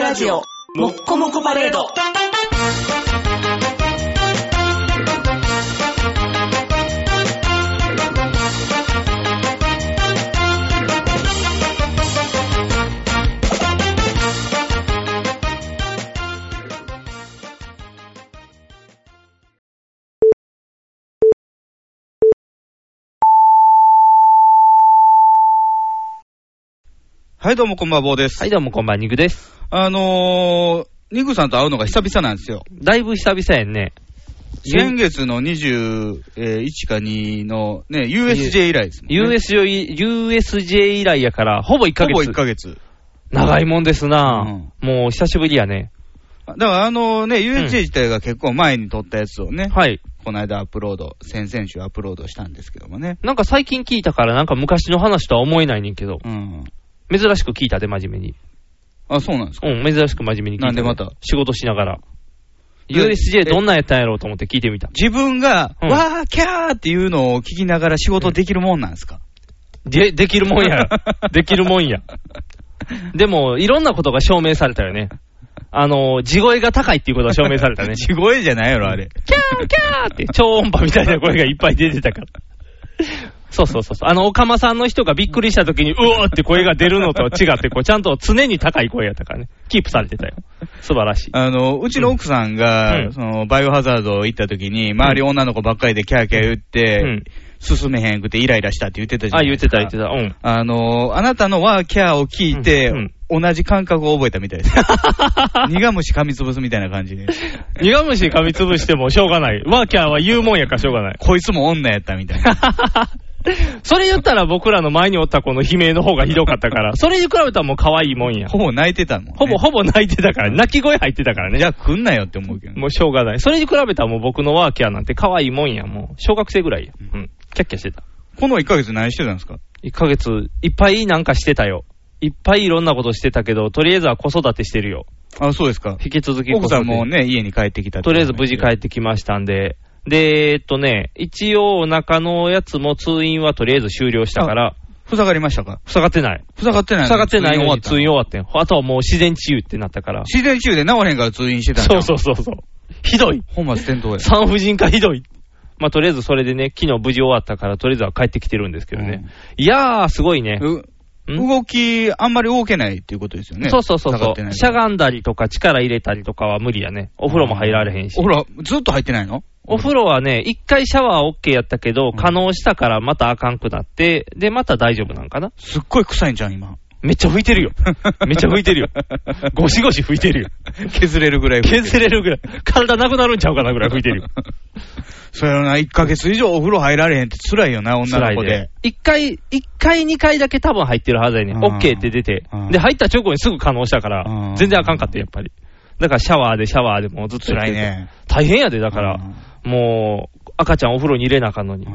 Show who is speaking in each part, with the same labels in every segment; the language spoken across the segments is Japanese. Speaker 1: ラジオ、もっこもこパレード。
Speaker 2: はい、どうもこんばんは、坊です。
Speaker 3: はい、どうもこんばんは、肉です。
Speaker 2: あのー、ニグさんと会うのが久々なんですよ。
Speaker 3: だいぶ久々やんね。
Speaker 2: 先月の21か2のね、USJ 以来ですもんね。
Speaker 3: USJ い、USJ 以来やから、ほぼ1ヶ
Speaker 2: ほぼ
Speaker 3: 月。
Speaker 2: 1ヶ月。
Speaker 3: 長いもんですな、もう久しぶりやね。
Speaker 2: だからあのね、USJ 自体が結構前に撮ったやつをね、
Speaker 3: はい。
Speaker 2: この間アップロード、先々週アップロードしたんですけどもね。
Speaker 3: なんか最近聞いたから、なんか昔の話とは思えないねんけど、
Speaker 2: うん。
Speaker 3: 珍しく聞いたで、真面目に。
Speaker 2: あ、そうなんですか。
Speaker 3: うん、珍しく真面目に聞いた。
Speaker 2: なんでまた
Speaker 3: 仕事しながら。
Speaker 2: で
Speaker 3: USJ
Speaker 2: え
Speaker 3: どんなんやったんやろうと思って聞いてみた。
Speaker 2: 自分が、
Speaker 3: うん
Speaker 2: わー、キャーっていうのを聞きながら仕事できるもんなんですか、
Speaker 3: で、できるも んや。できるもんや。でも、いろんなことが証明されたよね。あの、地声が高いっていうことが証明され たね。
Speaker 2: 地声じゃないやろ、あれ。
Speaker 3: キャーキャーって超音波みたいな声がいっぱい出てたから。そうそうそうそう。あの、おかまさんの人がびっくりした時に、うおーって声が出るのとは違って、こう、ちゃんと常に高い声やったからね。キープされてたよ。素晴らしい。
Speaker 2: あの、うちの奥さんが、
Speaker 3: うん
Speaker 2: その、バイオハザード行った時に、周り女の子ばっかりでキャーキャー言って、
Speaker 3: うん。
Speaker 2: 進めへんくてイライラしたって言ってたじゃ
Speaker 3: あ、
Speaker 2: ないで
Speaker 3: 言って
Speaker 2: すか。
Speaker 3: た言ってた。うん。
Speaker 2: あの、あなたのワーキャーを聞いて、
Speaker 3: うん
Speaker 2: 同じ感覚を覚えたみたいです。 苦虫噛みつぶすみたいな感じで。
Speaker 3: 苦虫噛みつぶしてもしょうがない。ワーキャーは言うもんやからしょうがない。
Speaker 2: こいつも女やったみたいな。
Speaker 3: それ言ったら僕らの前におった子の悲鳴の方がひどかったから、それに比べたらもう可愛いもんや。
Speaker 2: ほぼ泣いてたもん、ね。
Speaker 3: ほぼほぼ泣いてたから、泣き声入ってたからね
Speaker 2: じ。ゃあ来んなよって思うけどね。
Speaker 3: もうしょうがない。それに比べたらもう僕のワーキャーなんて可愛いもんや、もう。小学生ぐらいや。うん。キャッキャしてた。
Speaker 2: この1ヶ月何してたんですか
Speaker 3: 1ヶ月、いっぱいなんかしてたよ。いっぱいいろんなことしてたけど、とりあえずは子育てしてるよ。
Speaker 2: あ、そうですか。
Speaker 3: 引き続き子育
Speaker 2: 奥
Speaker 3: て。
Speaker 2: さんもね、家に帰ってきた
Speaker 3: とりあえず無事帰
Speaker 2: っ
Speaker 3: ってきましたんで。で、えーっとね、一応お腹のやつも通院はとりあえず終了したから、
Speaker 2: ふさがりましたか
Speaker 3: 塞がってない。
Speaker 2: 塞がってないのに
Speaker 3: 塞がってないのに
Speaker 2: 通
Speaker 3: 通
Speaker 2: 院終
Speaker 3: 院
Speaker 2: わっ
Speaker 3: 終わってん。あとはもう自然治癒ってなっ たから
Speaker 2: た。。自然中で治れへんから通院してたんだ
Speaker 3: そうそうそうそう。ひどい。
Speaker 2: 本末転倒や。
Speaker 3: 産婦人科ひどい。まあ、とりあえずそれでね、昨日無事終わったから、とりあえずは帰ってきてるんですけどね。いやー、すごいね。
Speaker 2: うん
Speaker 3: ん
Speaker 2: 動き、あんまり動けないっていうことですよね。
Speaker 3: そうそうそう
Speaker 2: 下が
Speaker 3: そ
Speaker 2: ってな
Speaker 3: う。
Speaker 2: い
Speaker 3: しゃがんだりとか、力入れたりとかは無理やね。お風呂も入られへんし。
Speaker 2: ほら、ずっと入ってないの
Speaker 3: お風呂はね、一回シャワー OK やったけど、
Speaker 2: ん
Speaker 3: 可能したからまたあかんくなって、で、また大丈夫なんかな
Speaker 2: すっごい臭いんじゃん、 今。
Speaker 3: めっちゃ拭いてるよ。めっちゃ拭いて るよ。ゴシゴシ拭いてるよ。
Speaker 2: 削れるぐらい。
Speaker 3: 削れるぐらい。体なくなるんちゃうかなぐらい拭いてるよ。
Speaker 2: それはな、1ヶ月以上お風呂入られへんって辛いよな、女
Speaker 3: 辛
Speaker 2: の
Speaker 3: い
Speaker 2: 子で。。
Speaker 3: 一回、一回、二回だけ多分入ってるはずやね。
Speaker 2: うん
Speaker 3: OK って出て
Speaker 2: うん。
Speaker 3: で、入った直後にすぐ可能したか
Speaker 2: う
Speaker 3: ら
Speaker 2: ん、
Speaker 3: 全然あかんかった、やっぱり。だからシャワーでシャワーでもうずっとやっ
Speaker 2: 辛
Speaker 3: て
Speaker 2: い
Speaker 3: て。
Speaker 2: ね。
Speaker 3: 大変やで、だ
Speaker 2: だ
Speaker 3: から。もう、赤ちゃんお風呂に入れなあかんのに。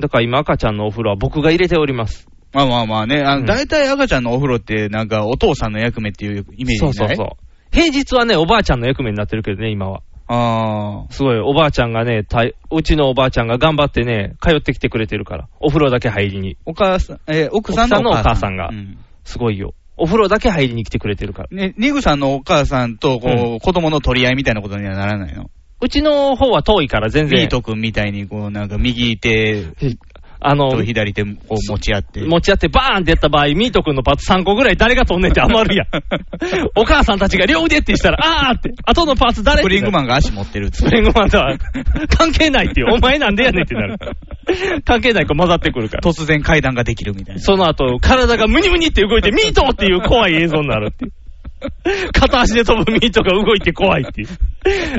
Speaker 3: だから今赤ちゃんのお風呂は僕が入れております。
Speaker 2: まあまあまあね、あ
Speaker 3: う
Speaker 2: の、
Speaker 3: ん
Speaker 2: 大体赤ちゃんのお風呂って、なんか、お父さんの役目っていうイメージ
Speaker 3: そ
Speaker 2: な
Speaker 3: う
Speaker 2: い
Speaker 3: そうそう。平日はね、おばあちゃんの役目になってるけどね、今は。
Speaker 2: あ
Speaker 3: すごい、おばあちゃんがね、たいうちのおばあちゃんが頑張ってね、通ってきてくれてるから。お風呂だけ入りに。
Speaker 2: ーお母さん、えー奥さんの
Speaker 3: 奥さんのお母さんが
Speaker 2: うん
Speaker 3: すごいよ。お風呂だけ入りに来てくれてるから。
Speaker 2: ね、ニグさんのお母さんと、
Speaker 3: う
Speaker 2: こう、子供の取り合いみたいなことにはならないの
Speaker 3: うちの方は遠いから全然。
Speaker 2: ビート君みたいに、こう、なんか、右手
Speaker 3: あの
Speaker 2: と、左手を持ち合って。
Speaker 3: 持ち合ってバーンってやった場合、ミート君のパーツ3個ぐらい誰が飛んねんって 余るやん。お母さんたちが両腕ってしたら、あーって、後のパーツ誰
Speaker 2: スプリング
Speaker 3: ン。
Speaker 2: マンが足持ってるって
Speaker 3: スプリングマンとは関係ないっていう、お前なんでやねんってなる。関係ない子混ざってくるから。
Speaker 2: 突然階段ができるみたいな。
Speaker 3: その後、体がムニムニって動いて、ミートっていう怖い映像になるっていう。片足で飛ぶミートが動いて怖いっていう。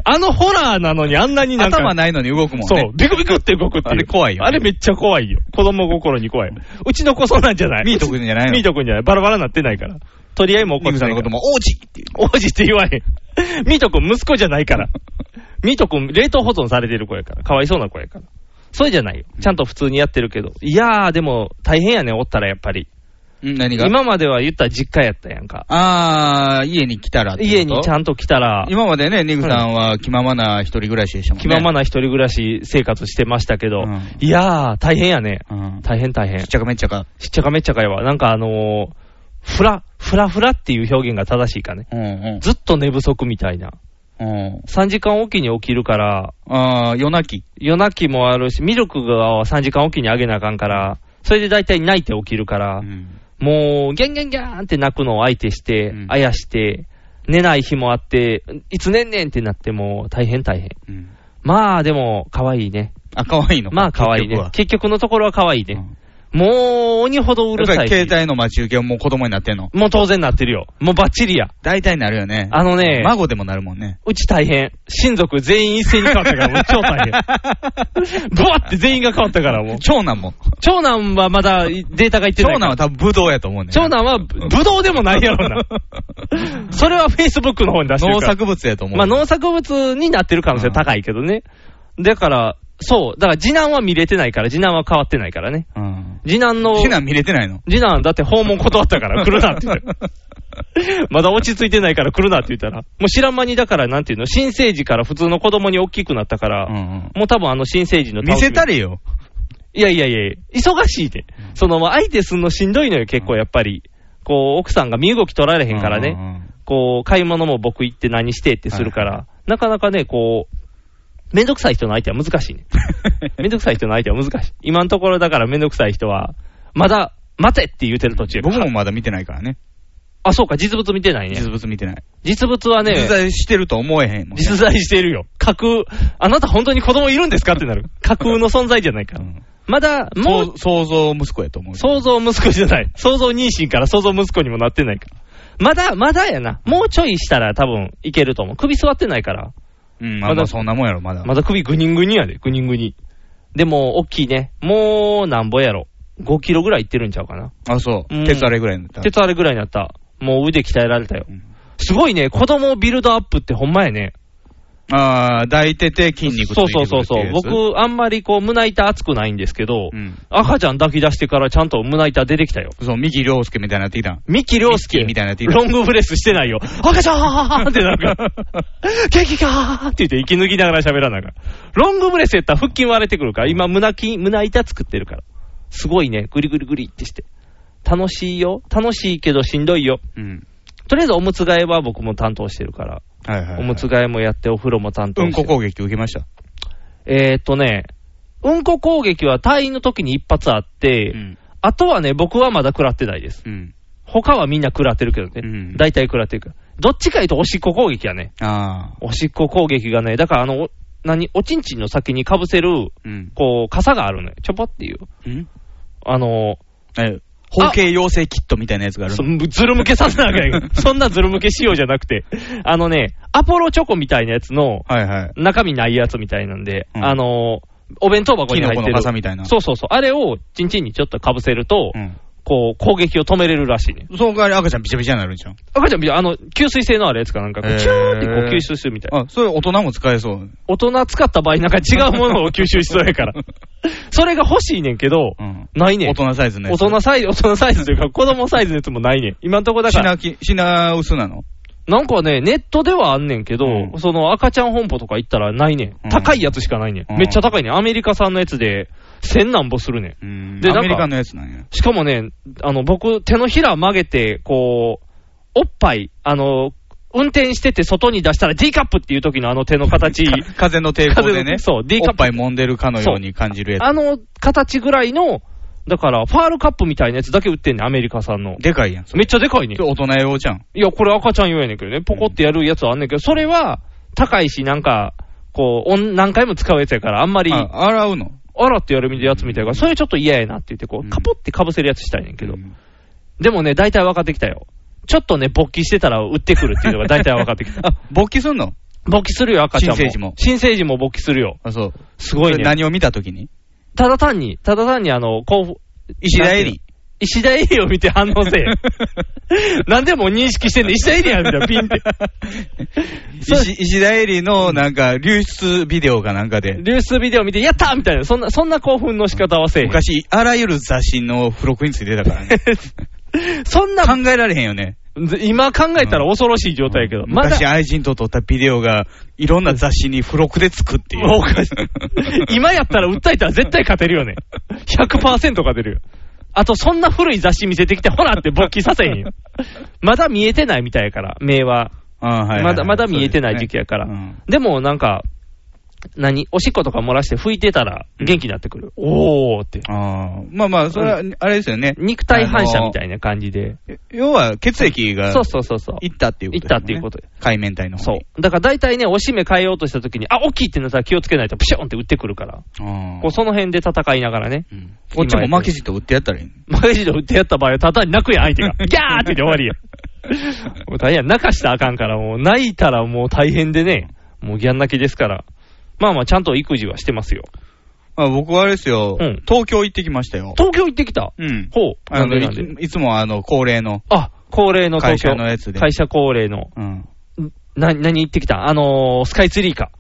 Speaker 3: あのホラーなのにあんなになんか。
Speaker 2: 頭ないのに動くもん
Speaker 3: そ
Speaker 2: ね。
Speaker 3: う、ビクビクって動くっていう。
Speaker 2: あれ怖いよね
Speaker 3: あれめっちゃ怖いよ。子供心に怖い。うちの子そうなんじゃない
Speaker 2: ミートくんじゃないの
Speaker 3: ミートくんじゃない。バラバラになってないから。取り合いも起こ
Speaker 2: ニグ
Speaker 3: っ
Speaker 2: さ
Speaker 3: てなんい
Speaker 2: の
Speaker 3: か
Speaker 2: こ
Speaker 3: ら
Speaker 2: と。も、王子っていう。
Speaker 3: 王子って言わへん。ミートくん息子じゃないから。ミートくん冷凍保存されてる子やから。かわいそうな子やから。それじゃないよ。ちゃんと普通にやってるけど。いやー、でも大変やね、おったらやっぱり。
Speaker 2: うん何が
Speaker 3: 今までは言ったら実家やったやんか。
Speaker 2: あー、家に来たらってこと。
Speaker 3: 家にちゃんと来たら、
Speaker 2: 今までね、ニグさんは気ままな一人暮らしでしたもんね。
Speaker 3: 気まま
Speaker 2: な。
Speaker 3: な一人暮らし生活してましたけど、
Speaker 2: うん
Speaker 3: いやー、大変やね。
Speaker 2: うん。
Speaker 3: 大変大変
Speaker 2: ちっ。ちゃかめっちゃか。
Speaker 3: しっちゃかめっちゃかやわ。なんかあのーフラ、フラフラっていう表現が正しいかね。
Speaker 2: うんうん。
Speaker 3: ずっと寝不足みたいな。
Speaker 2: うん。
Speaker 3: 3時間おきに起きるから、
Speaker 2: ああ、夜泣き。
Speaker 3: 夜泣きもあるし、ミルクが3時間おきにあげなあかんから、それで大体泣いて起きるから、
Speaker 2: うん。
Speaker 3: もう、ギャンギャンギャーンって泣くのを相手して
Speaker 2: うん、
Speaker 3: あやして、寝ない日もあって、いつ寝んねんってなって、もう大変大変。
Speaker 2: うん
Speaker 3: まあ、でも、可愛いね。
Speaker 2: あ、可愛いの
Speaker 3: まあ、可愛いね。結局のところは可愛いね。もう、鬼ほどう
Speaker 2: う
Speaker 3: る
Speaker 2: るさ
Speaker 3: さ
Speaker 2: い。
Speaker 3: いし。
Speaker 2: 携帯の待ち受けはもう子供になってんの。
Speaker 3: もう当然なってるよ。もうバッチリや。
Speaker 2: 大体なるよね。
Speaker 3: あのね
Speaker 2: 孫でもなるもんね。
Speaker 3: うち大変。親族全員一斉に変わったから、もう超大変。ブワって全員が変わったから、もう。
Speaker 2: 長男も。
Speaker 3: 長男はまだデータがいってない
Speaker 2: 長男
Speaker 3: から。
Speaker 2: は多分武道やと思うね。
Speaker 3: 長男は、ぶぶどうでもないや ろな。それは Facebook の方に出してる
Speaker 2: 農
Speaker 3: から。
Speaker 2: 作物やと思う。
Speaker 3: まあ農作物になってる可能性高いけどね。だから、そう。だから次男は見れてないから、次男は変わってないからね。
Speaker 2: うん。
Speaker 3: 次男の、
Speaker 2: 次男見れてないの。
Speaker 3: 次男だって訪問断ったから来るな って言って。まだ落ち着いてないから来るなって言ったら、もう知らん間にだから、なんていうの、新生児から普通の子供に大きくなったから、
Speaker 2: うん
Speaker 3: もう多分あの新生児
Speaker 2: う
Speaker 3: の
Speaker 2: ん。見せた
Speaker 3: り
Speaker 2: れよ。
Speaker 3: いやいやいや、忙しいで。その、まあ相手すんのしんどいのよ、結構やっぱり。こう、奥さんが身動き取られへんから
Speaker 2: うんう
Speaker 3: ね。
Speaker 2: ん うん。
Speaker 3: こう、買い物も僕行って何してってするから、
Speaker 2: はい
Speaker 3: なかなかね、こう、めんどくさい人の相手は難しいね。めんどくさい人の相手は難しい。今のところだからめんどくさい人は、まだ、待てって言うてる途中やから
Speaker 2: 僕もまだ見てないからね。
Speaker 3: あ、そうか、実物見てないね
Speaker 2: 実。物見てない。
Speaker 3: 実物はね
Speaker 2: 実、在してると思えへんもんね。
Speaker 3: 実在してるよ。架空、あなた本当に子供いるんですかってなる。架空の存在じゃないか
Speaker 2: う
Speaker 3: ら。
Speaker 2: ん
Speaker 3: まだ、もう
Speaker 2: 想、想像息子やと思う。
Speaker 3: 想像息子じゃない。想像妊娠から想像息子にもなってないから。まだ、まだやな。もうちょいしたら多分いけると思う。首座ってないから。
Speaker 2: うん、まあ
Speaker 3: ま
Speaker 2: ま
Speaker 3: だ
Speaker 2: あそんなもんやろ、まだ。
Speaker 3: まだ首グニングニンやで、グニングニン。でも、大きいね。もう、なんぼやろ。5キロぐらいいってるんちゃうかな。
Speaker 2: あ、そうう。
Speaker 3: ん
Speaker 2: 鉄あれぐらいになった。
Speaker 3: 鉄あれぐらいになった。もう腕鍛えられたよ
Speaker 2: う。ん
Speaker 3: すごいね、子供ビルドアップってほんまやね。
Speaker 2: ああ、抱いてて筋肉つ
Speaker 3: そう
Speaker 2: いてく
Speaker 3: そ
Speaker 2: る
Speaker 3: う
Speaker 2: ってい
Speaker 3: そう
Speaker 2: やつ
Speaker 3: そう。、僕、あんまりこう、胸板熱くないんですけど、
Speaker 2: うん。
Speaker 3: 赤ちゃん抱き出してからちゃんと胸板出てきたよ。
Speaker 2: そう、三木亮介みたいになってきたん。
Speaker 3: ミキ良介
Speaker 2: ミッキーみたいになってきた
Speaker 3: ロングブレスしてないよ。赤ちゃんってなんか、ケーキかーって言って息抜きながら喋らながら。ロングブレスやったら腹筋割れてくるから、今胸筋、胸板作ってるから。すごいね、グリグリグリってして。楽しいよ。楽しいけどしんどいよ。
Speaker 2: うん。
Speaker 3: とりあえずおむつ替えは僕も担当してるから。
Speaker 2: はいはいはい。
Speaker 3: おむつ替えもやってお風呂も担当
Speaker 2: うん
Speaker 3: し
Speaker 2: こ
Speaker 3: てる。
Speaker 2: 攻撃受けました。
Speaker 3: えーっとね、うんこ攻撃は退院の時に一発あっ
Speaker 2: う
Speaker 3: て、
Speaker 2: ん。
Speaker 3: あとはね、僕はまだ食らってないです。
Speaker 2: うん。
Speaker 3: 他はみんな食らってるけどね。
Speaker 2: うん
Speaker 3: 大体食らってるから。どっちかいうとおしっこ攻撃やね。
Speaker 2: ああ。
Speaker 3: おしっこ攻撃がね、だからあの、お何、おちんちんの先にかぶせる、
Speaker 2: うん。
Speaker 3: こう、傘があるのよ。ちょぽっていう。
Speaker 2: うん
Speaker 3: あの、
Speaker 2: え、包茎養成キットみたいなやつがある
Speaker 3: そずるむけさせなきゃい けない。そんなずるむけ仕様じゃなくて、あのね、アポロチョコみたいなやつの、
Speaker 2: はいはい。
Speaker 3: 中身ないやつみたいなんで、
Speaker 2: うん
Speaker 3: あの、お弁当箱
Speaker 2: キ
Speaker 3: に
Speaker 2: ノ
Speaker 3: 入っ
Speaker 2: コ
Speaker 3: て
Speaker 2: の
Speaker 3: る。
Speaker 2: 傘みたいな。
Speaker 3: そうそうそう。あれを、ちんちんにちょっとかぶせると、
Speaker 2: ん。
Speaker 3: こう、攻撃を止めれるらしいね。
Speaker 2: その代わり赤ちゃんびちゃびちゃになるんじゃん。
Speaker 3: 赤ちゃんみたいな、あの、吸水性のあるやつかなんか、こ
Speaker 2: へ
Speaker 3: う
Speaker 2: ー
Speaker 3: チューってこう吸収するみたいな。
Speaker 2: あ、それ大人も使えそう。
Speaker 3: 大人使った場合、なんか違うものを吸収しそう やから。それが欲しいねんけど
Speaker 2: う、ん。
Speaker 3: ないねん
Speaker 2: 大。人サイズね。
Speaker 3: 大人サイズ、大人サイズというか、子供サイズのやつもないねん。今んとこだから、
Speaker 2: 品き、品薄なの
Speaker 3: なんかね、ネットではあんねんけど、
Speaker 2: うん
Speaker 3: その赤ちゃん本舗とか行ったらないね。
Speaker 2: うんん
Speaker 3: 高いやつしかないね。
Speaker 2: うんん
Speaker 3: めっちゃ高いねん。アメリカ産のやつで、千何ぼするね
Speaker 2: う
Speaker 3: ん。
Speaker 2: ん。
Speaker 3: でなんか
Speaker 2: アメリカのやつなんや。
Speaker 3: しかもね、あの、僕、手のひら曲げて、こう、おっぱい、あの、運転してて外に出したら D カップっていう時のあの手の形、
Speaker 2: か風の抵抗で
Speaker 3: 風の
Speaker 2: ね、
Speaker 3: そう D カップ
Speaker 2: おっぱい揉んでるかのように感じるや
Speaker 3: あの形ぐらいの、だから、ファールカップみたいなやつだけ売ってんねん、アメリカ産の
Speaker 2: つ。。でかいやん。それ
Speaker 3: めっちゃでかいねん。
Speaker 2: 大人用じゃん。
Speaker 3: いや、これ赤ちゃん用やねんけどね、ポコってやるやつはあんねんけど、それは高いし、なんか、こう、おん何回も使うやつやから、あんまり、洗
Speaker 2: あ洗うの。
Speaker 3: ってやるやつみたいだから、それちょっと嫌やなって言って、こ
Speaker 2: う
Speaker 3: う、
Speaker 2: ん
Speaker 3: カポってかぶせるやつしたいねんけど
Speaker 2: う、ん
Speaker 3: でもね、大体分かってきたよ。ちょっとね、勃起してたら打ってくるっていうのが大体分かって きた。
Speaker 2: あ、勃起すんの
Speaker 3: 勃起するよ、赤ちゃんも。
Speaker 2: 新生児も
Speaker 3: 新生児も勃起するよ。
Speaker 2: あ、そう。
Speaker 3: すご
Speaker 2: そ
Speaker 3: い
Speaker 2: れ
Speaker 3: ね。
Speaker 2: 何を見たときに
Speaker 3: ただ単に、ただ単にあの、こう、
Speaker 2: 石田エリ。
Speaker 3: 石田エリを見て反応せえ。 なんでもう認識してんの石田エリやんみたいな、ピンって。そう
Speaker 2: 石石田エリのなんか流出ビデオかなんかで、
Speaker 3: 流出ビデオ見て、やったーみたいな、そんな、そんな興奮の仕方はせえへん。
Speaker 2: 昔あらゆる雑誌の付録についてたから ね。
Speaker 3: そんな、
Speaker 2: 考えられへんよね。
Speaker 3: 今考えたら恐ろしい状態やけど、まだ
Speaker 2: 昔、愛人と撮ったビデオがいろんな雑誌に付録でつくっていう。
Speaker 3: おかしい。今やったら訴えたら絶対勝てるよね。100%勝てるよ。あと、そんな古い雑誌見せてきて、ほらって勃起させへんよ。まだ見えてないみたいやから、目は。
Speaker 2: あーはいはいはい
Speaker 3: まだまだ見えてない時期やから。
Speaker 2: そ
Speaker 3: で
Speaker 2: うですねうん
Speaker 3: も、なんか、何おしっことか漏らして拭いてたら元気になってくる。おーって。
Speaker 2: あーまあまあ、それは、あれですよね。
Speaker 3: 肉体反射みたいな感じで。
Speaker 2: 要は、血液が、
Speaker 3: そうそうそうそう。
Speaker 2: 行ったっていうこと、
Speaker 3: 行ったっていうこと。
Speaker 2: 海面体の方
Speaker 3: そ
Speaker 2: に。
Speaker 3: う。だから大体ね、おしめ変えようとした時に、あ、大きいってなったら気をつけないと、プションって打ってくるから。
Speaker 2: あー
Speaker 3: こうその辺で戦いながらね。
Speaker 2: うんこっちも負けじと売ってやったらいいの
Speaker 3: マゲジド打ってやった場合は、ただに泣くやん、 相手が。ギャーって言って終わりや。もう大変や。泣かしたらあかんから、もう泣いたらもう大変でね、もうギャン泣きですから。まあまあ、ちゃんと育児はしてますよ。
Speaker 2: まあ、僕はあれですよ、
Speaker 3: うん
Speaker 2: 東京行ってきましたよ。
Speaker 3: 東京行ってきた。
Speaker 2: うん。
Speaker 3: ほう。
Speaker 2: あ
Speaker 3: なん
Speaker 2: のい
Speaker 3: でなんで
Speaker 2: ついつもあの恒例の、
Speaker 3: あ、恒例の東京。
Speaker 2: 会社のやつで
Speaker 3: 会社恒例の。
Speaker 2: うん、
Speaker 3: んな、何行ってきたあのー、スカイツリーか。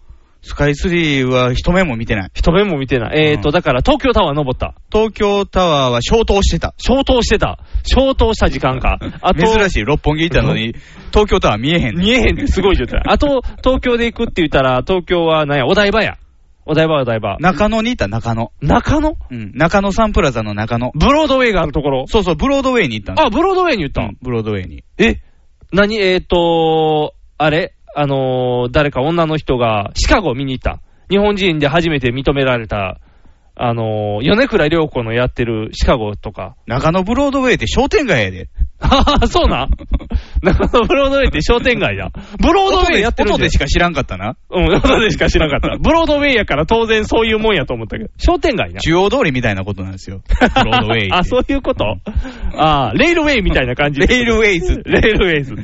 Speaker 2: スカイツリーは一目も見てない。
Speaker 3: 一目も見てない。えーと、
Speaker 2: うん
Speaker 3: だから東京タワー登った。
Speaker 2: 東京タワーは消灯してた。
Speaker 3: 消灯してた。消灯した時間か。あと、
Speaker 2: 珍しい、六本木行ったのに、東京タワー見えへんね
Speaker 3: 見えへんってすごい状態。あと、東京で行くって言ったら、東京は何や、お台場や。お台場、お台場。
Speaker 2: 中野にいた中野。
Speaker 3: 中野
Speaker 2: うん。中野サンプラザの中野。
Speaker 3: ブロードウェイがあるところ。
Speaker 2: そうそう、ブロードウェイに行ったんです
Speaker 3: あ、ブロードウェイに言った
Speaker 2: うん
Speaker 3: ん。
Speaker 2: ブロードウェイに。
Speaker 3: え何えーと、あれあのー、誰か女の人がシカゴを見に行った。日本人で初めて認められた、あのー、米倉涼子のやってるシカゴとか。
Speaker 2: 中野ブロードウェイって商店街やで。
Speaker 3: ああ、そうなん。 中野ブロードウェイって商店 街だ。ブロードウェイやってるん
Speaker 2: 音
Speaker 3: じ
Speaker 2: で
Speaker 3: ゃん
Speaker 2: しか知らんかったな。
Speaker 3: うん、音でしか知らなかった。 ブロードウェイやから当然そういうもんやと思ったけど。商店街な。
Speaker 2: 中央通りみたいなことなんですよ。ブロードウェイって
Speaker 3: あ、そういうことああ、レイルウェイみたいな感じ。
Speaker 2: レイルウェイズ
Speaker 3: レイルウェイズ。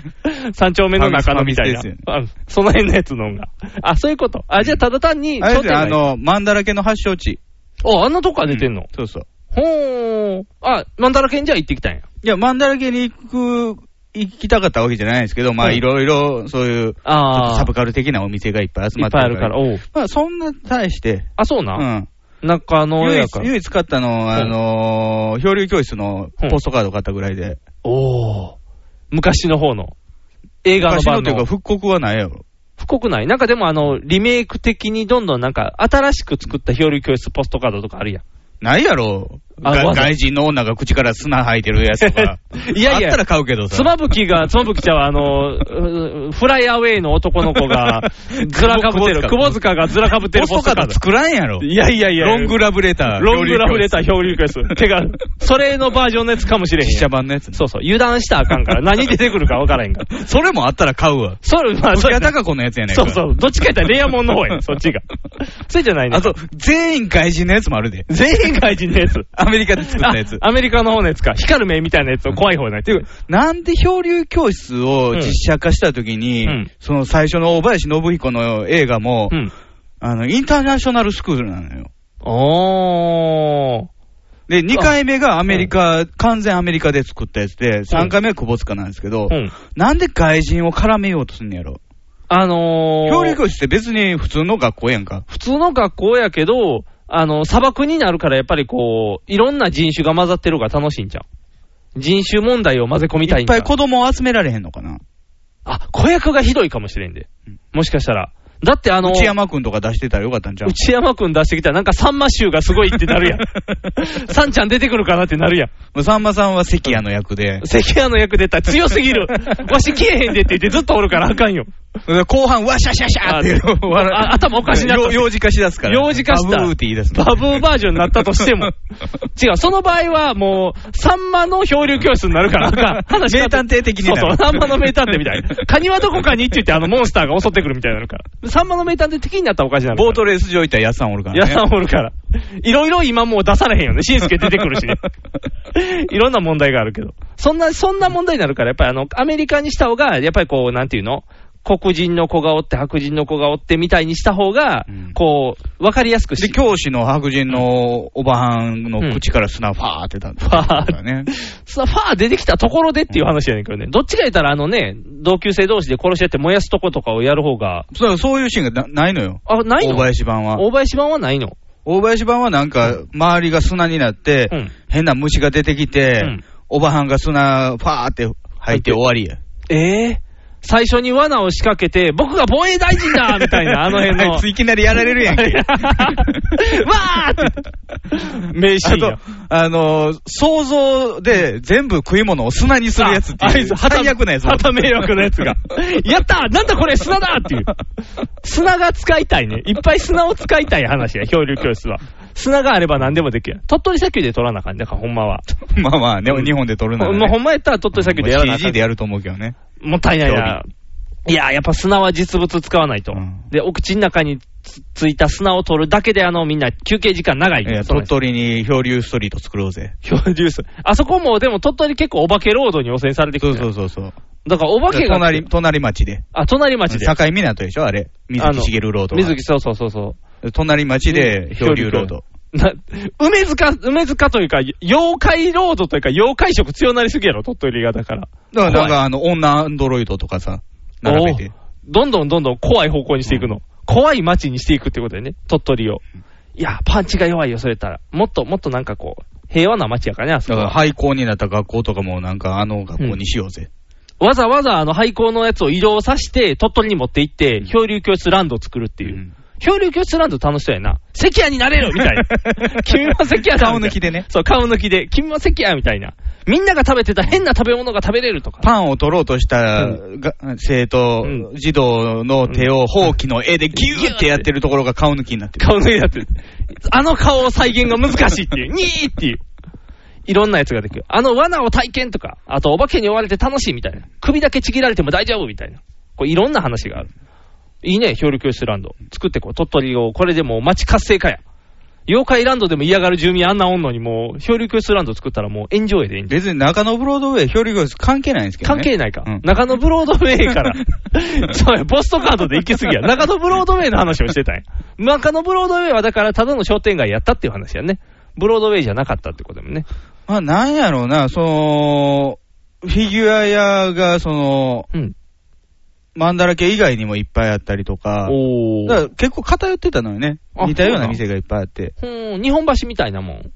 Speaker 3: 三丁目の中野みたいな。
Speaker 2: ファミス
Speaker 3: あその辺のやつの音が。あ、そういうこと。あ、じゃあただ単に
Speaker 2: あれ
Speaker 3: 商
Speaker 2: です
Speaker 3: 店
Speaker 2: よあ
Speaker 3: 街。
Speaker 2: の、マンだらけの発祥地。
Speaker 3: お、あんなとこから出てんの
Speaker 2: う、そうそう。
Speaker 3: ほー。あ、なんだらけんじゃ行ってきたんや。
Speaker 2: いや、マンだらけに行く、行きたかったわけじゃないんですけど、ま
Speaker 3: う
Speaker 2: あ、
Speaker 3: ん
Speaker 2: いろいろ、そういう、ちょっ
Speaker 3: あ
Speaker 2: と
Speaker 3: あ。
Speaker 2: サブカル的なお店がいっぱい集
Speaker 3: い
Speaker 2: ま
Speaker 3: っ
Speaker 2: って
Speaker 3: ぱいあるから。おう。
Speaker 2: まあ、そんな対して、
Speaker 3: あ、そう
Speaker 2: う
Speaker 3: な。
Speaker 2: ん。
Speaker 3: 中野
Speaker 2: 唯
Speaker 3: や
Speaker 2: 一
Speaker 3: から。
Speaker 2: 唯一買ったのは、あのー、漂流教室のポストカード買ったぐらいで。
Speaker 3: おー。昔の方の。映画の
Speaker 2: 昔の
Speaker 3: 版
Speaker 2: というか、
Speaker 3: の。
Speaker 2: 復刻はないやろ。
Speaker 3: 深くないなんかでもあの、リメイク的にどんどんなんか、新しく作った漂流教室ポストカードとかあるやん。
Speaker 2: ないやろ。
Speaker 3: あ
Speaker 2: が
Speaker 3: わざ。
Speaker 2: 外人の女が口から砂吐いてるやつとか
Speaker 3: いやいや
Speaker 2: あったら買うけどさ。
Speaker 3: 妻夫 木が、妻夫木ちゃんは、あの、うフライアウェイの男の 子が、ずらかぶってる。
Speaker 2: 久
Speaker 3: 久
Speaker 2: 保
Speaker 3: 保塚がずらかぶってる
Speaker 2: ポストカード作らんやろ。
Speaker 3: いやいやいや。
Speaker 2: ロングラブレター。
Speaker 3: ロングラブレター、
Speaker 2: 漂
Speaker 3: 漂流教室。てか、それのバージョンのやつかもしれへ
Speaker 2: 筆者
Speaker 3: んやん。
Speaker 2: 版のやつ。
Speaker 3: そうそう。油断したらあか んから。何出てくるかわからへんから。
Speaker 2: それもあったら買うわ。
Speaker 3: それ、まあ、
Speaker 2: 土
Speaker 3: そ
Speaker 2: 屋
Speaker 3: れ、
Speaker 2: 高子のやつやねんか
Speaker 3: そ
Speaker 2: ら
Speaker 3: うそう。どっちかやったらレアモンの方やねそっ ちが。それじゃないね。
Speaker 2: あと、、全員外人のやつもあるで。
Speaker 3: 全員外人のやつ。
Speaker 2: アメリカで作ったやつ
Speaker 3: あ。アメリカの方のやつか。光る目みたいなやつを怖い方のやつ。
Speaker 2: なんで漂流教室を実写化したときに、
Speaker 3: うん
Speaker 2: その最初の大林信彦の映画も、
Speaker 3: うん。
Speaker 2: あの、インターナショナルスクールなのよ。
Speaker 3: おー。
Speaker 2: で、2回目がアメリカ、完全アメリカで作ったやつで、3回目は窪塚なんですけど、
Speaker 3: うん。
Speaker 2: なんで外人を絡めようとすんのやろ。
Speaker 3: あのー、
Speaker 2: 漂流教室って別に普通の学校やんか。
Speaker 3: 普通の学校やけど、あの、砂漠になるからやっぱりこう、いろんな人種が混ざってるから楽しいんじゃん。人種問題を混ぜ込みた
Speaker 2: いっ
Speaker 3: いんじ
Speaker 2: ぱ
Speaker 3: ゃん
Speaker 2: い子供を集められへんのかな。
Speaker 3: あ、子役がひどいかもしれんで
Speaker 2: うん。
Speaker 3: もしかしたら。だってあの、
Speaker 2: 内山くんとか出してたらよかったんちゃう
Speaker 3: 内山くん出してきたらなんかサンマ臭がすごいってな るやん。サンちゃん出てくるかなってなるやん。
Speaker 2: もうさんまさんは関谷の役で、
Speaker 3: 関谷の役出たら強すぎる。わし消えへんでって言ってずっとおるからあかんよ。
Speaker 2: 後半、わしゃしゃしゃって
Speaker 3: あ
Speaker 2: 笑う
Speaker 3: あ頭おかしなった
Speaker 2: よ幼児化しだすから。
Speaker 3: 幼児化した。
Speaker 2: バブーって言い出すの。
Speaker 3: バブーバージョンになったとし ても。違う、その場合はもう、サンマの漂流教室にな るから、あかん話
Speaker 2: 名探偵的に
Speaker 3: そう
Speaker 2: な
Speaker 3: そう、
Speaker 2: る。
Speaker 3: サンマの名探偵みた いな。カニはどこかにって言って、あのモンスターが襲ってくるみたいになるから。サンマの名探偵的になったらおかしなるから。
Speaker 2: ボートレース場行ったらやっさんおるから
Speaker 3: や
Speaker 2: ね。
Speaker 3: さんおるから。いろいろ今もう出されへんよね。しんすけ出てくる しね。いろんな問題があるけど。そんな、そんな問題になるから、やっぱりあの、アメリカにした方が、やっぱりこう、なんていうの黒人の子がおって、白人の子がおってみたいにした方が、
Speaker 2: うん
Speaker 3: こう、わかりやすくし
Speaker 2: で、教師の白人のおばはんの口から砂ファーってたんだからね。
Speaker 3: さ、ファー出てきたところでっていう話やねんけどね。どっちが言ったら、あのね、同級生同士で殺し合って燃やすとことかをやる方が、
Speaker 2: そうそういうシーンがなないのよ。
Speaker 3: あ、ない
Speaker 2: 大
Speaker 3: の
Speaker 2: 林版は。
Speaker 3: 大林版はないの。
Speaker 2: 大林版はなんか、周りが砂になって、
Speaker 3: うん
Speaker 2: 変な虫が出てき
Speaker 3: う
Speaker 2: て
Speaker 3: ん、
Speaker 2: おばはんが砂ファーって吐いて終わりや。
Speaker 3: ええ最初に罠を仕掛けて、僕が防衛大臣だみたいな、あの辺の。
Speaker 2: あいついきなりやられるやん け。
Speaker 3: わー って。名シー
Speaker 2: あ
Speaker 3: ンよ
Speaker 2: と。、あのー、想像で全部食い物を砂にするやつって
Speaker 3: ああ
Speaker 2: い、
Speaker 3: いうつ
Speaker 2: 最悪なやつ。
Speaker 3: 旗迷惑のやつが。やったーなんだこれ砂だっていう。砂が使いたいね。いっぱい砂を使いたい話や、漂流教室は。砂があれば何でもできる。鳥取砂丘で取らなあかんねほんまは。
Speaker 2: まあまあね、
Speaker 3: うん
Speaker 2: 日本で撮るなら、
Speaker 3: もうほ
Speaker 2: ね。
Speaker 3: んまやったら鳥取砂丘でやらなあか
Speaker 2: CG
Speaker 3: ん
Speaker 2: で。やると思うけどね。
Speaker 3: もったいないな。いやー、やっぱ砂は実物使わないと。
Speaker 2: うん
Speaker 3: で、お口の中につついた砂を取るだけで、あの、みんな休憩時間長い。
Speaker 2: いや、
Speaker 3: その
Speaker 2: 鳥取に漂流ストリート作ろうぜ。
Speaker 3: 漂流水。あそこも、でも鳥取結構お化けロードに汚染されてく
Speaker 2: そ
Speaker 3: る
Speaker 2: う
Speaker 3: じゃん。
Speaker 2: そうそうそう。
Speaker 3: だからお化けが。
Speaker 2: 隣、隣町で。
Speaker 3: あ、隣町で。
Speaker 2: 境港でしょあれ。水木しげるロード
Speaker 3: あ
Speaker 2: が
Speaker 3: の水木、そうそうそうそ
Speaker 2: 隣町で漂流ロード。
Speaker 3: う。な、梅塚、梅塚というか、妖怪ロードというか、妖怪色強なりすぎやろ、鳥取がだから。
Speaker 2: だからなん
Speaker 3: 怖
Speaker 2: かあの、女アンドロイドとかさ、並べて。
Speaker 3: おうどんどんどんどん怖い方向にしていくの。怖い街にしていくってことだよね、鳥取を。いや、パンチが弱いよ、それやったら。もっともっとなんかこう、平和な街やからね、あそこ
Speaker 2: だから
Speaker 3: は。
Speaker 2: 廃校になった学校とかもなんかあの学校にしようぜ。
Speaker 3: わざわざあの廃校のやつを移動させて、鳥取に持って行って、漂流教室ランドを作るっていう。
Speaker 2: うん
Speaker 3: 漂流教室ランド楽しそうやな。関谷になれるみたい な。君は関谷だ
Speaker 2: 顔抜きでね。
Speaker 3: そう、顔抜きで。君は関谷みたいな。みんなが食べてた変な食べ物が食べれるとか。
Speaker 2: パンを取ろうとした
Speaker 3: う
Speaker 2: が生徒、
Speaker 3: うん
Speaker 2: 児童の手をほうきの絵でギューってやってるところが顔抜きになってる。
Speaker 3: 顔抜きだって。あの顔を再現が難しいっていう。にーっていう。いろんなやつができる。あの罠を体験とか、あとお化けに追われて楽しいみたいな。首だけちぎられても大丈夫みたいな。こういろんな話がある。いいね、漂流教室ランド。作ってこう、鳥取を、これでもう街活性化や。妖怪ランドでも嫌がる住民あんなおんのにもう、漂流教室ランド作ったらもう炎上へで炎上。
Speaker 2: 別に中野ブロードウェイ、漂流教室関係ないんですけど
Speaker 3: 関
Speaker 2: ね。
Speaker 3: 係ないか。
Speaker 2: うん
Speaker 3: 中野ブロードウェイ から。そうや、ポストカードで行き過ぎや。中野ブロードウェイの話をしてたんや。中野ブロードウェイはだから、ただの商店街やったっていう話やね。ブロードウェイじゃなかったってことでもね。
Speaker 2: まあなんやろうな、その、フィギュア屋がその、
Speaker 3: うん。
Speaker 2: マンダラケ以外にもいっぱいあったりとか、
Speaker 3: お
Speaker 2: だから結構偏ってたのよね。
Speaker 3: あ
Speaker 2: 似たような店がいっぱいあって。
Speaker 3: うん、日本橋みたいなもん。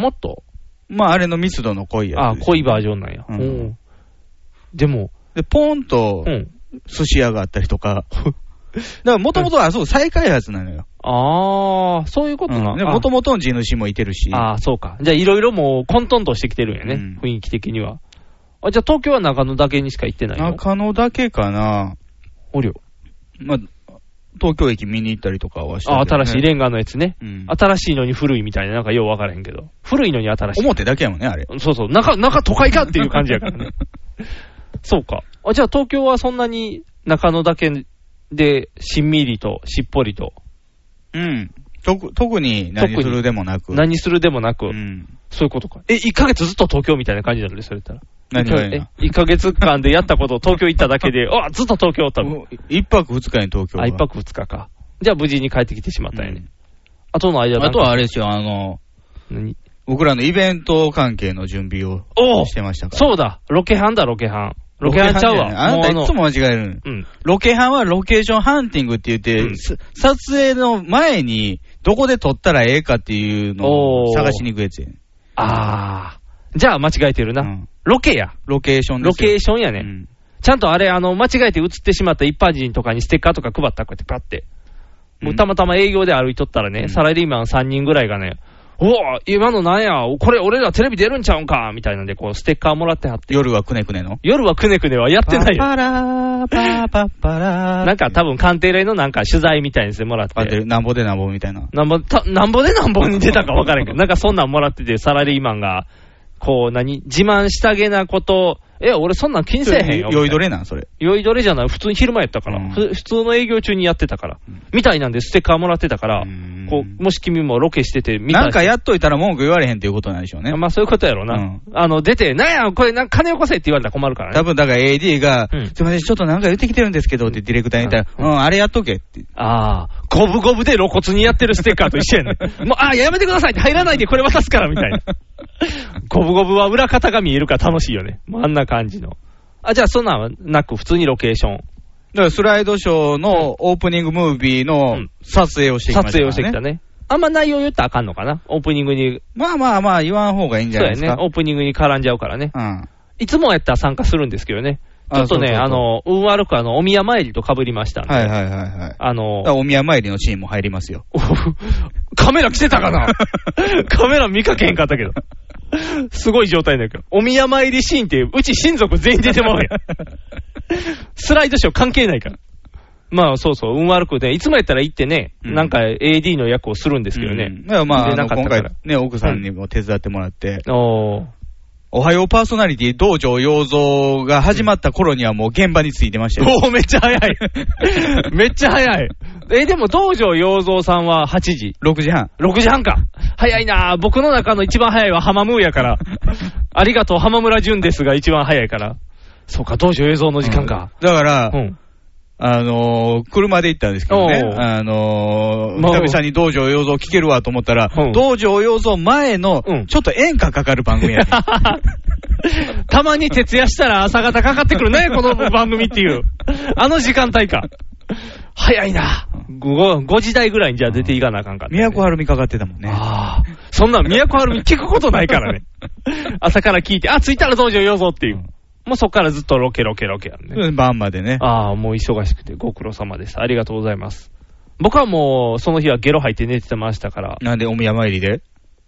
Speaker 3: もっと、
Speaker 2: まああれの密度の濃いやつ。
Speaker 3: あ濃いバージョンなんや。
Speaker 2: うん
Speaker 3: おーでも、
Speaker 2: で、ポーンと
Speaker 3: うん。
Speaker 2: 寿司屋があったりと か。だからもともとはそう、再開発なのよ。
Speaker 3: あー、そういうことな。あ
Speaker 2: もともとの地主もいてるし。
Speaker 3: ああ、そうか。じゃあ、いろいろもう混沌としてきてるんやね、
Speaker 2: うん
Speaker 3: 雰囲気的には。あ、じゃあ、東京は中野だけにしか行ってないの
Speaker 2: 中野だけかな。
Speaker 3: おりょ
Speaker 2: まあ、東京駅見に行ったりとかはして
Speaker 3: あ、新しいレンガのやつね。
Speaker 2: うん
Speaker 3: 新しいのに古いみたいな、なんかようわからへんけど。古いのに新しい。
Speaker 2: 表だけやもんね、あれ。
Speaker 3: そうそう、中、中都会かっていう感じやからね。 そうか。あ、じゃあ、東京はそんなに中野だけで、しんみりと、しっぽりと、
Speaker 2: うん。特特に何するでもなく。
Speaker 3: 何するでもなく、
Speaker 2: うん。
Speaker 3: そういうことか。え、1ヶ月ずっと東京みたいな感じになるで、それったら。
Speaker 2: 何がいいの
Speaker 3: え、1ヶ月間でやった ことを東京行っただけで、あ、ずっと東京おったの。
Speaker 2: 一泊二日に東京は
Speaker 3: あ、1泊2日か。じゃあ無事に帰ってきてしまったんやね。あとの間
Speaker 2: うん
Speaker 3: なん
Speaker 2: あ
Speaker 3: か
Speaker 2: とはあれですよ、あの、
Speaker 3: 何
Speaker 2: 僕らのイベント関係の準備を
Speaker 3: おう
Speaker 2: してましたから。
Speaker 3: そうだ、ロケハンだ、ロケハン。ロケハンちゃう
Speaker 2: ロケハ
Speaker 3: わ。
Speaker 2: ンじゃないあ
Speaker 3: も
Speaker 2: な
Speaker 3: う
Speaker 2: たいつも間違えるの。
Speaker 3: うん。
Speaker 2: ロケハンはロケーションハンティングって言って、
Speaker 3: うん
Speaker 2: す撮影の前にどこで撮ったらええかっていうの
Speaker 3: お
Speaker 2: を
Speaker 3: ー
Speaker 2: 探しに行くやつやねん
Speaker 3: あー。じゃあ間違えてるな。
Speaker 2: うん
Speaker 3: ロケや。
Speaker 2: ロケーションで
Speaker 3: ロ
Speaker 2: すよ
Speaker 3: ケーションやね。
Speaker 2: うん
Speaker 3: ちゃんとあれ、あの、間違えて映ってしまった一般人とかにステッカーとか配ったらこうやってパッて。もうたまたま営業で歩いとったらね、
Speaker 2: うん
Speaker 3: サラリーマン3人ぐらいがね、おお今のなんや、これ俺らテレビ出るんちゃうんかみたいなんで、こう、ステッカーもらってはって。
Speaker 2: 夜はくねくねの。
Speaker 3: 夜はくねくねはやってないよ。
Speaker 2: パラーパーパッパラー。
Speaker 3: なんか多分鑑定例のなんか取材みたいにしてもらって。
Speaker 2: あでなんぼでなんぼみたいな。
Speaker 3: なんぼ、たなんぼでなんぼに出たか分からんけど、 なんかそんなんもらってて、サラリーマンが、こう、何自慢したげなこと、え、俺そんなん気にせえへんよ。
Speaker 2: 酔いどれなん、それ。
Speaker 3: 酔いどれじゃない、普通に昼間やったから、
Speaker 2: うん
Speaker 3: ふ普通の営業中にやってたから、
Speaker 2: うん
Speaker 3: みたいなんでステッカーもらってたから、
Speaker 2: うん
Speaker 3: こう、もし君もロケしてて、見た
Speaker 2: なんかやっといたら文句言われへんっていうことなんでしょうね。
Speaker 3: まあそういうことやろうな。
Speaker 2: うん
Speaker 3: あの、出て、なんや、これなんか金よこせって言われたら困るから
Speaker 2: 多
Speaker 3: ね。
Speaker 2: 分だから AD が、
Speaker 3: うん
Speaker 2: すいません、ちょっとなんか言ってきてるんですけどってディレクターに言ったら、
Speaker 3: う
Speaker 2: うんん、あれやっとけって。
Speaker 3: ああ、五分五分で露骨にやってるステッカーと一緒やね ん。もう、ああ、やめてくださいって入らないでこれ渡すからみたいな。五分五分は裏方が見えるから楽しいよね。もうあんな感じの。あ、じゃあそんなんはなく、普通にロケーション。
Speaker 2: だからスライドショーのオープニングムービー
Speaker 3: う
Speaker 2: の
Speaker 3: ん
Speaker 2: 撮影をしてきま
Speaker 3: 撮
Speaker 2: した、ね。
Speaker 3: 影をしてきた。ね。あんま内容言ったらあかんのかなオープニングに。
Speaker 2: まあまあまあ言わん方がいいんじ
Speaker 3: そ
Speaker 2: ゃ
Speaker 3: う
Speaker 2: ないで
Speaker 3: や
Speaker 2: す
Speaker 3: ね
Speaker 2: か。。
Speaker 3: オープニングに絡んじゃうからね。
Speaker 2: うん。
Speaker 3: いつもやったら参加するんですけどね。ちょっとね、あ
Speaker 2: あそうそうそう
Speaker 3: の、運悪くあの、お宮参りと被りましたんで、
Speaker 2: はいはいはいはい。だか
Speaker 3: あの、
Speaker 2: らお宮参りのシーンも入りますよ。
Speaker 3: カメラ来てたかなカメラ見かけへんかったけど。すごい状態だけど。お宮参りシーンって、うち親族全員出てまう やん。スライドショー関係ないから。まあそうそう、運悪くね、いつもやったら行ってね、
Speaker 2: うん
Speaker 3: なんか AD の役をするんですけどね。
Speaker 2: うんだからまあ、
Speaker 3: で
Speaker 2: あ
Speaker 3: な
Speaker 2: の
Speaker 3: かっ
Speaker 2: 今
Speaker 3: た
Speaker 2: 回
Speaker 3: から。
Speaker 2: ね、奥さんにも手伝ってもらって、
Speaker 3: おー
Speaker 2: おはようパーソナリティ道場養蔵が始まった頃にはもう現場についてましたよ。
Speaker 3: おーめっちゃ早い。 めっちゃ早い。え、でも道場洋蔵さんは8時。
Speaker 2: 6時半。
Speaker 3: 6時半か。早いなぁ僕の中の一番早いは浜ムーやから。ありがとう、浜村淳ですが一番早いから。そうか、道場映像の時間か。
Speaker 2: うん。だから、
Speaker 3: うん。
Speaker 2: あのー車で行ったんですけどね
Speaker 3: お、う
Speaker 2: あのー
Speaker 3: まあ
Speaker 2: 久々に道場養蔵聞けるわと思ったら
Speaker 3: うん、
Speaker 2: 道場養蔵前の
Speaker 3: うん、
Speaker 2: ちょっと演歌かかる番組やね
Speaker 3: たまに徹夜したら朝方かかってくるね、この番組っていう。あの時間帯か。早いな5、5時台ぐらいにじゃあ出ていかなあかんかったね、
Speaker 2: 宮古晴美かかってたもんね。
Speaker 3: ああ、そんなん都はるみ聞くことないからね。朝から聞いて、あ、着いたら道場よぞっていう。もうそっからずっとロケロケロケやんね。
Speaker 2: うん晩までね。
Speaker 3: ああ、もう忙しくてご苦労様です。ありがとうございます。僕はもう、その日はゲロ吐いて寝てましたから。
Speaker 2: なんでお宮参りで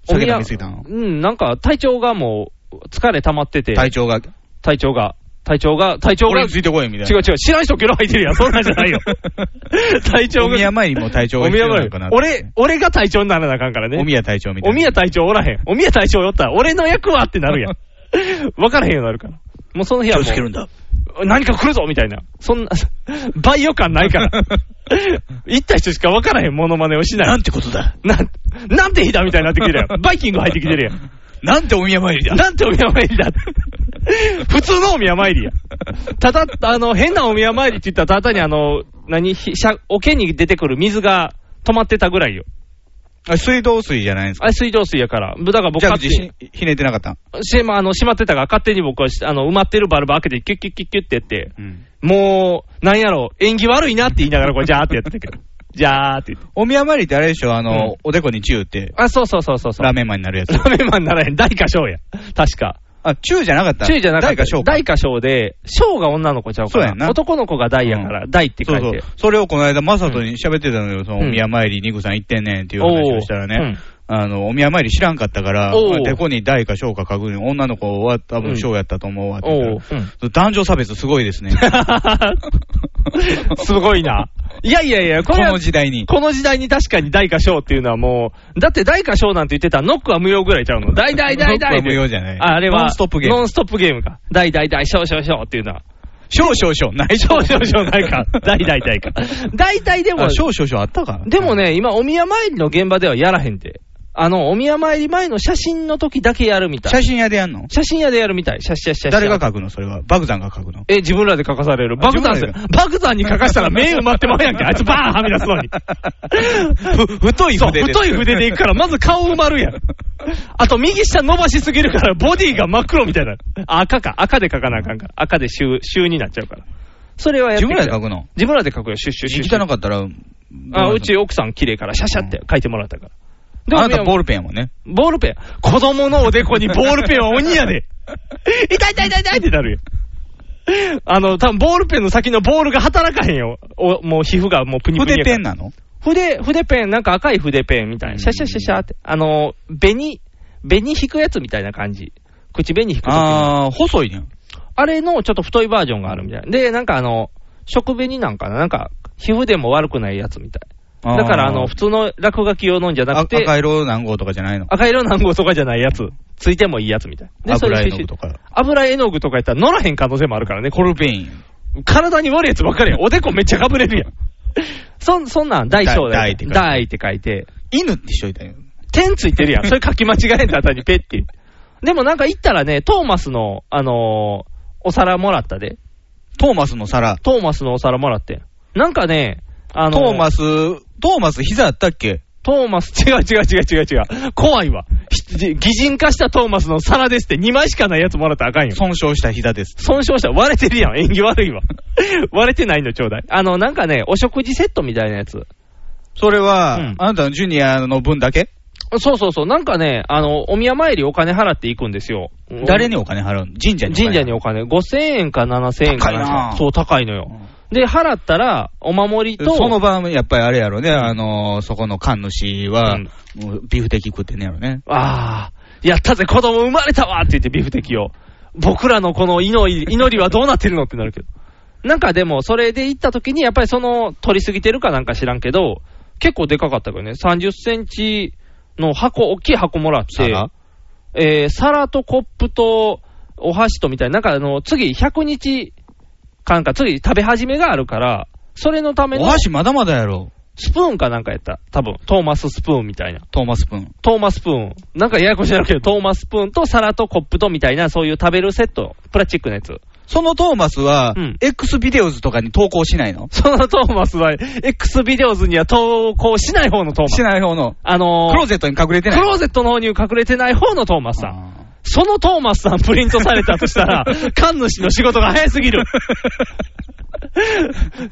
Speaker 2: 酒飲みすぎたの
Speaker 3: うん、なんか体調がもう、疲れ溜まってて、
Speaker 2: 体調が、
Speaker 3: 体調が、体調が、体調が、
Speaker 2: 俺に
Speaker 3: 違
Speaker 2: ついてこいみたいうな。
Speaker 3: 違う、知らん人ゲロ吐いてるやん。そんなんじゃないよ。体 調
Speaker 2: お
Speaker 3: が、
Speaker 2: 宮参りも体調が必要なのかなって。
Speaker 3: 俺、俺が体調にならなあかんからね。
Speaker 2: お宮隊長みたい
Speaker 3: お
Speaker 2: な。
Speaker 3: 宮隊長おらへん。お宮隊長おったら、俺の役はってな るやん。分からへんようになるから。もうその日はもう、
Speaker 2: だ。
Speaker 3: 何か来るぞみたいな。そんな、 バイオ感ないから。 行った人しか分からへんモノマネをしない。
Speaker 2: んてことだ。
Speaker 3: なん、なんて日だみたいになってきてるや ん。バイキング入ってきてるやん。
Speaker 2: なんてお宮参りだ。
Speaker 3: なんてお宮参りだ って。普通のお宮参りや。ただ、あの、変なお宮参りって言ったら、ただにあの、何、ひしゃ桶に出てくる水が止まってたぐらいよ。
Speaker 2: あ水道水じゃないんですか。
Speaker 3: あれ水道水やから。だから僕
Speaker 2: ジャグ
Speaker 3: 勝
Speaker 2: ジ
Speaker 3: 手
Speaker 2: ー
Speaker 3: に
Speaker 2: ひひねってなかった。
Speaker 3: しまあの閉まってたから、勝手に僕はしあの埋まってるバルブ開けて、キュッキュッキュッキュッってやって、
Speaker 2: うん
Speaker 3: もう、なんやろ、縁起悪いなって言いながら、こう、ジャーってやってたけど、 ジャーって言って。
Speaker 2: お宮参りってあれでしょあ
Speaker 3: う
Speaker 2: の
Speaker 3: ん、
Speaker 2: おでこにチューって、
Speaker 3: あ、そうそうそうそうそう。
Speaker 2: ラーメンマンになるやつ。
Speaker 3: ラーメンマンならへん。大歌賞や。確か。
Speaker 2: あ、チューじゃなかった
Speaker 3: 中じゃなかった。
Speaker 2: 大か小か。
Speaker 3: 大歌賞で、賞が女の子ちゃうか
Speaker 2: そうやん
Speaker 3: ら。
Speaker 2: な
Speaker 3: 男の子が大やから、大って書
Speaker 2: そ
Speaker 3: いうて。
Speaker 2: そう。それをこの間、マサトに喋ってたのよ。その、お宮参り、ニグさん行ってんねんっていう話をしたらね。あの、お宮参り知らんかったから
Speaker 3: おう、
Speaker 2: でこに大か小か書くの女の子は多分小やったと思うわって言ったら
Speaker 3: おうおう
Speaker 2: 男女差別すごい ですね。
Speaker 3: おう すごいな。いやいやいや、こ
Speaker 2: こ
Speaker 3: れは
Speaker 2: の時代に。
Speaker 3: この時代に確かに大か小っていうのはもう、だって大か小なんて言ってたらノックは無用ぐらいちゃうの。大大
Speaker 2: ノ
Speaker 3: 大大
Speaker 2: ックは無用じゃない
Speaker 3: ああれは、
Speaker 2: ノンストップゲーム
Speaker 3: ノンストップゲームか。大大大小小小っていうのは。
Speaker 2: 少々少々、ない
Speaker 3: 小小小ない か。大大大か。大体でも
Speaker 2: あ、少々少々あったかな
Speaker 3: でも、ね、今お宮参りの現場ではやらへんて。あの、お宮参り前の写真の時だけやるみたい。
Speaker 2: 写真屋でやんの
Speaker 3: 写真屋でやるみたい。写真写真写真
Speaker 2: 誰が書くのそれは。バグザンが書 くの
Speaker 3: え、自分らで書かされる。爆弾
Speaker 2: 自分らで
Speaker 3: 爆弾に書かしたら目埋まってまうやんけ。あいつバーンはみ出すのに。 ふ太
Speaker 2: い筆で
Speaker 3: そう、太い筆でいくから、まず顔埋まるやん。あと、右下伸ばしすぎるから、ボディが真っ黒みたいな。あ赤か。赤で書かなあかんから。赤で集、集になっちゃうから。それはやって
Speaker 2: 自
Speaker 3: み
Speaker 2: 分
Speaker 3: たい
Speaker 2: らで書くの
Speaker 3: 自分らで書くよ。シュッシュッシュッシュ
Speaker 2: 汚
Speaker 3: ッ。
Speaker 2: かったら、
Speaker 3: あ、うち奥さん綺麗から、シャシャって書いてもらったから。でも
Speaker 2: あなたボ
Speaker 3: ボー
Speaker 2: ー
Speaker 3: ル、
Speaker 2: ルペンやもんね。
Speaker 3: ボールペン。子供のおでこにボールペンは鬼やで。 痛い痛い痛い痛いってなるよ。あの、多分ボールペンの先のボールが働かへんよ。おもう皮膚がもうプニプニや
Speaker 2: 筆
Speaker 3: から
Speaker 2: ペンなの
Speaker 3: 筆、筆ペン、なんか赤い筆ペンみたいな。シャシャシャシャって。あの、紅、紅引くやつみたいな感じ。口紅引くときあ
Speaker 2: あー、細いねん。
Speaker 3: あれのちょっと太いバージョンがあるみたいな。で、なんかあの、食紅なんかななんか、皮膚でも悪くないやつみたい。
Speaker 2: ー
Speaker 3: だからあの、普通の落書き用のんじゃ
Speaker 2: あ
Speaker 3: なくて、
Speaker 2: 赤色何号とかじゃないの
Speaker 3: 赤色何号とかじゃないやつ。ついてもいいやつみたいな。それ
Speaker 2: 油絵の具とか。
Speaker 3: 油絵の具とかやったら乗らへん可能性もあるからね。
Speaker 2: コルペイン。
Speaker 3: 体に悪いやつばっかりやん。おでこめっちゃかぶれるや ん。そん、そんなん、大小だ
Speaker 2: 大大
Speaker 3: よ
Speaker 2: っ。て書いて
Speaker 3: 大って書いて。
Speaker 2: 犬ってしといたよ。
Speaker 3: 点ついてる やん。それ書き間違えた後にペッて。でもなんか行ったらね、トーマスの、あのーお皿もらったで。
Speaker 2: トーマスの皿。
Speaker 3: トーマスのお皿もらって。なんかね、あ
Speaker 2: ト
Speaker 3: の
Speaker 2: ーマ
Speaker 3: ス。
Speaker 2: ス、トーマス膝あったっけ
Speaker 3: トーマス、違う違う違う違う違う。怖いわ。ひ擬人化したトーマスの皿ですって2枚しかないやつもらったらあかんよ。
Speaker 2: 損傷した膝です。
Speaker 3: 損傷した。割れてるやん。縁起悪いわ。 割れてないのちょうだい。あの、なんかね、お食事セットみたいなやつ。
Speaker 2: それは、
Speaker 3: うん
Speaker 2: あなたのジュニアの分だけ
Speaker 3: そうそうそう、なんかね、あの、お宮参りお金払って行くんですよ。
Speaker 2: 誰にお金払うの神社にお金払う。
Speaker 3: 神社にお金、5000円か7000円か
Speaker 2: 高いな
Speaker 3: そう、高いのよ。で、払ったら、お守りと、
Speaker 2: その場、やっぱりあれやろね、あの、そこの神主は、
Speaker 3: うん
Speaker 2: もうビーフテキ食ってんねやろね。
Speaker 3: ああ、やったぜ、子供生まれたわって言って、ビフテキを。僕らのこの祈り祈りはどうなってるのってなるけど。なんかでも、それで行った時に、やっぱりその、取りすぎてるかなんか知らんけど、結構でかかったけどね、30センチの箱、大きい箱もらって、
Speaker 2: 皿
Speaker 3: えー皿とコップとお箸とみたいな、なんかあの、次100日間か、次食べ始めがあるから、それのため
Speaker 2: お
Speaker 3: の
Speaker 2: 箸まだまだやろ、
Speaker 3: スプーンかなんかやった。多分、トーマススプーンみたいな。
Speaker 2: トーマスプーン。
Speaker 3: トーマスプーン。なんかややこしいなるけど、トーマスプーンと皿とコップとみたいな、そういう食べるセット。プラスチックのやつ。
Speaker 2: そのトーマスは、
Speaker 3: うん
Speaker 2: X ビデオズとかに投稿しないの
Speaker 3: そのトーマスは、X ビデオズには投稿しない方のトーマ
Speaker 2: し
Speaker 3: ス。
Speaker 2: ない方の。
Speaker 3: あのー
Speaker 2: クローゼットに隠れてない
Speaker 3: クローゼットの方に隠れてない方のトーマスさん。
Speaker 2: あー
Speaker 3: そのトーマスさんプリントされたとしたら、神主の仕事が早すぎる。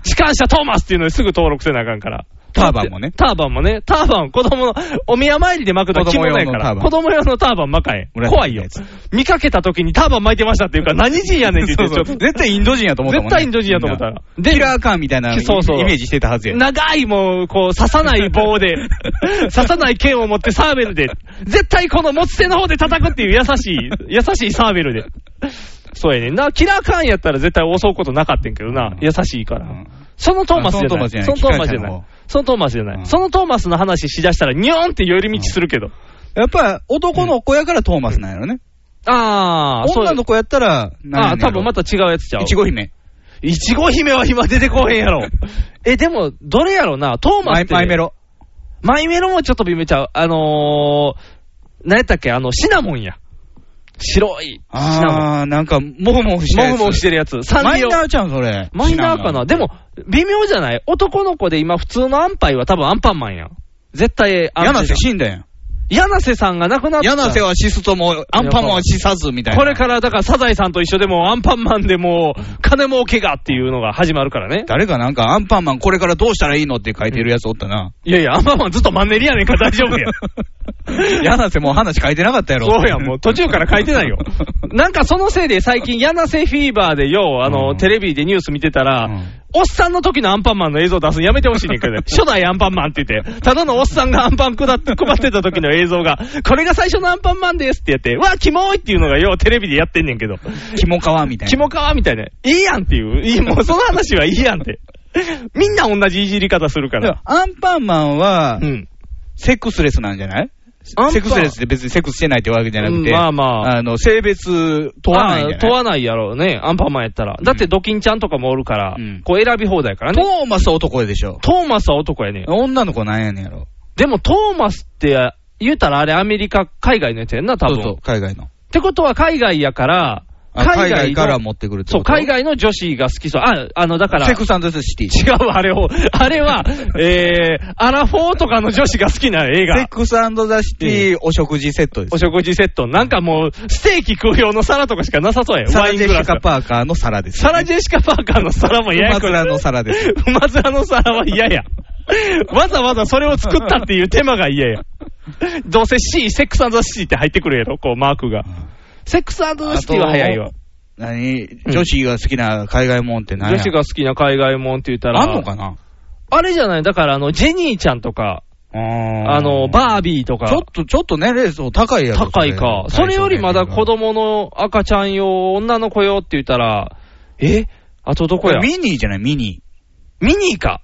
Speaker 3: 痴漢者トーマスっていうのにすぐ登録せなあかんから。
Speaker 2: ターバンもね
Speaker 3: ターバンもね。ターバン、子供の、お宮参りで巻くと着物やから。子
Speaker 2: 子
Speaker 3: 供用のターバン巻かへん。
Speaker 2: 紫の
Speaker 3: 怖い よ
Speaker 2: やつ。
Speaker 3: 見かけた時にターバン巻いてましたってい うから、何人やねんって言って、ちょっと。
Speaker 2: 絶対インド人やと思ったもんね。
Speaker 3: 絶対インド人やと思ったら
Speaker 2: みんなキラーカーンみたいなイメ
Speaker 3: そうそう
Speaker 2: ージしてたはずや。
Speaker 3: 長いもう、こう、刺さない 棒で、刺さない剣を持ってサーベルで、絶対この持ち手の方で叩くっていう優しい、優しいサーベルで。そうやねんな。キラーカーンやったら絶対襲うことなかったんけどな。優しいから。
Speaker 2: うん
Speaker 3: そのトーマスじゃない。
Speaker 2: あ
Speaker 3: そ
Speaker 2: そ
Speaker 3: の
Speaker 2: の
Speaker 3: ト
Speaker 2: トーマス
Speaker 3: ーマスじ
Speaker 2: じゃ
Speaker 3: ゃな
Speaker 2: ない
Speaker 3: い。そのトーマスじゃな
Speaker 2: う
Speaker 3: い。
Speaker 2: ん
Speaker 3: そのトーマスの話しだしたら、ニョーンって寄り道するけど。
Speaker 2: やっぱ男の子やからトーマスなんやろね。
Speaker 3: あー、そう
Speaker 2: 女の子やったら、
Speaker 3: あー、多分ま
Speaker 2: た。
Speaker 3: た違うやつちゃう。
Speaker 2: いちご姫。
Speaker 3: いちご姫は今出てこへんやろ。 え、でも、どれやろな、トーマ
Speaker 2: マ
Speaker 3: ス
Speaker 2: イ
Speaker 3: って。
Speaker 2: マイメ。ロ。
Speaker 3: マイメロもちょっと微妙ちゃう。あのー、何やったっけあの、シナモンや。白い。シナ
Speaker 2: あー、なんか、もふもふし
Speaker 3: モ
Speaker 2: て
Speaker 3: ン。もぐもぐしてるやつ。サン
Speaker 2: マ
Speaker 3: リオ
Speaker 2: イ。ナーちゃん、それ。
Speaker 3: マイナーかな
Speaker 2: 知
Speaker 3: で
Speaker 2: らん
Speaker 3: も、微妙じゃない男の子で今普通のアンパイは多分アンパンマンやん。絶対アンパン
Speaker 2: 柳瀬死んだやん。
Speaker 3: 柳瀬さんが亡くなった。
Speaker 2: 柳瀬は死すとも、アンパンマンは死さずみたいな。
Speaker 3: これからだからサザエさんと一緒でもうアンパンマンでもう金儲けがっていうのが始まるからね。
Speaker 2: 誰かなんか、アンパンマンこれからどうしたらいいのって書いてるやつおったな。
Speaker 3: いやいや、アンパンマンずっとマンネリやねんから大丈夫や。
Speaker 2: 柳瀬もう話書いてなかったやろ。
Speaker 3: そうやん、もう途中から書いて ないよ。なんかそのせいで最近、柳瀬フィーバーでよう、あの、
Speaker 2: うん
Speaker 3: テレビでニュース見てたら、
Speaker 2: うん
Speaker 3: おっさんの時のアンパンマンの映像出すのや めてほしいねんけど、初代アンパンマンって言って、ただのおっさんがアンパン配って配ってた時の映像 が、これが最初のアンパンマンですってやって、わあ、キモいっていうのがようテレビでやってんねんけど、
Speaker 2: キモカワみたいな。
Speaker 3: キモかわみたいな、いいやんっていう、いいもうその話はいいやんって。みんな同じいじり方するか
Speaker 2: でも
Speaker 3: ら。
Speaker 2: アンパンマンは
Speaker 3: う、ん。
Speaker 2: セックスレスなんじゃない
Speaker 3: アンパン
Speaker 2: セックスレスって別にセックスしてないってわけじゃなく
Speaker 3: う
Speaker 2: て、
Speaker 3: んまあまあ
Speaker 2: の、性別問わないんじゃ
Speaker 3: あ
Speaker 2: ない
Speaker 3: 問わないやろうね、アンパンマンやったら。だってドキンちゃんとかもおるから、
Speaker 2: うん
Speaker 3: こう選び放題からね。
Speaker 2: トーマス男でしょ。
Speaker 3: トーマスは男やね。
Speaker 2: 女の子なんやねんやろ。
Speaker 3: でもトーマスって言うたらあれアメリカ、海外のやつやんな、多分。
Speaker 2: そうそう海外の。
Speaker 3: ってことは海外やから、
Speaker 2: あ海
Speaker 3: の
Speaker 2: 外から持ってくるって
Speaker 3: そ
Speaker 2: こと
Speaker 3: う、海外の女子が好きそう。あ、あの、だから。
Speaker 2: セクサンドシティ。
Speaker 3: 違う、あれを。あれは、えー、アラフォーとかの女子が好きな映
Speaker 2: セ
Speaker 3: 画。
Speaker 2: ックスザシティお食事セットです
Speaker 3: お。食事セット。なんかもう、ステーキ食う用の皿とかしかなさそうやん。
Speaker 2: サ
Speaker 3: ワ
Speaker 2: ラ
Speaker 3: イン
Speaker 2: ジ
Speaker 3: グ
Speaker 2: ェ
Speaker 3: ラ
Speaker 2: シ
Speaker 3: ス
Speaker 2: カ・
Speaker 3: が。
Speaker 2: パーカーの皿です。
Speaker 3: サラジェシカ・パーカーの皿もややこしい
Speaker 2: 馬面の皿 です。
Speaker 3: 馬面の皿は嫌や。わざわざそれを作ったっていう手間が嫌や。どうせ C、セックスザ・シティって入ってくるやろ、こうマークが。セックスザ・シティは早いわ。
Speaker 2: 何女子が好きな海外もんって何や
Speaker 3: 女子が好きな海外もんって言ったら。
Speaker 2: あんのかな
Speaker 3: あれじゃない、だからあの、ジェニーちゃんとか、あ
Speaker 2: あ
Speaker 3: の、バービーと
Speaker 2: ちょっ
Speaker 3: か。
Speaker 2: と、ちょっとね、レースも高いやろ。
Speaker 3: 高いか。それよりまだ子供の赤ちゃん用、女の子用って言ったら、えあとどこ
Speaker 2: こ
Speaker 3: や
Speaker 2: れミニーじゃない、ミニ
Speaker 3: ミニーか。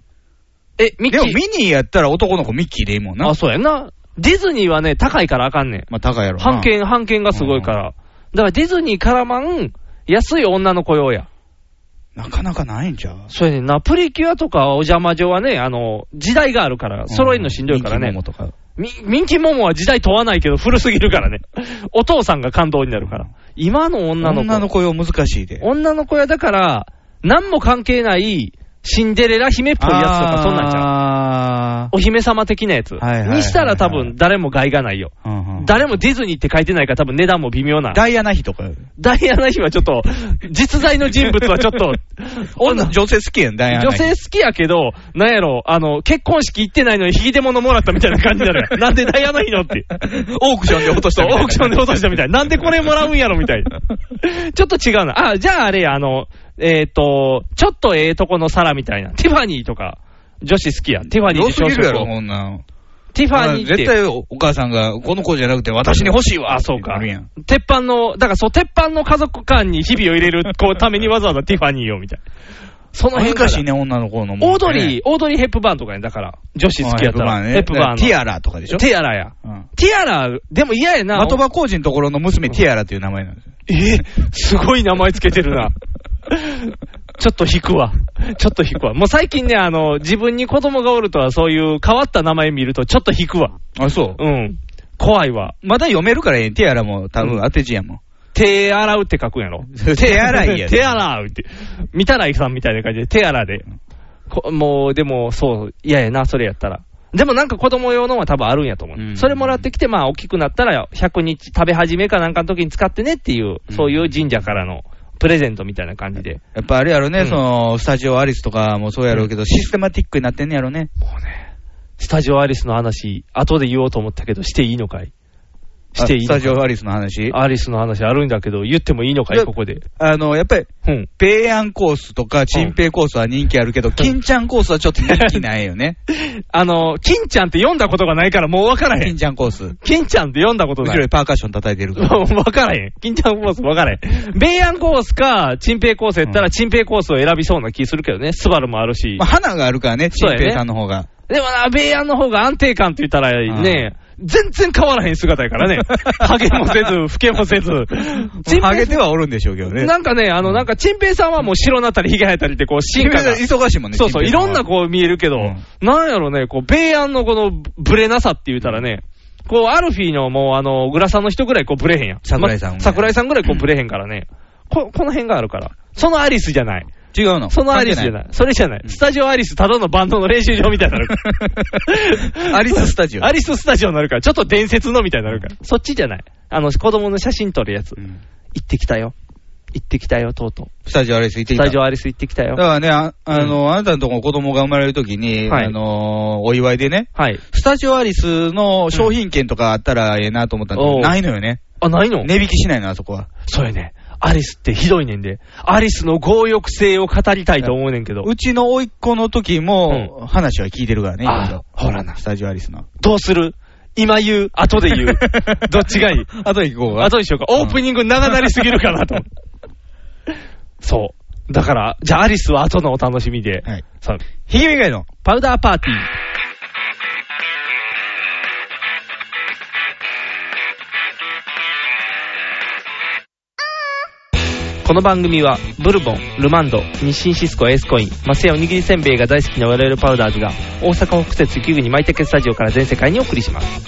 Speaker 3: え、
Speaker 2: ー。
Speaker 3: ミッキ
Speaker 2: で
Speaker 3: ー
Speaker 2: もミニーやったら男の子ミッキーでいいもんな。
Speaker 3: あ、そうやな。ディズニーはね、高いからあかんねん。
Speaker 2: まあ高いやろな。
Speaker 3: 判権、判権がすごいから。だからディズニーからまん、安い女の子用や。
Speaker 2: なかなかないんちゃう
Speaker 3: そうやねんな。プリキュアとかお邪魔状はね、あの、時代があるから、揃えるのしんどいから
Speaker 2: ミ
Speaker 3: ね
Speaker 2: ニー。とか
Speaker 3: み人気モモは時代問わないけど、古すぎるからね。 お父さんが感動になるから。今の女の子。
Speaker 2: 女の子用難しいで。
Speaker 3: 女の子やだから、何も関係ない、シンデレラ姫っぽいやつとか、そんなんちゃう。
Speaker 2: あな。
Speaker 3: お姫様的なやつ。
Speaker 2: はいはいはいはい
Speaker 3: にしたら多分誰も害がないよ。
Speaker 2: うんうん
Speaker 3: 誰もディズニーって書いてないから多分値段も微妙な。
Speaker 2: ダイアナ妃とか。
Speaker 3: ダイアナ妃はちょっと、実在の人物はちょっと、女
Speaker 2: 女性好きやん、ダイアナ
Speaker 3: 女
Speaker 2: 妃。
Speaker 3: 性好きやけど、なんやろ、あの、結婚式行ってないのに引き出物もらったみたいな感じなの よ。なんでダイアナ妃のって。
Speaker 2: オークションで落としたみたい
Speaker 3: そう
Speaker 2: な
Speaker 3: オークションで落としたみたいな。なんでこれもらうんやろみたい な。ちょっと違うな。あ、じゃああれや、あの、えっ、と、ちょっとええとこの皿みたいな。ティファニーとか、女子好きやん。ティファニー
Speaker 2: 良
Speaker 3: です
Speaker 2: ぎ
Speaker 3: 朝食
Speaker 2: るやろ、
Speaker 3: を
Speaker 2: こんなん。
Speaker 3: ティファニーって。
Speaker 2: 絶対お母さんが、この子じゃなくて私に欲しいわ
Speaker 3: あ、そう
Speaker 2: っ
Speaker 3: か
Speaker 2: てなるやん。。
Speaker 3: 鉄板の、だからそう、鉄板の家族間に日々を入れるこうためにわざわざティファニーをみたいな。その辺から
Speaker 2: 難しいね、女の子のもんね。
Speaker 3: オードリー、オードリー・ヘップバーンとかね、だから、女子好きやったら。ヘ
Speaker 2: ヘ
Speaker 3: ッ
Speaker 2: ッ
Speaker 3: プ
Speaker 2: プ
Speaker 3: バー
Speaker 2: バーン
Speaker 3: ン
Speaker 2: ね。ティ
Speaker 3: ア
Speaker 2: アラとかでしょ
Speaker 3: ティアラや。
Speaker 2: うん
Speaker 3: ティアラ、でも嫌やな。
Speaker 2: 的場浩二のところの娘、ティアラっていう名前なんですよ。
Speaker 3: えすごい名前つけてるな。ちょっと引くわ。ちょっと引くわ。もう最近ね、あの、自分に子供がおるとは、そういう変わった名前見ると、ちょっと引くわ。
Speaker 2: あ、そう。
Speaker 3: うん。怖いわ。
Speaker 2: まだ読めるからええんティアラも多分当て字やもん。
Speaker 3: 手洗うって書くんやろ。
Speaker 2: 手洗いやで
Speaker 3: 手洗うって。見たらいさんみたいな感じで、手洗で。こもう、でも、そう、嫌やな、それやったら。でもなんか子供用のは多分あるんやと思う。
Speaker 2: うん
Speaker 3: それもらってきて、まあ、大きくなったら、100日食べ始めかなんかの時に使ってねっていう、
Speaker 2: うん
Speaker 3: そういう神社からのプレゼントみたいな感じで。
Speaker 2: やっぱあれやろね、
Speaker 3: うん
Speaker 2: その、スタジオアリスとかもそうやろうけど、システマティックになってんねやろね。
Speaker 3: もうね、スタジオアリスの話、後で言おうと思ったけど、していいのかいしていい
Speaker 2: あ
Speaker 3: の
Speaker 2: ス
Speaker 3: か
Speaker 2: タ
Speaker 3: い
Speaker 2: ジオアリスの話。
Speaker 3: アリスの話あるんだけど、言ってもいいのか
Speaker 2: い
Speaker 3: い
Speaker 2: や
Speaker 3: ここで。
Speaker 2: あの、やっぱり、
Speaker 3: うん。
Speaker 2: ペイアンコースとか、チンペイコースは人気あるけど、金ちゃんコースはちょっと人気ないよね。
Speaker 3: あの、金ちゃんって読んだこと がないからもうわからへん
Speaker 2: 金。ちゃんコース。
Speaker 3: 金ちゃんって読んだことな
Speaker 2: 後ろ
Speaker 3: い
Speaker 2: で。パーカッション叩いてるから。
Speaker 3: わからへん。金ちゃんコースわからへん。米安コースか、チンペイコースやった
Speaker 2: う
Speaker 3: ら、チンペイコースを選びそうな気するけどね。スバルもあるし
Speaker 2: まあ、。花があるからね、チンペイさんの方が。
Speaker 3: でもな、米安の方が安定感って言ったらね、全然変わらへん姿やか らね。ハゲもせず、老けもせず。チン
Speaker 2: ハ
Speaker 3: ペ
Speaker 2: ゲ
Speaker 3: イ
Speaker 2: てはおるんでしょうけどね。
Speaker 3: なんかね、あの、なんか、チンペイさんはもう白なったり、ヒゲ生えたりって、こう、進化が。
Speaker 2: 忙しいもんね。
Speaker 3: そうそう、
Speaker 2: チンペ
Speaker 3: い
Speaker 2: イさ
Speaker 3: ろ
Speaker 2: ん
Speaker 3: ん
Speaker 2: は
Speaker 3: なこう見えるけど、
Speaker 2: うん
Speaker 3: なんやろね、こう、米安のこのブレなさって言うたらね、こう、アルフィーのもう、あの、グラさんの人ぐらいこうブレへんやん。
Speaker 2: 桜井さん
Speaker 3: ま桜井さんぐらいこうブレへんからね、こ、この辺があるから。そのアリスじゃない。
Speaker 2: 違うの。
Speaker 3: そのアリスじゃない。それじゃない。スタジオアリス、ただのバンドの練習場みたいになるか ら。
Speaker 2: アリススタジオ
Speaker 3: アリススタジオになるから、ちょっと伝説のみたいになるから。そっちじゃない。あの、子供の写真撮るやつ。
Speaker 2: うん
Speaker 3: 行ってきたよ。行ってきたよ、とうとう。
Speaker 2: スタジオアリス行って
Speaker 3: ス
Speaker 2: きた。
Speaker 3: タジオアリス行ってきた
Speaker 2: だ
Speaker 3: よ。
Speaker 2: からね、ああの、あなたのとこ子供が生まれるときに、
Speaker 3: はい
Speaker 2: あのー、お祝いでね、
Speaker 3: はい。
Speaker 2: スタジオアリスの商品券とかあったらええなと思ったんだけ
Speaker 3: お
Speaker 2: ど、
Speaker 3: う
Speaker 2: ないのよね。
Speaker 3: あ、ないの
Speaker 2: 値引きしないの、あそこは。
Speaker 3: それね、アリスってひどいねんで、アリスの強欲性を語りたいと思うねんけど、
Speaker 2: うちの甥っ子の時も、話は聞いてるからね、いろいろ
Speaker 3: あほらな
Speaker 2: スタジオアリスの。
Speaker 3: どうする今言う、後で 言う。どっちがいい
Speaker 2: あと行こうが。
Speaker 3: 後にしようか。オープニング長なりすぎるかなと思って。そう。だから、じゃあアリスは後のお楽しみで。
Speaker 2: はい。
Speaker 3: そう
Speaker 2: ひげ以外の。
Speaker 3: パウダーパーティー。この番組は、ブルボン、ルマンド、日清シスコエースコイン、マセイおにぎりせんべいが大好きな我々パウダーズが、大阪北節雪国舞茸スタジオから全世界にお送りします。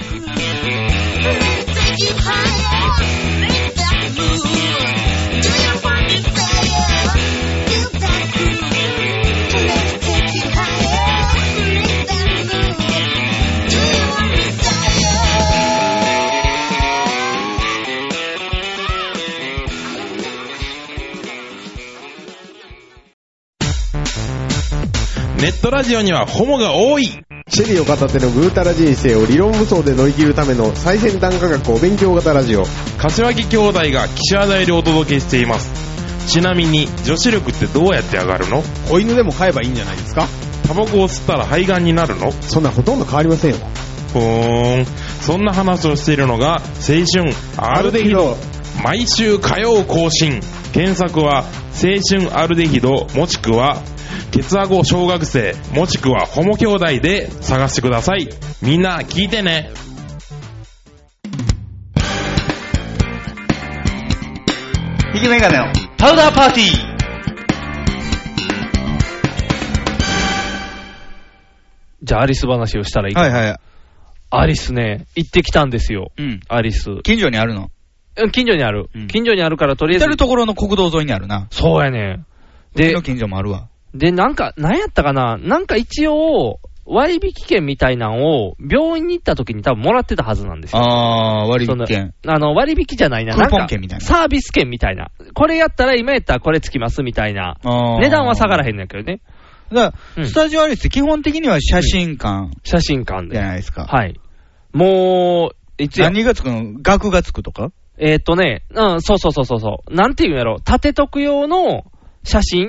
Speaker 4: Take you higher, make that move. Do your funny fire, feel that groove. Let's take you higher, make that move. Do your funny fire.
Speaker 5: ネットラジオにはホモが多い
Speaker 6: シェリーを片手のぐうたら人生を理論武装で乗り切るための最先端科学お勉強型ラジオ。
Speaker 5: 柏木兄弟が岸和田よりお届けしていますちなみに女子力ってどうやって上がるの
Speaker 6: 子犬でも飼えばいいんじゃないですか
Speaker 5: タバコを吸ったら肺がんになるの
Speaker 6: そんなんほとんど変わりませんよ。
Speaker 5: ふーんそんな話をしているのが青春アルデヒド毎週火曜更新検索は青春アルデヒドもしくはケツアゴ小学生もしくはホモ兄弟で探してくださいみんな聞いてね
Speaker 2: ひげメガネの。
Speaker 3: パウダーパーティーじゃあ、アリス話をしたらいいか、
Speaker 2: はいはい。
Speaker 3: アリスね、行ってきたんですよ。
Speaker 2: うん。
Speaker 3: アリス。
Speaker 2: 近所にあるの。
Speaker 3: うん近所にある。
Speaker 2: うん
Speaker 3: 近所にあるから、とりあえ
Speaker 2: 至
Speaker 3: ず
Speaker 2: る。ところの国道沿いにあるな。
Speaker 3: そうやね。
Speaker 2: うち
Speaker 3: で
Speaker 2: の、近所もあるわ。
Speaker 3: で、なんか、なんやったかななんか一応、割引券みたいなんを、病院に行った時に多分もらってたはずなんですよ。
Speaker 2: ああ、割
Speaker 3: そ
Speaker 2: 引
Speaker 3: の
Speaker 2: 券。
Speaker 3: あの、割引じゃないな。
Speaker 2: クーポン
Speaker 3: んか
Speaker 2: 券みたいな
Speaker 3: サービス券みたいな。これやったら今やったらこれつきますみたいな。
Speaker 2: あー
Speaker 3: 値段は下がらへんねんけどね。
Speaker 2: だか
Speaker 3: うん
Speaker 2: ら、スタジオアリス、基本的には写真館
Speaker 3: 写真館
Speaker 2: じゃ
Speaker 3: で。
Speaker 2: ないですか。
Speaker 3: はい。もう、いつや。
Speaker 2: 何がつくの額がつくとか
Speaker 3: えーっとね、うん、そうそうそうそうそう。なんていうんやろ。縦特用の写真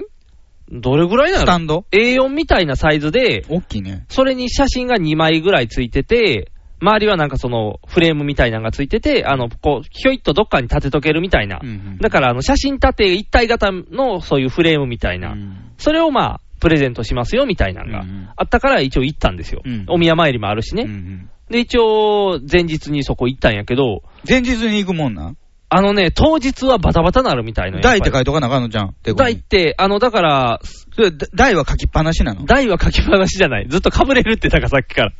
Speaker 3: どれぐらいな
Speaker 2: スタ
Speaker 3: の
Speaker 2: ンド
Speaker 3: ?A4 みたいなサイズで、
Speaker 2: 大きいね。
Speaker 3: それに写真が2枚ぐらいついてて、周りはなんかそのフレームみたいなのがついてて、あの、こう、ひょいっとどっかに立てとけるみたいな。
Speaker 2: うんうん
Speaker 3: だから、あの、写真立て一体型のそういうフレームみたいな。
Speaker 2: うん
Speaker 3: それをまあ、プレゼントしますよみたいなのが、
Speaker 2: うんうん
Speaker 3: あったから一応行ったんですよ。
Speaker 2: うん
Speaker 3: お宮参りもあるしね。
Speaker 2: うんうん
Speaker 3: で、一応、前日にそこ行ったんやけど、
Speaker 2: 前日に行くもんなん
Speaker 3: あのね、当日はバタバタなるみたいな。
Speaker 2: 台って書い
Speaker 3: い
Speaker 2: とかなあかんのじゃん。てこ
Speaker 3: 台っ
Speaker 2: に
Speaker 3: て、あの、だから、
Speaker 2: それだ台は書きっぱなしなの
Speaker 3: 台は書きっぱなしじゃない。ずっと被れるって、だからさっきから。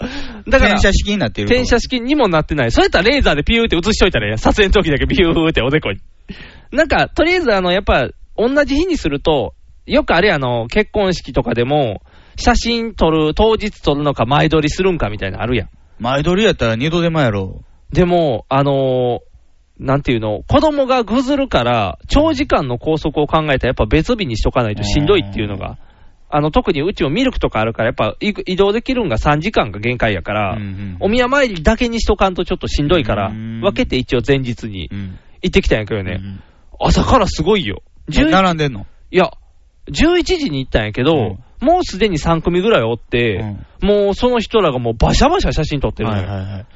Speaker 3: だから、
Speaker 2: 転写式になっていると。
Speaker 3: 転写式にもなってない。そうやったらレーザーでピューって映しといたらいいやん撮影の時だけビューっておでこに。なんか、とりあえず、あの、やっぱ、同じ日にすると、よくあれ、あの、結婚式とかでも、写真撮る、当日撮るのか前撮りするんかみたいなのあるやん。
Speaker 2: 前撮りやったら二度手間やろ。
Speaker 3: でも、あのーなんていうの、子供がぐずるから、長時間の拘束を考えたら、やっぱ別日にしとかないとしんどいっていうのが、あの特にうちもミルクとかあるから、やっぱい移動できるんが3時間が限界やから、
Speaker 2: うんうん
Speaker 3: お宮参りだけにしとかんとちょっとしんどいから、
Speaker 2: うん
Speaker 3: 分けて一応前日に
Speaker 2: うん。
Speaker 3: 行ってきたんやけど
Speaker 2: う
Speaker 3: ね、
Speaker 2: ん
Speaker 3: 朝からすごいよ。11
Speaker 2: 並んでんの
Speaker 3: いや、11時に行ったんやけど、
Speaker 2: うん
Speaker 3: もうすでに3組ぐらいおって、もうその人らがもうバシャバシャ写真撮ってるのよ。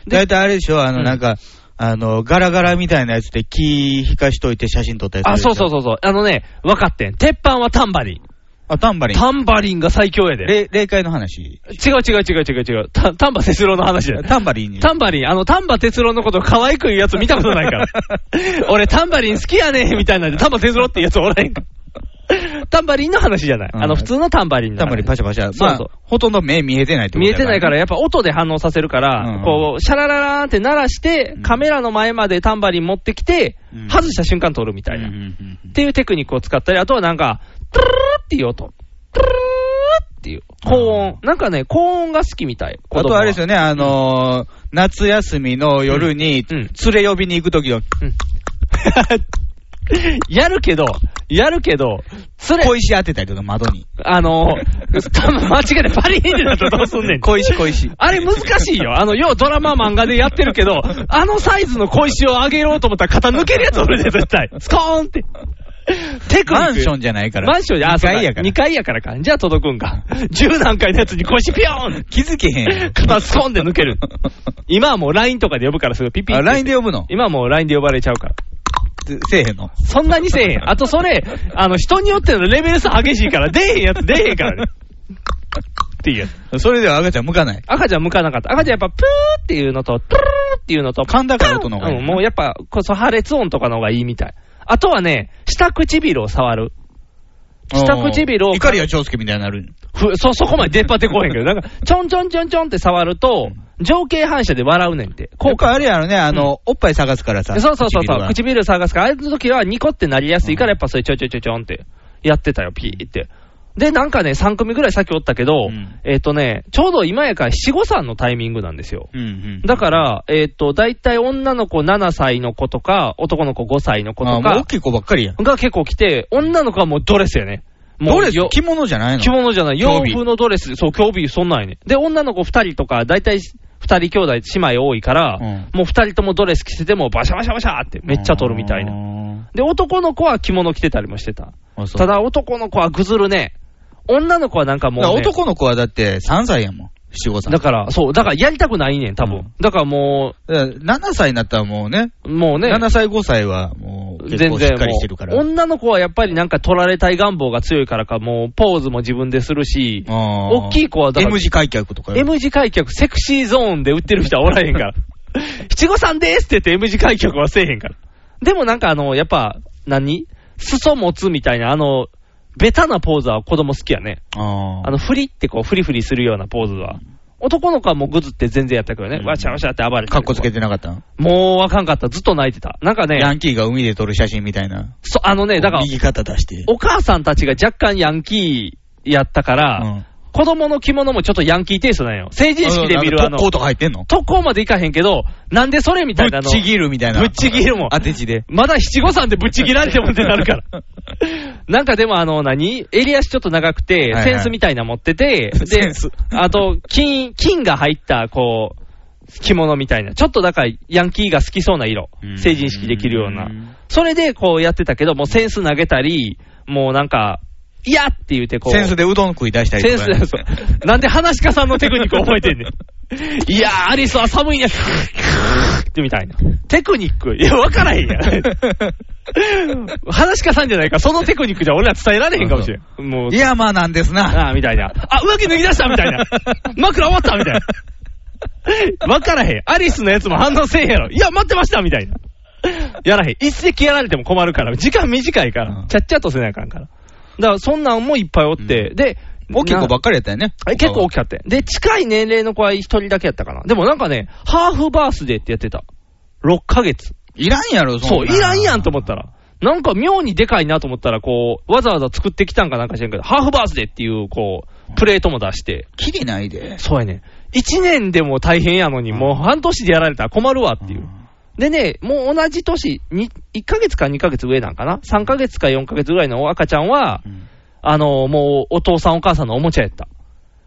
Speaker 3: で
Speaker 2: 大体あれでしょあ
Speaker 3: う
Speaker 2: の、
Speaker 3: ん
Speaker 2: なんか、あの、ガラガラみたいなやつで木引かしといて写真撮ったやつ。
Speaker 3: あ、そうそう
Speaker 2: う。
Speaker 3: そうそう。あのね、分かってん。鉄板はタンバリン。
Speaker 2: あ、タンバリン。
Speaker 3: タンバリンが最強やで。
Speaker 2: れ霊界の話。
Speaker 3: 違う違う違う違う違う。タタンバ哲郎の話だよ。
Speaker 2: タンバリンに。
Speaker 3: タンバリン、あの、タンバ哲郎のこと可愛く言うやつ見たことな いから。俺、タンバリン好きやねんみたいなんで、タンバ哲郎っていうやつおらへ んから。タンバリンの話じゃない。
Speaker 2: うん
Speaker 3: あの、普通のタンバリンの話
Speaker 2: タンバリンパシャパシャ。
Speaker 3: そう
Speaker 2: まあ
Speaker 3: そう、
Speaker 2: ほとんど目見えてないってこと
Speaker 3: 見え
Speaker 2: や
Speaker 3: てないから、
Speaker 2: ね
Speaker 3: やっぱ音で反応させるから、
Speaker 2: うん
Speaker 3: こう、シャラララーンって鳴らして、カメラの前までタンバリン持ってきて、
Speaker 2: うん
Speaker 3: 外した瞬間撮るみたいな。
Speaker 2: うんうんうんうん
Speaker 3: っていうテクニックを使ったり、あとはなんか、トゥルルルっていう音。トゥルルルルっていう。高音。なんかね、高音が好きみたい。
Speaker 2: あとあれです
Speaker 3: よ。
Speaker 2: よね、あのー、夏休みの夜に、
Speaker 3: うん
Speaker 2: 連れ呼びに行くときの、
Speaker 3: うん。 やるけど、やるけど、それ、
Speaker 2: 小石当てたりとか窓に。
Speaker 3: あのー、多分間違えてパリーンってなったらどうすんねん。
Speaker 2: 小石小石。
Speaker 3: あれ難しいよ。あの、ようドラマ漫画でやってるけど、あのサイズの小石を上げようと思ったら肩抜けるやつおるで、絶対。スコーンって。テクニック。
Speaker 2: マンションじゃないから。
Speaker 3: マンションじゃ、あ、
Speaker 2: 2階や
Speaker 3: や
Speaker 2: か
Speaker 3: からら。2階やからか。じゃあ届くんか。10段階のやつに腰ピョ ーン
Speaker 2: 気づけへん やん。
Speaker 3: 肩スコンで抜ける。今はもう LINE とかで呼ぶからすごいピピって
Speaker 2: あ、LINE で呼ぶの
Speaker 3: 今はもう LINE で呼ばれちゃうから。
Speaker 2: せえへんの。
Speaker 3: そんなにせえ へん。あとそれ、あの、人によってのレベル差激しいから、出えへんやつ出えへんからね。っていうやつ。
Speaker 2: それでは赤ちゃん向かない。
Speaker 3: 赤ちゃん向かなかった。赤ちゃんやっぱプーっていうのと、トゥルーっていうのと、
Speaker 2: 噛んだから音の方がいい
Speaker 3: うん、もうやっぱ、こそ破裂音とかの方がいいみたい。あとはね、下唇を触る。下唇を
Speaker 2: 怒りや長介みたいになる。
Speaker 3: ふそ、そこまで出っ張ってこへんけど、なんか、ちょんちょんちょんちょんって触ると、情景反射で笑うねんって。
Speaker 2: 効
Speaker 3: 効
Speaker 2: 果
Speaker 3: 果
Speaker 2: あれやろね、あの、おっぱい探すからさ。
Speaker 3: そうそうそう
Speaker 2: 唇
Speaker 3: そう、
Speaker 2: は
Speaker 3: 唇探すから、ああいう時はニコってなりやすいから、やっぱそれちょいちょいちょいちょんってやってたよ、ピーって。で、なんかね、3組ぐらい先おったけど、
Speaker 2: うん
Speaker 3: えっ、とね、ちょうど今やから7、5さんのタイミングなんですよ。
Speaker 2: うんうん。
Speaker 3: だから、えっ、と、大体女の子7歳の子とか、男の子5歳の子
Speaker 2: あも
Speaker 3: と
Speaker 2: う大
Speaker 3: か
Speaker 2: きい子ばっかりやん。
Speaker 3: が結構来て、女の子はもうドレスやね。もう
Speaker 2: どれ
Speaker 3: よ
Speaker 2: 着物じゃないの
Speaker 3: 着物じゃない、
Speaker 2: 興
Speaker 3: 洋
Speaker 2: 味
Speaker 3: 風のドレス、そう、競技そんなんやねで、女の子2人とか、大体2人兄弟、姉妹多いから、
Speaker 2: うん
Speaker 3: もう2人ともドレス着せても、バシャバシャバシャって、めっちゃ撮るみたいな。
Speaker 2: な。
Speaker 3: で、男の子は着物着てたりもしてた。
Speaker 2: あそう
Speaker 3: ただ、男の子はぐずるね。女の子はなんかもう、
Speaker 2: だから
Speaker 3: ね。
Speaker 2: 男の子はだって3歳やもん。七五歳。
Speaker 3: だから、そう、だからやりたくないねん、多分。
Speaker 2: うん
Speaker 3: だからも
Speaker 2: だから7歳になったらもうね、
Speaker 3: う、もうね。
Speaker 2: 7歳、5歳はもう結
Speaker 3: 全
Speaker 2: 構しっ
Speaker 3: 然
Speaker 2: かりしてるから。
Speaker 3: もう女の子はやっぱりなんか取られたい願望が強いからか、もうポーズも自分でするし、
Speaker 2: 大
Speaker 3: 大きい子はだから
Speaker 2: M 字開脚とか。
Speaker 3: M 字開脚、セクシーゾーンで売ってる人はおら へんから。七五三ですって言って M 字開脚はせえへんから。でもなんかあの、やっぱ、何裾持つみたいな、あの、ベタなポーズは子供好きやね。
Speaker 2: あ
Speaker 3: あの、フリってこう、フリフリするようなポーズは。男の子はもうグズって全然やったけどね。
Speaker 2: うん
Speaker 3: わしゃわしゃって暴れて。
Speaker 2: かっこつけてなかったん
Speaker 3: もうわかんかった。ずっと泣いてた。なんか
Speaker 2: ヤ
Speaker 3: ね、
Speaker 2: ンキーが海で撮る写真みたいな。
Speaker 3: そあのね、だから、
Speaker 2: 右肩出して。
Speaker 3: お母さんたちが若干ヤンキーやったから、子供の着物もちょっとヤンキーテイストなんよ。成人式で見る
Speaker 2: あ
Speaker 3: あ
Speaker 2: の
Speaker 3: の、
Speaker 2: 特攻とか入ってんの
Speaker 3: 特攻までいかへんけど、なんでそれみた
Speaker 2: ぶ
Speaker 3: いな
Speaker 2: っ
Speaker 3: の。
Speaker 2: ちぎるみたいな。
Speaker 3: ぶっちぎるもん
Speaker 2: 当て字で。
Speaker 3: まだ七五三でぶっちぎらんてもんってな るから。なんかでもあの何、襟足ちょっと長くて、
Speaker 2: はいはい
Speaker 3: センスみたいな持ってて、
Speaker 2: セ
Speaker 3: で
Speaker 2: ンス、
Speaker 3: あと、金、金が入った、こう、着物みたいな。ちょっとだから、ヤンキーが好きそうな色
Speaker 2: うん。
Speaker 3: 成人式できるよう
Speaker 2: う。
Speaker 3: なんそれでこうやってたけど、もうセンス投げたり、もうなんか、いやって言うてこう。
Speaker 2: センスでうどん食い出したりと
Speaker 3: セ
Speaker 2: か
Speaker 3: ン
Speaker 2: ね。
Speaker 3: スだよ、そう。なんで話し家さんのテクニック覚えてんねん。 いやー、アリスは寒いね。 ってみたいな。テクニックいや、わから へんやん。話し家さんじゃないから、そのテクニックじゃ俺ら伝えられへんかもしれん。もう
Speaker 2: い、や、まあなんですな。
Speaker 3: ああ、みたいな。あ、浮気脱ぎ出したみた いな。枕終わったみたいな。 わからへん。アリスのやつも反応せえへんやろ。いや、待ってましたみたいな。やらへん。一石やられても困るから。時間短いか
Speaker 2: うん
Speaker 3: ら。ちゃっちゃとせなあかんから。だから、そんなんもいっぱいおって。で、
Speaker 2: 大きい子ば
Speaker 3: な
Speaker 2: っかりやったよね。
Speaker 3: え結構大き
Speaker 2: い。
Speaker 3: かったよ。で、近い年齢の子は一人だけやったかな。でもなんかね、ハーフバースデーってやってた。6ヶ月。
Speaker 2: いらんやろ、
Speaker 3: そう、い
Speaker 2: な
Speaker 3: らんやんと思ったら。なんか妙にでかいなと思ったら、こう、わざわざ作ってきたんかなんか知らんけど、ハーフバースデーっていう、こう、プレートも出して。
Speaker 2: きりないで。
Speaker 3: そうやね。1年でも大変やのに、もう半年でやられたら困るわっていう。でね、もう同じ年、に1ヶ月か2ヶ月上なんかな ?3 ヶ月か4ヶ月ぐらいの赤ちゃんは、あの、もうお父さんお母さんのおもちゃやった。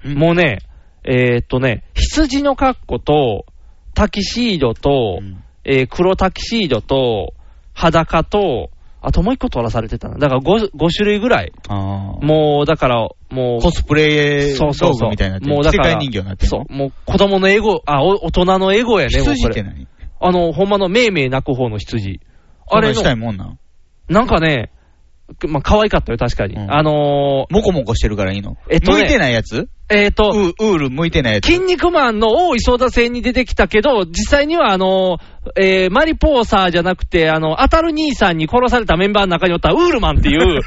Speaker 3: もうね、えーっとね、羊の格好と、タキシードと、えー黒タキシードと、裸と、あともう一個取らされてたな。だから 5, 5種類ぐらい。
Speaker 2: ああ。
Speaker 3: もう、だから、もう。
Speaker 2: コスプレ
Speaker 3: そう
Speaker 2: 道
Speaker 3: そうそ
Speaker 2: 具
Speaker 3: う。
Speaker 2: みたいになってる。
Speaker 3: もうだから
Speaker 2: 世界人形になってる。
Speaker 3: そう。もう子供のエゴ、あ、お大人のエゴやね、もう
Speaker 2: 羊
Speaker 3: こ
Speaker 2: って
Speaker 3: れ。
Speaker 2: 何
Speaker 3: あの、ほんまのめいめい泣く方の羊。あ
Speaker 2: あれ
Speaker 3: れ
Speaker 2: したい
Speaker 3: の、
Speaker 2: もんなん。
Speaker 3: なんかね、まあ、可愛かったよ、確かに。
Speaker 2: うん
Speaker 3: あの
Speaker 2: もこもこしてるからいいの。
Speaker 3: えっとね
Speaker 2: 向いてないやつ
Speaker 3: ー、えっ、
Speaker 2: ウ
Speaker 3: と、
Speaker 2: ーウール向いてないやつ。
Speaker 3: 筋肉マンの大井争奪戦に出てきたけど、実際にはあのー、えーマリポーサーじゃなくて、あの、当たる兄さんに殺されたメンバーの中におったウールマンっ ていう、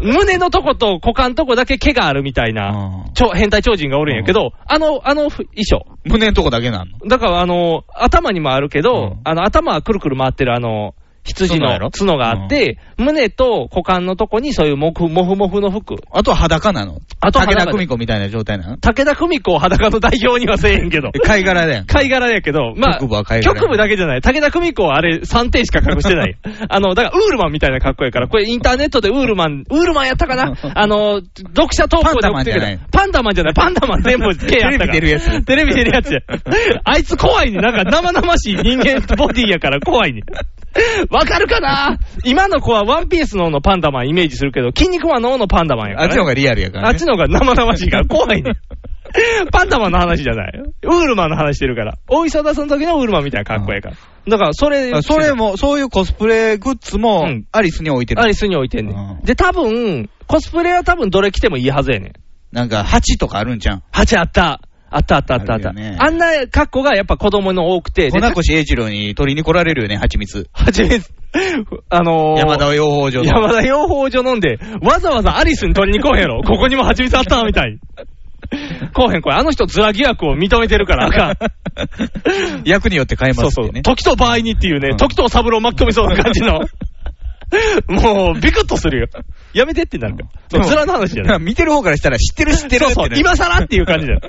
Speaker 3: 胸のとこと股間のとこだけ毛があるみたいな、
Speaker 2: あー
Speaker 3: ちょ変態超人がおるんやけど、あの、あの衣装。
Speaker 2: 胸のとこだけなんの。
Speaker 3: だから、あの、頭にもあるけど、
Speaker 2: うん
Speaker 3: あの、頭はくるくる回ってる、あの、羊
Speaker 2: 角やろ
Speaker 3: の角があって、胸と股間のとこにそういうもふもふもふの服。
Speaker 2: あとは裸なの。
Speaker 3: あとは
Speaker 2: 武田
Speaker 3: 裸
Speaker 2: 久美子みたいな状態なの
Speaker 3: 武田久美子を裸の代表にはせえへんけど
Speaker 2: え。貝殻だよ。
Speaker 3: 貝殻やけど、まあ、
Speaker 2: 局部は貝殻
Speaker 3: 局部だけじゃない。武田久美子はあれ3点しか隠し てない。あの、だからウールマンみたいな格好やから、これインターネットでウールマン、ウールマンやった かなあの、読者投稿で送ってくれたパンダマンじゃない。パンダマン全部 K やったか ら。
Speaker 2: テレビ出るやつ
Speaker 3: テレビ出るや つや。あいつ怖いね。なんか生々しい人間ボディやから怖いね。わかるかな今の子はワンピースの方のパンダマンイメージするけど、筋肉マンの方のパンダマンや か
Speaker 2: あっ
Speaker 3: ら、ね。
Speaker 2: ちの方がリアルやから、ね。
Speaker 3: あっちの方が生々しいから怖 いね。パンダマンの話じゃない。ウールマンの話してるから。大磯田さんの時のウールマンみたいな格好やから。だから、それ、
Speaker 2: あそれ、も、そういうコスプレグッズも
Speaker 3: うん、
Speaker 2: アリスに置いてる。
Speaker 3: アリスに置いてんね
Speaker 2: うん
Speaker 3: ん。で、多分、コスプレは多分どれ着てもいいはずやねん。
Speaker 2: なんか、鉢とかあるんじゃん。
Speaker 3: 鉢あった。あったあったあったあった。
Speaker 2: あるよね
Speaker 3: あんな格好がやっぱ子供の多くて。で
Speaker 2: 粉越英二郎に取りに来られるよね、蜂蜜。
Speaker 3: はじめ、あのー、
Speaker 2: 山田養蜂場 の。
Speaker 3: 山田養蜂所飲んで、わざわざアリスに取りに来へん やろ。ここにも蜂蜜あったみたい。来へん、これ。あの人、ズラ疑惑を認めてるから、あかん。
Speaker 2: 役によって変えま
Speaker 3: そう
Speaker 2: す
Speaker 3: そ
Speaker 2: っ
Speaker 3: う
Speaker 2: て。ね。
Speaker 3: 時と場合にっていうね、
Speaker 2: うん
Speaker 3: 時と三郎巻き込みそうな感じ の。もう、ビクッとするよ。やめてってなるから。そう、面の話じゃない。
Speaker 2: 見てる方からしたら知ってる知ってるっ
Speaker 3: そ
Speaker 2: て
Speaker 3: うそう
Speaker 2: ね、
Speaker 3: 今更っていう感じ だよ。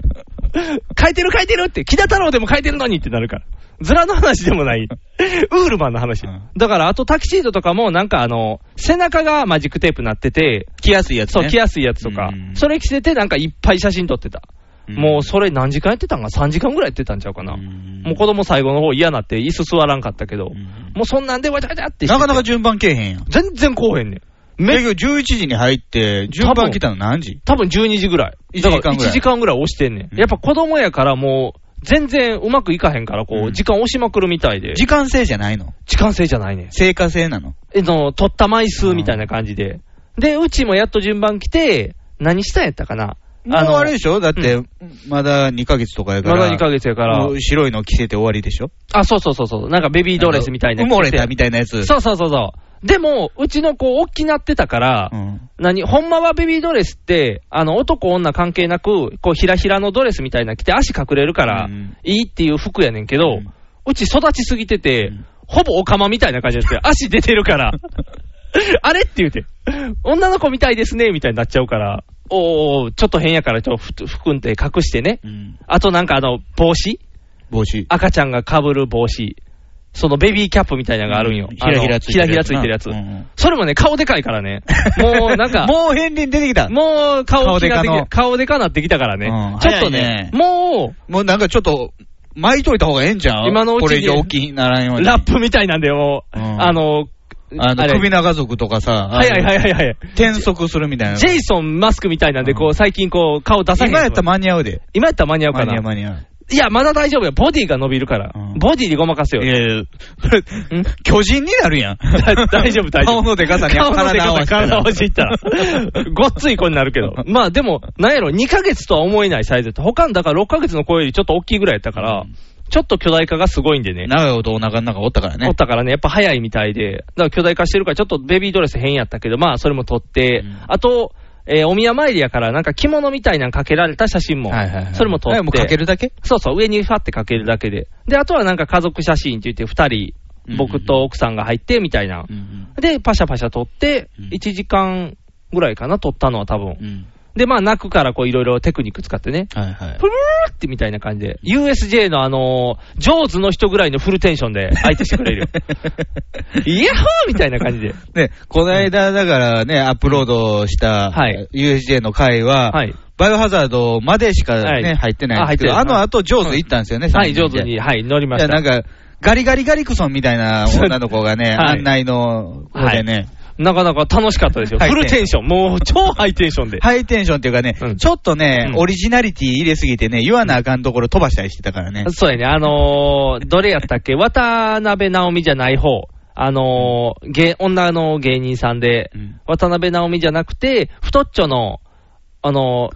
Speaker 3: 書いてる書いてるって、木田太郎でも書いてるのにってなるから。ズラの話でもない。ウールマンの話
Speaker 2: うん。
Speaker 3: だから、あとタキシードとかも、なんかあの、背中がマジックテープなってて、
Speaker 2: 着やすいやつ、ね。
Speaker 3: そう、着やすいやつとか
Speaker 2: うん、
Speaker 3: それ着せてなんかいっぱい写真撮ってた。
Speaker 2: うん
Speaker 3: もうそれ何時間やってたんか ?3 時間ぐらいやってたんちゃうかな。
Speaker 2: ん
Speaker 3: もう子供最後の方嫌なって椅子座らんかったけど、
Speaker 2: ん
Speaker 3: もうそんなんでわちゃわちゃってしてて
Speaker 2: なかなか順番けえへんやん。
Speaker 3: 全然こうへんねん。
Speaker 2: 結局11時に入って、順番来たの何時
Speaker 3: 多分12時ぐらい。だから
Speaker 2: 1時間ぐらい
Speaker 3: 1時間ぐらい押してんね
Speaker 2: うん
Speaker 3: ん。やっぱ子供やからもう、全然うまくいかへんから、こ
Speaker 2: うん
Speaker 3: う、時間押しまくるみたいで。
Speaker 2: 時間制じゃないの
Speaker 3: 時間制じゃないねん。
Speaker 2: 成果制なの
Speaker 3: えの、取った枚数みたいな感じで。で、うちもやっと順番来て、何したんやったかな。
Speaker 2: もう
Speaker 3: の
Speaker 2: あれでしょだって、まだ2ヶ月とかやか
Speaker 3: ま
Speaker 2: ら。
Speaker 3: だ2ヶ月やから
Speaker 2: も。う白いの着せて終わりでしょ
Speaker 3: あ、そうそうそうそう。なんかベビードレスみたいな
Speaker 2: 埋
Speaker 3: の
Speaker 2: も
Speaker 3: 着
Speaker 2: れ
Speaker 3: て。
Speaker 2: たみたいなやつ。
Speaker 3: そうそうそうそう。でも、うちの子、大きなってたから、
Speaker 2: ん。
Speaker 3: 何、ほんまはベビードレスって、あの、男、女関係なく、こう、ひらひらのドレスみたいなの着て、足隠れるから
Speaker 2: うん、
Speaker 3: いいっていう服やねんけど、
Speaker 2: う
Speaker 3: うんち育ちすぎてて、
Speaker 2: うん
Speaker 3: ほぼオカマみたいな感じ ですよ。足出てるから、あれって言うて、女の子みたいですね、みたいになっちゃうから、おーちょっと変やから、ちょっとふ含んで隠してね。
Speaker 2: うん
Speaker 3: あとなんかあの、帽子
Speaker 2: 帽子。
Speaker 3: 赤ちゃんが被る帽子。そのベビーキャップみたいなのがあるんよ。
Speaker 2: ひらひらついてるやつな。
Speaker 3: あのひらひらついてるやつ
Speaker 2: うんうん
Speaker 3: それもね、顔でかいか らね。もうなんか、
Speaker 2: もう片鱗出てきた。
Speaker 3: もう顔
Speaker 2: 顔
Speaker 3: で
Speaker 2: でか
Speaker 3: かで
Speaker 2: の
Speaker 3: き顔でかなってきたからね。
Speaker 2: うん
Speaker 3: ちょっ
Speaker 2: 早
Speaker 3: とね
Speaker 2: いね
Speaker 3: も
Speaker 2: もうなんかちょっと、巻いといた方がええんちゃう
Speaker 3: 今のうちに
Speaker 2: これ以上大きいならんよう
Speaker 3: う、
Speaker 2: に。
Speaker 3: ラップみたいなんで、もう、
Speaker 2: うん
Speaker 3: あの、
Speaker 2: あ
Speaker 3: あ
Speaker 2: の、
Speaker 3: れ
Speaker 2: 首長族とかさ、
Speaker 3: はいはいはいはいはい。
Speaker 2: 転足するみたいな。
Speaker 3: ジェイソン・マスクみたいなんで、こ
Speaker 2: う
Speaker 3: う、最近こう、顔出さへん
Speaker 2: 今やったら間に合うで。
Speaker 3: 今やったら間に合う
Speaker 2: 間
Speaker 3: か
Speaker 2: に合う
Speaker 3: な。
Speaker 2: 間に合う。
Speaker 3: いや、まだ大丈夫よ。ボディが伸びるから
Speaker 2: うん。
Speaker 3: ボディにごまかすよ
Speaker 2: い。やいや、それ
Speaker 3: ん
Speaker 2: 巨人になるやん。
Speaker 3: だ大丈夫、大丈
Speaker 2: 顔
Speaker 3: 夫。
Speaker 2: のでかさに
Speaker 3: 顔のでかさ、体
Speaker 2: 体
Speaker 3: を
Speaker 2: を
Speaker 3: ほ
Speaker 2: 合わ
Speaker 3: じ
Speaker 2: せ
Speaker 3: っ
Speaker 2: た
Speaker 3: た
Speaker 2: ら。
Speaker 3: ら ごっつい子になるけど。まあでも、なんやろ、2ヶ月とは思えないサイズって、他のだから6ヶ月の子よりちょっと大きいぐらいやったから、
Speaker 2: うん
Speaker 3: ちょっと巨大化がすごいんでね。
Speaker 2: 長いことお腹の中おったからね。
Speaker 3: おったからね、やっぱ早いみたいで、だから巨大化してるから、ちょっとベビードレス変やったけど、まあそれも撮って、
Speaker 2: うん
Speaker 3: あと、えーお宮参りやから、なんか着物みたいなのかけられた写真も、
Speaker 2: はいはいはい。
Speaker 3: それも撮って、
Speaker 2: はいもうかけるだけ
Speaker 3: そうそう、上にファってかけるだけで、で、あとはなんか家族写真って言って、2人、僕と奥さんが入ってみたいな、で、パシャパシャ撮って
Speaker 2: うん、
Speaker 3: 1時間ぐらいかな、撮ったのは多分。
Speaker 2: うん
Speaker 3: で、まあ、泣くから、こう、いろいろテクニック使ってね、
Speaker 2: はい はい
Speaker 3: プ。ルーってみたいな感じで、USJ のあのー、ジョーズの人ぐらいのフルテンションで相手してくれる よ。イヤッホーみたいな感じで。
Speaker 2: ね、この間、だからね、アップロードした
Speaker 3: はい
Speaker 2: USJ の回は、
Speaker 3: はい
Speaker 2: バイオハザードまでしか、ね
Speaker 3: はい
Speaker 2: 入ってないんですけ
Speaker 3: あ
Speaker 2: ど、
Speaker 3: 入
Speaker 2: あ
Speaker 3: ってない
Speaker 2: の後、ジョーズ行ったんですよね、
Speaker 3: は
Speaker 2: 三
Speaker 3: い、ジ
Speaker 2: 人
Speaker 3: ョーズ
Speaker 2: で
Speaker 3: に、はい、乗りま
Speaker 2: い
Speaker 3: し
Speaker 2: や、な
Speaker 3: た。
Speaker 2: んか、ガリガリガリクソンみたいな女の子がね、
Speaker 3: はい
Speaker 2: 案内の子でね、
Speaker 3: なかなか楽しかったですよ。
Speaker 2: ハイ
Speaker 3: フ
Speaker 2: テン
Speaker 3: ルテンション。もう、超ハイテンションで。
Speaker 2: ハイテンションっていうかね、
Speaker 3: うん
Speaker 2: ちょっとね、
Speaker 3: うん
Speaker 2: オリジナリティ入れすぎてね、言わなあかんところ飛ばしたりしてたからね。
Speaker 3: そうやね、あのー、どれやったっけ、渡辺直美じゃない方あのー、芸女の芸人さんで、
Speaker 2: うん
Speaker 3: 渡辺直美じゃなくて、太っちょの、あの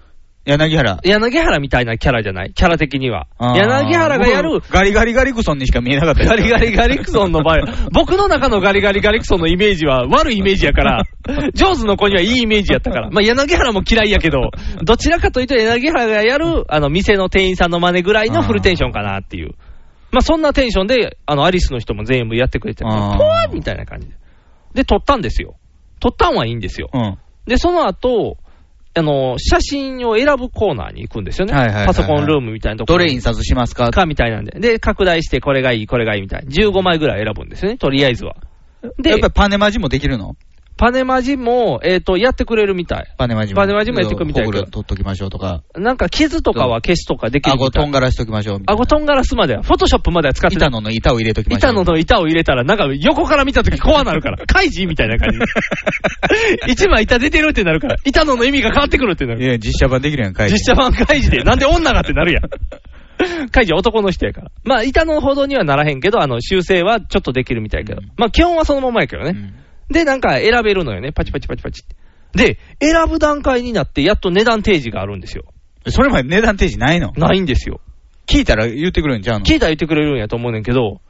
Speaker 2: 柳原。
Speaker 3: ー、柳原みたいなキャラじゃない、キャラ的には。
Speaker 2: あー
Speaker 3: 柳原がやる
Speaker 2: 僕、ガリガリガリクソンにしか見えなかった
Speaker 3: ガリガリガリクソンの場合、僕の中のガリガリガリクソンのイメージは悪いイメージや から、ジョーズの子にはいいイメージやったから、まあ、柳原も嫌いやけど、どちらかというと柳原がやるあの店の店員さんの真似ぐらいのフルテンションかなっていう、まあ、そんなテンションであのアリスの人も全部やってくれて、ポ
Speaker 2: あー
Speaker 3: ワーみたいな感じで、で、撮ったんですよ、撮ったんはいいんですよ、
Speaker 2: うん。
Speaker 3: で、その後あの写真を選ぶコーナーに行くんですよね、
Speaker 2: はいはいはいはい
Speaker 3: パソコンルームみたいなとこ
Speaker 2: ど
Speaker 3: ろ
Speaker 2: れ
Speaker 3: に
Speaker 2: 印刷しますか
Speaker 3: かみたいなんで、で、拡大して、これがいい、これがいいみたいな、15枚ぐらい選ぶんですよね、とりあえずは。
Speaker 2: や
Speaker 3: で
Speaker 2: っぱ、りパネマジもできるの
Speaker 3: パネマジも、えっ、と、やってくれるみたい。
Speaker 2: パネマジも。
Speaker 3: パネマジもやってくみたい
Speaker 2: ほ
Speaker 3: けど
Speaker 2: くろ取っときましょうとか、
Speaker 3: なんか、傷とかは消しとかできる
Speaker 2: 顎
Speaker 3: みた
Speaker 2: とん
Speaker 3: い。
Speaker 2: がらしときましょうみたい
Speaker 3: 顎
Speaker 2: な。
Speaker 3: とんがらすまでは、フォトショップまでは使ってな
Speaker 2: 板。
Speaker 3: い
Speaker 2: 野の板を入れときましょう。
Speaker 3: 板野の板を入れたら、なんか横から見たとき、怖なる から、カイジみたいな感じで。一枚板出てるってなるから、板野の意味が変わってくるってないる。
Speaker 2: や、実写版できるやん、書いて
Speaker 3: 実写版カイジで、なんで女がってなるやん。カイジは男の人やから。まあ、板野ほどにはならへんけど、あの、修正はちょっとできるみたいやけど。
Speaker 2: うん
Speaker 3: まあ、基本はそのままやけどね。
Speaker 2: うん
Speaker 3: で、なんか選べるのよね、パチパチパチパチって。で、選ぶ段階になって、やっと値段提示があるんですよ。
Speaker 2: それまで値段提示ないの
Speaker 3: ないんですよ。
Speaker 2: 聞いたら言ってくるんちゃうの
Speaker 3: 聞いたら言ってくれるんやと思うねんけど、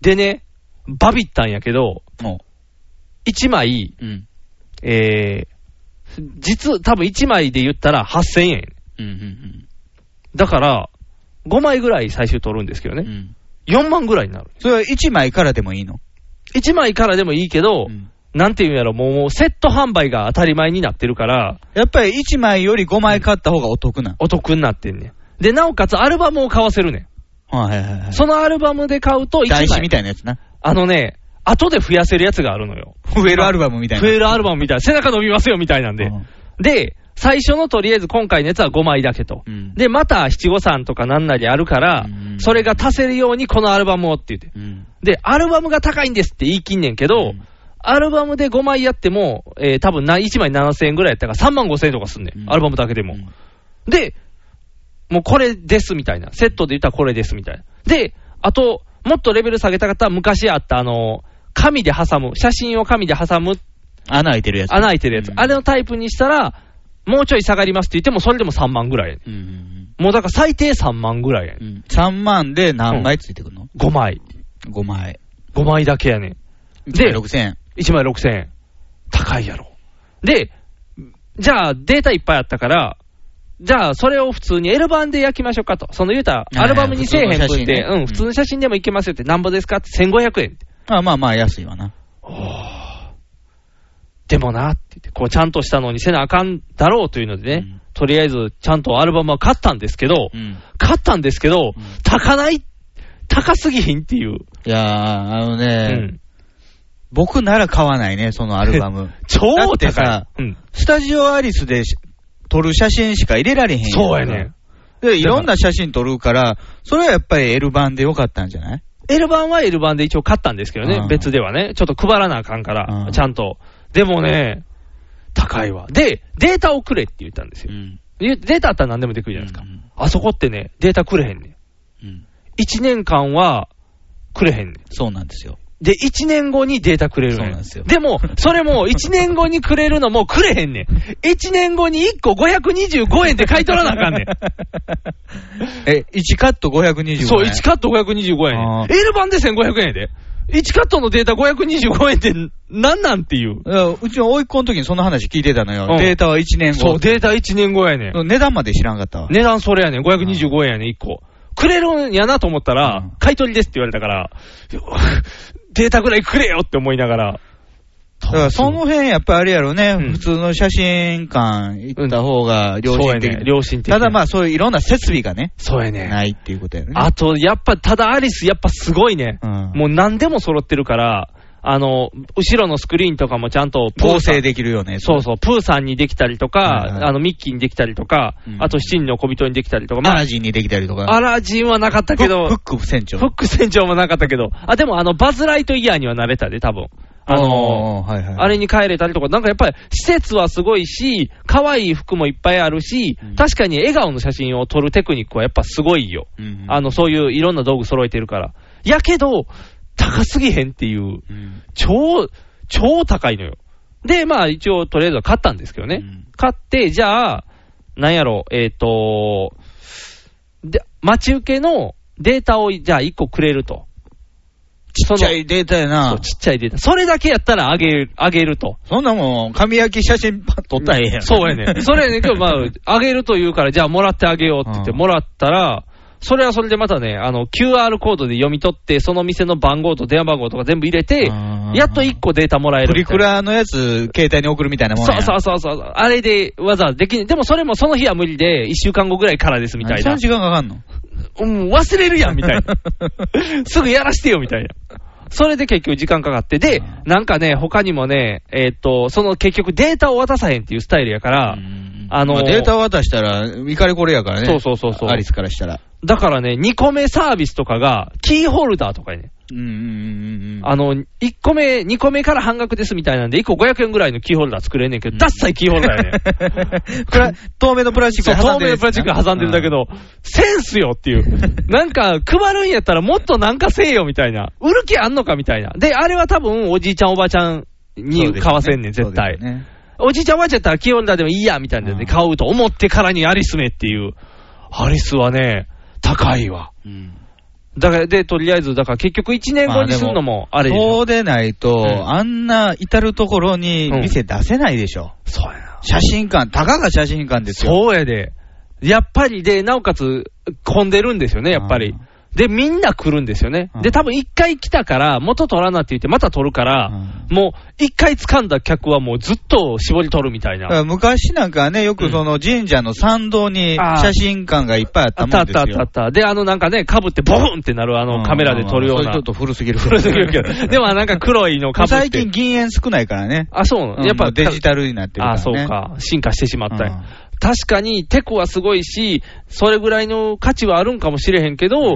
Speaker 3: でね、バビったんやけど、
Speaker 2: も
Speaker 3: 1枚、
Speaker 2: う。うん。
Speaker 3: えー、実、多分1枚で言ったら8000円。
Speaker 2: うんうん
Speaker 3: だから、5枚ぐらい最終取るんですけど
Speaker 2: うんう
Speaker 3: ね。
Speaker 2: ん。
Speaker 3: 4万ぐらいになる。
Speaker 2: それは1枚からでもいいの
Speaker 3: 1枚からでもいいけど、
Speaker 2: うん
Speaker 3: なんていうんやろ、もうセット販売が当たり前になってるから、
Speaker 2: やっぱり1枚より5枚買った方がお得なん。
Speaker 3: お得になってんねん。で、なおかつアルバムを買わせるねん。
Speaker 2: はいはいはい。
Speaker 3: そのアルバムで買うと1枚、
Speaker 2: 台紙みたいなやつな。
Speaker 3: あのね、後で増やせるやつがあるのよ。
Speaker 2: ウェルアルバムみたいな。
Speaker 3: 増えるアルバムみたいな、背中伸びますよみたいなんで
Speaker 2: う。ん
Speaker 3: で、最初のとりあえず今回のやつは5枚だけと。
Speaker 2: うん
Speaker 3: で、また七五三とかなんなりあるから
Speaker 2: う、ん
Speaker 3: それが足せるようにこのアルバムをって言って。
Speaker 2: うん。
Speaker 3: で、アルバムが高いんですって言い切んねんけど、
Speaker 2: うん
Speaker 3: アルバムで5枚やっても、えー、多分な1枚7000円ぐらいやったから3万5000円とかすんねん。
Speaker 2: うん
Speaker 3: アルバムだけでも。
Speaker 2: うん
Speaker 3: で、もうこれですみたいな。セットで言ったらこれですみたいな。で、あと、もっとレベル下げたかったら昔あったあの、紙で挟む、写真を紙で挟む、
Speaker 2: 穴開いてるやつ。
Speaker 3: 穴開いてるやつ。
Speaker 2: うん
Speaker 3: あれのタイプにしたら、もうちょい下がりますって言っても、それでも3万ぐらいやね
Speaker 2: うんうん
Speaker 3: ん。もうだから最低3万ぐらいやね
Speaker 2: うんうん。3万で何枚ついてくるの
Speaker 3: ん。5枚。
Speaker 2: ?5 枚。
Speaker 3: 5枚だけやねん。で
Speaker 2: で、6000円。
Speaker 3: 1枚6000円。高いやろ。で、じゃあデータいっぱいあったから、じゃあそれを普通に L 版で焼きましょうかと。その言うたら、アルバムにせえへん分で、
Speaker 2: はいはい
Speaker 3: うん、普
Speaker 2: 普
Speaker 3: 通
Speaker 2: 通
Speaker 3: の
Speaker 2: の
Speaker 3: 写真でもいけますよって、なんぼですかって1500円。
Speaker 2: あまあまあ安いわな。
Speaker 3: でもな、って言って、こう、ちゃんとしたのにせなあかんだろうというのでね、
Speaker 2: うん
Speaker 3: とりあえず、ちゃんとアルバムは買ったんですけど、
Speaker 2: うん
Speaker 3: 買ったんですけ
Speaker 2: う
Speaker 3: ど、
Speaker 2: ん
Speaker 3: 高ない、高すぎひんっていう。
Speaker 2: いやー、あの
Speaker 3: う
Speaker 2: ね、
Speaker 3: ん。
Speaker 2: 僕なら買わないね、そのアルバ ム。
Speaker 3: 超高い。
Speaker 2: だってさ
Speaker 3: うん。
Speaker 2: スタジオアリスでし撮る写真しか入れられへんん
Speaker 3: そうやね。
Speaker 2: で、いろんな写真撮るから、それはやっぱり L 版でよかったんじゃない
Speaker 3: L 版は L 版で一応買ったんですけどね
Speaker 2: う、ん
Speaker 3: 別ではね。ちょっと配らなあかんか
Speaker 2: う
Speaker 3: ら、
Speaker 2: ん
Speaker 3: ちゃんと。でもね、高いわ。で、データをくれって言ったんですよ。
Speaker 2: ん。
Speaker 3: でデータあったら何でもできるじゃないですか。
Speaker 2: うん
Speaker 3: あそこってね、データくれへんねん。
Speaker 2: うん。
Speaker 3: 1年間はくれへんねん。
Speaker 2: そうなんですよ。
Speaker 3: で、1年後にデータくれるの
Speaker 2: そうなんですよ
Speaker 3: でも、それも1年後にくれるのもくれへんねん。1年後に1個525円で買い取らなあかんねん。
Speaker 2: え、1カット525円。
Speaker 3: そう、1カット525円
Speaker 2: あ
Speaker 3: や
Speaker 2: ー
Speaker 3: ねん。L 版で1500円やで。1カットのデータ525円って何なんっていう。
Speaker 2: いやうちの甥いっ子の時にその話聞いてたのよ。
Speaker 3: うん
Speaker 2: データは1年
Speaker 3: そ
Speaker 2: 後
Speaker 3: う、。データ1年後やねん。
Speaker 2: 値段まで知らんかったわ。
Speaker 3: 値段それやねん。525円やねん、1個。くれるんやなと思ったら、
Speaker 2: うん
Speaker 3: 買い取りですって言われたから、 データぐらいくれよって思いながら。
Speaker 2: だからその辺やっぱりあれやろね、
Speaker 3: うん
Speaker 2: 普通の写真館行った方が良心
Speaker 3: そう
Speaker 2: 的、
Speaker 3: やね良心的
Speaker 2: ただまあそういういろんな設備がね、
Speaker 3: そうやねん。
Speaker 2: ないっていうことやね。
Speaker 3: あと、やっぱ、ただアリス、やっぱすごいね。
Speaker 2: うん
Speaker 3: もう何でも揃ってるから、あの、後ろのスクリーンとかもちゃんとプーさん
Speaker 2: 合成できるよね。
Speaker 3: そうそう、プーさんにできたりとか、
Speaker 2: はいはい
Speaker 3: あの、ミッキーにできたりとか、
Speaker 2: うん
Speaker 3: あと、七人の小人にできたりとか、
Speaker 2: ア
Speaker 3: まあ
Speaker 2: ラ、ジンにできたりとか。
Speaker 3: アラジンはなかったけど、
Speaker 2: フ
Speaker 3: フ
Speaker 2: ック船長。
Speaker 3: ック船長もなかったけど、あ、でもあの、バズライトイヤーには慣れたで、多分。あの、
Speaker 2: あーはいはい、
Speaker 3: あれに帰れたりとか、なんかやっぱり施設はすごいし、可愛い服もいっぱいあるし
Speaker 2: うん、
Speaker 3: 確かに笑顔の写真を撮るテクニックはやっぱすごいよ。
Speaker 2: うん
Speaker 3: あの、そういういろんな道具揃えてるから。やけど、高すぎへんっていう、
Speaker 2: うん
Speaker 3: 超、超高いのよ。で、まあ一応とりあえずは買ったんですけどね。
Speaker 2: うん
Speaker 3: 買って、じゃあ、なんやろう、えっ、とで、待ち受けのデータをじゃあ1個くれると。
Speaker 2: ちっちゃ
Speaker 3: そ
Speaker 2: いデータや
Speaker 3: の。そ
Speaker 2: な
Speaker 3: う。ちっちゃいデータ。それだけやったらあげる、あげると。
Speaker 2: そんなもん、紙焼き写真パッと撮ったらええやん。
Speaker 3: そうやねん。 それやねんけど、まあ、あげると言うから、じゃあもらってあげようって言って、
Speaker 2: うん
Speaker 3: もらったら、それはそれでまたね、あの、QR コードで読み取って、その店の番号と電話番号とか全部入れて
Speaker 2: うん、
Speaker 3: やっと1個データもらえる
Speaker 2: プ
Speaker 3: み
Speaker 2: リ
Speaker 3: たい
Speaker 2: ク
Speaker 3: な。
Speaker 2: ラのやつ、携帯に送るみたいなもんや。
Speaker 3: そうそうそうそう。あれでわざわざできん。でもそれもその日は無理で、1週間後ぐらいからですみたいな
Speaker 2: 何。時間かかんの
Speaker 3: うん、忘れるやん、みた いな。すぐやらしてよ、みたいな。それで結局時間かかって、で、なんかね、他にもね、えーっと、その結局データを渡さへんっていうスタイルやから、あのー
Speaker 2: まデータ渡したら、いかれこれやからね。
Speaker 3: そうそうそうそう
Speaker 2: アリスからしたら。
Speaker 3: だからね、2個目サービスとかが、キーホルダーとかやね、
Speaker 2: うんうんうんうん。
Speaker 3: あの、1個目、2個目から半額ですみたいなんで、1個500円ぐらいのキーホルダー作れんねんけど、ダッサいキーホルダーやね ん。
Speaker 2: プラ透明のプラスチ
Speaker 3: そう、
Speaker 2: ック
Speaker 3: 透明のプラスチック挟んでるんだけ。ど、センスよっていう。なんか、配るんやったらもっとなんかせえよみたいな。売る気あんのかみたいな。で、あれは多分、おじいちゃんおばあちゃんに買わせんねん、絶対。おじいちゃんおばあちゃんやったらキーホルダーでもいいや、みたいなん
Speaker 2: う
Speaker 3: で
Speaker 2: ん
Speaker 3: 買うと思ってからにアリスめっていう。アリスはね、高いわ。だから、で、とりあえず、だから結局1年後にするのも、あれでしょ
Speaker 2: そうでないと、
Speaker 3: うん
Speaker 2: あんな至るところに店出せないでしょ。
Speaker 3: そうやな。
Speaker 2: 写真館、たかが写真館ですよ。
Speaker 3: そうやで。やっぱりで、なおかつ、混んでるんですよね、やっぱり
Speaker 2: うん。
Speaker 3: で、みんな来るんですよね
Speaker 2: う。ん
Speaker 3: で、多分一回来たから、元取らなって言って、また取るから、もう一回掴んだ客はもうずっと絞り取るみたい
Speaker 2: だか
Speaker 3: な。
Speaker 2: ら昔なんかはね、よくその神社の参道に
Speaker 3: あー
Speaker 2: 写真館がいっぱいあった
Speaker 3: あった
Speaker 2: も
Speaker 3: あ
Speaker 2: ん
Speaker 3: っ
Speaker 2: です
Speaker 3: た
Speaker 2: よ。
Speaker 3: あったあった。で、あのなんかね、かぶってボーンってなるあ
Speaker 2: う
Speaker 3: の
Speaker 2: ん
Speaker 3: カメラで撮るよう
Speaker 2: それ
Speaker 3: な
Speaker 2: ちょっ。と古すぎる。
Speaker 3: 古すぎるけ ど。でもなんか黒いのかぶって。
Speaker 2: 最近銀円少ないからね。
Speaker 3: あ、そうなの
Speaker 2: うん
Speaker 3: やっ
Speaker 2: も
Speaker 3: ぱ
Speaker 2: うデジタルになってるからね。
Speaker 3: あそうか、進化してしまったんや
Speaker 2: うん
Speaker 3: 確かにテコはすごいし、それぐらいの価値はあるんかもしれへんけど、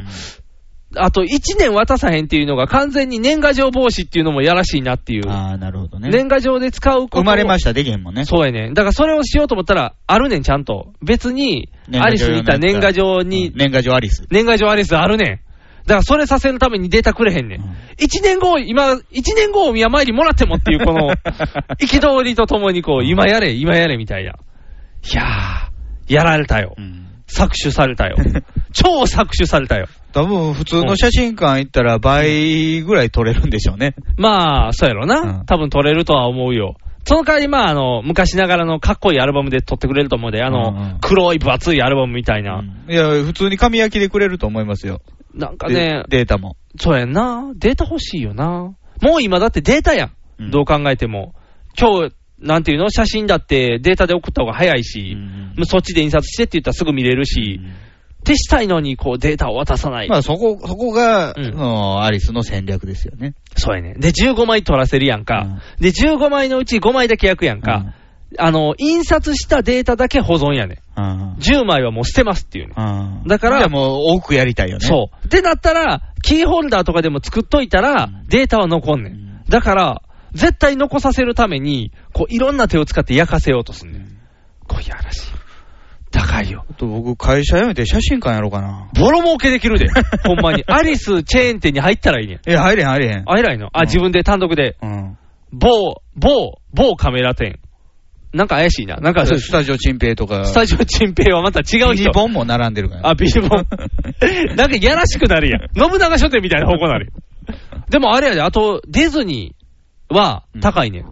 Speaker 3: あと1年渡さへんっていうのが、完全に年賀状防止っていうのもやらしいなっていう、
Speaker 2: ああ、なるほどね。
Speaker 3: 年賀状で使うこと
Speaker 2: 生まれま
Speaker 3: し
Speaker 2: した、できへんもんね。
Speaker 3: そうやねんだからそれをしようと思ったら、あるねん、ちゃんと、別に、アリスに行った年賀状に
Speaker 2: うん年賀状アリス。
Speaker 3: 年賀状アリスあるねん。だからそれさせるためにデータくれへんねん
Speaker 2: うん。
Speaker 3: 一年後、今、一年後お宮参りもらってもっていう、こ の、憤りとともにこう、今やれ、今やれみたいな。いやー、やられたよ。搾取され たよ。 超搾取されたよ。
Speaker 2: 多分普通の写真館行ったら倍ぐらい撮れるんでしょうね。
Speaker 3: まあ、そうやろな
Speaker 2: う。ん
Speaker 3: 多分撮れるとは思うよ。その代わり、まあ、あの、昔ながらのかっこいいアルバムで撮ってくれると思うで、あ
Speaker 2: うんう
Speaker 3: の
Speaker 2: ん、
Speaker 3: 黒い分厚いアルバムみたいな。
Speaker 2: いや、普通に紙焼きでくれると思いますよ。
Speaker 3: なんかね、
Speaker 2: でデータも。
Speaker 3: そうやんな。データ欲しいよな。もう今だってデータやん。
Speaker 2: うん
Speaker 3: どう考えても。今日なんていうの、写真だってデータで送った方が早いし、もうそっちで印刷してって言ったらすぐ見れるし、手したいのにこうデータを渡さない。
Speaker 2: まあそこ、そこが、
Speaker 3: うん
Speaker 2: そのアリスの戦略ですよね。
Speaker 3: そうやね。で、15枚取らせるやんか。で、15枚のうち5枚だけ焼くやんか。あの、印刷したデータだけ保存やね。
Speaker 2: うん。
Speaker 3: 10枚はもう捨てますっていうね。
Speaker 2: うん
Speaker 3: だから
Speaker 2: じゃあもう多くやりたいよね。
Speaker 3: そう。で、なったら、キーホルダーとかでも作っといたら、データは残んねん。だから、絶対残させるために、こう、いろんな手を使って焼かせようとすんねん。こう、いやらしい。高いよ。
Speaker 2: あと僕、会社辞めて写真館やろうかな。
Speaker 3: ボロ儲けで きるで。ほんまに。アリスチェーン店に入ったらいいねん。
Speaker 2: え、入れへん、入れへん。
Speaker 3: あ、偉いのあ、
Speaker 2: うん
Speaker 3: 自分で単独で。
Speaker 2: うん。
Speaker 3: 某、某、某カメラ店。なんか怪しいな。なんか、
Speaker 2: そう
Speaker 3: ス
Speaker 2: スタジオチンペイとか。
Speaker 3: タジオチンペイはまた違う
Speaker 2: ビ
Speaker 3: 人
Speaker 2: ニ。ボンも並んでるから。
Speaker 3: あ、ビリボ ン。なんかやらしくなるやん。信長書店みたいな方向になるよ。でもあれやで、あと、ディズニーは高いねん。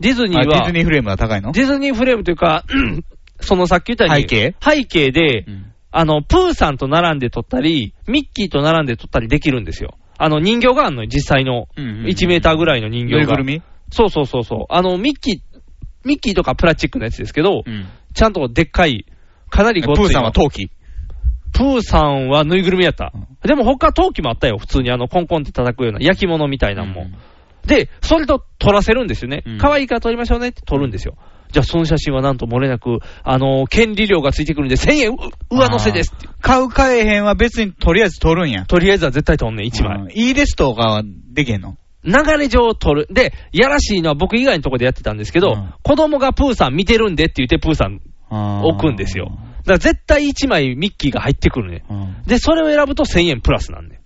Speaker 3: ディズニー
Speaker 2: あディ
Speaker 3: は
Speaker 2: ズ、ニーフレームは高いの
Speaker 3: ディズニーフレームというか、 そのさっき言ったように、
Speaker 2: 背景
Speaker 3: 背景で、
Speaker 2: うん
Speaker 3: あの、プーさんと並んで撮ったり、ミッキーと並んで撮ったりできるんですよ。あの、人形があんのよ実際の。
Speaker 2: うんうんうん
Speaker 3: 1メーターぐらいの人形
Speaker 2: ぬい
Speaker 3: が。
Speaker 2: ぐるみ
Speaker 3: そうそうそうそう。あの、ミッキー、ミッキーとかプラスチックのやつですけど、
Speaker 2: うん。
Speaker 3: ちゃんとでっかい、かなり
Speaker 2: プ
Speaker 3: ごっついの
Speaker 2: ーさんは陶器。
Speaker 3: プーさんはぬいぐるみやった。でも他陶器もあったよ。普通にあの、コンコンって叩くような焼き物みたいなんも。
Speaker 2: うん
Speaker 3: で、それと撮らせるんですよね
Speaker 2: うん。
Speaker 3: 可愛いから撮りましょうねって撮るんですよ。じゃあ、その写真はなんと漏れなく、あのー権利料がついてくるんで、1000円う上乗せですって。
Speaker 2: 買う買えへんは別にとりあえず取るんや。
Speaker 3: とりあえずは絶対撮んねん、1枚。
Speaker 2: うんいいですとかはできへんの
Speaker 3: 流れ上撮る。で、やらしいのは僕以外のとこでやってたんですけ
Speaker 2: う
Speaker 3: ど、
Speaker 2: ん
Speaker 3: 子供がプーさん見てるんでって言って、プーさん置
Speaker 2: 置
Speaker 3: くんですよ。だから絶対1枚ミッキーが入ってくるね。
Speaker 2: うん。
Speaker 3: で、それを選ぶと1000円プラスなんで。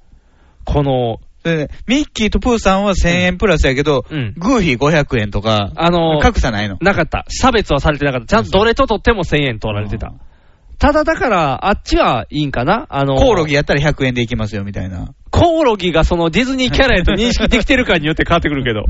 Speaker 3: この、
Speaker 2: それでミッキーとプーさんは1000円プラスやけど、
Speaker 3: うん
Speaker 2: グーフィー500円とか、
Speaker 3: あのー
Speaker 2: 格差ないの。
Speaker 3: なかった。差別はされてなかった。ちゃんとどれと取っても1000円取られてた。ただだから、あっちはいいんかなあの、
Speaker 2: コオロギ。やったら100円でいきますよ、みたいな。
Speaker 3: コオロギがそのディズニーキャラやと認識できてるかによって変わってくるけど。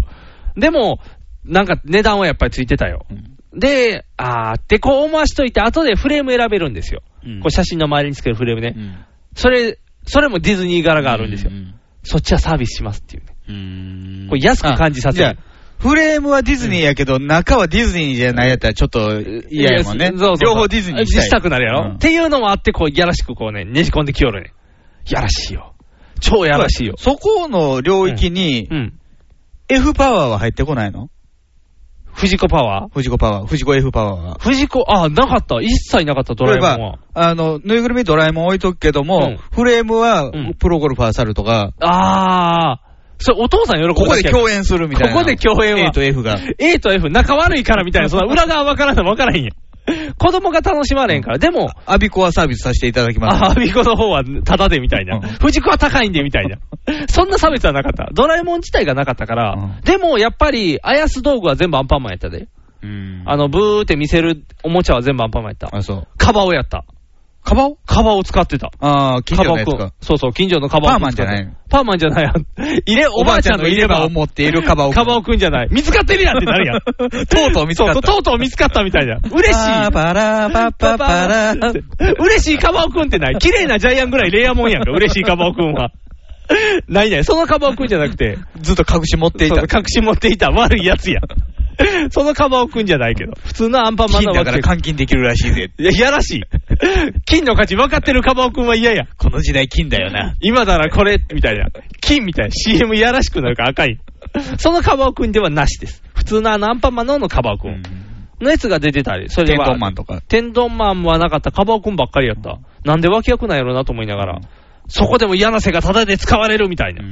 Speaker 3: でも、なんか値段はやっぱりついてたよ。で、あーってこう思わしといて、後でフレーム選べるんですよ。
Speaker 2: うん
Speaker 3: こう写真の周りにつけるフレームね。
Speaker 2: うん
Speaker 3: それ、それもディズニー柄があるんですよ。
Speaker 2: うん
Speaker 3: そっちはサービスしますっていうね。
Speaker 2: うん
Speaker 3: これ安く感じさせる
Speaker 2: あじゃあフレームはディズニーやけど、中はディズニーじゃないやったらちょっと嫌やもんね。
Speaker 3: いやそうそうそう
Speaker 2: 両方ディズニーにしたい
Speaker 3: したくなるやろ、
Speaker 2: うん
Speaker 3: っていうのもあって、こう、やらしくこうね、ねじ込んできよるね。やらしいよ。超やらしいよ。
Speaker 2: そこの領域に
Speaker 3: う、ん。
Speaker 2: F パワーは入ってこないの
Speaker 3: 藤子パワー
Speaker 2: 藤子パワー、藤子 F パワーは。
Speaker 3: 藤子、あ、なかった。一切なかった、ドラえもんは。
Speaker 2: あの、ぬいぐるみドラえもん置いとくけど
Speaker 3: う
Speaker 2: も、
Speaker 3: ん
Speaker 2: フレームは
Speaker 3: うん
Speaker 2: プロゴルファー猿とか、
Speaker 3: あー。それ、お父さん喜ぶ
Speaker 2: ここで
Speaker 3: 演。
Speaker 2: 共演するみたいな。
Speaker 3: ここで共演は
Speaker 2: A と F が。
Speaker 3: A と F、仲悪いからみたいな、その裏側わからんのわからへんやん。子供が楽しまれへんから。でも、
Speaker 2: アビコはサービスさせていただきます。
Speaker 3: あ、アビコの方はタダでみたいな
Speaker 2: うん。
Speaker 3: 藤子は高いんでみた いな。そんな差別はなかった。ドラえもん自体がなかったから。
Speaker 2: うん
Speaker 3: でも、やっぱり、あやす道具は全部アンパンマンやったで。
Speaker 2: うん
Speaker 3: あの、ブーって見せるおもちゃは全部アンパンマンやった。
Speaker 2: あ、そう。
Speaker 3: カバオやった。カバオカバオ使ってた。
Speaker 2: ああ、近所のやつ
Speaker 3: カバオ
Speaker 2: か
Speaker 3: くん。そうそう、近所のカバオく使って
Speaker 2: パーマンじゃない
Speaker 3: パーマンじゃない。 入れ、おばあちゃんの入れ歯
Speaker 2: を持っているカバオくん
Speaker 3: カバオくんじゃない。見つかってるやんってなるやん。
Speaker 2: とうとう見つかった
Speaker 3: そとうとう見つかったみたいな。嬉しい。
Speaker 2: パパラパパパラ。
Speaker 3: 嬉しいカバオくんってない。綺麗なジャイアンぐらいレアもんやんか、嬉しいカバオくんは。ないない、そのカバオくんじゃなくて、
Speaker 2: ずっと隠し持ってい
Speaker 3: そ
Speaker 2: た。
Speaker 3: の隠し持っていた悪いやつや。そのカバオくんじゃないけど、普通のアンパンマン
Speaker 2: 金
Speaker 3: の
Speaker 2: だから
Speaker 3: 惑星
Speaker 2: 換金できるらしいぜ。
Speaker 3: いや、いやらしい。金の価値分かってるカバオくんは嫌や。
Speaker 2: この時代金だよな。
Speaker 3: 今ならこれ、みたいな。金みたいな。CM いやらしくなるから赤い。そのカバオくんではなしです。普通のあのアンパンマンののカバオくん。のやつが出てたり、それ
Speaker 2: テン
Speaker 3: は。
Speaker 2: トンマンとか。
Speaker 3: 天丼マンはなかった、カバオくんばっかりやった。なんで脇役なんやろなと思いながら。そこでも柳瀬がタダで使われるみたいな。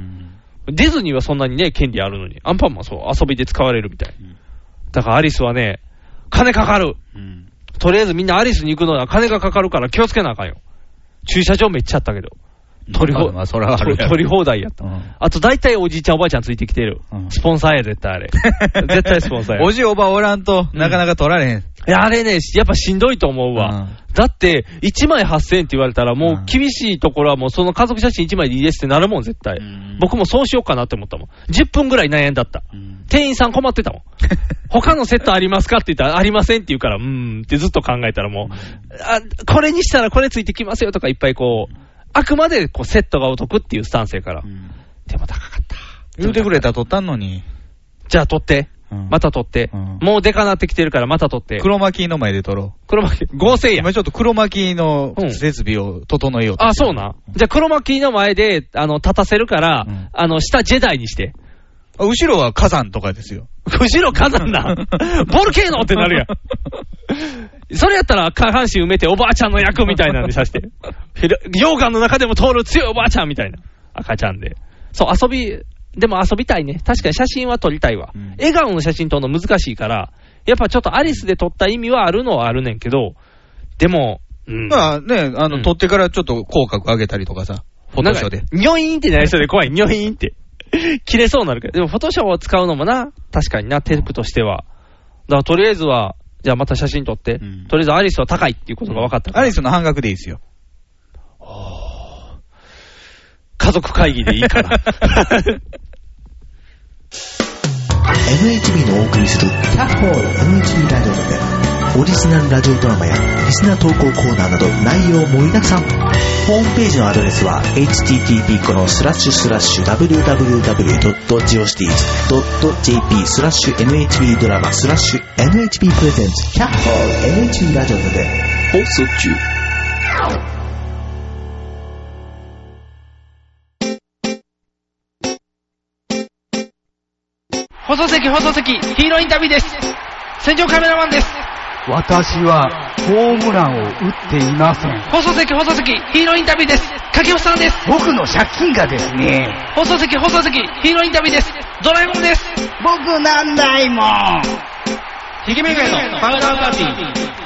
Speaker 3: ディズニーはそんなにね、権利あるのに。アンパンマンそう、遊びで使われるみたい。だからアリスはね、金かかる。とりあえずみんなアリスに行くのは金がかかるから気をつけなあかんよ。駐車場めっちゃあったけど。取り
Speaker 2: まあ
Speaker 3: 放
Speaker 2: まあそれはあるやろ
Speaker 3: 取り放題やった。
Speaker 2: うん
Speaker 3: あと大体おじいちゃんおばあちゃんついてきてる。
Speaker 2: うん
Speaker 3: スポンサーや、絶対 あれ。 絶対スポンサーや。
Speaker 2: おじおばおらんと、なかなか取られへん。
Speaker 3: いや、あれね、やっぱしんどいと思うわ。だって、1枚8000円って言われたら、も
Speaker 2: うん
Speaker 3: う厳しいところはもうその家族写真1枚でいいですってなるもん、絶対
Speaker 2: ん。
Speaker 3: 僕もそうしようかなって思ったもん。10分ぐらい悩んだった。店員さん困って たもん。他のセットありますかって言ったら、ありませんって言うから、うーんってずっと考えたらもう、あ、これにしたらこれついてきますよとかいっぱいこう、あくまでこうセットがお得っていうスタンスやから。でも高かった。
Speaker 2: 言うてくれたら取ったんのに。
Speaker 3: じゃあ取って。
Speaker 2: うん
Speaker 3: また撮って、
Speaker 2: うん
Speaker 3: もうデカなってきてるからまた撮って、
Speaker 2: 黒巻きの前で撮ろ
Speaker 3: 黒巻き、合成
Speaker 2: う。
Speaker 3: や。
Speaker 2: 今ちょっと黒巻きの設備を整えようと。
Speaker 3: あ、そうな。じゃあ黒巻きの前で、あの、立たせるから、
Speaker 2: うん
Speaker 3: あの、下ジェダイにして。
Speaker 2: あ後ろは火山とかですよ。
Speaker 3: 後ろ火 山だボルケーノってなるやん。それやったら下半身埋めておばあちゃんの役みたいなんでさして。ひら溶岩の中でも通る強いおばあちゃんみたいな。赤ちゃんで。そう、遊び、でも遊びたいね。確かに写真は撮りたいわ。
Speaker 2: うん
Speaker 3: 笑顔の写真撮るの難しいから、やっぱちょっとアリスで撮った意味はあるのはあるねんけど、でも、うん。
Speaker 2: まあね、あの、
Speaker 3: うん
Speaker 2: 撮ってからちょっと口角上げたりとかさ、フォトショーで
Speaker 3: なん。かニョイーンってなりそうで怖い。ニョイーンって。 切れそうになるけど。でも、フォトショーを使うのもな、確かにな、テープとしては。だから、とりあえずは、じゃあまた写真撮って、
Speaker 2: うん
Speaker 3: とりあえずアリスは高いっていうことが分かったから、
Speaker 2: アリスの半額でいいですよ。
Speaker 3: 家族会議でいいから。
Speaker 7: NHB のお送りする、キャッホール NHB ラジオで、オリジナルラジオドラマやリスナー投稿コーナーなど内容盛りだくさん。ホームページのアドレスは、http このスラッシュスラッシュ www.geocities.jp スラッシュ NHB ドラマスラッシュ NHB プレゼンツ、キャッホール NHB ラジオで、放送中。
Speaker 8: 放送席、放送席、ヒーローインタビューです。戦場カメラマンです。
Speaker 6: 私はホームランを打っていません。
Speaker 8: 放送席、放送席、ヒーローインタビューです。掛布さんです。
Speaker 6: 僕の借金がですね、
Speaker 8: 放送席、放送席、ヒーローインタビューです。ドラえもんです。
Speaker 6: 僕なんないもん。
Speaker 8: ひげめがえのパウダーパーティー。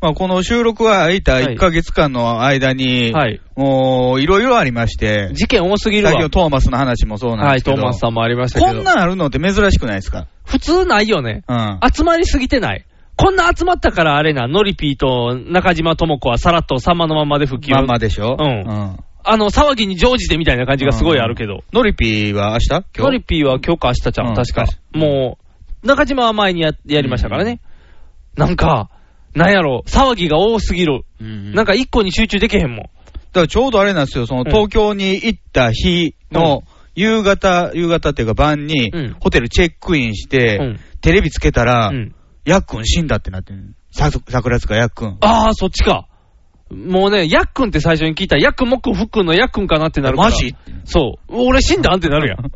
Speaker 2: まあ、この収録は空いた
Speaker 3: はい
Speaker 2: 1ヶ月間の間に、
Speaker 3: はい
Speaker 2: もう、いろいろありまして、
Speaker 3: 事件多すぎる
Speaker 2: 先ほど
Speaker 3: わ。
Speaker 2: トーマスの話もそうなん
Speaker 3: は
Speaker 2: で
Speaker 3: い、
Speaker 2: すけ
Speaker 3: ト
Speaker 2: ど、
Speaker 3: ーマスさんもありましたけ
Speaker 2: こ
Speaker 3: ど。
Speaker 2: んなんあるのって珍しくないですか
Speaker 3: 普通ないよね。
Speaker 2: うん。
Speaker 3: 集まりすぎてない。こんな集まったからあれな、ノリピーと中島智子はさらっと様のままで復帰を
Speaker 2: まんまでしょ
Speaker 3: うんあの、騒ぎに乗じてみたいな感じがすごいあるけど。
Speaker 2: ノリピーは明日今日
Speaker 3: ノリピーは許可したじゃ
Speaker 2: う
Speaker 3: ん、
Speaker 2: ん
Speaker 3: 確か
Speaker 2: 確。
Speaker 3: もう、中島は前にややりましたからね。なんか、なんやろ、騒ぎが多すぎる。
Speaker 2: うん
Speaker 3: なんか一個に集中できへんもん。
Speaker 2: だからちょうどあれなんですよ、その
Speaker 3: ん
Speaker 2: 東京に行った日の夕方、夕方っていうか晩に、
Speaker 3: うん
Speaker 2: ホテルチェックインして、
Speaker 3: うん
Speaker 2: テレビつけたら、
Speaker 3: うん
Speaker 2: ヤックン死んだってなってんさ桜塚ヤックン。
Speaker 3: ああ、そっちか。もうね、ヤックンって最初に聞いたら、ヤックン、モックン、フックンのヤックンかなってなるから。
Speaker 2: マジ
Speaker 3: そう。俺死んだんってなる やん。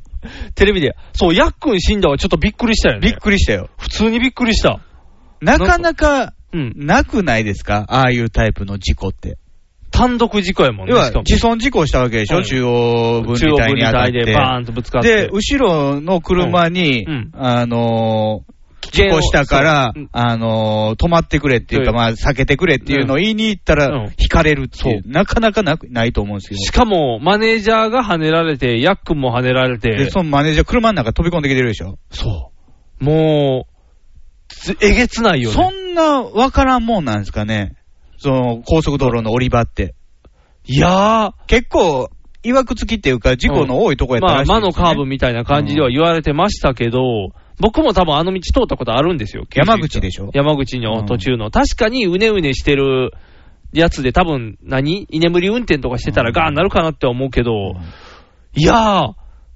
Speaker 3: テレビで。そう、ヤックン死んだはちょっとびっくりしたよね。
Speaker 2: びっくりしたよ。
Speaker 3: 普通にびっくりした。
Speaker 2: なかなか、
Speaker 3: うん。
Speaker 2: なくないですかああいうタイプの事故って。
Speaker 3: 単独事故やもんね。
Speaker 2: 要は
Speaker 3: しかも、
Speaker 2: 自損事故したわけでしょ、
Speaker 3: うん
Speaker 2: 中央分
Speaker 3: 中
Speaker 2: 離
Speaker 3: 央
Speaker 2: 帯
Speaker 3: 分
Speaker 2: に当
Speaker 3: 離
Speaker 2: たっ
Speaker 3: 帯
Speaker 2: て。
Speaker 3: でバーンとぶつかって。
Speaker 2: で、後ろの車に、
Speaker 3: うんうん
Speaker 2: あのー、
Speaker 3: 険
Speaker 2: 事
Speaker 3: を
Speaker 2: 故したから
Speaker 3: そううん、
Speaker 2: あのー、止まってくれっていうか、
Speaker 3: そう
Speaker 2: まあ、避けてくれっていうのを言いに行った
Speaker 3: うん
Speaker 2: ら、引かれるっていう、なかなかなくないと思うんですけ
Speaker 3: しかも、マネージャーが跳ねられて、ヤックンも跳ねら
Speaker 2: ど、
Speaker 3: れ
Speaker 2: で、
Speaker 3: て、
Speaker 2: そのマネージャー、車の中飛び込んできてるでしょ。
Speaker 3: そう。もう、つえげつないよ
Speaker 2: そ
Speaker 3: ね。
Speaker 2: んなわからんもんなんですかね、その高速道路の降り場って。
Speaker 3: いや
Speaker 2: 結構、いわくつきっていうか、事故の多いとこ
Speaker 3: ー、
Speaker 2: やった
Speaker 3: まあ、
Speaker 2: らしい
Speaker 3: 魔
Speaker 2: で
Speaker 3: の
Speaker 2: すよね
Speaker 3: カーブみたいな感じでは言われてましたけど、僕も多分あの道通ったことあるんですよ。九州
Speaker 2: 山口でしょ
Speaker 3: 山口の途中の。確かにうねうねしてるやつで多分何居眠り運転とかしてたらガーンなるかなって思うけど、いやー、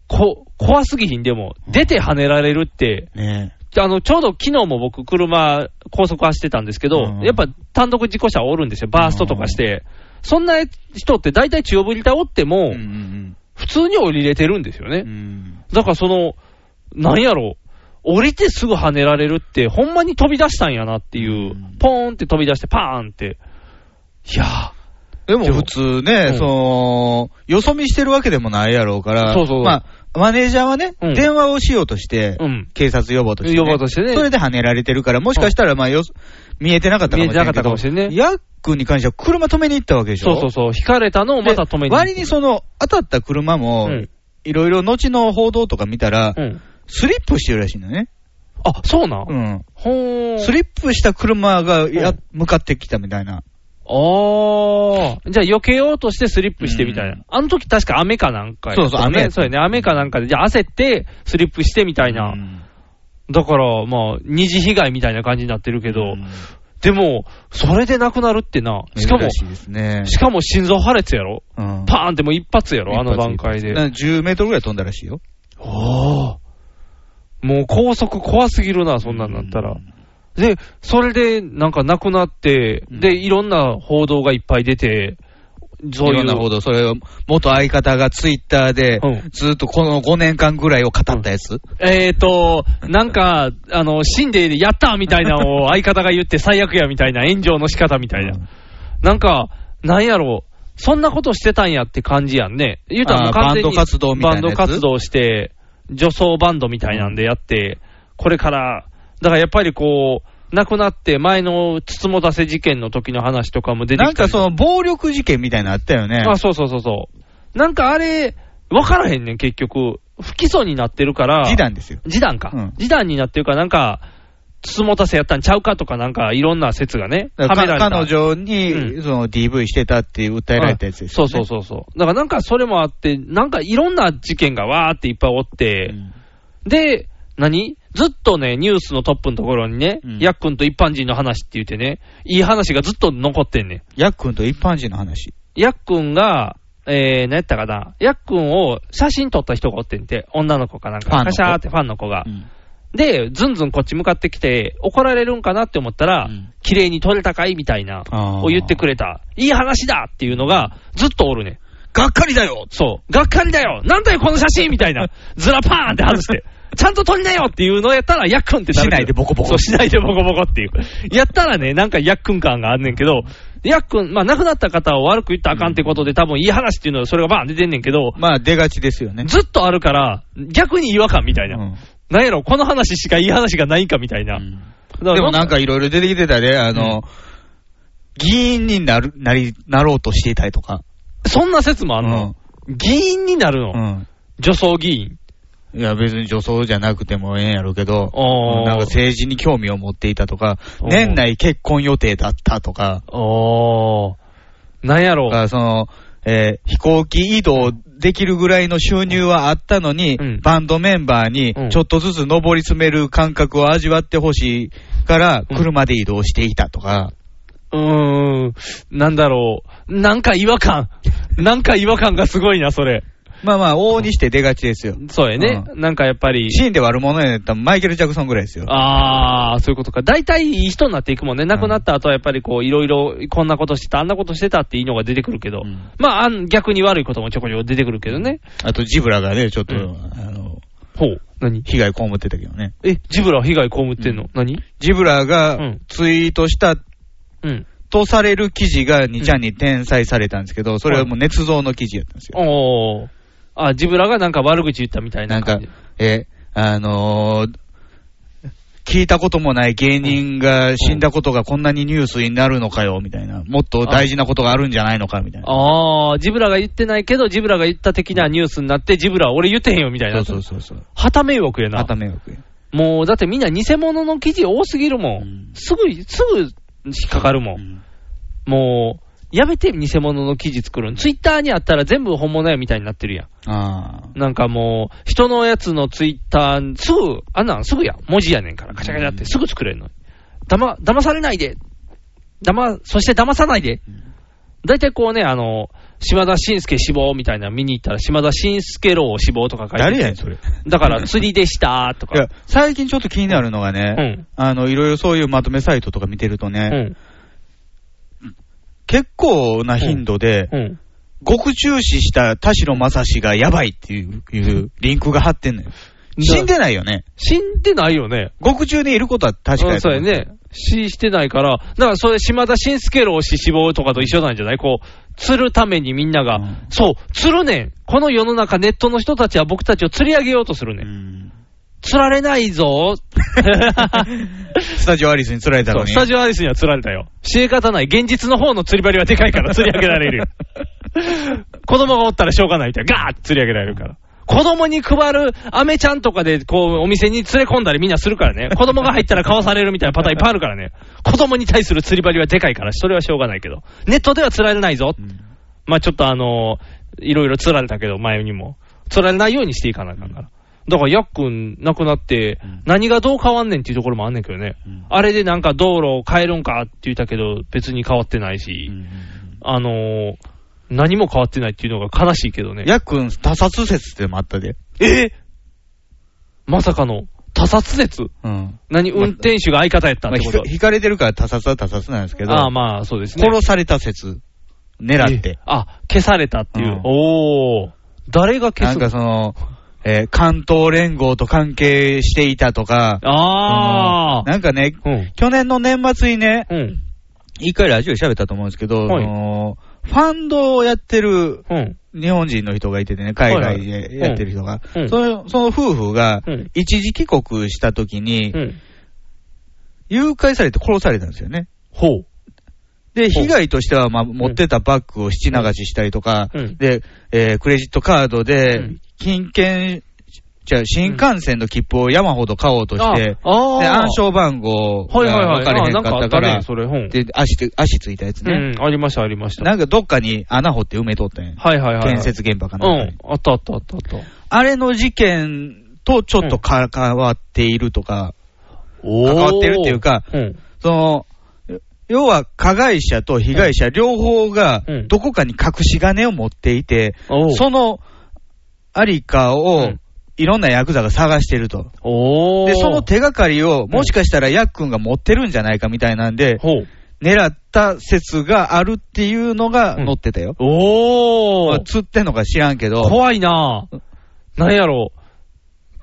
Speaker 3: こ、怖すぎひんでも、出て跳ねられるって、
Speaker 2: ね
Speaker 3: あの、ちょうど昨日も僕、車、高速走ってたんですけど、
Speaker 2: うん
Speaker 3: やっぱ単独事故車おるんですよ、バーストとかして。そんな人って大体中央ぶり倒っても、
Speaker 2: えうん
Speaker 3: 普通に降りれてるんですよね。
Speaker 2: うんうんうん
Speaker 3: だからその、なんやろ、降りてすぐ跳ねられるって、ほんまに飛び出したんやなっていう、
Speaker 2: うん
Speaker 3: ポーンって飛び出して、パーンって。いやー、
Speaker 2: でも普通
Speaker 3: う
Speaker 2: ね
Speaker 3: ん、
Speaker 2: その、よそ見してるわけでもないやろうから、
Speaker 3: そうそう
Speaker 2: まあ、マネージャーはね、
Speaker 3: うん
Speaker 2: 電話をしようとして
Speaker 3: うん、
Speaker 2: 警察呼ぼうとして、
Speaker 3: 呼ぼうとしてね
Speaker 2: それで跳ねられてるから、もしかしたら、まあ、よそ見えてなかったかもしれない。
Speaker 3: 見えてなかったかもしれんね
Speaker 2: ヤックに関しては車止めに行ったわけでしょ
Speaker 3: そうそうそう、引かれたのをまた止め
Speaker 2: で
Speaker 3: に。
Speaker 2: 割にその、当たった車も
Speaker 3: うん、
Speaker 2: いろいろ後の報道とか見たら
Speaker 3: う、ん。
Speaker 2: スリップしてるらしいんだよね。
Speaker 3: あ、そうなん、
Speaker 2: うん。
Speaker 3: ほーん。
Speaker 2: スリップした車がや向かってきたみたいな。
Speaker 3: ああ。じゃあ避けようとしてスリップしてみたいな。
Speaker 2: うん
Speaker 3: あの時確か雨かなんかやっ
Speaker 2: そうそ
Speaker 3: たよね
Speaker 2: う雨やった
Speaker 3: そうやね。雨かなんかで、じゃあ焦ってスリップしてみたいな。
Speaker 2: うん
Speaker 3: だから、まあ、二次被害みたいな感じになってるけど、
Speaker 2: うん
Speaker 3: でも、それで亡くなるってな。しかも
Speaker 2: 珍、しいですね。
Speaker 3: しかも心臓破裂やろ
Speaker 2: うん
Speaker 3: パーンってもう一発やろあの段階で。
Speaker 2: 10メートルぐらい飛んだらしいよ。
Speaker 3: おーもう高速怖すぎるな、そんなんなったら。で、それでなんか亡くなって、で、いろんな報道がいっぱい出て、
Speaker 2: そ
Speaker 3: そうう
Speaker 2: い
Speaker 3: いうう。
Speaker 2: なほど、それを、元相方がツイッターで
Speaker 3: う、
Speaker 2: ずっとこの5年間ぐらいを語ったやつ、
Speaker 3: えっ、ー、と、なんか、あの、死んでやったみたいなのを相方が言って最悪やみたいな炎上の仕方みたいな。なんか、なんやろう、そんなことしてたんやって感じやんね。言うたらもう完全に
Speaker 2: あーバンド活動みたいなやつ
Speaker 3: バンド活動して、女装バンドみたいなんでやって、これから、だからやっぱりこう、亡くなって前のつつもたせ事件の時の話とかも出てきた
Speaker 2: なん
Speaker 3: りと
Speaker 2: かその暴力事件みたいなのあったよね。
Speaker 3: あ、そうそうそうそう。なんかあれ、わからへんねん、結局。不起訴になってるから。
Speaker 2: 示談ですよ。
Speaker 3: 示談か。
Speaker 2: うん
Speaker 3: 示談になってるから、なんか、つつもたせやったんちゃうかとか、なんか、いろんな説がね、
Speaker 2: だ
Speaker 3: は
Speaker 2: か
Speaker 3: めら
Speaker 2: ら
Speaker 3: れた。
Speaker 2: 彼女に、
Speaker 3: うん
Speaker 2: その DV してたって訴えられたやつです
Speaker 3: そ
Speaker 2: よ
Speaker 3: う
Speaker 2: ね
Speaker 3: そうそうそう。だからなんかそれもあって、なんかいろんな事件がわーっていっぱいおって、
Speaker 2: ん
Speaker 3: で、何ずっとね、ニュースのトップのところにね、
Speaker 2: うん
Speaker 3: ヤックンと一般人の話って言ってね、いい話がずっと残ってんねん。
Speaker 2: ヤックンと一般人の話。
Speaker 3: ヤックンが、えー、何やったかな、ヤックンを写真撮った人がおってんて、女の子かなん
Speaker 2: ファン
Speaker 3: か、
Speaker 2: の子
Speaker 3: カシャーってファンの子が。
Speaker 2: うん
Speaker 3: で、ずんずんこっち向かってきて、怒られるんかなって思ったら、
Speaker 2: うん
Speaker 3: 綺麗に撮れたかいみたいな、
Speaker 2: あー
Speaker 3: を言ってくれた。いい話だっていうのが、ずっとおるねん。
Speaker 2: がっかりだよ
Speaker 3: そう。がっかりだよなんだよこの写真みた いな。ずらパーンって外して。ちゃんと撮りなよっていうのをやったら、ヤックンってな
Speaker 2: し
Speaker 3: る
Speaker 2: ないでボコボコ
Speaker 3: そう、しないでボコボコっていう。やったらね、なんかヤックン感があんねんけど、ヤックン、まあ亡くなった方を悪く言ったらあかんってことで、多分いい話っていうのはそれがバーン出てんねんけど、
Speaker 2: まあ出がちですよね。
Speaker 3: ずっとあるから、逆に違和感みたいな。
Speaker 2: うん
Speaker 3: なんやろ、この話しかいい話がないんかみたいな。だから
Speaker 2: でもなんかいろいろ出てきてたで、あの、議員になる、なり、なろうとしていたりとか。
Speaker 3: そんな説もあんの、議員になるの、
Speaker 2: うん。
Speaker 3: 女装議員。
Speaker 2: いや、別に女装じゃなくてもええんやろうけど、
Speaker 3: おー
Speaker 2: なんか政治に興味を持っていたとか、
Speaker 3: おー
Speaker 2: 年内結婚予定だったとか、
Speaker 3: おー。なんやろ
Speaker 2: だからその、えー飛行機移動できるぐらいの収入はあったのに、
Speaker 3: うん
Speaker 2: バンドメンバーに
Speaker 3: うん
Speaker 2: ちょっとずつ上り詰める感覚を味わってほしいから、
Speaker 3: うん
Speaker 2: 車で移動していたとか、
Speaker 3: うーん、なんだろう。なんか違和 感。なんか違和感がすごいな、それ。
Speaker 2: まあまあ、往々にして出がちですよ。
Speaker 3: そうやね。
Speaker 2: う
Speaker 3: なんかやっぱり。
Speaker 2: シーンで悪者やったらマイケル・ジャクソンぐらいですよ。
Speaker 3: あー、そういうことか。大体いい人になっていくもんね。亡くなった後はやっぱりこう、いろいろ、こんなことしてた、あんなことしてたっていいのが出てくるけど。
Speaker 2: うん
Speaker 3: まああん、逆に悪いこともちょこちょこ出てくるけどね。
Speaker 2: あと、ジブラがね、ちょっと、
Speaker 3: うん
Speaker 2: あの、
Speaker 3: ほう。何
Speaker 2: 被害被ってたけどね。
Speaker 3: え、ジブラ被害被ってんの、何
Speaker 2: ジブラ
Speaker 3: う
Speaker 2: が
Speaker 3: ん
Speaker 2: ツイートした
Speaker 3: うん。
Speaker 2: とされる記事が2ちゃんに転載されたんですけど、それはもう捏造の記事やったんですよ。
Speaker 3: おー。あ、ジブラがなんか悪口言ったみたい
Speaker 2: な
Speaker 3: なん
Speaker 2: か
Speaker 3: 感じ。、
Speaker 2: え、あのー聞いたこともない芸人が死んだことがこんなにニュースになるのかよ、みたいな。もっと大事なことがあるんじゃないのか、みたいな。
Speaker 3: あー、ジブラが言ってないけど、ジブラが言った的なニュースになって、ジブラは俺言ってへんよみたい
Speaker 2: そ
Speaker 3: な。
Speaker 2: うそうそうそう。
Speaker 3: 旗迷惑やな。
Speaker 2: 旗迷惑や
Speaker 3: もう、だってみんな偽物の記事多すぎるもん。
Speaker 2: うん
Speaker 3: すぐ、すぐ引っかかる
Speaker 2: う
Speaker 3: もん。
Speaker 2: ん
Speaker 3: もう、やめて偽物の記事作るの。ツイッターにあったら全部本物やみたいになってるや
Speaker 2: ああ。
Speaker 3: ん。なんかもう、人のやつのツイッター、すぐ、あんなんすぐやん。文字やねんから、カチャカチャってすぐ作れるのに。だま、騙されないで。騙、そして騙さないで。大体こうね、あの、島田紳介死亡みたいなの見に行ったら、島田紳介郎死亡とか書いてて
Speaker 2: 誰やねん、それ。い
Speaker 3: だから釣りでしたと
Speaker 2: や
Speaker 3: か。、
Speaker 2: 最近ちょっと気になるのがね、
Speaker 3: うん
Speaker 2: あの、いろいろそういうまとめサイトとか見てると
Speaker 3: う
Speaker 2: ね、
Speaker 3: ん。
Speaker 2: 結構な頻度で、
Speaker 3: うん。
Speaker 2: 極中視した田代正史がやばいっていういうリンクが貼ってんのよ。死んでないよね。
Speaker 3: 死んでないよね。
Speaker 2: 獄中にいることは確か
Speaker 3: う
Speaker 2: に。
Speaker 3: んそうや。ね。死してないから、だからそれ、島田紳介郎死死亡とかと一緒なんじゃないこう、釣るためにみんなが、
Speaker 2: うん
Speaker 3: そう、釣るねん。この世の中、ネットの人たちは僕たちを釣り上げようとするねん。釣られない ぞ
Speaker 2: スタジオアリスに釣られた
Speaker 3: そ
Speaker 2: の
Speaker 3: う、
Speaker 2: に。
Speaker 3: スタジオアリスには釣られたよ。仕方ない。現実の方の釣り針はでかいから釣り上げられる よ。子供がおったらしょうがないって、ガーって釣り上げられるから。子供に配る飴ちゃんとかで、こう、お店に連れ込んだりみんなするからね。子供が入ったら買わされるみたいなパターンいっぱいあるからね。子供に対する釣り針はでかいから、それはしょうがないけど。ネットでは釣られないぞ。まあちょっとあのーいろいろ釣られたけど、前にも。釣られないようにしていかなあかんから。だから、ヤックン亡くなって、何がどう変わんねんっていうところもあんねんけどね。あれでなんか道路を変えるんかって言ったけど、別に変わってないし、あのー何も変わってないっていうのが悲しいけどね。
Speaker 2: ヤックン、他殺説ってのもあったで。
Speaker 3: えーまさかの、他他殺説
Speaker 2: うん。
Speaker 3: 何運転手が相方やった
Speaker 2: ま
Speaker 3: っ
Speaker 2: あ、
Speaker 3: て
Speaker 2: ひ
Speaker 3: こと
Speaker 2: か引かれてるから他殺は他殺なんですけど、
Speaker 3: ああ、まあ、そうですね。
Speaker 2: 殺された説、狙って。。
Speaker 3: あ、消されたっていううんおー。誰が消
Speaker 2: な
Speaker 3: す
Speaker 2: んかその、えー関東連合と関係していたとか、
Speaker 3: ああ。
Speaker 2: なんかね、
Speaker 3: うん。
Speaker 2: 去年の年末にね、
Speaker 3: うん。
Speaker 2: 一回ラジオで喋ったと思うんですけど、
Speaker 3: はい
Speaker 2: そのファンドをやってる
Speaker 3: うん。
Speaker 2: 日本人の人がいててね、海
Speaker 3: はい
Speaker 2: 外
Speaker 3: はい
Speaker 2: でやってる人が、
Speaker 3: うん
Speaker 2: そのその夫婦が
Speaker 3: うん
Speaker 2: 一時帰国した時に、
Speaker 3: うん。
Speaker 2: 誘拐されて殺されたんですよね。
Speaker 3: ほう。
Speaker 2: で、
Speaker 3: ほう
Speaker 2: 被害としては、まあ、持ってたバッグを七流ししたりとか、
Speaker 3: うん
Speaker 2: で、えークレジットカード
Speaker 3: う
Speaker 2: で
Speaker 3: ん、
Speaker 2: 金券、じゃあ新幹線の切符を山ほど買おうとして、
Speaker 3: ああ。
Speaker 2: で、暗。証番号が
Speaker 3: はいはいは
Speaker 2: 分
Speaker 3: い。
Speaker 2: かれへんかっ
Speaker 3: あな
Speaker 2: た
Speaker 3: あ
Speaker 2: か
Speaker 3: った
Speaker 2: ら
Speaker 3: ね、それ、うん。
Speaker 2: で、足つ、足ついたやつ
Speaker 3: う
Speaker 2: ね。
Speaker 3: ん、ありました、ありました。
Speaker 2: なんかどっかに穴掘って埋めとったんや。
Speaker 3: はいはいはい。
Speaker 2: 建設現場か
Speaker 3: う
Speaker 2: なんかに
Speaker 3: ん。あったあったあったあった。
Speaker 2: あれの事件とちょっとか関わっているとか、
Speaker 3: お
Speaker 2: 関わってるっていうか
Speaker 3: うん。
Speaker 2: その、要は加害者と被害者両方が
Speaker 3: うん
Speaker 2: どこかに隠し金を持っていて、
Speaker 3: おう
Speaker 2: そのありか
Speaker 3: う
Speaker 2: を
Speaker 3: ん
Speaker 2: いろんなヤクザが探してると。
Speaker 3: おー。
Speaker 2: で、その手がかりをもしかしたらヤックンが持ってるんじゃないかみたいなんで、
Speaker 3: ほう。
Speaker 2: 狙った説があるっていうのが載ってたよ。
Speaker 3: お
Speaker 2: まあ
Speaker 3: ー。
Speaker 2: 釣ってんのか知らんけど。
Speaker 3: 怖いなぁ。なんやろう。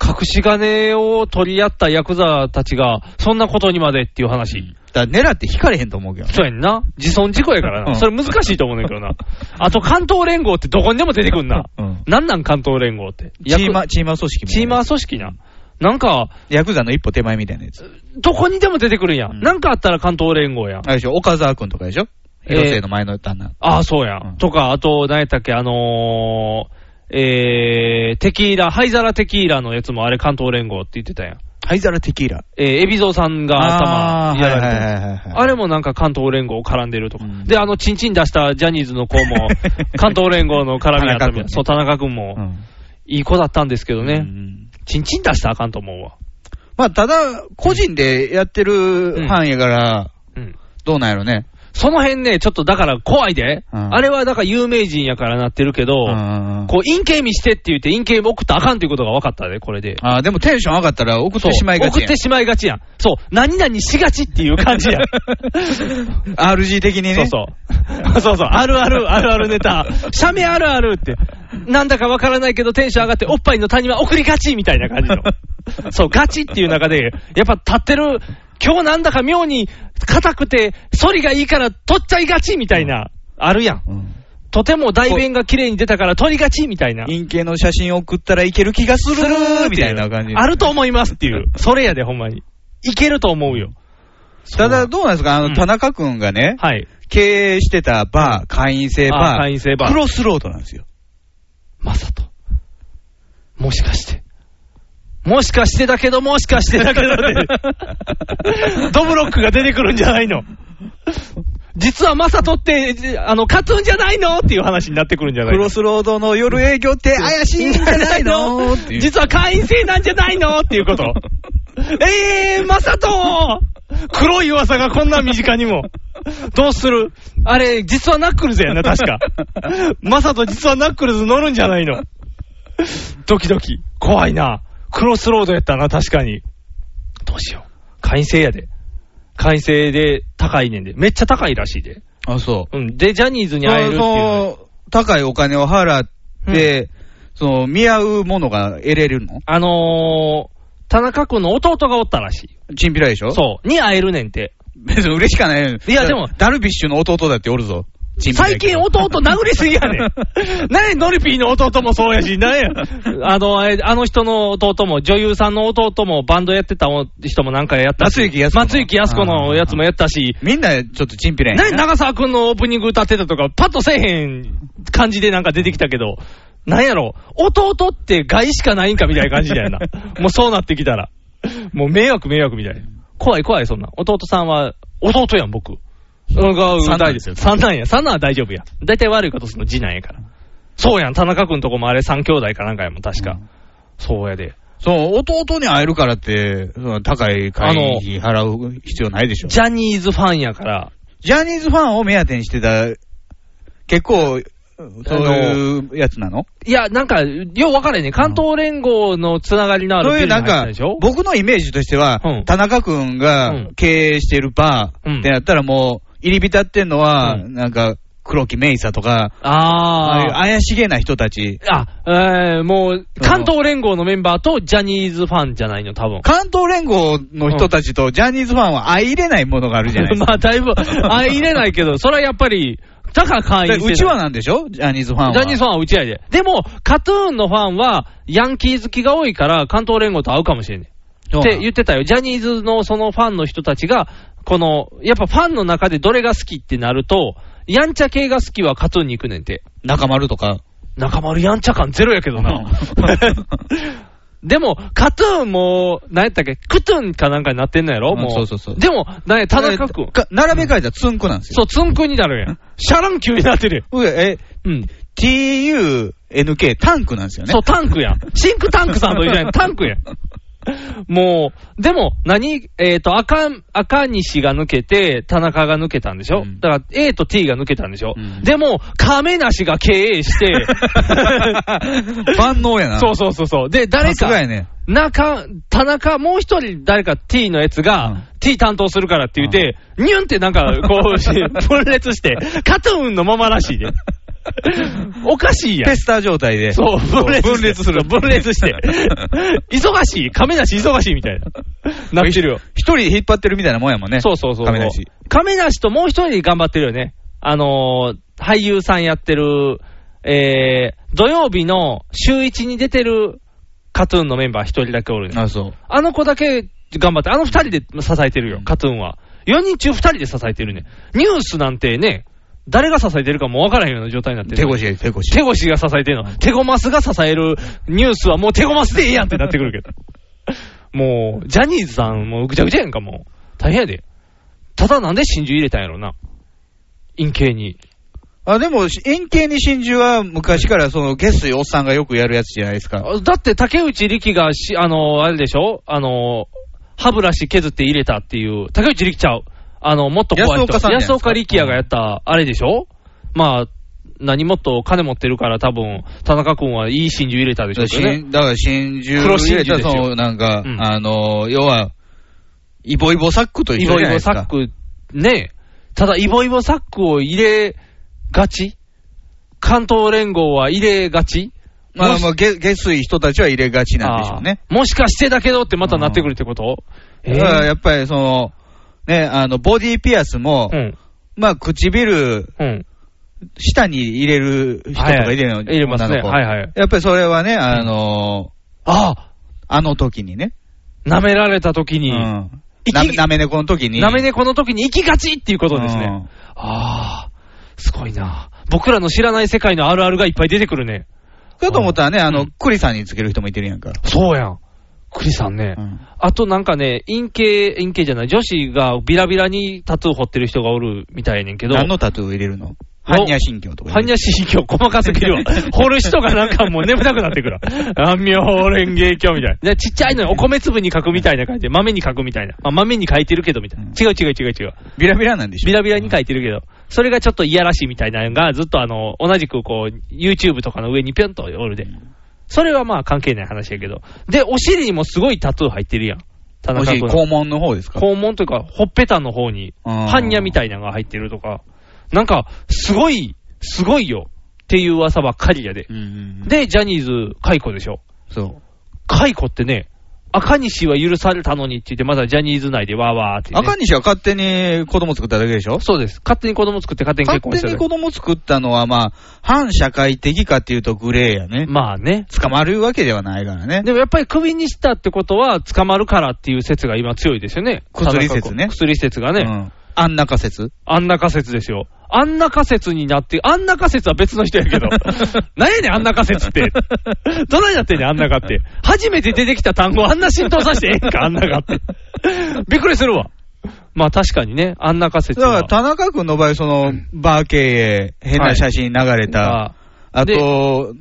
Speaker 3: 隠し金を取り合ったヤクザたちが、そんなことにまでっていう話。
Speaker 2: だから狙って引かれへんと思うけどね。
Speaker 3: そうやんな。自損事故やから
Speaker 2: うん
Speaker 3: な。それ難しいと思うねんけどな。あと関東連合ってどこにでも出てくんな。
Speaker 2: うん
Speaker 3: なんなん関東連合って。
Speaker 2: チーマー、チーマー組織みた
Speaker 3: チ
Speaker 2: い
Speaker 3: ーマ
Speaker 2: な。
Speaker 3: ー組織な。なんか、
Speaker 2: ヤクザの一歩手前みたいなやつ。
Speaker 3: どこにでも出てくるや
Speaker 2: うん
Speaker 3: ん。なんかあったら関東連合やん
Speaker 2: あ。れでしょ岡沢くんとかでしょ
Speaker 3: えー
Speaker 2: 広末の前の旦那。
Speaker 3: ああ、そうや
Speaker 2: うん
Speaker 3: ん。とか、あと、何やったっけ、あのー、えー、テキーラ、灰皿テキーラのやつもあれ関東連合って言ってたやん。
Speaker 2: 灰皿テキーラ。
Speaker 3: えー、海老蔵さんが
Speaker 2: あー
Speaker 3: 頭やられて
Speaker 2: はい
Speaker 3: る
Speaker 2: はいはいはい
Speaker 3: あれもなんか関東連合絡んでるとか。
Speaker 2: うん
Speaker 3: で、あの、チンチン出したジャニーズの子 も、関東連合の絡みやったみた
Speaker 2: 田中君ね
Speaker 3: いな。そう、田中君も、
Speaker 2: うん
Speaker 3: いい子だったんですけど
Speaker 2: う
Speaker 3: ね。
Speaker 2: ん
Speaker 3: チンチン出したらあかんと思うわ。
Speaker 2: まあ、ただ、個人でやってる範囲やから、
Speaker 3: うん。
Speaker 2: どうなんやろね。
Speaker 3: その辺ね、ちょっとだから怖いで。
Speaker 2: うん
Speaker 3: あれはだから有名人やからなってるけど、
Speaker 2: うん
Speaker 3: こう、陰形見してって言って、陰形送ったらあかんということが分かったで、これで。
Speaker 2: あーでもテンション上がったら送ってしまいがち
Speaker 3: 送
Speaker 2: やん
Speaker 3: って。しまいがちやん。そう、何々しがちっていう感じやん。
Speaker 2: RG 的に
Speaker 3: そう
Speaker 2: ね。
Speaker 3: そう。そう そう、あるある、あるあるネタ。写メあるあるって。なんだかわからないけどテンション上がって、おっぱいの谷は送りがちみたいな感じ の。そう、ガチっていう中で、やっぱ立ってる、今日なんだか妙に硬くて、反りがいいから取っちゃいがちみたいな、あるやん。
Speaker 2: うん。
Speaker 3: とても大便が綺麗に出たから取りがちみたいな。
Speaker 2: 陰形の写真送ったらいける気がするみたいな感じ。
Speaker 3: あると思いますっていう。それやで、ほんまに。いけると思うよ。
Speaker 2: ただ、どうなんですかあ
Speaker 3: う
Speaker 2: の、
Speaker 3: ん
Speaker 2: 田中くんがね、
Speaker 3: はい。
Speaker 2: 経営してたバー、会員制バ
Speaker 3: あ
Speaker 2: ー、
Speaker 3: 会員制バー
Speaker 2: クロスロードなんですよ。
Speaker 3: まさと。もしかして。もしかしてだけど、もしかしてだけどって。ドブロックが出てくるんじゃないの。実はマサトって、じあの、カツンじゃないのっていう話になってくるんじゃな
Speaker 2: ク
Speaker 3: いの
Speaker 2: ロスロードの夜営業っ て怪しいんじゃない のっていう。
Speaker 3: 実は会員制なんじゃないのっていうこと。 えー、マサト黒い噂がこんな身近にも。どうするあれ、実はナックルズやんな、確 か。マサト実はナックルズ乗るんじゃないのドキドキ。怖いな。クロスロードやったな、確かに。どうしよう。会員制やで。会員制で高いねんで。めっちゃ高いらしいで。
Speaker 2: あ、そう。
Speaker 3: うん。で、ジャニーズに
Speaker 2: そ
Speaker 3: 会えるっていうのは
Speaker 2: の高いお金を払って、その見合うものが得れるの
Speaker 3: あのー、田中君の弟がおったらしい。
Speaker 2: チンピラでしょ
Speaker 3: そう。に会えるねんて。
Speaker 2: う。別に嬉しかない。
Speaker 3: いやでも
Speaker 2: ダルビッシュの弟だっておるぞ。チンピラや
Speaker 3: 最
Speaker 2: け
Speaker 3: 近
Speaker 2: ど
Speaker 3: 弟殴りすぎやね ん。なんやノリピーの弟もそうやし、なんや。あの、あれあの人の弟も、女優さんの弟もバンドやってた人もなんかやった
Speaker 2: 松
Speaker 3: し。
Speaker 2: 雪泰子の
Speaker 3: 松雪康子のやつもやったし。
Speaker 2: みんなちょっとチンピラや
Speaker 3: なんんや長澤くんのオープニング歌ってたとか、パッとせえへん感じでなんか出てきたけど、なんやろ、弟って害しかないんかみたいな感じだよな。もうそうなってきたら。もう迷惑迷惑みたいな。怖い怖いそんな。弟さんは、弟やん僕。うんが
Speaker 2: 三男
Speaker 3: 大ですよ。三男や。三男は大丈夫や。大体悪いことするの次男やから。そうやん。田中くんとこもあれ三兄弟かなんかやもん、確か。そうやで。
Speaker 2: そう、弟に会えるからって、その高い会費払う必要ないでしょ。
Speaker 3: ジャニーズファンやから、
Speaker 2: ジャニーズファンを目当てにしてた、結構、そういうやつなの
Speaker 3: いや、なんか、よう分からへんね。関東連合のつながりのあ
Speaker 2: そ
Speaker 3: る
Speaker 2: ういう
Speaker 3: ビル
Speaker 2: な
Speaker 3: の
Speaker 2: んか
Speaker 3: 話でしょ、
Speaker 2: 僕のイメージとしては
Speaker 3: うん、
Speaker 2: 田中君
Speaker 3: う
Speaker 2: が
Speaker 3: ん
Speaker 2: 経営してるバーってなったら、もう、入り浸ってんのは、
Speaker 3: うん
Speaker 2: なんか、黒木メイサとか、ああいう
Speaker 3: ああ。
Speaker 2: 怪しげな人たち。
Speaker 3: あ、えー、もう、関東連合のメンバーとジャニーズファンじゃないの、多分。
Speaker 2: 関東連合の人たちとジャニーズファンは相入れないものがあるじゃないですか。
Speaker 3: まあ、だいぶ、相入れないけど、それはやっぱり、だから会員
Speaker 2: でうちはなんでしょジャニーズファンは。
Speaker 3: ジャニーズファンはうちやで。でも、カトゥーンのファンは、ヤンキー好きが多いから、関東連合と合うかもしれんねん。
Speaker 2: そう
Speaker 3: っ
Speaker 2: なの
Speaker 3: て言ってたよ。ジャニーズのそのファンの人たちが、この、やっぱファンの中でどれが好きってなると、やんちゃ系が好きはカトゥーンに行くねんて。
Speaker 2: 中丸とか。
Speaker 3: 中丸やんちゃ感ゼロやけどな
Speaker 2: うん。
Speaker 3: でも、カトゥーンも、何やったっけ、クトゥンかなんかになってんのやろ
Speaker 2: うん
Speaker 3: もう。
Speaker 2: そうそうそう
Speaker 3: でも、なんや田中君。
Speaker 2: か並べ替えたらツンクなんですよ。
Speaker 3: そう、ツンクになるやん。シャラン級になってる
Speaker 2: うえ、
Speaker 3: やん。うん。
Speaker 2: TUNK タンクなんですよね。
Speaker 3: そう、タンクやん。シンクタンクさんと一 緒やん。タンクやん。もう、でも、何えっ、と、赤、赤西が抜けて、田中が抜けたんでしょ、
Speaker 2: うん
Speaker 3: だから、A と T が抜けたんでしょ、
Speaker 2: うん
Speaker 3: でも、亀梨が経営 して、
Speaker 2: 万能やな。
Speaker 3: そうそうそうそう。で、
Speaker 2: さ
Speaker 3: 誰
Speaker 2: すが
Speaker 3: か、
Speaker 2: やね。
Speaker 3: 中、田中、もう一人誰か T のやつが、
Speaker 2: うん
Speaker 3: T 担当するからって言って、ニュンってなん か、こう、分裂して、カトゥーンのままらしいで。 おかしいやん
Speaker 2: ペ。スター状態で。
Speaker 3: そう、分裂
Speaker 2: 分裂する。
Speaker 3: 分裂して。 忙しい亀梨忙しいみたいな。なってるよ。
Speaker 2: 一人引っ張ってるみたいなもんやもんね。
Speaker 3: そうそうそう。
Speaker 2: 亀梨。。
Speaker 3: 亀梨ともう一人頑張ってるよね。あのー、俳優さんやってる、えー、土曜日の週一に出てるカトゥーンのメンバー一人だけおるね。
Speaker 2: あ、そう。
Speaker 3: あの子だけ頑張って、あの二人で支えてるよ、カトゥーンは。4人中2人で支えてるね。ニュースなんてね、誰が支えてるかもわからへんような状態になってる。
Speaker 2: 手越しや、手越し。
Speaker 3: 手越が支えてるの。手ゴマスが支えるニュースはもう手ゴマスでええやんってなってくるけ ど。もう、ジャニーズさんもうぐちゃぐちゃやんか、もう。大変やで。ただなんで真珠入れたんやろな。陰形に。
Speaker 2: あ、でも、円形に真珠は昔からその、ゲスいおっさんがよくやるやつじゃないですか。
Speaker 3: あだって竹内力がし、あの、あれでしょあの、歯ブラシ削って入れたっていう。竹内力ちゃう。あの、もっと怖い人。
Speaker 2: 安岡さんじゃないですか
Speaker 3: 安岡力也がやった、あれでしょまあ、何もっと金持ってるから多分、田中君はいい真珠入れたでしょうけどね。
Speaker 2: 真だから真珠
Speaker 3: 黒真
Speaker 2: 入
Speaker 3: 珠
Speaker 2: れた
Speaker 3: ですよ
Speaker 2: その、なんか、
Speaker 3: うん
Speaker 2: あの、要は、イボイボサックと一
Speaker 3: イ
Speaker 2: 緒
Speaker 3: ボ
Speaker 2: じゃない
Speaker 3: イボ
Speaker 2: です
Speaker 3: サ
Speaker 2: か。
Speaker 3: ック、ねただイボイボサックを入れがち関東連合は入れがち
Speaker 2: ま
Speaker 3: も
Speaker 2: あ
Speaker 3: し
Speaker 2: まあ、げ下水人たちは入れがちなんでしょうね。
Speaker 3: あーもしかしてだけどってまたなってくるってことえ
Speaker 2: だ
Speaker 3: ー
Speaker 2: からやっぱりその、ね、あの、ボディピアスも、
Speaker 3: うん。
Speaker 2: まあ、唇、
Speaker 3: うん。
Speaker 2: 下に入れる人とか入れるの、
Speaker 3: はい入れます
Speaker 2: 女
Speaker 3: ね。
Speaker 2: の子
Speaker 3: はいはい。
Speaker 2: やっぱりそれはね、あの
Speaker 3: あ
Speaker 2: あの時にね、
Speaker 3: あ舐められた時
Speaker 2: う
Speaker 3: に、
Speaker 2: ん
Speaker 3: 息
Speaker 2: ななめ猫の時に、
Speaker 3: 舐め猫の時に行きがちっていうことですね。
Speaker 2: うん
Speaker 3: ああ、すごいな。僕らの知らない世界のあるあるがいっぱい出てくるね。
Speaker 2: かと思ったらね、あ
Speaker 3: う
Speaker 2: の
Speaker 3: ん、
Speaker 2: クリさんにつける人もいてるやんか。
Speaker 3: そうやん。栗さんね。
Speaker 2: うん
Speaker 3: あとなんかね、陰形、陰形じゃない、女子がビラビラにタトゥー彫ってる人がおるみたいやねんけど、
Speaker 2: 何のタトゥー入れるの般若心経とか入
Speaker 3: 般
Speaker 2: れる。
Speaker 3: 若心経細かすぎる わ。彫る人がなんかもう眠たくなってくる。安妙蓮華経みたいな。でちっちゃいのにお米粒に書くみたいな感じで、豆に書くみたいな。まあ、豆に書いてるけどみたいな。
Speaker 2: うん
Speaker 3: 違う違う違う違う。
Speaker 2: ビラビラなんでしょ
Speaker 3: ビラビラに書いてるけど、それがちょっといやらしいみたいなのが、ずっとあの、同じくこう、YouTube とかの上にぴょんとおるで。それはまあ関係ない話やけど。で、お尻にもすごいタトゥー入ってるやん。田
Speaker 2: も
Speaker 3: 中
Speaker 2: し
Speaker 3: 君。
Speaker 2: 肛門の方ですか
Speaker 3: 肛門というか、ほっぺたの方に、
Speaker 2: うん
Speaker 3: 般若みたいなのが入ってるとか、なんか、すごい、すごいよっていう噂ばっかりやで
Speaker 2: う。んうんうん
Speaker 3: で、ジャニーズ、解雇でしょ。
Speaker 2: そう。
Speaker 3: 解雇ってね、赤西は許されたのにって言って、まだジャニーズ内でわーわーって、ね。
Speaker 2: 赤西は勝手に子供作っただけでしょ
Speaker 3: そうです。勝手に子供作って勝手に結
Speaker 2: 勝
Speaker 3: 婚し
Speaker 2: 手に
Speaker 3: たで
Speaker 2: 子供作ったのは、まあ、反社会的かっていうとグレーやね。
Speaker 3: まあね。
Speaker 2: 捕まるわけではないからね。
Speaker 3: でもやっぱりクビにしたってことは、捕まるからっていう説が今強いですよね。
Speaker 2: 薬説ね
Speaker 3: 薬説がね。
Speaker 2: うん。あんな仮説
Speaker 3: あんな仮説ですよ。あんな仮説になって、あんな仮説は別の人 やけど。何やねん、あんな仮説って。どないなってんねん、あんなかって。初めて出てきた単語、あんな浸透させてええんか、あんなかって。びっくりするわ。まあ確かにね、あんな仮説
Speaker 2: だか
Speaker 3: は
Speaker 2: ら田中君の場合、その、バー経営、変な写真流れた。
Speaker 3: あ
Speaker 2: あ
Speaker 3: で
Speaker 2: と、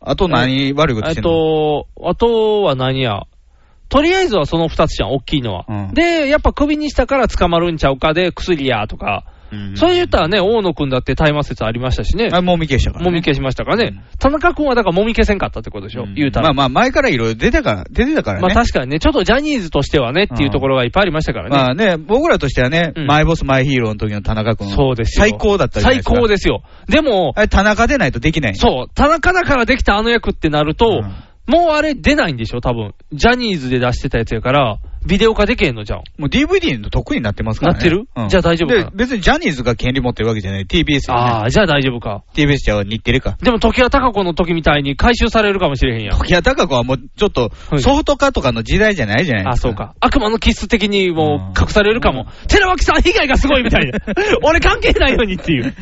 Speaker 2: あと何悪いこと
Speaker 3: え
Speaker 2: し
Speaker 3: って
Speaker 2: んの
Speaker 3: と、あとは何や。とりあえずはその二つじゃん、大きいのは。
Speaker 2: うん
Speaker 3: で、やっぱ首にしたから捕まるんちゃうかで、薬やとか、
Speaker 2: うん
Speaker 3: それ言ったらね、大野くんだって大麻説ありましたしね。
Speaker 2: あ、もみ消したから、ね。
Speaker 3: もみ消しましたからね。田中君はだからもみ消せんかったってことでしょ、
Speaker 2: うん
Speaker 3: 言うた
Speaker 2: ま
Speaker 3: ら。
Speaker 2: あまあ、前からいろいろ出てから、出てたからね。
Speaker 3: まあ確かにね、ちょっとジャニーズとしてはねっていうところがいっぱいありましたからね。
Speaker 2: まあね、僕らとしてはね、
Speaker 3: うん
Speaker 2: マイボス、マイヒーローの時の田中君。
Speaker 3: そうですよ。
Speaker 2: 最高だったじゃないですか。
Speaker 3: 最高ですよ。でも、
Speaker 2: あれ、田中でないとできない。
Speaker 3: そう、田中だからできたあの役ってなると、
Speaker 2: うん
Speaker 3: もうあれ出ないんでしょ、多分ジャニーズで出してたやつやから、ビデオ化できへんのじゃん。
Speaker 2: もう DVD の得意になってますからね。
Speaker 3: なってるじゃあ大丈夫かな
Speaker 2: で、別にジャニーズが権利持ってるわけじゃない。TBS がね。
Speaker 3: ああ、じゃあ大丈夫か。
Speaker 2: TBS ちゃう日テレか。
Speaker 3: でも、時矢貴子の時みたいに回収されるかもしれへんやん。
Speaker 2: 時矢貴子はもうちょっと
Speaker 3: はい
Speaker 2: ソフト化とかの時代じゃないじゃない
Speaker 3: あ、
Speaker 2: ですか。
Speaker 3: そうか。悪魔の気質的にも
Speaker 2: うん
Speaker 3: う隠されるかも。寺脇さん被害がすごいみた いな。俺関係ないのにっていう。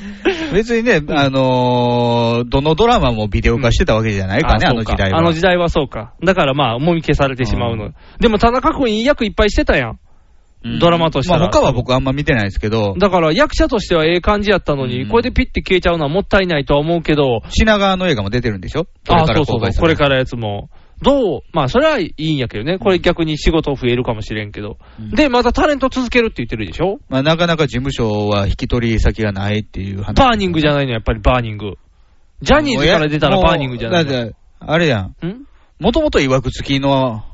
Speaker 2: 別にね、あのー、どのドラマもビデオ化してたわけじゃないからね、あ
Speaker 3: そ
Speaker 2: の
Speaker 3: う
Speaker 2: 時代は。
Speaker 3: あの時代はそうか。だからまあ、もみ消されてしまうの。でも、田中君いい役いっぱいしてたやん。
Speaker 2: うん
Speaker 3: ドラマとしては
Speaker 2: まあ他は僕あんま見てないですけど、
Speaker 3: だから役者としてはええ感じやったのに、
Speaker 2: うん
Speaker 3: これでピッて消えちゃうのはもったいないとは思うけど、
Speaker 2: 品川の映画も出てるんでしょ
Speaker 3: あそう
Speaker 2: 公
Speaker 3: そうそう、
Speaker 2: 開さ
Speaker 3: こ
Speaker 2: れ
Speaker 3: れ
Speaker 2: る
Speaker 3: からやつも。どう、まあ、それはいいんやけどね、これ逆に仕事増えるかもしれんけど、
Speaker 2: うん
Speaker 3: で、またタレント続けるって言ってるでしょ、
Speaker 2: まあ、なかなか事務所は引き取り先がないっていう話。
Speaker 3: バーニングじゃないの、やっぱりバーニング。ジャニーズから出たらバーニングじゃない
Speaker 2: もうだ
Speaker 3: の。
Speaker 2: ってあれやん。
Speaker 3: ん
Speaker 2: もともと曰く付きの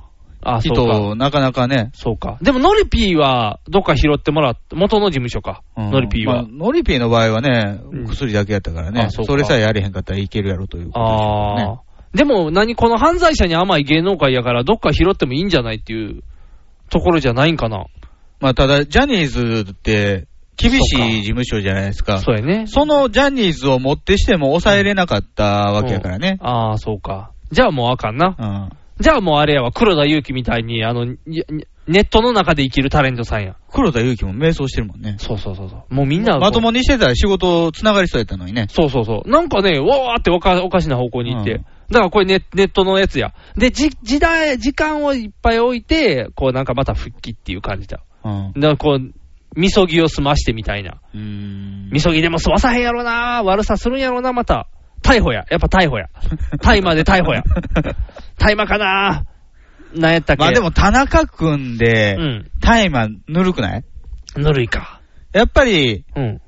Speaker 3: あ、そうか。
Speaker 2: 人、なかなかね。
Speaker 3: そうか。でも、ノリピーは、どっか拾ってもらって、元の事務所か、
Speaker 2: うん
Speaker 3: ノリピー
Speaker 2: まあ
Speaker 3: は。
Speaker 2: ノリピーの場合はね
Speaker 3: うん、
Speaker 2: 薬だけやったからね、
Speaker 3: あそう
Speaker 2: そ
Speaker 3: か
Speaker 2: れさえやれへんかったらいけるやろということでしょうね
Speaker 3: ああ。でも、何、この犯罪者に甘い芸能界やから、どっか拾ってもいいんじゃないっていうところじゃないんかな。
Speaker 2: まあ、ただ、ジャニーズって厳しい事務所じゃないですか。
Speaker 3: そうやね。
Speaker 2: そのジャニーズを持ってしても抑えれなかったわけやからね。
Speaker 3: ああ、そうか。じゃあもうあかんな。
Speaker 2: うん。
Speaker 3: じゃあもうあれやわ、黒田祐樹みたいに、あの、ににネットの中で生きるタレントさんや。
Speaker 2: 黒田祐樹も迷走してるもんね。
Speaker 3: そうそうそうそう。もうみんな、
Speaker 2: まと
Speaker 3: こ
Speaker 2: もにしてたら仕事つながりそうやったのにね
Speaker 3: う。そうそうそう。なんかね、わーっておかおかしな方向に行って。
Speaker 2: うん
Speaker 3: だからこれネネットのやつや。で、じ、時代、時間をいっぱい置いて、こうなんかまた復帰っていう感じだ。
Speaker 2: うん。
Speaker 3: だからこう、みそぎを済ましてみたいな。
Speaker 2: うーん
Speaker 3: みそぎでも済まさへんやろな悪さするんやろなまた。逮捕や。やっぱ逮捕や。大麻で 逮捕や。大麻かななんやったっけ
Speaker 2: まあでも、田中くん
Speaker 3: う
Speaker 2: で、
Speaker 3: ん。
Speaker 2: 大麻ぬるくない
Speaker 3: ぬるいか。
Speaker 2: やっぱり、
Speaker 3: うん。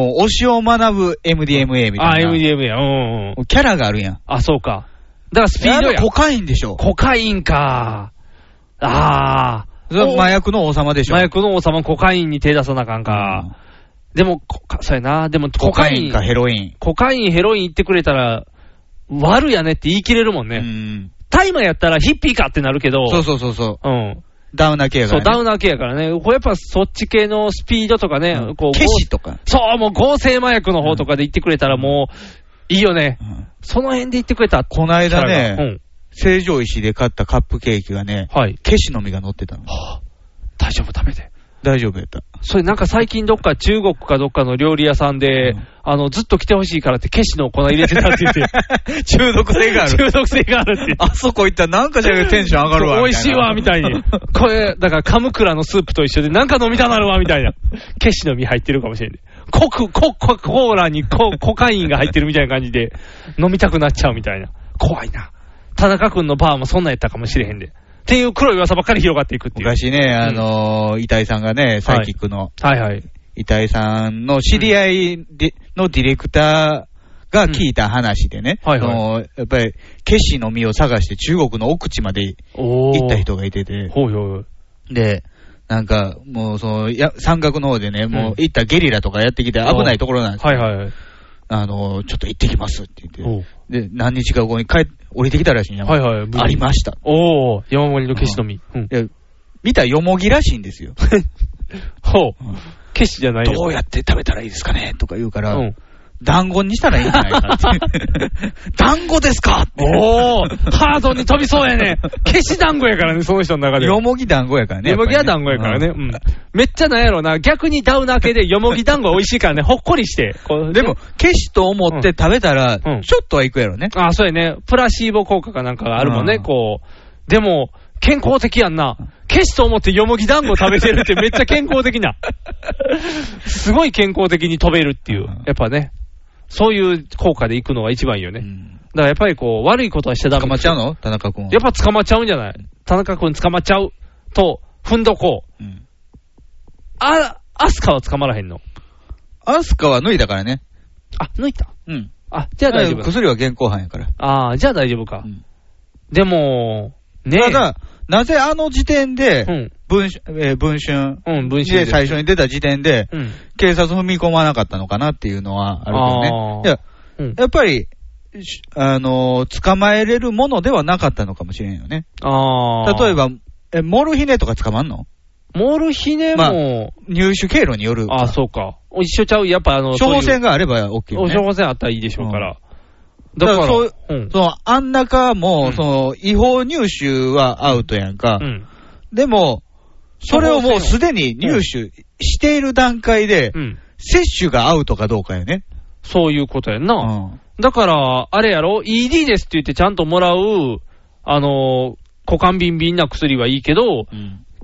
Speaker 2: お推しを学ぶ MDMA みたいな。
Speaker 3: あ、MDM や。うんうんうん。
Speaker 2: キャラがあるやん。
Speaker 3: あ、そうか。だからス
Speaker 2: ス
Speaker 3: ピードや。
Speaker 2: コカインでしょ。
Speaker 3: コカインか。あ
Speaker 2: それは
Speaker 3: お
Speaker 2: 麻薬の王様でし
Speaker 3: ー。
Speaker 2: ょ。
Speaker 3: 麻薬の王様コカインに手出さなあかん
Speaker 2: うん
Speaker 3: か。でも、コカそうやな。でも、
Speaker 2: コ
Speaker 3: コ
Speaker 2: カ
Speaker 3: カ
Speaker 2: イ
Speaker 3: イ
Speaker 2: ン
Speaker 3: ン
Speaker 2: か、ヘロイン。
Speaker 3: コカイン、ヘロイン言ってくれたら、悪やねって言い切れるもん
Speaker 2: う
Speaker 3: ね。
Speaker 2: ん
Speaker 3: 大麻やったらヒッピーかってなるけど、
Speaker 2: そうそうそうそう。
Speaker 3: うん。
Speaker 2: ダウナー系やか
Speaker 3: そう、
Speaker 2: らね。
Speaker 3: ダウナー系やからね。これやっぱそっち系のスピードとかね、
Speaker 2: うん
Speaker 3: こう、
Speaker 2: ケシとか。
Speaker 3: そう、もう合成麻薬の方とかで言ってくれたらもう、いいよね。
Speaker 2: うん
Speaker 3: その辺で言ってくれた
Speaker 2: この間
Speaker 3: う
Speaker 2: ね、
Speaker 3: ん。
Speaker 2: 成城石井で買ったカップケーキがね、
Speaker 3: はい。
Speaker 2: ケシの実が乗ってたの。
Speaker 3: 大丈夫、食べて。
Speaker 2: 大丈夫やった。
Speaker 3: それなんか最近どっか中国かどっかの料理屋さんで、
Speaker 2: うん
Speaker 3: あの、ずっと来てほしいからってケシの粉入れてたって 言って。
Speaker 2: 中毒性がある。
Speaker 3: 中毒性があるって言って。
Speaker 2: あそこ行ったらなんかじゃ なくてテンション上がるわ。
Speaker 3: 美味しいわ、みたいに。これ、だから、カムクラのスープと一緒で、なんか飲みたなるわ、みたいな。ケシの実入ってるかもしれない。コク、コ、ココーラにココカインが入ってるみたいな感じで、飲みたくなっちゃうみたいな。怖いな。田中君のバーもそんなんやったかもしれへんで。っていう黒い噂ばっかり広がっていくってい う。
Speaker 2: 昔ね、あのー、遺体さんがね、サイキックの
Speaker 3: はいはい。
Speaker 2: 遺体さんの知り合いでのディレクターが聞いた話でね、
Speaker 3: うんはいはい
Speaker 2: そのやっぱり、ケシの実を探して中国の奥地まで
Speaker 3: お
Speaker 2: 行った。人がいてて、
Speaker 3: ほうほう。
Speaker 2: で、なんか、もう、その、や、山岳の方でね、もう
Speaker 3: うん、
Speaker 2: 行ったゲリラとかやってきて危ないところなんですよ
Speaker 3: はいはい。
Speaker 2: あの、ちょっと行ってきますって言っ
Speaker 3: おう
Speaker 2: て、で、何日か後に帰っ、降りてきたらしいんや。
Speaker 3: はいはい無事
Speaker 2: ありました。
Speaker 3: おー、山盛りのケシの実。うん。
Speaker 2: で見たらよもぎらしいんですよ。
Speaker 3: ほう。ケシじゃないよ。
Speaker 2: どうやって食べたらいいですかねとか言うから、
Speaker 3: うん。
Speaker 2: 団子にしたらいいんじゃないか って。団子ですかって
Speaker 3: おー、ハードに飛びそうやね。消し団子やからね、その人の中で は。
Speaker 2: よもぎ団子やからね。
Speaker 3: よもぎは団子やからね。
Speaker 2: や
Speaker 3: う
Speaker 2: っぱり
Speaker 3: ん。めっちゃなんやろな。逆にダウナ系でよもぎ団子は美味しいからね、ほっこりして。こ
Speaker 2: う
Speaker 3: うん
Speaker 2: でも、、ケシと思って食べたら、
Speaker 3: うん
Speaker 2: ちょっとはいくやろね。
Speaker 3: あ、そうやね。プラシーボ効果かなんかがあるもんね、
Speaker 2: うん
Speaker 3: こう。でも、健康的やんな。消しと思ってよもぎ団子食べてる ってめっちゃ健康的な。すごい健康的に飛べるっていう
Speaker 2: うん。
Speaker 3: やっぱね。そういう効果でいくのが一番いいよね。
Speaker 2: うん
Speaker 3: だからやっぱりこう、悪いことはしちゃダメ。
Speaker 2: 捕まっちゃうの田中君は。
Speaker 3: やっぱ捕まっちゃうんじゃない田中君捕まっちゃうと、ふんどこう。
Speaker 2: うん
Speaker 3: あ、アスカは捕まらへんの。
Speaker 2: アスカは脱いだからね。
Speaker 3: あ、抜いた。
Speaker 2: うん。
Speaker 3: あ、じゃあ大丈夫。
Speaker 2: 薬は現行犯やから。
Speaker 3: ああ、じゃあ大丈夫か。
Speaker 2: うん
Speaker 3: でも、ね
Speaker 2: ただ、なぜあの時点
Speaker 3: え。う
Speaker 2: で、
Speaker 3: ん。
Speaker 2: 文春、えー文春
Speaker 3: うん、文春
Speaker 2: で最初に出た時点で、
Speaker 3: うん。
Speaker 2: 警察踏み込まなかったのかなっていうのはあるけどね。い
Speaker 3: あー
Speaker 2: や、
Speaker 3: うん。
Speaker 2: やっぱり、しあのー捕まえれるものではなかったのかもしれんよね。
Speaker 3: ああ。
Speaker 2: 例え、ば、え、モルヒネとか捕まんの
Speaker 3: モルヒネも、
Speaker 2: 入手経路による。
Speaker 3: ああ、そうか。一緒ちゃう。やっぱあの、
Speaker 2: 処方箋
Speaker 3: が、
Speaker 2: があれば OK よ
Speaker 3: お
Speaker 2: ね。
Speaker 3: 処方箋あったらいいでしょうから。
Speaker 2: ん
Speaker 3: だから、
Speaker 2: だからそう
Speaker 3: うん。
Speaker 2: その、あん中も、
Speaker 3: うん
Speaker 2: その、違法入手はアウトやんか。
Speaker 3: うん。
Speaker 2: でも、それをもうすでに入手している段階で、
Speaker 3: うん。
Speaker 2: 接種がアウトかどうかよね。
Speaker 3: そういうことやんな。
Speaker 2: うん
Speaker 3: だから、あれやろ ?ED ですって言ってちゃんともらう、あのー、股間ビンビンな薬はいいけど、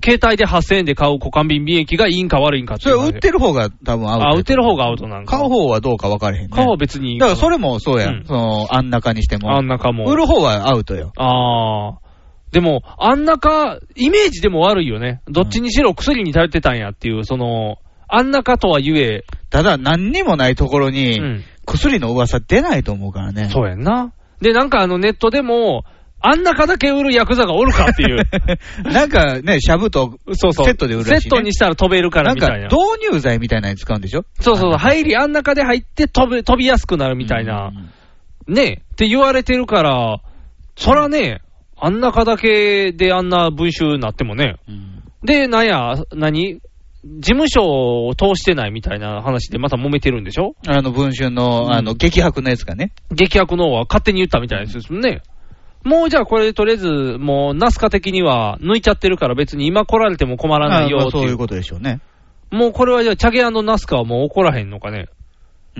Speaker 3: 携帯で8000円で買う股間ビンビン液がいいんか悪いんかって
Speaker 2: そ
Speaker 3: い
Speaker 2: れ
Speaker 3: う
Speaker 2: を
Speaker 3: 話。
Speaker 2: 売ってる方が多分アウト。
Speaker 3: あ、売ってる方がアウトなんか。
Speaker 2: 買う方はどうか分からへんね。
Speaker 3: 買う方は別にいい
Speaker 2: だからそれ
Speaker 3: れ
Speaker 2: もそうや、
Speaker 3: うん
Speaker 2: その、あん中にして
Speaker 3: あ
Speaker 2: も
Speaker 3: ん。なかも。
Speaker 2: 売る方はアウトよ。
Speaker 3: ああ。でも、あんなか、イメージでも悪いよね。どっちにしろ薬に頼ってたんやっていう、その、あんなかとはゆえ、
Speaker 2: ただ、何にもないところ
Speaker 3: う
Speaker 2: に、
Speaker 3: ん。
Speaker 2: 薬の噂出ないと思うからね。
Speaker 3: そうやんな。で、なんかあのネットでも、あんなかだけ売るヤクザがおるかっていう。
Speaker 2: なんかね、シャブと
Speaker 3: そうそう。
Speaker 2: セットで売るらしいね
Speaker 3: セットにしたら飛べるか
Speaker 2: な
Speaker 3: ら
Speaker 2: ん
Speaker 3: みたい
Speaker 2: か
Speaker 3: な。
Speaker 2: 導入剤みたいなのに使うんでしょ
Speaker 3: そうそうそう。入り、あん中で入って飛べ、飛びやすくなるみたいな。ねえ、って言われてるから、そらね、あん中だけであんな文集になってもね。で、なんや、何事務所を通してないみたいな話でまた揉めてるんでしょ
Speaker 2: あの、文春の、あの、激白のやつがね。
Speaker 3: 劇薬の方は勝手に言ったみたいですもんね。もうじゃあこれとりあえず、もうナスカ的には抜いちゃってるから別に今来られても困らない
Speaker 2: あま
Speaker 3: よ
Speaker 2: あ
Speaker 3: って
Speaker 2: そう
Speaker 3: い
Speaker 2: いうう。ことでしょうね。
Speaker 3: もうこれはじゃあチャゲナスカはもう怒らへんのかね。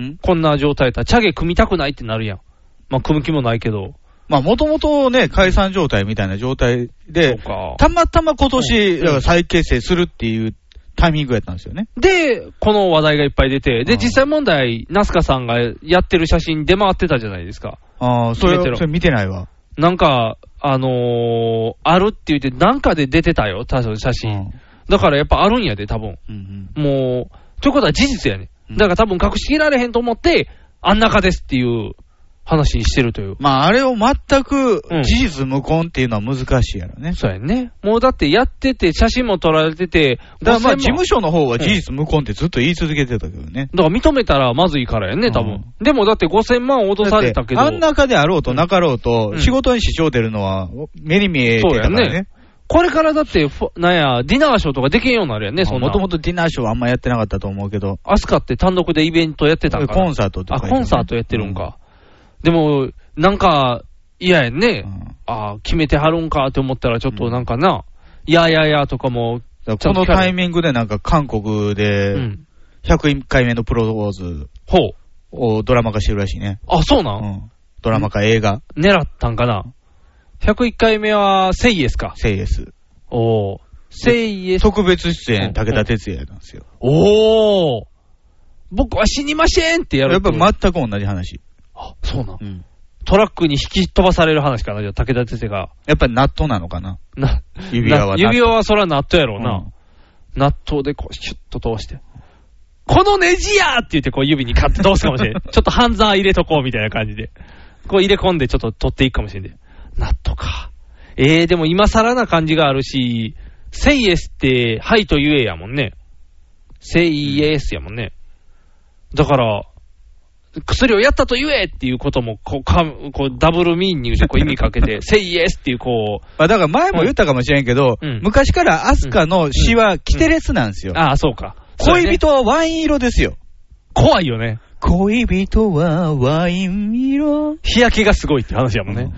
Speaker 2: ん
Speaker 3: こんな状態だったらチャゲ組みたくないってなるやん。まあ組む気もないけど。
Speaker 2: まあ、もともとね、解散状態みたいな状態
Speaker 3: そう
Speaker 2: で、
Speaker 3: か。
Speaker 2: たまたま今年、
Speaker 3: うん
Speaker 2: だから再結成するっていうタイミングやったんですよね。
Speaker 3: で、この話題がいっぱい出て、で、
Speaker 2: うん
Speaker 3: 実際問題、ナスカさんがやってる写真出回ってたじゃないですか。
Speaker 2: ああ、そ
Speaker 3: 見て
Speaker 2: れ、
Speaker 3: ろ
Speaker 2: それ見てないわ。
Speaker 3: なんか、あのーあるって言って、なんかで出てたよ、確かの写
Speaker 2: うん
Speaker 3: 真。だからやっぱあるんやで、多分。
Speaker 2: うん
Speaker 3: もう、ということは事実やね。
Speaker 2: うん
Speaker 3: だから多分隠しきられへんと思って、あん中ですっていう話にしてるという。
Speaker 2: まあ、あれを全く
Speaker 3: うん
Speaker 2: 事実無根っていうのは難しいやろね。
Speaker 3: そうやんね。もうだってやってて、写真も撮られてて、
Speaker 2: だからまあ、
Speaker 3: 5000
Speaker 2: 事
Speaker 3: 万
Speaker 2: 務所の方は事実無根ってずっと言い続けてたけどね。
Speaker 3: だから認めたらまずいからやんね、多分。でもだって5000万脅されたけど、
Speaker 2: だってあん中であろうとなかろうと、
Speaker 3: うん
Speaker 2: 仕事に支障出るのは目に見えてたから
Speaker 3: そうやね
Speaker 2: ね。
Speaker 3: これからだってフォ、なんや、ディナーショーとかできんようになるやんね、そんな。
Speaker 2: もともとディナーショーはあんまやってなかったと思うけど、
Speaker 3: アスカって単独でイベントやってたんから。
Speaker 2: コンサートとかや
Speaker 3: あ、
Speaker 2: ってね
Speaker 3: コンサートやってるんか。でも、なんか、嫌やんね。
Speaker 2: うんだ
Speaker 3: ああ、決めてはるんかって思ったら、ちょっとなんかな、いやいやいやとかも、
Speaker 2: からこのタイミングでなんか韓国
Speaker 3: う
Speaker 2: で
Speaker 3: ん。
Speaker 2: 101回目のプロポーズ
Speaker 3: ほう。
Speaker 2: をドラマ化してるらしいね。
Speaker 3: あ、そうな、
Speaker 2: うんんドラマ化映画、
Speaker 3: 狙ったんかな。101回目は、セイエスか。
Speaker 2: セイエス。
Speaker 3: おお。セイエス。
Speaker 2: 特別出
Speaker 3: うん
Speaker 2: 演、武田鉄矢なんですよ。
Speaker 3: おお。僕は死にませんってやる。
Speaker 2: やっぱ全く同じ話。
Speaker 3: あ、そうなん。
Speaker 2: うん
Speaker 3: トラックに引き飛ばされる話かな、じゃあ、武田先生が。
Speaker 2: やっぱり納豆なのかな
Speaker 3: な、
Speaker 2: 指輪は納
Speaker 3: な
Speaker 2: 豆。
Speaker 3: 指輪はそら納豆やろう
Speaker 2: う
Speaker 3: な。
Speaker 2: ん
Speaker 3: 納豆でこう、シュッと通して。このネジやって言って、こう指にカッて通すかもし れん。ちょっと半沢入れとこうみたいな感じで。こう入れ込んでちょっと取っていくかもしれんで。納豆か。えー、でも今更な感じがあるし、セイエスって、はいと言えやもんね。セイエスやもんね。だから、薬をやったと言えっていうこともこうか、こう、ダブルミーニングでこう意味かけ て、セイエスっていうこう、
Speaker 2: まあだから前も言ったかもしれんけど、
Speaker 3: うん
Speaker 2: 昔からアスカの詩はキテレツなんですよ。
Speaker 3: ああ、そうか。
Speaker 2: 恋人はワイン色ですよ。
Speaker 3: 怖いよね。
Speaker 2: 恋人はワイン色。
Speaker 3: 日焼けがすごいって話やもんね。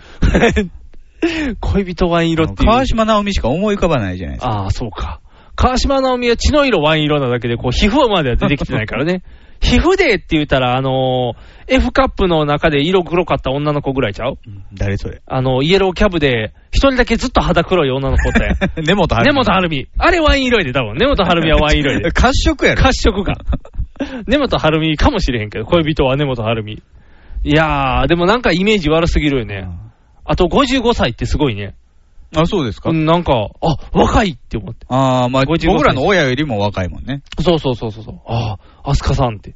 Speaker 3: 恋人ワイン色っていう。
Speaker 2: 川島直美しか思い浮かばないじゃないですか。
Speaker 3: ああ、そうか。川島直美は血の色ワイン色なだけで、こう、皮膚までは出てきてないからね。 皮膚でって言ったら、あのー F カップの中で色黒かった女の子ぐらいちゃう
Speaker 2: うん誰それ。
Speaker 3: あの、イエローキャブで、一人だけずっと肌黒い女の子って。
Speaker 2: 根本
Speaker 3: 根本晴美。 あれワイン色やで、多分。根本晴美はワイン色 やで。
Speaker 2: 褐色やろ。
Speaker 3: 褐色か。根本晴美かもしれへんけど、恋人は根本晴美。いやー、でもなんかイメージ悪すぎるよね。あと55歳ってすごいね。
Speaker 2: あ、そうですか。
Speaker 3: うんなんか、あ、若いって思って。
Speaker 2: ああ、まあ
Speaker 3: 55歳
Speaker 2: 僕らの親よりも若いもんね。
Speaker 3: そうそうそうそうそう。ああ、アスカさんって。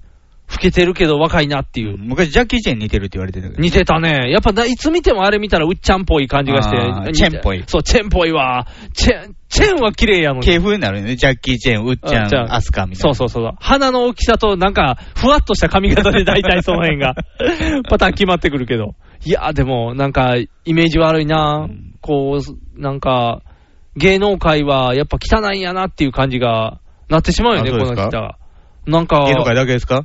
Speaker 3: 老けてるけど若いなっていう。
Speaker 2: 昔、ジャッキー・チェンに似てるって言われてたけど。
Speaker 3: 似てたね。やっぱだ、いつ見てもあれ見たら、うっちゃんっぽい感じがして
Speaker 2: あー。
Speaker 3: 似て
Speaker 2: チェンっぽい
Speaker 3: そう、チェンっぽいわ。チェン、チェンは綺麗やのに。
Speaker 2: 系風になるよね。ジャッキー・チェン、ウッチ
Speaker 3: うっち
Speaker 2: ャ
Speaker 3: ゃん
Speaker 2: ン、アスカみたい
Speaker 3: そう
Speaker 2: な。
Speaker 3: そうそう。鼻の大きさと、なんか、ふわっとした髪型で大体その辺 が、パターン決まってくるけど。いやー、でも、なんか、イメージ悪いなこう、なんか、芸能界はやっぱ汚いんやなっていう感じが、なってしまうよね、
Speaker 2: あ
Speaker 3: こ
Speaker 2: そうです
Speaker 3: の
Speaker 2: か
Speaker 3: 人は。なんか、
Speaker 2: 芸能界だけですか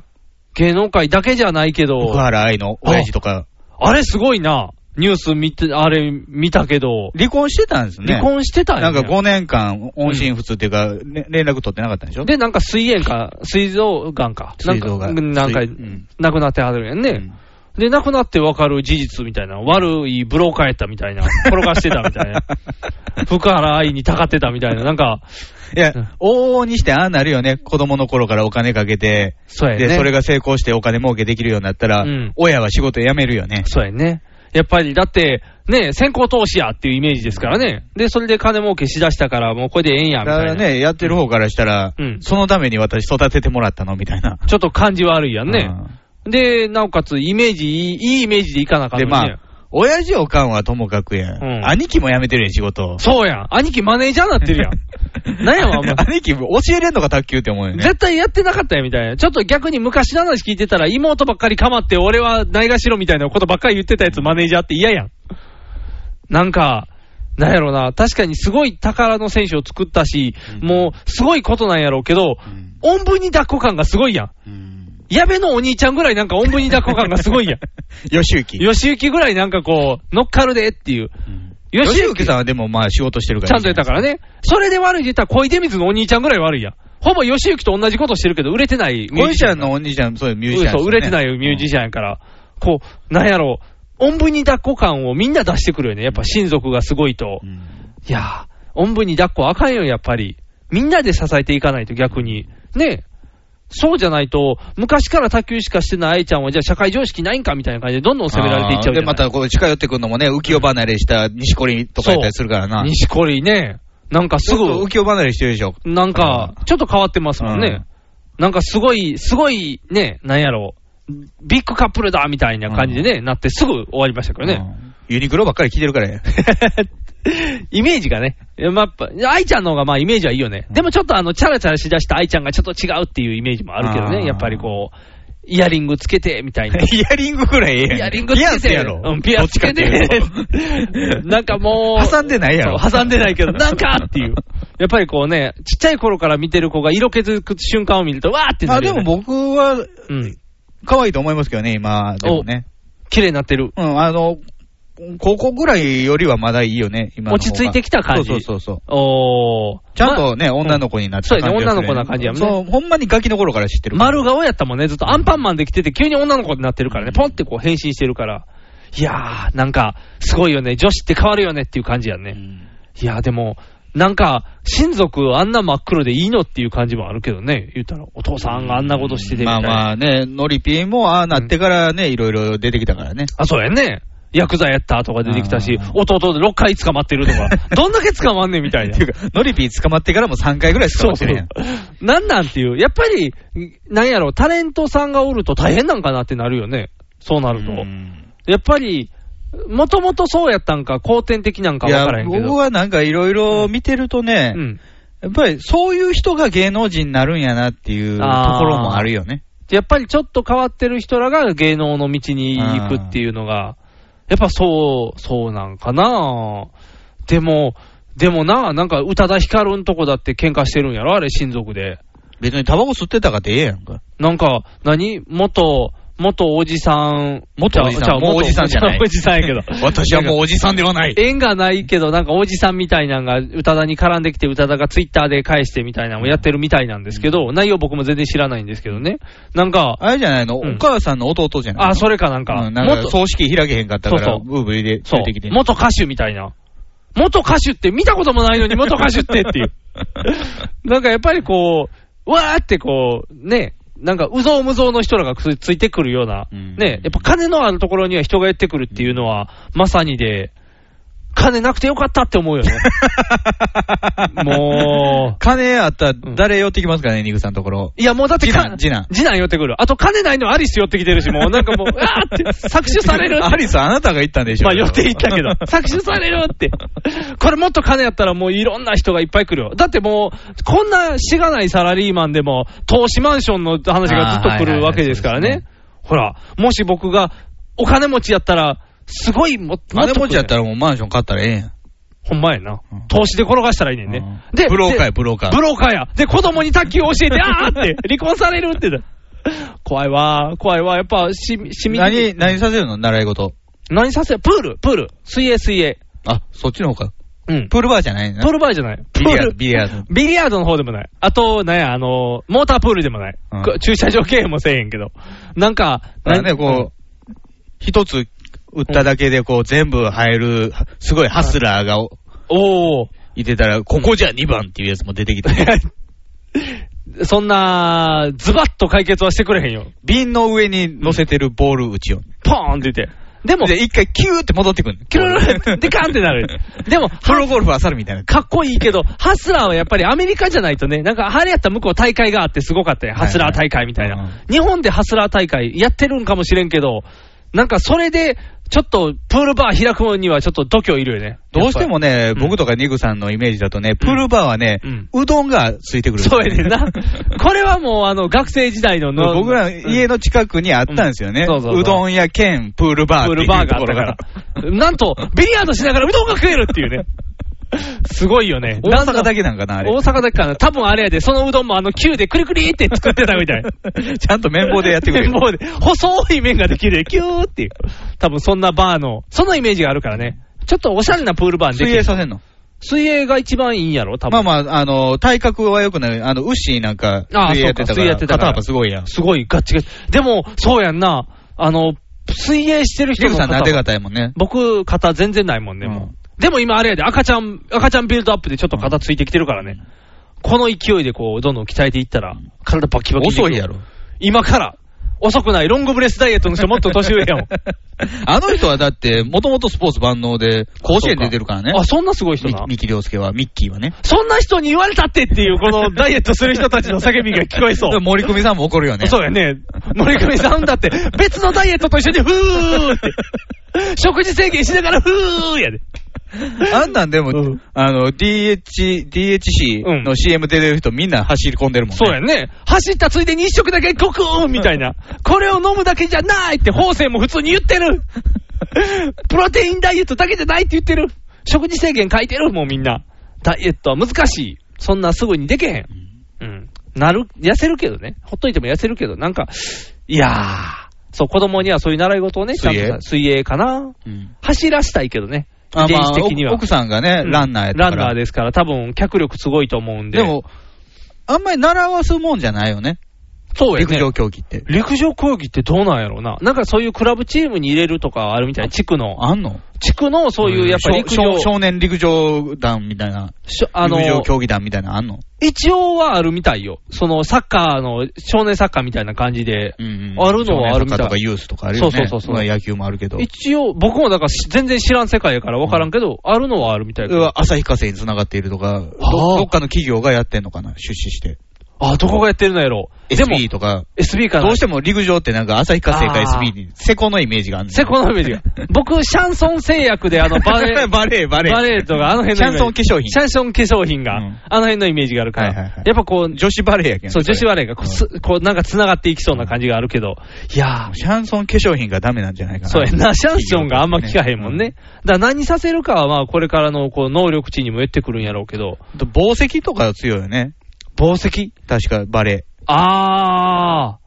Speaker 3: 芸能界だけじゃないけど、
Speaker 2: 福原愛の親父とか。
Speaker 3: あれすごいな。ニュース見て、あれ見たけど、
Speaker 2: 離婚してたんですね。
Speaker 3: 離婚してたん
Speaker 2: な
Speaker 3: や
Speaker 2: んか5年間、音信不通っていうか、ね連絡取ってなかったんでしょ
Speaker 3: で、なんか水炎か、膵臓がんか。なんか
Speaker 2: 膵臓がん
Speaker 3: なんか
Speaker 2: 膵うん、
Speaker 3: 亡くなってはるんやんね。で、亡くなって分かる事実みたいな。悪いブローカーやったみたいな。転がしてたみた いな。福原愛にたかってたみたいな。なんか、
Speaker 2: いや、往々にしてああなるよね。子供の頃からお金かけて、
Speaker 3: そうやね。
Speaker 2: で、それが成功してお金儲けできるようになったら、
Speaker 3: うん
Speaker 2: 親は仕事辞めるよね。
Speaker 3: そうやね。やっぱり、だって、ね、先行投資やっていうイメージですからね。で、それで金儲けしだしたから、もうこれでええん
Speaker 2: だ
Speaker 3: や、み
Speaker 2: か
Speaker 3: たいな。
Speaker 2: らね、やってる方からしたら、
Speaker 3: うん
Speaker 2: そのために私育ててもらったのみたいな。
Speaker 3: ちょっと感じ悪いやん
Speaker 2: う
Speaker 3: ね。
Speaker 2: ん
Speaker 3: で、なおかつ、イメージいい、いいイメージでいかなあかっ
Speaker 2: で、
Speaker 3: た
Speaker 2: まあ、親父おかんはともかくや、
Speaker 3: うん
Speaker 2: ん、兄貴も辞めてるやん、仕事。
Speaker 3: そうやん。兄貴マネージャーになってるや ん。なんやわ、お前。
Speaker 2: 兄貴、教えれんのか、卓球って思うよね。
Speaker 3: 絶対やってなかったやみたいな。ちょっと逆に昔の話聞いてたら、妹ばっかりかまって、俺はないがしろみたいなことばっかり言ってたやつマネージャーって嫌やん。なんか、なんやろな、確かにすごい宝の選手を作ったし、もうすごいことなんやろうけど、
Speaker 2: うん
Speaker 3: おんぶに抱っこ感がすごいやん。
Speaker 2: うん。
Speaker 3: 矢部のお兄ちゃんぐらいなんかおんぶに抱っこ感がすごい やん。
Speaker 2: 吉行。
Speaker 3: 吉行ぐらいなんかこう、乗っかるでっていう。吉
Speaker 2: 吉
Speaker 3: 行
Speaker 2: 行さんはでもまあ仕事してるか
Speaker 3: ち
Speaker 2: ら
Speaker 3: ゃ
Speaker 2: い
Speaker 3: ん
Speaker 2: い
Speaker 3: と
Speaker 2: じ
Speaker 3: や
Speaker 2: ゃな
Speaker 3: っ
Speaker 2: いで
Speaker 3: た
Speaker 2: すか。
Speaker 3: からね。それで悪い言ったら、小出水のお兄ちゃんぐらい悪いやん。ほぼ吉行と同じことしてるけど、売れてないミュ
Speaker 2: 小
Speaker 3: ージ
Speaker 2: 西
Speaker 3: シ
Speaker 2: ち
Speaker 3: ャ
Speaker 2: ゃ
Speaker 3: ン
Speaker 2: んのお兄ちゃん、そういうミュージシャンですよね、
Speaker 3: 嘘売れてないミュージシャンやから、こう、なんやろう、おんぶに抱っこ感をみんな出してくるよね。やっぱ親族がすごいと。
Speaker 2: うん
Speaker 3: いやー、おんぶに抱っこあかんよ、やっぱり。みんなで支えていかないと逆に。ねえ。そうじゃないと、昔から卓球しかしてない愛ちゃんは、じゃあ社会常識ないんかみたいな感じで、どんどん責められていっちゃうじ
Speaker 2: で、
Speaker 3: ゃない
Speaker 2: またこう近寄ってくるのもね、浮世離れした錦織とかやったりするからな。
Speaker 3: 西堀ね、なんか
Speaker 2: ち
Speaker 3: す
Speaker 2: ょっと
Speaker 3: ぐ
Speaker 2: 浮、世離れしてるでしょ。
Speaker 3: なんか、ちょっと変わってますもんね。なんかすごい、すごいね、なんやろう、ビッグカップルだみたいな感じでね、なってすぐ終わりましたけどね。
Speaker 2: うんユニクロばっかり着てるからや。
Speaker 3: イメージがね、やっぱ、愛ちゃんの方がまあイメージはいいよね。でもちょっとあの、チャラチャラしだした愛ちゃんがちょっと違うっていうイメージもあるけど
Speaker 2: あ
Speaker 3: ね、
Speaker 2: ー
Speaker 3: やっぱりこう、イヤリングつけてみたいな。
Speaker 2: イヤリングぐらいええやん。
Speaker 3: イヤリングつけ
Speaker 2: ピアス
Speaker 3: て、
Speaker 2: やろ。
Speaker 3: うん、ピアスつけて
Speaker 2: どっちかっていう、と
Speaker 3: なんかもう、
Speaker 2: 挟んでないやろ。
Speaker 3: そう挟んでないけど、なんかっていう。やっぱりこうね、ちっちゃい頃から見てる子が色気づく瞬間を見ると、わーってな
Speaker 2: あ、
Speaker 3: る
Speaker 2: で
Speaker 3: よ、ね。
Speaker 2: も僕は、
Speaker 3: 僕、うん。
Speaker 2: 可愛いと思いますけどね、今、でもね。
Speaker 3: 綺麗になってる。
Speaker 2: うん、あの、高校ぐらいよりはまだいいよね、今の方が。
Speaker 3: 落ち着いてきた感じ
Speaker 2: そうそうそうそう。
Speaker 3: おー。
Speaker 2: ちゃんとね、
Speaker 3: ま
Speaker 2: 女の子になって
Speaker 3: そうやね女の子な感じやもんね
Speaker 2: そう、ほんまにガキの頃から知ってる。
Speaker 3: 丸顔やったもんね、ずっとアンパンマンで来てて、急に女の子になってるからね、ポンってこう変身してるから。いやー、なんか、すごいよね、女子って変わるよねっていう感じや
Speaker 2: う
Speaker 3: ね。
Speaker 2: ん
Speaker 3: いやー、でも、なんか、親族あんな真っ黒でいいのっていう感じもあるけどね、言うたら、お父さんがあんなことしててみ
Speaker 2: ま
Speaker 3: た
Speaker 2: あ
Speaker 3: いな。
Speaker 2: まあね、ノリピーもああなってからね、いろいろ出てきたからね。
Speaker 3: あ、そうやね。ヤクザやったとか出てきたし
Speaker 2: あ、ー
Speaker 3: 弟で6回捕まってる とか、どんだけ捕まんねんみたいな
Speaker 2: って。いうか、ノリピー捕まってからも3回ぐらい捕
Speaker 3: そ
Speaker 2: ま
Speaker 3: う
Speaker 2: って
Speaker 3: そう
Speaker 2: るやん。。
Speaker 3: なんなんっていう。やっぱり、なんやろ、タレントさんがおると大変なんかなってなるよね。そうなると。
Speaker 2: うん
Speaker 3: やっぱり、もともとそうやったんか、後天的なんか
Speaker 2: い
Speaker 3: わ
Speaker 2: や
Speaker 3: からへ、んけど。
Speaker 2: 僕はなんかいろいろ見てるとね、
Speaker 3: うん。
Speaker 2: やっぱりそういう人が芸能人になるんやなっていうところもあるよね。
Speaker 3: やっぱりちょっと変わってる人らが芸能の道に行くっていうのが、やっぱそう、そうなんかなでも、でもな、なんか宇多田ヒカルんとこだって喧嘩してるんやろあれ、親族で。
Speaker 2: 別にタバコ吸ってたかってええやんか。
Speaker 3: なんか、何元、元おじさん。
Speaker 2: 元おじさん
Speaker 3: ちゃう
Speaker 2: もうおじさんじゃない
Speaker 3: 元おじさんやけど。
Speaker 2: 私はもうおじさんではない。
Speaker 3: 縁がないけど、なんかおじさんみたいなんが、宇多田に絡んできて、宇多田がツイッターで返してみたいなのをやってるみたいなんですけど、内容僕も全然知らないんですけどね。なんか、
Speaker 2: あれじゃないの、
Speaker 3: うん
Speaker 2: お母さんの弟じゃないの
Speaker 3: あ、それかなんか、
Speaker 2: うん、なんか
Speaker 3: 元、そう
Speaker 2: 葬式開けへんかったから、
Speaker 3: そうそう
Speaker 2: ブーブーで
Speaker 3: そ
Speaker 2: 出
Speaker 3: う
Speaker 2: てきて、んの。
Speaker 3: 元歌手みたいな。元歌手って見たこともないのに元歌手ってっていう。 なんかやっぱりこう、わーってこう、ね、なんか、うぞうむぞうの人らがつついてくるような、
Speaker 2: うん
Speaker 3: ね、やっぱ金のあるところには人がやってくるっていうのは、まさにで、金なくてよかったって思う よね。もう。
Speaker 2: 金あったら誰寄ってきますかね、ニグさんのところ。
Speaker 3: いや、もうだってか、
Speaker 2: 次男次男
Speaker 3: 次男寄ってくる。あと、金ないのアリス寄ってきてるし、もうなんかもう、あーって、 搾取される。
Speaker 2: アリス、あなたが言ったんでしょ。
Speaker 3: まあ、寄っていったけ ど、搾取されるって。これもっと金やったらもういろんな人がいっぱい来るよ。だってもう、こんなしがないサラリーマンでも、投資マンションの話がずっと来るわけですから
Speaker 2: あーはい
Speaker 3: ね
Speaker 2: は。
Speaker 3: ほら、もし僕がお金持ちやったら、すごいも、もっと来る
Speaker 2: 金持ちやったらもうマンション買ったらええやん。
Speaker 3: ほんまやな
Speaker 2: うん。
Speaker 3: 投資で転がしたらいいねんね。
Speaker 2: うん
Speaker 3: で、
Speaker 2: ブローカーや
Speaker 3: で
Speaker 2: ブローカー
Speaker 3: ブローカーや。で、子供に卓球を教えて、あーって、離婚されるってな。怖いわー、怖いわー。やっぱ、し、しみ、
Speaker 2: 何、何させるの習い事。
Speaker 3: 何させプール、プール。水泳、水泳。
Speaker 2: あ、そっちの方か。
Speaker 3: うん。プ
Speaker 2: プールバーじゃないな。
Speaker 3: ールバーじゃない。プ
Speaker 2: ビリヤード
Speaker 3: ール。
Speaker 2: ビリヤード
Speaker 3: ビリヤードの方でもない。あと、なんや、あのー、モータープールでもない。
Speaker 2: うん
Speaker 3: こ駐車場経営もせえへんけど。なんか、
Speaker 2: だから
Speaker 3: なん
Speaker 2: ね、こう、一つ売っただけで、こう、全部入る、すごいハスラーが
Speaker 3: おー。
Speaker 2: いてたら、ここじゃ2番っていうやつも出てきて、
Speaker 3: そんな、ズバッと解決はしてくれへんよ。
Speaker 2: 瓶の上に乗せてるボール打ちよ。
Speaker 3: ポーンって言って。でも、
Speaker 2: で、一回キューって戻ってくる。
Speaker 3: キュルルル ってカンってなる。でも、
Speaker 2: プロゴルファー猿みたいな。
Speaker 3: かっこいいけど、ハスラーはやっぱりアメリカじゃないとね、なんか、あれやったら向こう大会があってすごかったよ。
Speaker 2: はいはい
Speaker 3: ハスラー大会みたいな。
Speaker 2: う
Speaker 3: 日本でハスラー大会やってるんかもしれんけど、なんかそれで、ちょっとプールバー開くにはちょっと度胸いるよね。
Speaker 2: どうしてもね、
Speaker 3: うん
Speaker 2: 僕とかニグさんのイメージだとね、プールバーはね、うどんがついてくる。
Speaker 3: そうやねんな。これはもう、あの、学生時代のの
Speaker 2: 僕ら家
Speaker 3: の
Speaker 2: の近くにあったんですよね。
Speaker 3: うんそうそうそう
Speaker 2: うどん屋兼プールバー
Speaker 3: プー
Speaker 2: ってい
Speaker 3: ル
Speaker 2: う
Speaker 3: バーがあ
Speaker 2: とこ
Speaker 3: った
Speaker 2: ろ
Speaker 3: から。なんと、ビリヤードしながらうどんが食えるっていうね。すごいよね。
Speaker 2: 大阪だけなんかな、あれ
Speaker 3: 大。阪だけかな。多分あれやで、そのうどんもあの、キューでクリクリって作ってたみた い。
Speaker 2: ちゃんと綿棒でやってくれる。
Speaker 3: 綿棒で。細い麺ができる。キューっていう。多分そんなバーの、そのイメージがあるからね。ちょっとおしゃれなプールバーにでき
Speaker 2: 水
Speaker 3: る
Speaker 2: 泳。させんの
Speaker 3: 水泳が一番いいんやろ多分。
Speaker 2: まあまあ、あの、体格は良くない。あの、ウッシーなんか、
Speaker 3: ああ
Speaker 2: 水泳やってた
Speaker 3: そ
Speaker 2: か
Speaker 3: うか水泳や
Speaker 2: ら、
Speaker 3: ってたから
Speaker 2: 肩幅すごいやん。
Speaker 3: すごいガッチガチ。でも、そうやんな。あの、水泳してる人
Speaker 2: リ
Speaker 3: の
Speaker 2: グさん
Speaker 3: 方
Speaker 2: なで方やもんね。
Speaker 3: 僕、肩全然ないもんね、もう
Speaker 2: うん
Speaker 3: でも今あれやで、赤ちゃん、赤ちゃんビルドアップでちょっと肩ついてきてるからね。この勢いでこう、どんどん鍛えていったら、体バキバキにできる
Speaker 2: 遅いやろ。
Speaker 3: 今から。遅くない。ロングブレスダイエットの人もっと年上やもん。
Speaker 2: あの人はだって、もともとスポーツ万能で、甲子園出てるからね。
Speaker 3: あ、そんなすごい人
Speaker 2: み
Speaker 3: な。
Speaker 2: 三木亮介は、ミッキーはね。
Speaker 3: そんな人に言われたってっていう、このダイエットする人たちの叫びが聞こえそう。
Speaker 2: 森久美さんも怒るよね。
Speaker 3: そうやね。森上さんだって、別のダイエットと一緒に、ふーって。食事制限しながら、ふーやで。
Speaker 2: あんなんでも、
Speaker 3: うん
Speaker 2: あの、DH、DHC
Speaker 3: う
Speaker 2: の
Speaker 3: ん
Speaker 2: CM 出てる人みんな走り込んでるもんね。
Speaker 3: そうやね。走ったついでに一食だけコクーンみたいな。これを飲むだけじゃないって、法政も普通に言って る。プロテインダイエットだけじゃないって言ってる。食事制限書いてる、もうみんな。ダイエットは難しい。そんなすぐにできへん。うん。なる、痩せるけどね。ほっといても痩せるけど、なんか、いやー。そう、子供にはそういう習い事をね、ちゃんと
Speaker 2: 水泳
Speaker 3: さ水泳かな。
Speaker 2: うん。
Speaker 3: 走らしたいけどね。
Speaker 2: あ、
Speaker 3: 遺
Speaker 2: ま
Speaker 3: 伝
Speaker 2: あ、
Speaker 3: 子的には。
Speaker 2: 奥奥さんがね、ランナーやったから。
Speaker 3: ランナーですから、多分、脚力すごいと思うんで。
Speaker 2: でも、あんまり習わすもんじゃないよね。
Speaker 3: そうやね
Speaker 2: 陸上競技って。
Speaker 3: 陸上競技ってどうなんやろうな。なんかそういうクラブチームに入れるとかあるみたいな、地区の。
Speaker 2: あんの
Speaker 3: 地区のそういうやっぱ陸上、
Speaker 2: 少少少年陸上団みたいな。
Speaker 3: しょあの、
Speaker 2: 陸上競技団みたいなのあんの
Speaker 3: 一応はあるみたいよ。そのサッカーの、少年サッカーみたいな感じで。
Speaker 2: うん
Speaker 3: あるのはあるみ
Speaker 2: 少年サッカ
Speaker 3: たい
Speaker 2: ーとかユースとかあるよね。
Speaker 3: そうそうそうそう
Speaker 2: まあ野球もあるけど。
Speaker 3: 一応、僕もだからし全然知らん世界やから分からんけど、あるのはあるみたいやけど
Speaker 2: 旭化成につながっているとか、ど
Speaker 3: あ
Speaker 2: どっかの企業がやってんのかな、出資して。
Speaker 3: あ、どこがやってるのやろ。でも、
Speaker 2: SB とか。
Speaker 3: SB かな
Speaker 2: どうしても陸上ってなんか旭化成か SB に、セコのイメージがある
Speaker 3: セコのイメージ が。僕、シャンソン製薬であの、バレー、
Speaker 2: バレー、バレー。
Speaker 3: バレーとか、あの辺のイメージ。
Speaker 2: シャンソン化粧品
Speaker 3: シャンソン化粧品が、
Speaker 2: うん
Speaker 3: あの辺のイメージがあるから。
Speaker 2: はいはいはい
Speaker 3: やっぱこう、
Speaker 2: 女子バレーやけん。
Speaker 3: そう、女子バレーがこ
Speaker 2: こ
Speaker 3: うす、こう、なんか繋がっていきそうな感じがあるけど、いや
Speaker 2: シャンソン化粧品がダメなんじゃないか
Speaker 3: ー、
Speaker 2: な。
Speaker 3: そうやな、シャンションがあんま聞かへんもんね。だから何させるかは、まあ、これからの、こう、能力値にも言ってくるんやろうけど、
Speaker 2: うん。宝石とか強いよね。
Speaker 3: 宝石
Speaker 2: 確かバレー。
Speaker 3: あ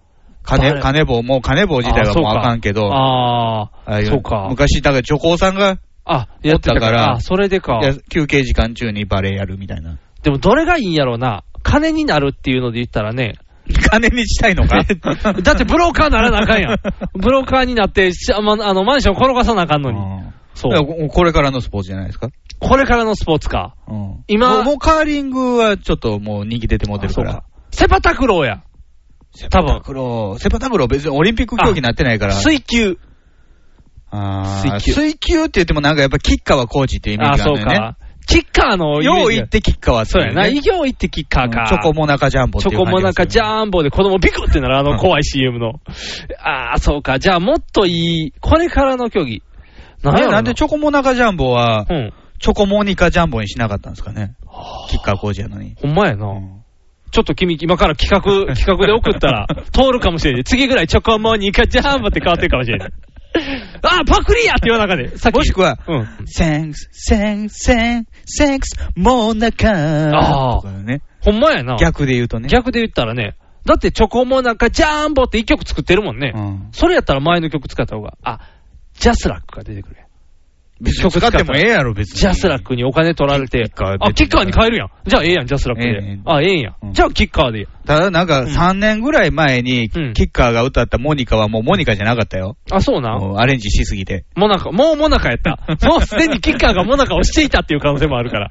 Speaker 3: ー、バレ
Speaker 2: 金、
Speaker 3: ー
Speaker 2: 金棒、もう金棒自体はもうあかんけど。
Speaker 3: あ
Speaker 2: ああい
Speaker 3: ー、そうか。
Speaker 2: 昔、だから、女工さんが、
Speaker 3: あ、やってた
Speaker 2: おった
Speaker 3: か
Speaker 2: から
Speaker 3: ら、あそれでか
Speaker 2: い。や休憩時間中にバレーやるみたいな。
Speaker 3: でも、どれがいいんやろうな。金になるっていうので言ったらね、
Speaker 2: 金にしたいのか
Speaker 3: だってブローカーならなあかんやん。ブローカーになって、しあまあの、マンション転がさなあかんのに。
Speaker 2: うん
Speaker 3: そ
Speaker 2: だ
Speaker 3: う。
Speaker 2: からこれからのスポーツじゃないですか。
Speaker 3: これからのスポーツか。
Speaker 2: うん
Speaker 3: 今
Speaker 2: もうもうカーリングはちょっともう人気出てもうてるか
Speaker 3: あそう
Speaker 2: ら
Speaker 3: か。セパタクローや。多
Speaker 2: セパタ
Speaker 3: 分。
Speaker 2: クロー、セパタクロー別にオリンピック競技になってないから、
Speaker 3: 水球。
Speaker 2: あー
Speaker 3: 水球
Speaker 2: 水球って言ってもなんかやっぱキッカーはコーチってイメー
Speaker 3: あ、
Speaker 2: ジがあ
Speaker 3: そ
Speaker 2: る
Speaker 3: うん
Speaker 2: だよね。
Speaker 3: か。キッカーのイメージ
Speaker 2: よう行ってキッカーはって
Speaker 3: そ
Speaker 2: いう
Speaker 3: やな。
Speaker 2: ね
Speaker 3: よう行ってキッカーか。
Speaker 2: チョコモナカジャンボって
Speaker 3: チ
Speaker 2: いう
Speaker 3: ョコ
Speaker 2: 感じがする
Speaker 3: モナカジャンボで子供ビクってなる、あの怖い CM の。ああ、そうか。じゃあもっといい、これからの競技。
Speaker 2: ね
Speaker 3: やろ
Speaker 2: なんでチョコモナカジャンボは、
Speaker 3: うん。
Speaker 2: チョコモニカジャンボにしなかったんですかね。キッカー工事やのに。
Speaker 3: ほんまやな。
Speaker 2: ん
Speaker 3: ちょっと君、今から企 画、企画で送ったら、通るかもしれない。次ぐらいチョコモニカジャンボって変わってるかもしれ ない。ああ、パクリやって言わなかで。さっき
Speaker 2: もしくは、
Speaker 3: うん。
Speaker 2: Thanks, thanks, thanks, thanks, モナカ
Speaker 3: あ
Speaker 2: と
Speaker 3: ー
Speaker 2: かね。
Speaker 3: ほんまやな。
Speaker 2: 逆で言うとね。
Speaker 3: 逆で言ったらね、だってチョコモナカジャンボって一曲作ってるもんね。
Speaker 2: うん
Speaker 3: それやったら前の曲使った方が、あ、ジャスラックが出てくるやん。
Speaker 2: 別に使ってもええやろ、別に。
Speaker 3: ジャスラックにお金取られて
Speaker 2: キッカー出て、る
Speaker 3: あ、キッカーに変えるやん。じゃあええやん、ジャスラック
Speaker 2: え
Speaker 3: で
Speaker 2: えええ。
Speaker 3: あ、ええんや
Speaker 2: う。ん
Speaker 3: じゃあキッカーでいいや。
Speaker 2: ただなんか3年ぐらい前に、
Speaker 3: うん
Speaker 2: キッカーが歌ったモニカはもうモニカじゃなかったよ。
Speaker 3: あ、そうな。
Speaker 2: もうアレンジしすぎて。
Speaker 3: モナカ、もうモナカやった。もうすでにキッカーがモナカをしていたっていう可能性もあるから。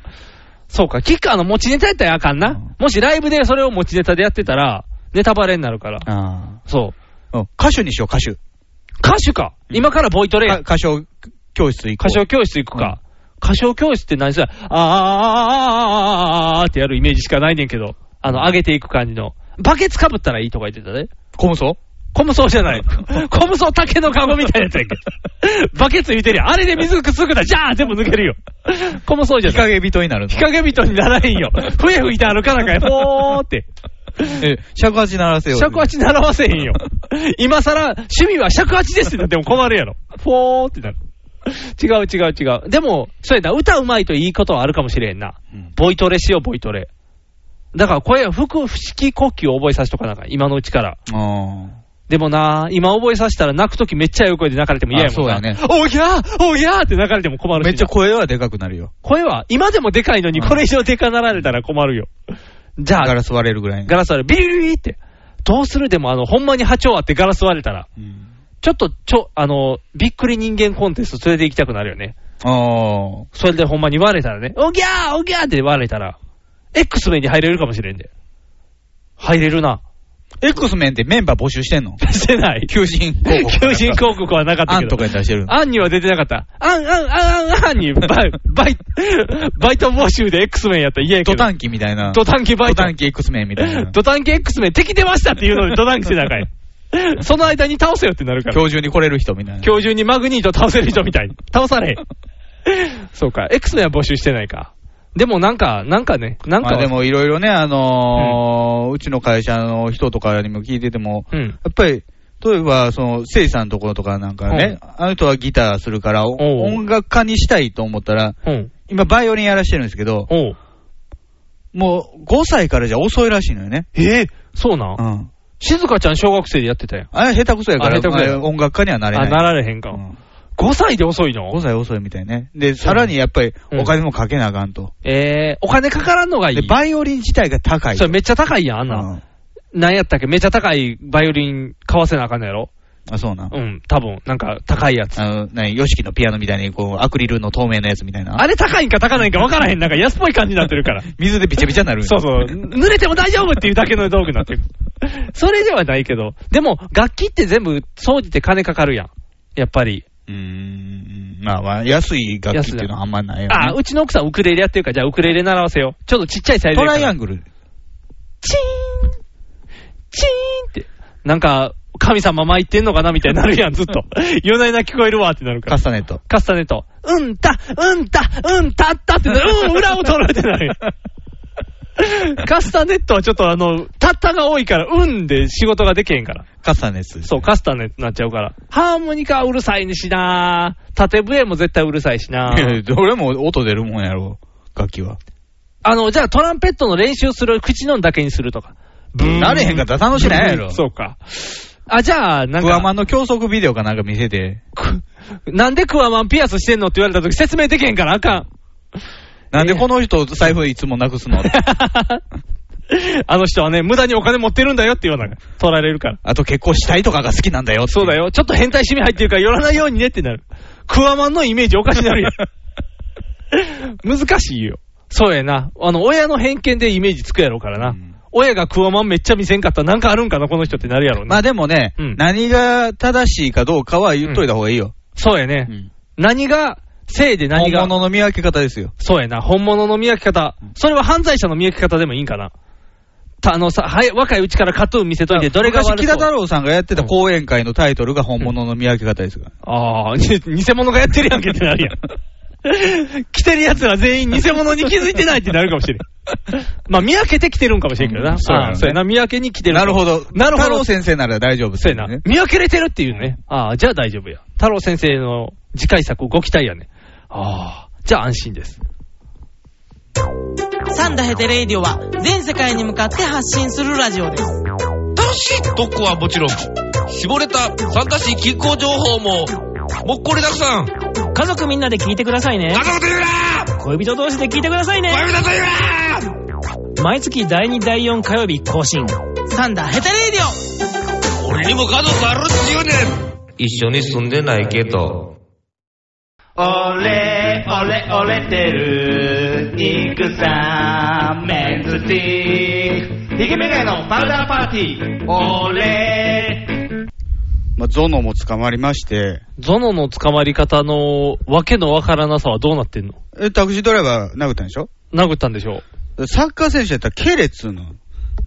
Speaker 3: そうか、キッカーの持ちネタやったらあかんな。もしライブでそれを持ちネタでやってたら、ネタバレになるから。
Speaker 2: あ
Speaker 3: そう。
Speaker 2: あ。うん歌手にしよう、歌手。
Speaker 3: 歌手か。今からボイトレや
Speaker 2: か歌唱教室行こ
Speaker 3: 歌
Speaker 2: う。
Speaker 3: 唱教室行くか。歌唱教室って何するあーあーあーあーあーあーあーってやるイメージしかないねんけど。あの、上げていく感じの。バケツかぶったらいいとか言ってたね。
Speaker 2: コムソ
Speaker 3: コムソじゃない。 コムソ竹の籠みたいなやつやん け。バケツ言うてるやん。あれで水くすぐだ。じゃあ全部抜けるよ。コムソじゃ
Speaker 2: 日
Speaker 3: ない。
Speaker 2: 陰人になるの
Speaker 3: 日。陰人にならへんよ。 笛吹いて歩かなかい。ほー って。
Speaker 2: え、尺八鳴らせよ。
Speaker 3: 尺八習わせへ んよ。今さら、趣味は尺八ですってなっても困るやろ。フォーってなる。違う違う違う。でも、そうやな、歌うまいといいことはあるかもしれんな。
Speaker 2: うん
Speaker 3: ボイトレしよう、ボイトレ。だから声は腹式呼吸を覚えさせとかなあかん今のうちから。
Speaker 2: あ
Speaker 3: でもな、今覚えさせたら泣くときめっちゃええ声で泣かれても嫌やもんな。
Speaker 2: あそうやね
Speaker 3: おいやーおいやーって泣かれても困
Speaker 2: あ。
Speaker 3: るしな。
Speaker 2: めっちゃ声はでかくなるよ。
Speaker 3: 声は、今でもでかいのにこれ以上でかなられたら困るよ。じゃあ、
Speaker 2: ガラス割れるぐらいの。
Speaker 3: ガラス割れ、ビリビリって。どうするでも、あの、ほんまに波長あってガラス割れたら、
Speaker 2: うん
Speaker 3: ちょっと、ちょ、あの、びっくり人間コンテスト連れて行きたくなるよね。
Speaker 2: ああ。
Speaker 3: それでほんまに割れたらね、おぎゃーおぎゃーって割れたら、X 面に入れるかもしれんで。入れるな。
Speaker 2: X メンってメンバー募集してんの
Speaker 3: してない。
Speaker 2: 求人広告。
Speaker 3: 求人広告はなかった
Speaker 2: ア
Speaker 3: け
Speaker 2: ンと
Speaker 3: ど
Speaker 2: か。やったらしてるの。
Speaker 3: アンには出てなかった。アン、アン、アン、アン、アンに、バイ、バイ、バイト募集で X 面やったら嫌やけ
Speaker 2: ド
Speaker 3: ど。
Speaker 2: タンキみたいな。
Speaker 3: ドタンキバイ
Speaker 2: ド
Speaker 3: ト
Speaker 2: タ。ンキ X メンみたいな。
Speaker 3: ドタンキ X 面敵出ましたっていうのでドタンキ背中へ。その間に倒せよってなるから。
Speaker 2: 今日中に来れる人みたいな。
Speaker 3: 今日中にマグニート倒せる人みたいに。 倒されへん。そうか。X 面は募集してないか。でもなんか、なんかね、なん
Speaker 2: ま
Speaker 3: か。
Speaker 2: あで、もいろいろね、あのーうちの会社の人とかにも聞いてても、
Speaker 3: う
Speaker 2: やっ
Speaker 3: ん。
Speaker 2: ぱり、例えば、その、せいさんのところとかなんかね、あの人はギターするから、お
Speaker 3: おう
Speaker 2: 音楽家にしたいと思ったら、
Speaker 3: うん。
Speaker 2: 今バイオリンやらしてるんですけど、
Speaker 3: おう。
Speaker 2: もう5歳からじゃ遅いらしいのよね。
Speaker 3: えそうなん
Speaker 2: うん。
Speaker 3: 静香ちゃん小学生でやってたやん。
Speaker 2: あれ下手くそやから、
Speaker 3: あ下手くそや
Speaker 2: まあ音楽家にはなれな
Speaker 3: あ、
Speaker 2: い。
Speaker 3: なられへんか
Speaker 2: う。ん
Speaker 3: 5歳で遅いの
Speaker 2: 5歳遅いみたいね。で、さらにやっぱりお金もかけなあかんと。
Speaker 3: えー、お金かからんのがい
Speaker 2: で、
Speaker 3: い。
Speaker 2: バイオリン自体が高い
Speaker 3: そ
Speaker 2: と。
Speaker 3: れめっちゃ高いやん、あん
Speaker 2: う
Speaker 3: な。
Speaker 2: ん
Speaker 3: なんやったっけめっちゃ高いバイオリン買わせなあかんのやろ
Speaker 2: あ、そうなん。
Speaker 3: うん、多分。なんか、高いやつ。
Speaker 2: あの、なに、ヨシキのピアノみたいに、こう、アクリルの透明なやつみたいな。
Speaker 3: あれ高いんか高ないんか分からへん。なんか安っぽい感じになって るから。
Speaker 2: 水でびちゃびちゃになる。
Speaker 3: そうそう。濡れても大丈夫っていうだけの道具になってる。 それではないけど。でも、楽器って全部、掃除って金かかるやん。やっぱり。
Speaker 2: うーん。まあまあ、安い楽器っていうのはあんまないよ、ね。
Speaker 3: あ、うちの奥さんウクレレやってるから、じゃあウクレレ習わせよう。ちょっとちっちゃいサイズ
Speaker 2: ト
Speaker 3: やから
Speaker 2: ライアングル。
Speaker 3: チーンチーンって。なんか、神様参ってんのかなみたいになるやん、ずっ と。夜な夜な聞こえるわってなるから
Speaker 2: カ。スタネット。
Speaker 3: カスタネット。うんた、うんた、うんたったってなる。うん、裏を取られてない。カスタネットはちょっとあの、たったが多いから、うんで仕事ができへんから。
Speaker 2: カスタネス。
Speaker 3: そう、カスタネットになっちゃうから。ハーモニカはうるさいにしな縦笛も絶対うるさいし な
Speaker 2: どれも音出るもんやろ、楽器は。
Speaker 3: あの、じゃあトランペットの練習する口のんだけにするとか。
Speaker 2: なれへんかったら楽しないやろ。
Speaker 3: そうか。あ、じゃあ、なん
Speaker 2: クワマ
Speaker 3: か、
Speaker 2: ンの教則ビデオかなんか見せて、
Speaker 3: なんでクワマンピアスしてんのって言われた時説明できへんからあかん。
Speaker 2: なんでこの人財布いつもなくす の
Speaker 3: あの人はね、無駄にお金持ってるんだよって言わなきゃ取られるから。
Speaker 2: あと結婚したいとかが好きなんだよ。
Speaker 3: そうだ。よ。ちょっと変態趣味入ってるから寄らないようにねってなる。クワマンのイメージおかしになるやん。 難しいよ。そうやな。あの、親の偏見でイメージつくやろうからな。
Speaker 2: うん
Speaker 3: 親がクワマンめっちゃ見せんかったらなんかあるんかな、この人ってなるやろうな。
Speaker 2: まあでもね、
Speaker 3: うん
Speaker 2: 何が正しいかどうかは言っといた方がいいよ。
Speaker 3: そうやね。
Speaker 9: うん
Speaker 3: 何が、せいで何
Speaker 9: 本
Speaker 3: が。
Speaker 9: 物の見分け方ですよ。
Speaker 3: そうやな、本物の見分け方、それは犯罪者の見分け方でもいいんかな。たあのさ、はい、若いうちからカトゥーン見せといて、どれが悪そう
Speaker 9: 昔、木田太郎さんがやってた講演会のタイトルが本物の見分け方ですから。
Speaker 3: ああ、に 偽物がやってるやんけってなるや ん。来てる奴ら全員偽物に気づいてないってなるかもし れん。まあ、見分けて来てるんかもしれんけどな。
Speaker 9: うんそうやろね
Speaker 3: あーそうやな、見分けに来てる。
Speaker 9: なるほど。
Speaker 3: なるほ
Speaker 9: 太
Speaker 3: ど。
Speaker 9: 郎
Speaker 3: そう
Speaker 9: 先生なら大丈夫です
Speaker 3: や
Speaker 9: よ
Speaker 3: な
Speaker 9: ね。。
Speaker 3: 見分けれてるっていうね。ああ、じゃあ大丈夫や。太郎先生の次回作ご期待やね。ああ、じゃあ安心です。
Speaker 1: サンダヘテレイディオは全世界に向かって発信するラジオです。
Speaker 5: 楽しい特攻はもちろん、絞れた参加し気候情報も、もっこりだくさん。な
Speaker 1: 家族みんなで聞いてくださいね
Speaker 5: ん。なこと言うな
Speaker 1: 恋人同士で聞いてくださいね
Speaker 5: 恋人と言うな
Speaker 1: 毎月第2第4火曜日更新。サンダヘテレイディオ
Speaker 5: 俺にも家族あるっちゅうねん一緒に住んでないけど。
Speaker 7: 俺、俺、俺てる、インクさん、メンズティー。ヒゲメガネのパウダーパーティー。俺、
Speaker 2: まあ、ゾノも捕まりまして、
Speaker 3: ゾノの捕まり方のわけのわからなさはどうなってんの
Speaker 2: えタクシードライバー殴ったんでしょ
Speaker 3: 殴ったんでしょう
Speaker 2: サッカー選手やったら蹴れっつうの。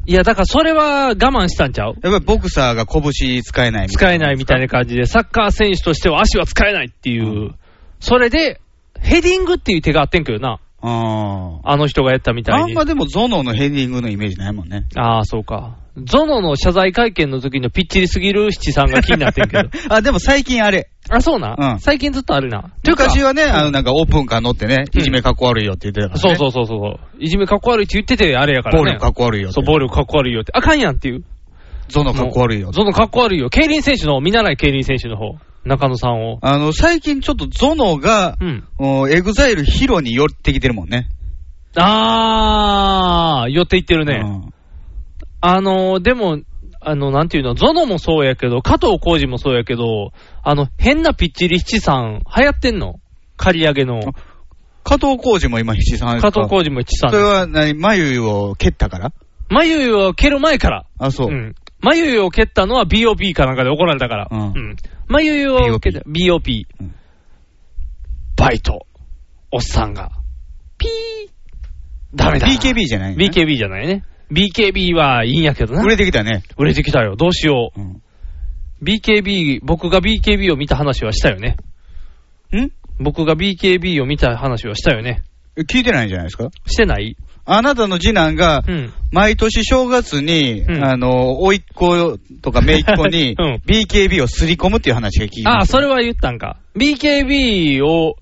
Speaker 3: いや、だからそれは我慢したんちゃ
Speaker 2: や
Speaker 3: う
Speaker 2: っぱりボクサーが拳使えないみたい
Speaker 3: 使えないみたいな感じで、サッカー選手としては足は使えないっていう、それで、ヘディングっていう手があってんけど
Speaker 2: な。
Speaker 3: な、
Speaker 2: あ
Speaker 3: あの人がやったみ
Speaker 2: あ。
Speaker 3: たい
Speaker 2: あん
Speaker 3: に
Speaker 2: ま。でもゾノのヘディングのイメージないもんね。
Speaker 3: ああ、そうか。ゾノの謝罪会見の時のピッチリすぎる七さんが気になってんけど。
Speaker 2: あ、でも最近あれ。
Speaker 3: あ、そうな、
Speaker 2: うん
Speaker 3: 最近ずっとあるな。ていうか、
Speaker 2: 昔はね、あのなんかオープンカー乗ってね、いじめかっこ悪いよって言ってたから、
Speaker 3: そう
Speaker 2: ね。
Speaker 3: そうそうそう。いじめかっこ悪いって言ってて、あれやからね。
Speaker 2: 暴力かっこ悪いよって。
Speaker 3: そう、暴力かっこ悪いよって。あかんやんっていう。
Speaker 2: ゾノかっこ悪いよって。
Speaker 3: ゾノかっこ悪いよ。競輪選手の、見習い競輪選手の方。中野さんを。
Speaker 2: あの、最近ちょっとゾノが
Speaker 3: う、ん。
Speaker 2: おエグザイルヒロに寄ってきてるもんね。
Speaker 3: あー、寄っていってるね。
Speaker 2: うん
Speaker 3: あのー、でも、あの、なんていうの、ゾノもそうやけど、加藤浩二もそうやけど、あの、変なピッチリ七さん、流行ってんの刈り上げの。
Speaker 2: 加藤浩二も今七三
Speaker 3: 加藤浩二も七さ
Speaker 2: それ
Speaker 3: ん。
Speaker 2: は何眉を蹴ったから
Speaker 3: 眉を蹴る前から。
Speaker 2: あ、そう。
Speaker 3: ん。眉を蹴ったのは BOP かなんかで怒られたから。
Speaker 2: うん
Speaker 3: ん。眉を蹴った、BOP
Speaker 2: うん。
Speaker 3: バイト。おっさんが。ピー。ダメだ。
Speaker 2: BKB じゃない、ね、
Speaker 3: BKB じゃないね。BKB はいいんやけどな
Speaker 2: 売。れてきたね。
Speaker 3: 売れてきたよ。どうしよう。
Speaker 2: うん。
Speaker 3: BKB、僕が BKB を見た話はしたよね。
Speaker 2: ん
Speaker 3: 僕が BKB を見た話はしたよね。
Speaker 2: え聞いてないんじゃないですか
Speaker 3: してない
Speaker 2: あなたの次男が、
Speaker 3: うん。
Speaker 2: 毎年正月に、
Speaker 3: うん
Speaker 2: あの、甥いっ子とか姪っ子に、
Speaker 3: うん
Speaker 2: BKB をすり込むっていう話が聞いて
Speaker 3: ああ、
Speaker 2: ます。
Speaker 3: それは言ったんか。BKB を、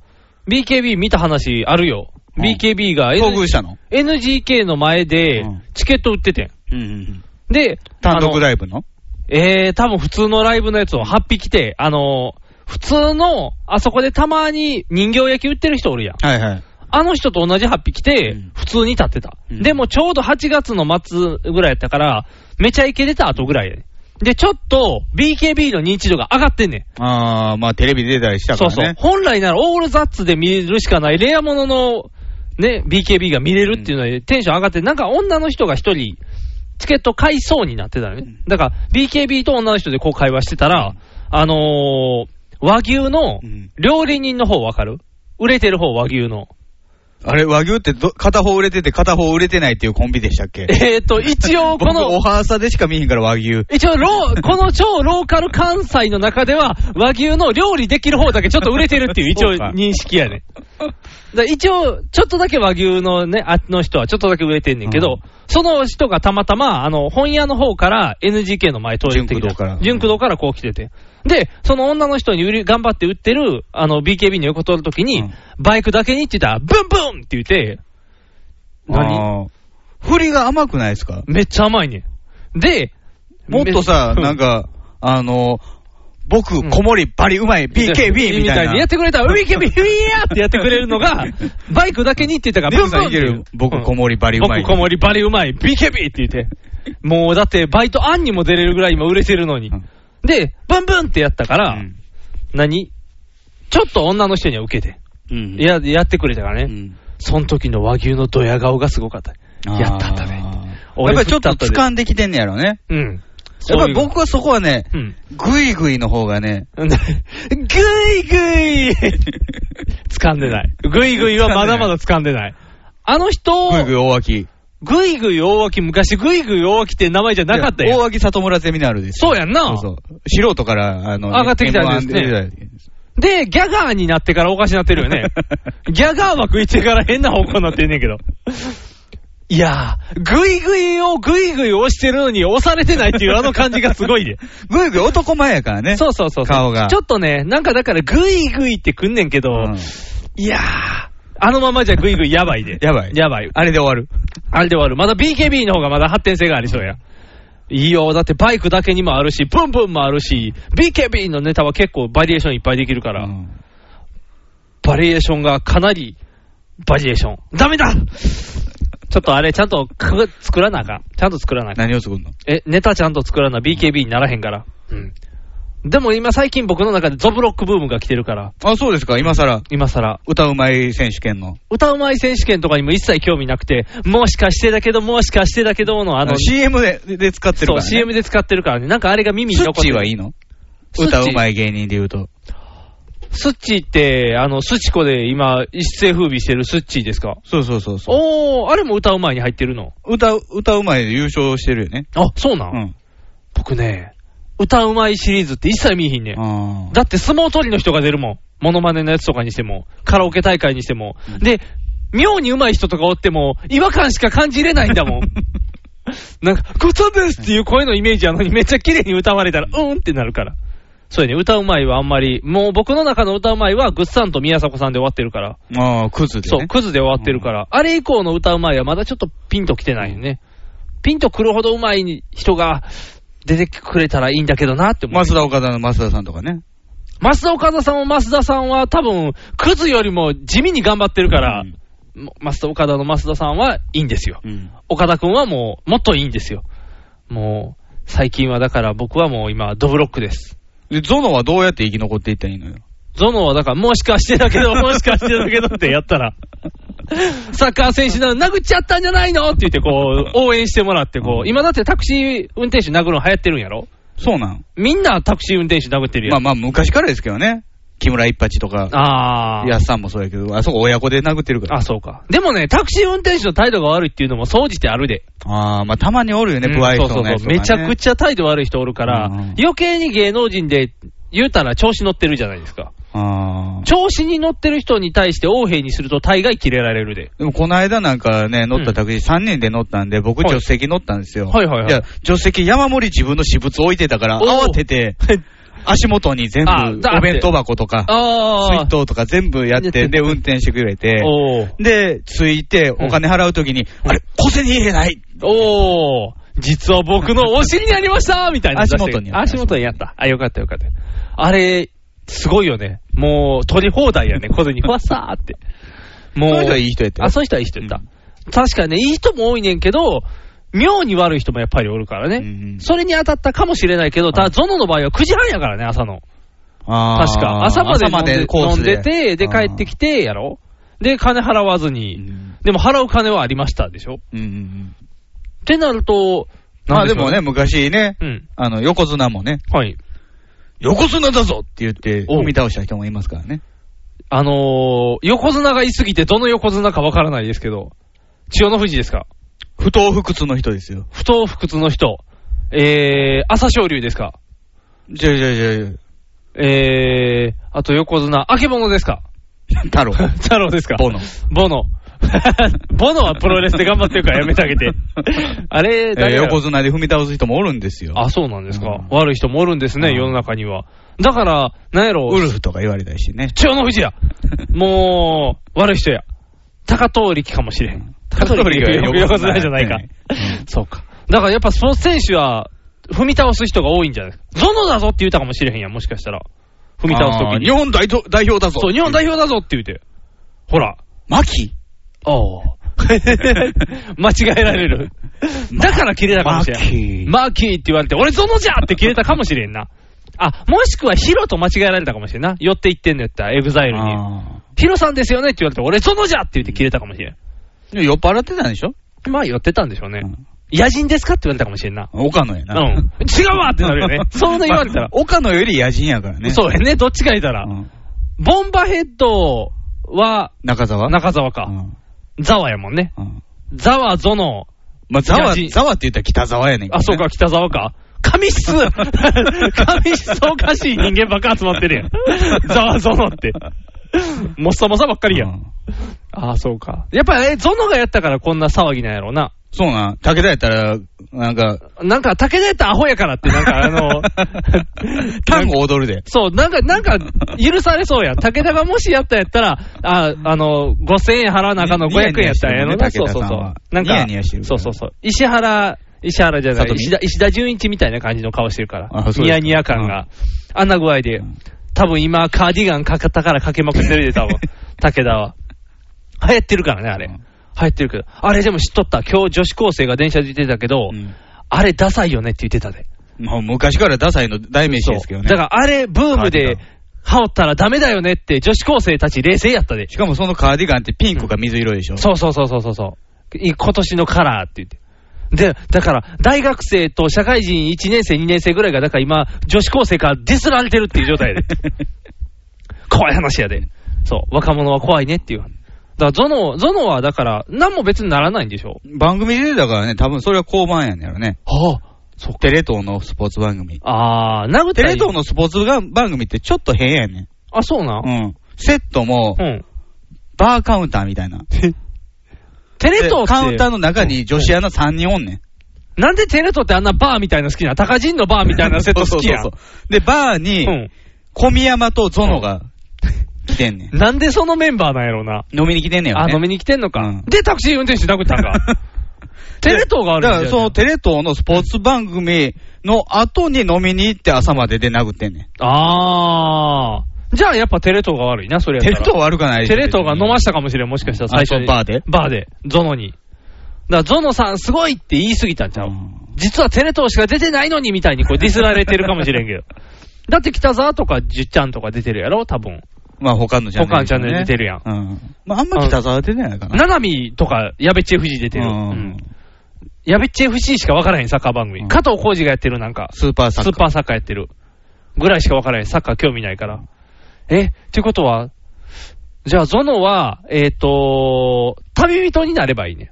Speaker 3: BKB 見た話あるよ。
Speaker 2: うん
Speaker 3: BKB が
Speaker 2: 遭遇したの
Speaker 3: NGK の前で
Speaker 2: うん
Speaker 3: チケット売っててん。
Speaker 2: うんうんうん
Speaker 3: で、
Speaker 2: 単
Speaker 3: あ
Speaker 2: 独
Speaker 3: の
Speaker 2: ライブの
Speaker 3: えー、多分普通のライブのやつを8匹て、あの、普通の、あそこでたまに人形焼き売ってる人おるやん。
Speaker 2: はいはい。
Speaker 3: あの人と同じ8匹で
Speaker 2: うん、
Speaker 3: 普通に立ってた、
Speaker 2: うん
Speaker 3: でもちょうど8月の末ぐらいやったから、めちゃイケ出た後ぐらいやねで、ちょっと BKB の認知度が上がってんねん。
Speaker 2: ああ、まあテレビで出たりしたか
Speaker 3: そ
Speaker 2: ら
Speaker 3: う
Speaker 2: ね。
Speaker 3: そう。本来ならオールザッツで見るしかないレアものの、ね、BKB が見れるっていうのでテンション上がって、なんか女の人が一人、チケット買いそうになってたのね。だから、BKB と女の人でこう会話してたら、あのー、和牛の
Speaker 2: うん
Speaker 3: 料理人の方わかる売れてる方和牛の。
Speaker 2: あれ、和牛ってど片方売れてて片方売れてないっていうコンビでしたっけ
Speaker 3: えーと、一応こ
Speaker 2: 僕、
Speaker 3: の
Speaker 2: お、はーさでしか見えへんから和牛。
Speaker 3: 一応ロー、この超ローカル関西の中では、和牛の料理できる方だけちょっと売れてるって いう、一応
Speaker 2: そうか
Speaker 3: 認識やね。だ一応、ちょっとだけ和牛のね、あの人はちょっとだけ売れてんねんけど、
Speaker 2: うん
Speaker 3: その人がたまたま、あの、本屋の方から NGK の前通りて
Speaker 2: 純
Speaker 3: きた
Speaker 2: 駆動から
Speaker 3: 純駆動からこう来てて。で、その女の人に売り、頑張って売ってる、あの、BKB の横通るときに、
Speaker 2: うん
Speaker 3: バイクだけにって言ったら、ブンブンって言って、何
Speaker 2: あー振りが甘くないですか
Speaker 3: めっちゃ甘いねん。で、
Speaker 2: もっとさ、
Speaker 3: め
Speaker 2: なんか、あの、僕、
Speaker 3: ん
Speaker 2: 子守バリうまい、BKB みたいな。
Speaker 3: にやってくれたら、ウィキビ、ウィヤーってやってくれるのが、バイクだけにって言ったか
Speaker 2: デ
Speaker 3: ら、
Speaker 2: ブさん
Speaker 3: ブンブンって言う
Speaker 2: いける僕子守バリうまい
Speaker 3: 僕こもりバリうまい、BKB って言って。もうだって、バイト案にも出れるぐらい今売れてるのに
Speaker 2: うん。
Speaker 3: で、ブンブンってやったから、
Speaker 2: うん
Speaker 3: 何ちょっと女の人には受けて。
Speaker 2: うん
Speaker 3: や、やってくれたからね。
Speaker 2: うん
Speaker 3: その時の和牛のドヤ顔がすごかった。やったったね。
Speaker 2: あーやっぱりちょっと
Speaker 3: 掴
Speaker 2: 掴んできてんねやろね。
Speaker 3: うん。
Speaker 2: やっぱり僕はそこはね
Speaker 3: うん、
Speaker 2: グイグイの方がね、
Speaker 3: ぐいぐい掴んでない。ぐいぐいはまだまだ掴んでない。あの人、
Speaker 2: グイグイ大脇。
Speaker 3: ぐいぐい大脇、昔ぐいぐい大脇って名前じゃなかった
Speaker 2: いや
Speaker 3: よ。
Speaker 2: 大脇里村ゼミナールです。
Speaker 3: そうやんな。
Speaker 2: そうそう。素人から、あの、
Speaker 3: 上がってきたんですね
Speaker 2: M1 出て
Speaker 3: で、ギャガーになってからおかしなってるよ ね。ギャガー枠行ってから変な方向になってんねんけど。いやー、ぐいぐいをぐいぐい押してるのに押されてないっていうあの感じがすごいで。
Speaker 2: たグイグイ男前や からね。
Speaker 3: そうそうそうそう。
Speaker 2: 顔が
Speaker 3: ちょっとね、なんかだからぐいぐいってくんねんけど、
Speaker 2: うん
Speaker 3: いやー、あのままじゃぐいぐいやばいで。
Speaker 2: やばい
Speaker 3: やばい。
Speaker 2: あれで終わる。
Speaker 3: あれで終わる。まだ BKB の方がまだ発展性がありそうや。いいよ。だってバイクだけにもあるし、ブンブンもあるし、BKB のネタは結構バリエーションいっぱいできるから、
Speaker 2: うん
Speaker 3: バリエーションがかなりバリエーション。ダメだちょっとあれ、ちゃんとか作らなあかん。ちゃんと作らなあかん。
Speaker 2: 何を作るの
Speaker 3: え、ネタちゃんと作らな BKB にならへんから。うん。でも今最近僕の中でゾブロックブームが来てるから、
Speaker 2: あ、そうですか、今更。
Speaker 3: 今更。
Speaker 2: 歌うまい選手権の。
Speaker 3: 歌うまい選手権とかにも一切興味なくて、もしかしてだけど、もしかしてだけどの、あ
Speaker 2: あ
Speaker 3: の
Speaker 2: の、、CM でで使ってるか
Speaker 3: そう、
Speaker 2: らね。
Speaker 3: CM で使ってるからね。なんかあれが耳に
Speaker 2: スッ
Speaker 3: 残って
Speaker 2: チー
Speaker 3: る。
Speaker 2: はいいの
Speaker 3: スッチー
Speaker 2: 歌うまい芸人で言うと。
Speaker 3: スッチーって、あの、スチコで今、一世風靡してるスッチーですか
Speaker 2: そうそうそうそう。
Speaker 3: おー、あれも歌う前に入ってるの。
Speaker 2: 歌う、歌うまいで優勝してるよね。
Speaker 3: あ、そうな、
Speaker 2: うんん。
Speaker 3: 僕ね、歌うまいシリーズって一切見えひんねん。
Speaker 2: あー
Speaker 3: だって相撲取りの人が出るもん。モノマネのやつとかにしても、カラオケ大会にしても。で、妙に上手い人とかおっても、違和感しか感じれないんだも ん。なんか、コツですっていう声のイメージやのに、めっちゃ綺麗に歌われたら、うんってなるから。そうやね、歌うまいはあんまり、もう僕の中の歌うまいは、ぐっさんと宮迫さんで終わってるから。
Speaker 2: あー、クズで、ね。
Speaker 3: そう、クズで終わってるから、あれ以降の歌うまいはまだちょっとピンと来てないよね。ピンとくるほど上手い人が出てくれたらいいんだけどなって思う。
Speaker 2: 増田岡田の増田さんとかね。
Speaker 3: 増田岡田さんも増田さんは多分、クズよりも地味に頑張ってるから、
Speaker 2: うん
Speaker 3: も増田岡田の増田さんはいいんですよ。
Speaker 2: うん。
Speaker 3: 岡田くんはもう、もっといいんですよ。もう、最近はだから僕はもう今、ドブロックです。
Speaker 2: で、ゾノはどうやって生き残っていったらいいのよ。
Speaker 3: ゾノはだから、もしかしてだけ ど、もしかしてだけどってやったら、サッカー選手なの、殴っちゃったんじゃないのって言って、こう、応援してもらって、こう、今だってタクシー運転手殴るの流行ってるんやろ
Speaker 2: そうなん。
Speaker 3: みんなタクシー運転手殴ってる
Speaker 2: まあ
Speaker 3: やん。
Speaker 2: まあ、昔からですけどね。木村一八とか、
Speaker 3: ああー
Speaker 2: 安さんもそうやけど、あそこ親子で殴ってるから。
Speaker 3: あ、そうか。でもね、タクシー運転手の態度が悪いっていうのも総じてあるで。
Speaker 2: あー、まあ、たまにおるよね、
Speaker 3: うん
Speaker 2: 不愛
Speaker 3: そ
Speaker 2: 想
Speaker 3: うそう
Speaker 2: なやつ
Speaker 3: そ
Speaker 2: とか
Speaker 3: う。
Speaker 2: ね
Speaker 3: めちゃくちゃ態度悪い人おるから、
Speaker 2: うんうん
Speaker 3: 余計に芸能人で言うたら調子乗ってるじゃないですか。
Speaker 2: あー
Speaker 3: 調子に乗ってる人に対して横兵にすると大概キレられるで。
Speaker 2: でもこの間なんかね、乗ったタクシー、3人で乗ったんで、僕、
Speaker 3: はい
Speaker 2: 助手席乗ったんですよ。
Speaker 3: はいはいはい
Speaker 2: や、助手席、山盛り自分の私物置いてたから、
Speaker 3: おー
Speaker 2: 慌てて、足元に全部
Speaker 3: あだって、
Speaker 2: お弁当箱とか、
Speaker 3: あ
Speaker 2: 水
Speaker 3: あ。
Speaker 2: 筒とか全部やっ
Speaker 3: やって
Speaker 2: て、で、運転してくれて、
Speaker 3: おー
Speaker 2: で、着いて、お金払うときに、あれ、小銭入れない
Speaker 3: おー、実は僕のお尻にありましたみたいな。
Speaker 2: 足元にあった
Speaker 3: 足元にあった。あ、よかったよかった。あれ、すごいよね。もう、取り放題やね。小 銭ふわさーって。もう。
Speaker 2: その人はいい人やったよ
Speaker 3: あ、その人はいい人やった。確かにね、いい人も多いねんけど、妙に悪い人もやっぱりおるからね。
Speaker 2: うんうん
Speaker 3: それに当たったかもしれないけど、ただ、ゾノの場合は9時半やからね、朝の。
Speaker 2: あー
Speaker 3: 確か。朝まで飲んで
Speaker 2: コー
Speaker 3: 飲
Speaker 2: ス
Speaker 3: んでて、で、帰ってきて、やろ。で、金払わず
Speaker 2: あー
Speaker 3: に。
Speaker 2: うん
Speaker 3: でも、払う金はありましたでしょ。っ
Speaker 2: うんうん
Speaker 3: てなると、
Speaker 2: ま
Speaker 3: な
Speaker 2: あ
Speaker 3: ん
Speaker 2: で
Speaker 3: しょう
Speaker 2: もね、昔ね、
Speaker 3: うん。
Speaker 2: あの、横綱もね、
Speaker 3: はい。
Speaker 2: 横綱だぞって言って、
Speaker 3: おう
Speaker 2: 踏み倒した人もいますからね。
Speaker 3: あのー、横綱がいすぎて、どの横綱かわからないですけど、千代の富士ですか
Speaker 2: 不当不屈の人ですよ。
Speaker 3: 不当不屈の人。えー、朝青龍ですか
Speaker 2: じゃじゃじゃじ
Speaker 3: えー、あと横綱、あけぼのですか
Speaker 2: ゃ太 郎。
Speaker 3: 太郎ですか
Speaker 2: ボノ。
Speaker 3: ボノ。 ボノはプロレスで頑張ってるからやめてあげて。あれ、
Speaker 2: えー
Speaker 3: 誰やろ
Speaker 2: 横綱で踏み倒す人もおるんですよ。
Speaker 3: あ、そうなんですか。
Speaker 2: うん
Speaker 3: 悪い人もおるんですね、
Speaker 2: うん
Speaker 3: 世の中には。だから、なんやろ、
Speaker 2: ウルフとか言われたりしてね。
Speaker 3: 千代の富士や。もう、悪い人や。高藤力かもしれん。高藤力は横綱じゃないか。そうか。だからやっぱスポーツ選手は、踏み倒す人が多いんじゃないですか。ゾノだぞって言うたかもしれへんやん、もしかしたら。踏み倒すと
Speaker 2: あ
Speaker 3: き
Speaker 2: ー日
Speaker 3: に。
Speaker 2: 本代表代表だぞ。
Speaker 3: そう、日本代表だぞって言うて。ほら。
Speaker 2: 牧
Speaker 3: ああ。 間違えられる。だから切れたかもしれ
Speaker 2: マッキ
Speaker 3: ん。
Speaker 2: ー
Speaker 3: マーキーって言われて、俺ゾノじゃって切れたかもしれんな。あ、もしくはヒロと間違えられたかもしれんな。寄っていってんのやったら、エグザイルに。
Speaker 2: あ
Speaker 3: ヒロさんですよねって言われて、俺ゾノじゃって言って切れたかもしれん。
Speaker 2: ー酔っ払ってたんでしょ
Speaker 3: まあ寄ってたんでしょうね。
Speaker 2: うん
Speaker 3: 野人ですかって言われたかもしれんな。
Speaker 2: 岡野やな。
Speaker 3: うん。違うわってなる よ ね。そんな言われたら。
Speaker 2: 岡野より野人やからね。
Speaker 3: そうやね、どっちか言ったら。ボンバーヘッドは、
Speaker 2: 中澤
Speaker 3: 中澤か。ザワやもんね。ザワ、ゾノ。
Speaker 2: まあ、ザワ、
Speaker 3: 野人
Speaker 2: ザワって言ったら北沢やねんけどね
Speaker 3: あ、そうか、北沢か。神 質神質おかしい人間ばっか集まってるやん。ザワ、ゾノ って。もっさもさばっかりやん。ああ、そうか。やっぱり、え、ゾノがやったからこんな騒ぎなんやろうな。
Speaker 2: そうなん。武田やったら、なんか、
Speaker 3: なんか、武田やったらアホやからって、なんか あの、
Speaker 2: 単語踊るで。
Speaker 3: そう、なんか、なんか、許されそうやん。武田がもしやったやったら、あ、あの、5000円払わなあかんの500円やったんやろな。
Speaker 2: ニヤニヤしてる
Speaker 3: そう
Speaker 2: ね武田さ
Speaker 3: そ
Speaker 2: ん
Speaker 3: う
Speaker 2: は
Speaker 3: そう。なんか、
Speaker 2: ニヤニヤしてるか
Speaker 3: そ
Speaker 2: ら
Speaker 3: うそうそう。石原、石原じゃな
Speaker 2: さと
Speaker 3: い、
Speaker 2: み
Speaker 3: 石田、石田純一みたいな感じの顔してるから
Speaker 2: あそうで。すか
Speaker 3: ニヤニヤ感が。あんな具合で。多分今、カーディガンかかったからかけまくってるで、多分。武田は。流行ってるからね、あれ。流行ってるけど。あれでも知っとった。今日女子高生が電車で言ってたけど、あれダサいよねって言ってたで。
Speaker 2: もう昔からダサいの代名詞ですけどね。
Speaker 3: だからあれ、ブームで、羽織ったらダメだよねって女子高生たち冷静やったで。
Speaker 2: しかもそのカーディガンってピンクが水色でしょ。
Speaker 3: そうそうそうそうそうそう。い今年のカラーって言って。で、だから、大学生と社会人1年生、2年生ぐらいが、だから今、女子高生からディスられてるっていう 状態やで。怖い話やで。そう、若者は怖いねっていう。だから、ゾノ、ゾノはだから、何も別にならないんでしょ
Speaker 2: 番組でだからね、多分それは交番やねんやろね。
Speaker 3: は
Speaker 2: テレ東のスポーツ番組。
Speaker 3: あー、なぐ
Speaker 2: テレ東のスポーツが番組ってちょっと変やねん。
Speaker 3: あ、そうなん
Speaker 2: うん。セットも、
Speaker 3: うん。
Speaker 2: バーカウンターみたいな。
Speaker 3: テレ東って
Speaker 2: でカウンターの中に女子アナ3人おんねん。
Speaker 3: なんでテレ東ってあんなバーみたいなの好きなの高人のバーみたいなセット好きや ん
Speaker 2: そうそうそうそうで、バーに、小宮山とゾノが来てんねん。
Speaker 3: なんでそのメンバーなんやろうな。
Speaker 2: 飲みに来てんねんよ、
Speaker 3: あ、
Speaker 2: ね。
Speaker 3: 飲みに来てんのか。で、タクシー運転手殴ったんか。 テレ東があるん
Speaker 2: だ
Speaker 3: だ
Speaker 2: から、そのテレ東のスポーツ番組の後に飲みに行って朝までで殴ってんねん。
Speaker 3: あー。じゃあやっぱテレ東が悪いな、それやったら。
Speaker 2: テレ東悪くないでし
Speaker 3: テ
Speaker 2: ょ
Speaker 3: レ東が飲ましたかもしれん、もしかしたら最初に。
Speaker 2: あそうバーで
Speaker 3: バーで、ゾノに。だからゾノさんすごいって言い過ぎたんちゃう、実はテレ東しか出てないのにみたいにこうディスられてるかもしれ んけど。だって北沢とかじゅっちゃんとか出てるやろ多分。
Speaker 2: まあ他のチャンネル、
Speaker 3: 他のチャンネル出てるやん。
Speaker 2: うん。まああんま北沢出てないかな。
Speaker 3: ななみとか、やべっち FC 出てる。うんやべっち FC しか分からへん、サッカー番組。加藤浩二がやってる、なんか。
Speaker 2: スーパーサッカー
Speaker 3: スーパーサッカーやってる。ぐらいしか分からへん。サッカー興味ないから。え、っていうことは、じゃあ、ゾノは、えっ、と旅人になればいいね。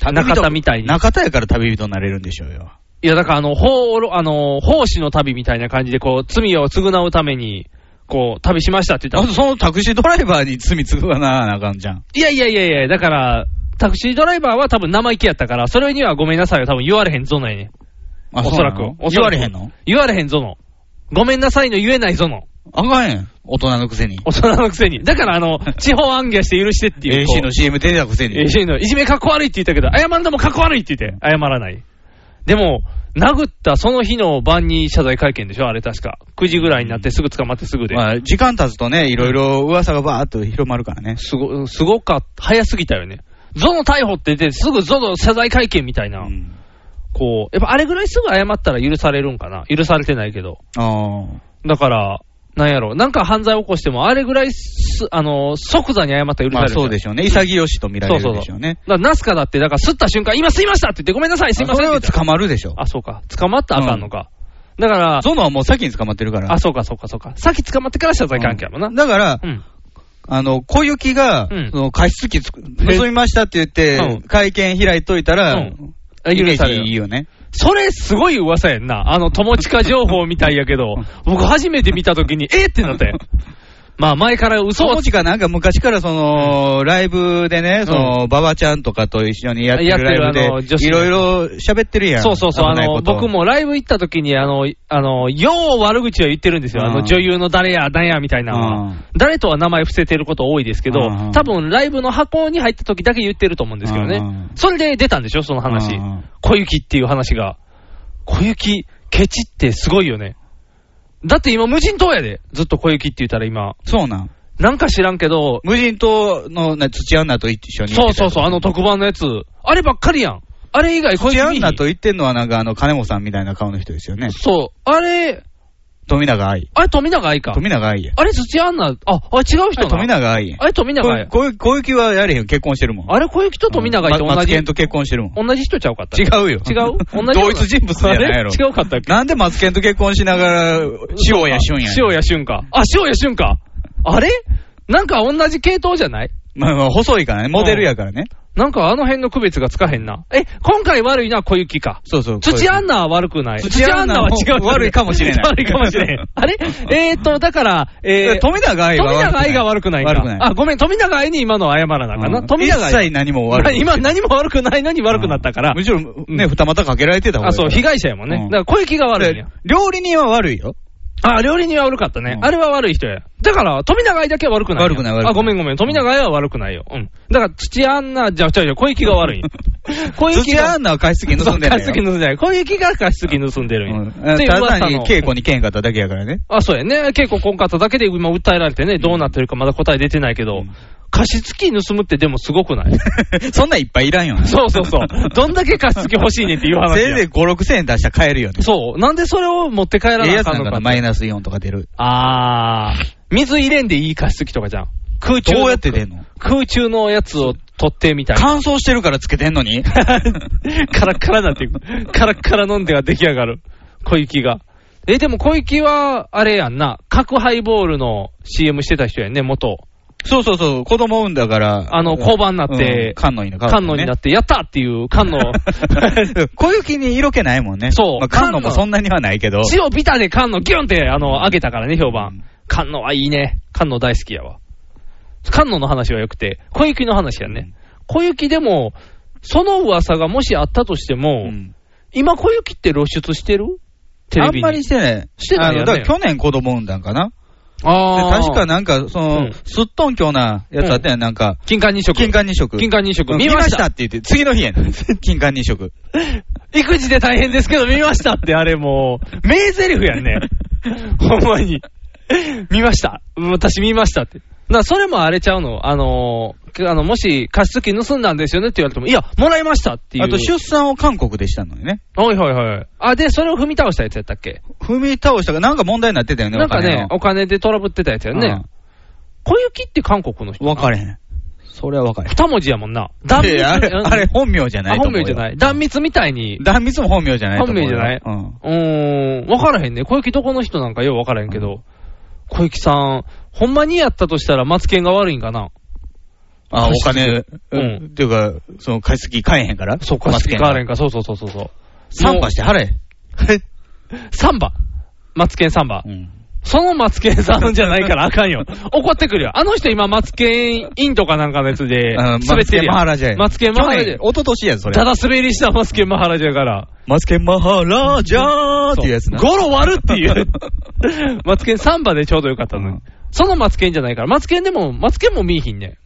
Speaker 3: 中田みたいに。
Speaker 2: 中田やから旅人になれるんでしょうよ。
Speaker 3: いや、だから、あの、法、あの、奉仕の旅みたいな感じで、こう、罪を償うために、こう、旅しましたって言
Speaker 2: あ
Speaker 3: った
Speaker 2: と
Speaker 3: ら、
Speaker 2: そのタクシードライバーに罪つくわな、あかんじゃん。
Speaker 3: いやいやいやいや、だから、タクシードライバーは多分生意気やったから、それにはごめんなさいは多分言われへんゾノやね。
Speaker 2: あ
Speaker 3: おそらく
Speaker 2: そうなの。
Speaker 3: おそ
Speaker 2: 言わ
Speaker 3: らく
Speaker 2: れへんの
Speaker 3: 言われへんゾノ。ごめんなさいの言えないゾノ。
Speaker 2: あかんやん。大人のくせに。
Speaker 3: 大人のくせに。だから あの、地方暗記して許してっていう。
Speaker 2: AC の CM 出てたくせに。
Speaker 3: AC の、いじめかっこ悪いって言ったけど、謝るのもかっこ悪いって言って、謝らない。でも、殴ったその日の晩に謝罪会見でしょあれ確か。9時ぐらいになってすぐ捕まってすぐで。
Speaker 2: まあ、時間経つとね、いろいろ噂がバーっと広まるからね。
Speaker 3: すご、すごかった。早すぎたよね。ゾノ逮捕って出て、すぐゾノ謝罪会見みたいな。こう、やっぱあれぐらいすぐ謝ったら許されるんかな許されてないけど。
Speaker 2: あ
Speaker 3: だから、なんやろ、なんか犯罪起こしても、あれぐらいす、あの、即座に謝ったら許されるじゃん
Speaker 2: まあそうでしょうね。潔しと見られ
Speaker 3: そう
Speaker 2: る
Speaker 3: そう
Speaker 2: で
Speaker 3: そ
Speaker 2: しょ
Speaker 3: う
Speaker 2: うね。
Speaker 3: だからナスカだって、だから、すった瞬間、今すいましたって言って、ごめんなさい、すいません
Speaker 2: それ
Speaker 3: っ
Speaker 2: は
Speaker 3: て言った
Speaker 2: 捕まるでしょ。
Speaker 3: あ、そうか。捕まったらあかんのか。だから、
Speaker 2: ゾノはもう先に捕まってるから。
Speaker 3: あ、そうか、そうか、そうか。さっき捕まってから謝罪関係やもんな。
Speaker 2: だから、
Speaker 3: うん
Speaker 2: あの、小雪が、
Speaker 3: うん
Speaker 2: その加湿器つく、盗みましたって言って、
Speaker 3: う
Speaker 2: 会見開いといたら、
Speaker 3: うん
Speaker 2: イメ
Speaker 3: 許さ
Speaker 2: ー
Speaker 3: れ
Speaker 2: ジ
Speaker 3: る
Speaker 2: いいよね。
Speaker 3: それ、すごい噂やんな。あの、友近情報みたいやけど、僕初めて見たときに、えーってなっ たよ。まあ、前から嘘を
Speaker 2: 当時かなんか昔からその、ライブでね、その、馬場ちゃんとかと一緒にやって
Speaker 3: やっ
Speaker 2: る
Speaker 3: てる
Speaker 2: ライ
Speaker 3: あの
Speaker 2: ブ
Speaker 3: 女子
Speaker 2: で、いろいろ喋ってるやん。
Speaker 3: そうそうそう、あ
Speaker 2: 危ない
Speaker 3: の、
Speaker 2: こと
Speaker 3: 僕。もライブ行った時に、あの、あの、よう悪口は言ってるんですよ。あ
Speaker 2: う
Speaker 3: の、
Speaker 2: ん
Speaker 3: 女優の誰や、なんや、みたいなの
Speaker 2: う
Speaker 3: は。誰とは名前伏せてること多いですけど
Speaker 2: う、ん
Speaker 3: 多分ライブの箱に入った時だけ言ってると思うんですけど
Speaker 2: う
Speaker 3: ね。それで出たんでしょ、その話
Speaker 2: う。ん
Speaker 3: 小雪っていう話が。小雪、ケチってすごいよね。だって今無人島やで。ずっと小雪って言ったら今。
Speaker 2: そうなん。
Speaker 3: なんか知らんけど、
Speaker 2: 無人島のね土屋アンナと一緒に行
Speaker 3: そ
Speaker 2: っ
Speaker 3: う
Speaker 2: てた
Speaker 3: そう
Speaker 2: よ
Speaker 3: そう、あの特番のやつ。あればっかりやん。あれ以外小
Speaker 2: 土
Speaker 3: 雪
Speaker 2: 屋ア
Speaker 3: 見
Speaker 2: ン
Speaker 3: ひん
Speaker 2: ナと言ってんのはなんかあの、金本さんみたいな顔の人ですよね。
Speaker 3: そう、あれ、
Speaker 2: 富永愛。
Speaker 3: あれ、富永愛か。
Speaker 2: 富永愛や。
Speaker 3: あれ、土屋アンナ、あ、あれ違う人な
Speaker 2: 富永愛や。
Speaker 3: あれ、富永愛。
Speaker 2: こ小小雪はやれへん、結婚してるもん。
Speaker 3: あれ、小雪と富永愛と
Speaker 2: ま
Speaker 3: 同
Speaker 2: 松
Speaker 3: じ
Speaker 2: 健、と結婚してるもん。
Speaker 3: 同じ人ちゃうかった。
Speaker 2: 違うよ。
Speaker 3: 違う同じ
Speaker 2: 同一人物じゃないやろ。
Speaker 3: あれ違うかったっけ
Speaker 2: なんで松健と結婚しながら、塩谷俊やねん。
Speaker 3: 塩谷俊か。あ、塩谷俊か。あれなんか同じ系統じゃない
Speaker 2: まあまあ、細いからね、モデルやからね。
Speaker 3: なんかあの辺の区別がつかへんな。え、今回悪いのは小雪か。
Speaker 2: そうそう。
Speaker 3: 土屋ア
Speaker 2: こ
Speaker 3: ンナは悪くない。
Speaker 2: 土屋アンナ
Speaker 3: は
Speaker 2: も
Speaker 3: 違う。
Speaker 2: 悪いかもしれない
Speaker 3: 悪いかもしれん。あれえーっと、だから、
Speaker 2: うい
Speaker 3: え
Speaker 2: う
Speaker 3: ー、
Speaker 2: 富永愛
Speaker 3: 富
Speaker 2: は悪くない。
Speaker 3: 永愛が悪くないんだ
Speaker 2: 悪くない。
Speaker 3: あ、ごめん、富永愛に今のは謝らなあかんな。
Speaker 2: うん
Speaker 3: 富永愛。
Speaker 2: 一切何も悪くない
Speaker 3: 今何も悪くないのに悪くなったから。
Speaker 2: むしろ、ね、二股かけられてた方が
Speaker 3: あ、そう、被害
Speaker 2: 者
Speaker 3: 者やもんね。
Speaker 2: うん
Speaker 3: だから小雪が悪いんや。
Speaker 2: 料理人は悪いよ。
Speaker 3: あ、料理人は悪かったね。あれは悪い人や。だから、富永愛だけは悪くない。
Speaker 2: 悪くない悪くない
Speaker 3: あ、ごめんごめん。富永愛は悪くないよ。うん。だから、土アンナ、じゃあ、違う違う、小雪が 悪いんよ。小雪
Speaker 2: 土
Speaker 3: が。
Speaker 2: 屋アンナは加湿器盗んでな
Speaker 3: 加
Speaker 2: い
Speaker 3: 湿器盗んでない。小雪が加湿器盗んでるんや。
Speaker 2: た
Speaker 3: っていう噂
Speaker 2: だ
Speaker 3: の
Speaker 2: 単に稽古にけんかっただけやからね。
Speaker 3: あ、そうやね。結構こんかっただけで今訴えられてね、どうなってるかまだ答え出てないけど、加湿器盗むってでもすごく ない
Speaker 2: そんなんいっぱいいらんよね。
Speaker 3: そうそうそう。 どんだけ加湿器欲しいねんっていう話
Speaker 2: せい
Speaker 3: や。
Speaker 2: ぜい5、6千円出したら買えるよね。
Speaker 3: そう。なんでそれを持って帰ら
Speaker 2: ええ
Speaker 3: なあ
Speaker 2: やつ
Speaker 3: か
Speaker 2: なんんか
Speaker 3: のか
Speaker 2: な、
Speaker 3: って。
Speaker 2: マイナス4とか出る。
Speaker 3: あー。水入れんでいい加湿器とかじゃん。空中の。
Speaker 2: どうやって出んの
Speaker 3: 空中のやつを取ってみたい な。
Speaker 2: 乾燥してるからつけてんの に
Speaker 3: カラッカラになっていく。カラッカラ飲んでが出来上がる。小雪が。え、でも小雪は、あれやんな。角ハイボールの CM してた人やんね、元。
Speaker 2: そうそうそう、子供産んだから。
Speaker 3: あの、交番になって、
Speaker 2: 観音にな
Speaker 3: 観音になって、やったっていう、観音。
Speaker 2: 小雪に色気ないもんね。
Speaker 3: そう
Speaker 2: まあ観音もそんなにはないけど。
Speaker 3: 血をビタで観音、ギュンって、あの、上げたからね、評判。観音はいいね。観音大好きやわ。観音の話は良くて、小雪の話やね。小雪でも、その噂がもしあったとしても、今小雪って露出してるテレ
Speaker 2: あ
Speaker 3: ビ
Speaker 2: ん
Speaker 3: に。
Speaker 2: まりしてない。
Speaker 3: してない
Speaker 2: あ
Speaker 3: よね
Speaker 2: のだから去年子供産んだんかな。で
Speaker 3: あー
Speaker 2: 確かなんか、その、すっとんきょうなやつあったやん、なんか。
Speaker 3: 金環二色。
Speaker 2: 金環二色。
Speaker 3: 金環二色
Speaker 2: うん
Speaker 3: 見
Speaker 2: 見
Speaker 3: ま
Speaker 2: まし
Speaker 3: し
Speaker 2: たたって言って、次の日やねん。 金環二色。
Speaker 3: 育児で大変ですけど見ましたって、あれもう、名台詞や んね。ほんまに。見ました。私見ましたって。な、それもあれちゃうの。あのーあの、もし、加湿器盗んだんですよねって言われても、いや、もらいましたっていう。
Speaker 2: あと出産を韓国でしたのにね。
Speaker 3: はいはいはい。あ、で、それを踏み倒したやつやったっけ
Speaker 2: 踏み倒したか、なんか問題になってたよね、
Speaker 3: なんかね、
Speaker 2: お
Speaker 3: お金でトラブってたやつや
Speaker 2: 金
Speaker 3: ん
Speaker 2: の
Speaker 3: ね。小雪って韓国の人
Speaker 2: うん分かれへん。それは分かれへん。
Speaker 3: 二文字やもんな。断
Speaker 2: い
Speaker 3: 密。
Speaker 2: やあれ、
Speaker 3: うん
Speaker 2: あれ本名じゃない
Speaker 3: あ、
Speaker 2: と思
Speaker 3: 本
Speaker 2: うよ。
Speaker 3: 名じゃない。断密みたいに。
Speaker 2: 壇蜜も本名じゃないと思うよ。
Speaker 3: 本名じゃない
Speaker 2: うん。
Speaker 3: うーん、わからへんね。小雪どこの人なんかようわからへんけど、小雪さん、ほんまにやったとしたら、マツケンが悪いんかな
Speaker 2: あ、お
Speaker 3: 貸し
Speaker 2: 金、
Speaker 3: う
Speaker 2: うんん。っていうか、その、貸し付き買えへんから
Speaker 3: そう、小雪が悪いんか、そうそうそうそうそう。
Speaker 2: サンバして払え。
Speaker 3: サンバ。マツケンサンバ。そのマツケンさんじゃないからあかん よ。怒ってくるよ。あの人今、マツケンインとかなんかのやつで、
Speaker 2: う
Speaker 3: 滑っ
Speaker 2: ん
Speaker 3: てるやん。
Speaker 2: マツケンマハラジャや
Speaker 3: マツケンマハラジ
Speaker 2: 去
Speaker 3: ャ
Speaker 2: 年。一昨年や、それ。
Speaker 3: ただ滑りしたマツケンマハラジャやから。
Speaker 2: マツケンマハラジャーっていうやつな。
Speaker 3: ゴロ割るって いう。マツケンサンバでちょうどよかったのに。そのマツケンじゃないから。マツケンでも、マツケンも見えひんね。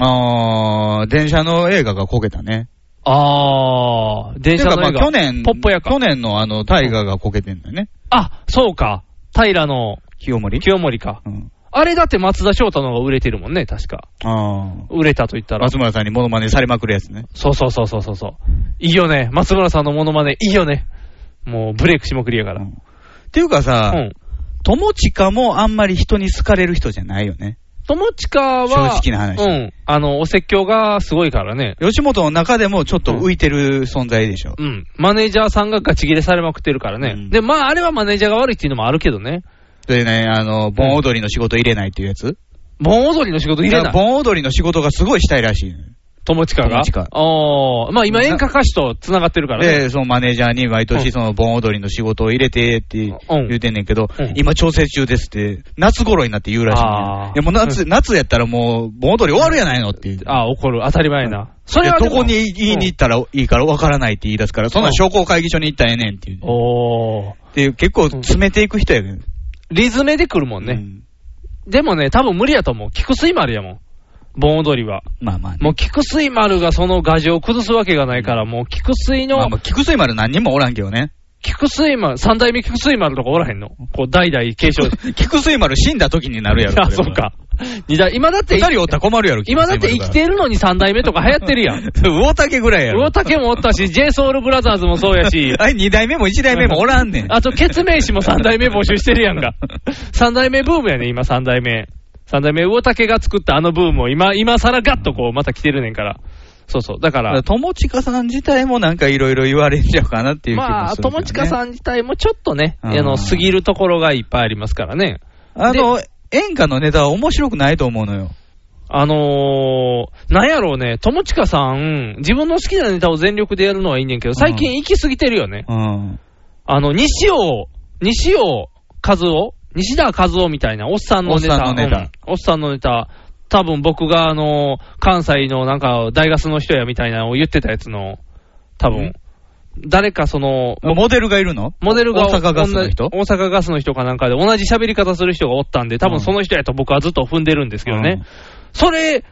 Speaker 2: あー、電車の映画がこけたね。
Speaker 3: あー、電車の
Speaker 2: て
Speaker 3: 映
Speaker 2: いうかま
Speaker 3: 画。
Speaker 2: あ去年、
Speaker 3: ポッポやか
Speaker 2: 去。年のあの、大河がこけてんだよね。
Speaker 3: あ、そうか。平の
Speaker 2: 清盛
Speaker 3: 清盛か。
Speaker 2: うん
Speaker 3: あれだって松田翔太の方が売れてるもんね、確か。
Speaker 2: あ
Speaker 3: 売れたと言った
Speaker 2: ー。
Speaker 3: ら。
Speaker 2: 松村さんにモノマネされまくるやつね。
Speaker 3: そうそうそうそうそうそう。いいよね。松村さんのモノマネ、いいよね。もうブレイクしまくりやから。
Speaker 2: っていうかさ
Speaker 3: うん、
Speaker 2: 友近もあんまり人に好かれる人じゃないよね。
Speaker 3: 友近は、
Speaker 2: 正直な話
Speaker 3: うん。あの、お説教がすごいからね。
Speaker 2: 吉本の中でもちょっと浮いてる存在でしょ。
Speaker 3: うん。マネージャーさんがガチ切れされまくってるからね。で、まあ、あれはマネージャーが悪いっていうのもあるけどね。
Speaker 2: でね、あの、盆踊りの仕事入れないっていうやつ。
Speaker 3: 盆踊りの仕事入れない。
Speaker 2: 盆踊りの仕事がすごいしたいらしいのよ。
Speaker 3: 友近が。
Speaker 2: 友近
Speaker 3: おー。まあ、今演歌歌手と繋がってるからね。
Speaker 2: で、そのマネージャーに毎年その盆踊りの仕事を入れてって言うてんねんけど、今調整中ですって、夏頃になって言うらしい
Speaker 3: あー
Speaker 2: ねん。いやもう夏、夏やったらもう盆踊り終わるやないのって言う。
Speaker 3: ああ、怒る。当たり前やな。そ
Speaker 2: い
Speaker 3: れ
Speaker 2: や
Speaker 3: はで
Speaker 2: ど
Speaker 3: も
Speaker 2: こに言いに行ったらいいからわからないって言い出すから、そんな商工会議所に行ったらええねんっていう。
Speaker 3: おー。
Speaker 2: っていう結構詰めていく人やけど。
Speaker 3: リズムで来るもんね。でもね、多分無理やと思う。菊水丸やもん。盆踊りは。
Speaker 2: まあまあね。
Speaker 3: もう菊水丸がその牙城を崩すわけがないから、もう菊水の、
Speaker 2: まあまあ、菊水丸何人もおらんけどね。
Speaker 3: 菊水丸、三代目菊水丸とかおらへんのこう、代々継承。
Speaker 2: 菊水丸死んだ時になるやろ。
Speaker 3: あ、そうか。二代、今だって、
Speaker 2: 二人おったら困るやろ、
Speaker 3: 今だって生きてるのに三代目とか流行ってるや ん。
Speaker 2: 魚竹ぐらいやろ。
Speaker 3: 魚竹もおったし、j ソ o ルブラザーズもそうやし
Speaker 2: 。あれ、二代目も一代目もおらんねん。
Speaker 3: あと、ケツメイシも三代目募集してるや んか。三代目ブームやね、今三代目。三代目、魚竹が作ったあのブームを今、今さらガッとこう、また来てるねんから。そうそう。だから、
Speaker 2: 友近さん自体もなんかいろいろ言われちゃうかなっていう気もする、ね。
Speaker 3: まあ、友近
Speaker 2: ん。
Speaker 3: さん自体もちょっとね、
Speaker 2: うん
Speaker 3: あの、過ぎるところがいっぱいありますからね。
Speaker 2: あの、演歌のネタは面白くないと思うのよ。
Speaker 3: あのー、なんやろうね、友近さん、自分の好きなネタを全力でやるのはいいねんけど、最近行き過ぎてるよね。
Speaker 2: うん。
Speaker 3: あの、西尾、西尾和夫西田和夫みたいな、おっさんのネタ。
Speaker 2: おっさんのネタ
Speaker 3: うんおっさんのネタ。多分僕が、あのー、関西のなんか、大学の人やみたいなのを言ってたやつの、多分、誰かその、
Speaker 2: モデルがいるの
Speaker 3: モデルが
Speaker 2: 大阪ガスの人
Speaker 3: 同じ大阪ガスの人かなんかで同じ喋り方する人がおったんで、多分その人やと僕はずっと踏んでるんですけどね。
Speaker 2: うん
Speaker 3: それ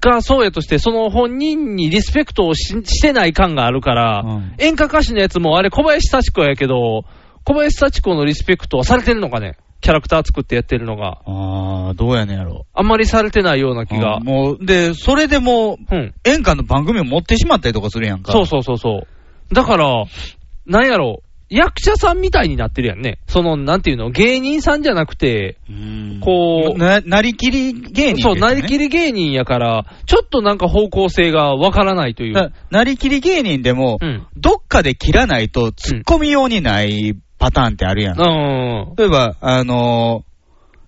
Speaker 3: がそうやとして、その本人にリスペクトをししてない感があるから、
Speaker 2: うん
Speaker 3: 演歌歌手のやつもあれ小林幸子やけど、小林幸子のリスペクトはされてるのかねキャラクター作ってやってるのが。
Speaker 2: ああ、どうやねんやろ。
Speaker 3: あんまりされてないような気が
Speaker 2: うん。もう、で、それでもう、
Speaker 3: うん。
Speaker 2: 演歌の番組を持ってしまったりとかするやんか。
Speaker 3: そうそうそうそう。だから、なんやろ、役者さんみたいになってるやんね。その、なんていうの、芸人さんじゃなくて、
Speaker 2: うん
Speaker 3: こう、
Speaker 2: な、なりきり芸人、
Speaker 3: そう、なりき
Speaker 2: り。
Speaker 3: り芸人やから、ちょっとなんか方向性がわからないという。
Speaker 2: だなりきり芸人でも、
Speaker 3: うん。
Speaker 2: どっかで切らないと、突っ込みようにないパターンってあるやん。
Speaker 3: うん。
Speaker 2: 例えば、あのー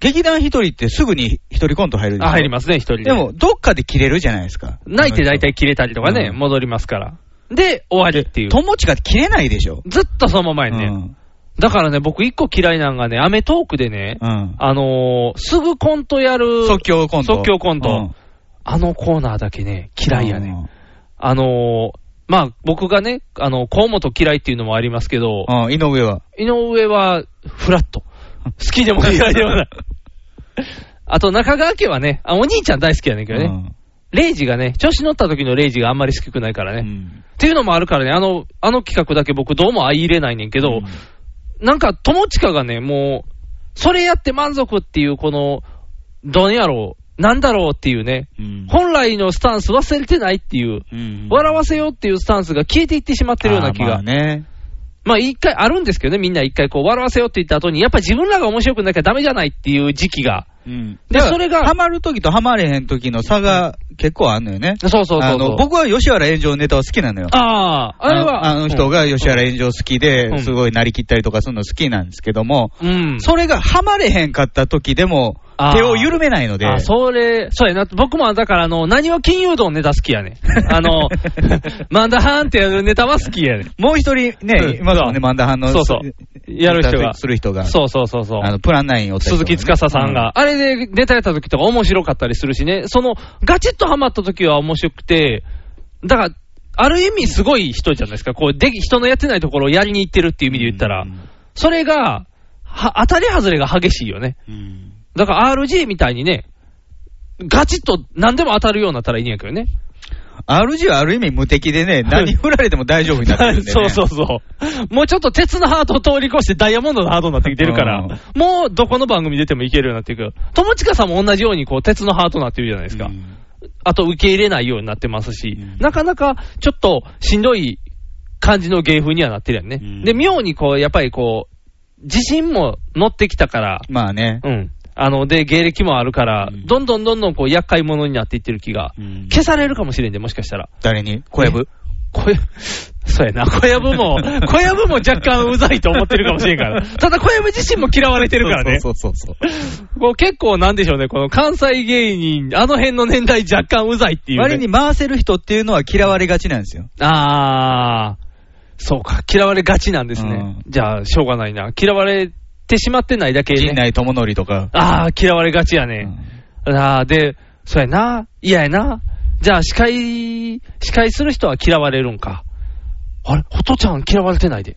Speaker 2: 劇団一人ってすぐに一人コント入るでしょ
Speaker 3: あ、入りますね、一人で。
Speaker 2: でも、どっかで切れるじゃないですか。
Speaker 3: 泣いて大体切れたりとかね、
Speaker 2: うん
Speaker 3: 戻りますから。で、終わりっていう。
Speaker 2: 友近って切れないでしょ。
Speaker 3: ずっとそのまま
Speaker 2: う
Speaker 3: やね、
Speaker 2: ん。
Speaker 3: だからね、僕一個嫌いなんがね、アメトークでね、
Speaker 2: うん。
Speaker 3: あのー、すぐコントやる、
Speaker 2: 即興コント。
Speaker 3: 即興コント
Speaker 2: うん
Speaker 3: あのコーナーだけね、嫌いやね。
Speaker 2: うん
Speaker 3: あのー、まあ、僕がね、あの、河本嫌いっていうのもありますけど、
Speaker 2: うん、井上は。
Speaker 3: 井上は、フラット。好きでも嫌いでも ない。あと、中川家はね、あお兄ちゃん大好きやねんけどね、レイジがね、調子乗った時のレイジがあんまり好きくないからね、
Speaker 2: う
Speaker 3: っ
Speaker 2: ん
Speaker 3: ていうのもあるからね、あの、あの企画だけ僕どうも相入れないねんけど、なんか、友近がね、もう、それやって満足っていう、この、どんやろう、なんだろうっていうね、
Speaker 2: うん
Speaker 3: 本来のスタンス忘れてないっていう、
Speaker 2: うん
Speaker 3: 笑わせようっていうスタンスが消えていってしまってるような気
Speaker 2: あーま
Speaker 3: が
Speaker 2: あ。ね。
Speaker 3: まあ一回あるんですけどね、みんな一回こう笑わせようって言った後に、やっぱり自分らが面白くなきゃダメじゃないっていう時期が。で
Speaker 2: で、
Speaker 3: そ
Speaker 2: そ
Speaker 3: れ
Speaker 2: れ
Speaker 3: が
Speaker 2: が。ハマるときとハマれへんときの差が結構あんのよね。
Speaker 3: そうそうそうそう。
Speaker 2: あの僕は吉原炎上ネタは好きなのよ。
Speaker 3: ああ、あれは。
Speaker 2: あのあの人が吉原炎上好き
Speaker 3: うん
Speaker 2: で、すごいなりきったりとかするの好きなんですけども、
Speaker 3: うん。
Speaker 2: それがハマれへんかったときでも
Speaker 3: あー、
Speaker 2: 手を緩めないので、
Speaker 3: あ、それ、そうやな。僕もだから、あの、何は金融道のネタ好きやね。あの、 マンダハーンってやるネタは好きやね。
Speaker 2: もう一人
Speaker 3: うん
Speaker 2: ね、いますもんね、マンダハンの、
Speaker 3: そうそう。やる人が。
Speaker 2: する人が、
Speaker 3: そうそうそうそう。
Speaker 2: あのプランナインを、
Speaker 3: 鈴木司さんが、あれでネタやった時とか面白かったりするしね、そのガチッとハマった時は面白くて、だから、ある意味すごい人じゃないですか、こうでき人のやってないところをやりに行ってるっていう意味で言ったら、それがは当たり外れが激しいよね。
Speaker 2: うん、
Speaker 3: だから RG みたいにね、ガチッと何でも当たるようになったらいいんやけどね。
Speaker 2: RG はある意味無敵でね、何振られても大丈夫になってるんで、ね、
Speaker 3: そうそうそう。もうちょっと鉄のハートを通り越してダイヤモンドのハートになってきてるから、
Speaker 2: うん
Speaker 3: もうどこの番組出てもいけるようになっていく。友近さんも同じようにこう鉄のハートになってるじゃないですか。
Speaker 2: うん
Speaker 3: あと受け入れないようになってますし、
Speaker 2: うん
Speaker 3: なかなかちょっとしんどい感じの芸風にはなってるやんね。
Speaker 2: うん
Speaker 3: で、妙にこう、やっぱりこう、自信も乗ってきたから、
Speaker 2: まあね。
Speaker 3: うん。あの、で、芸歴もあるから、
Speaker 2: うん
Speaker 3: どんどんどんどんこう、厄介者になっていってる気が、
Speaker 2: うん
Speaker 3: 消されるかもしれんで、もしかしたら。
Speaker 2: 誰に小籔
Speaker 3: 小屋、そうやな、小籔も、小籔も若干うざいと思ってるかもしれんから。ただ小籔自身も嫌われてるからね。
Speaker 2: そうそうそうそう。
Speaker 3: こう結構なんでしょうね、この関西芸人、あの辺の年代若干うざいっていう、ね。
Speaker 2: 割に回せる人っていうのは嫌われがちなんですよ。
Speaker 3: あー、そうか、嫌われがちなんですね。じゃあ、しょうがないな。嫌われてしまってないだけ
Speaker 2: 陣
Speaker 3: ね。
Speaker 2: 内智則とか。
Speaker 3: あー、嫌われがちやね。
Speaker 2: う
Speaker 3: あー、で、そうやな、嫌やな。じゃあ、司会、司会する人は嫌われるんか。あれ、ホトちゃん嫌われてないで。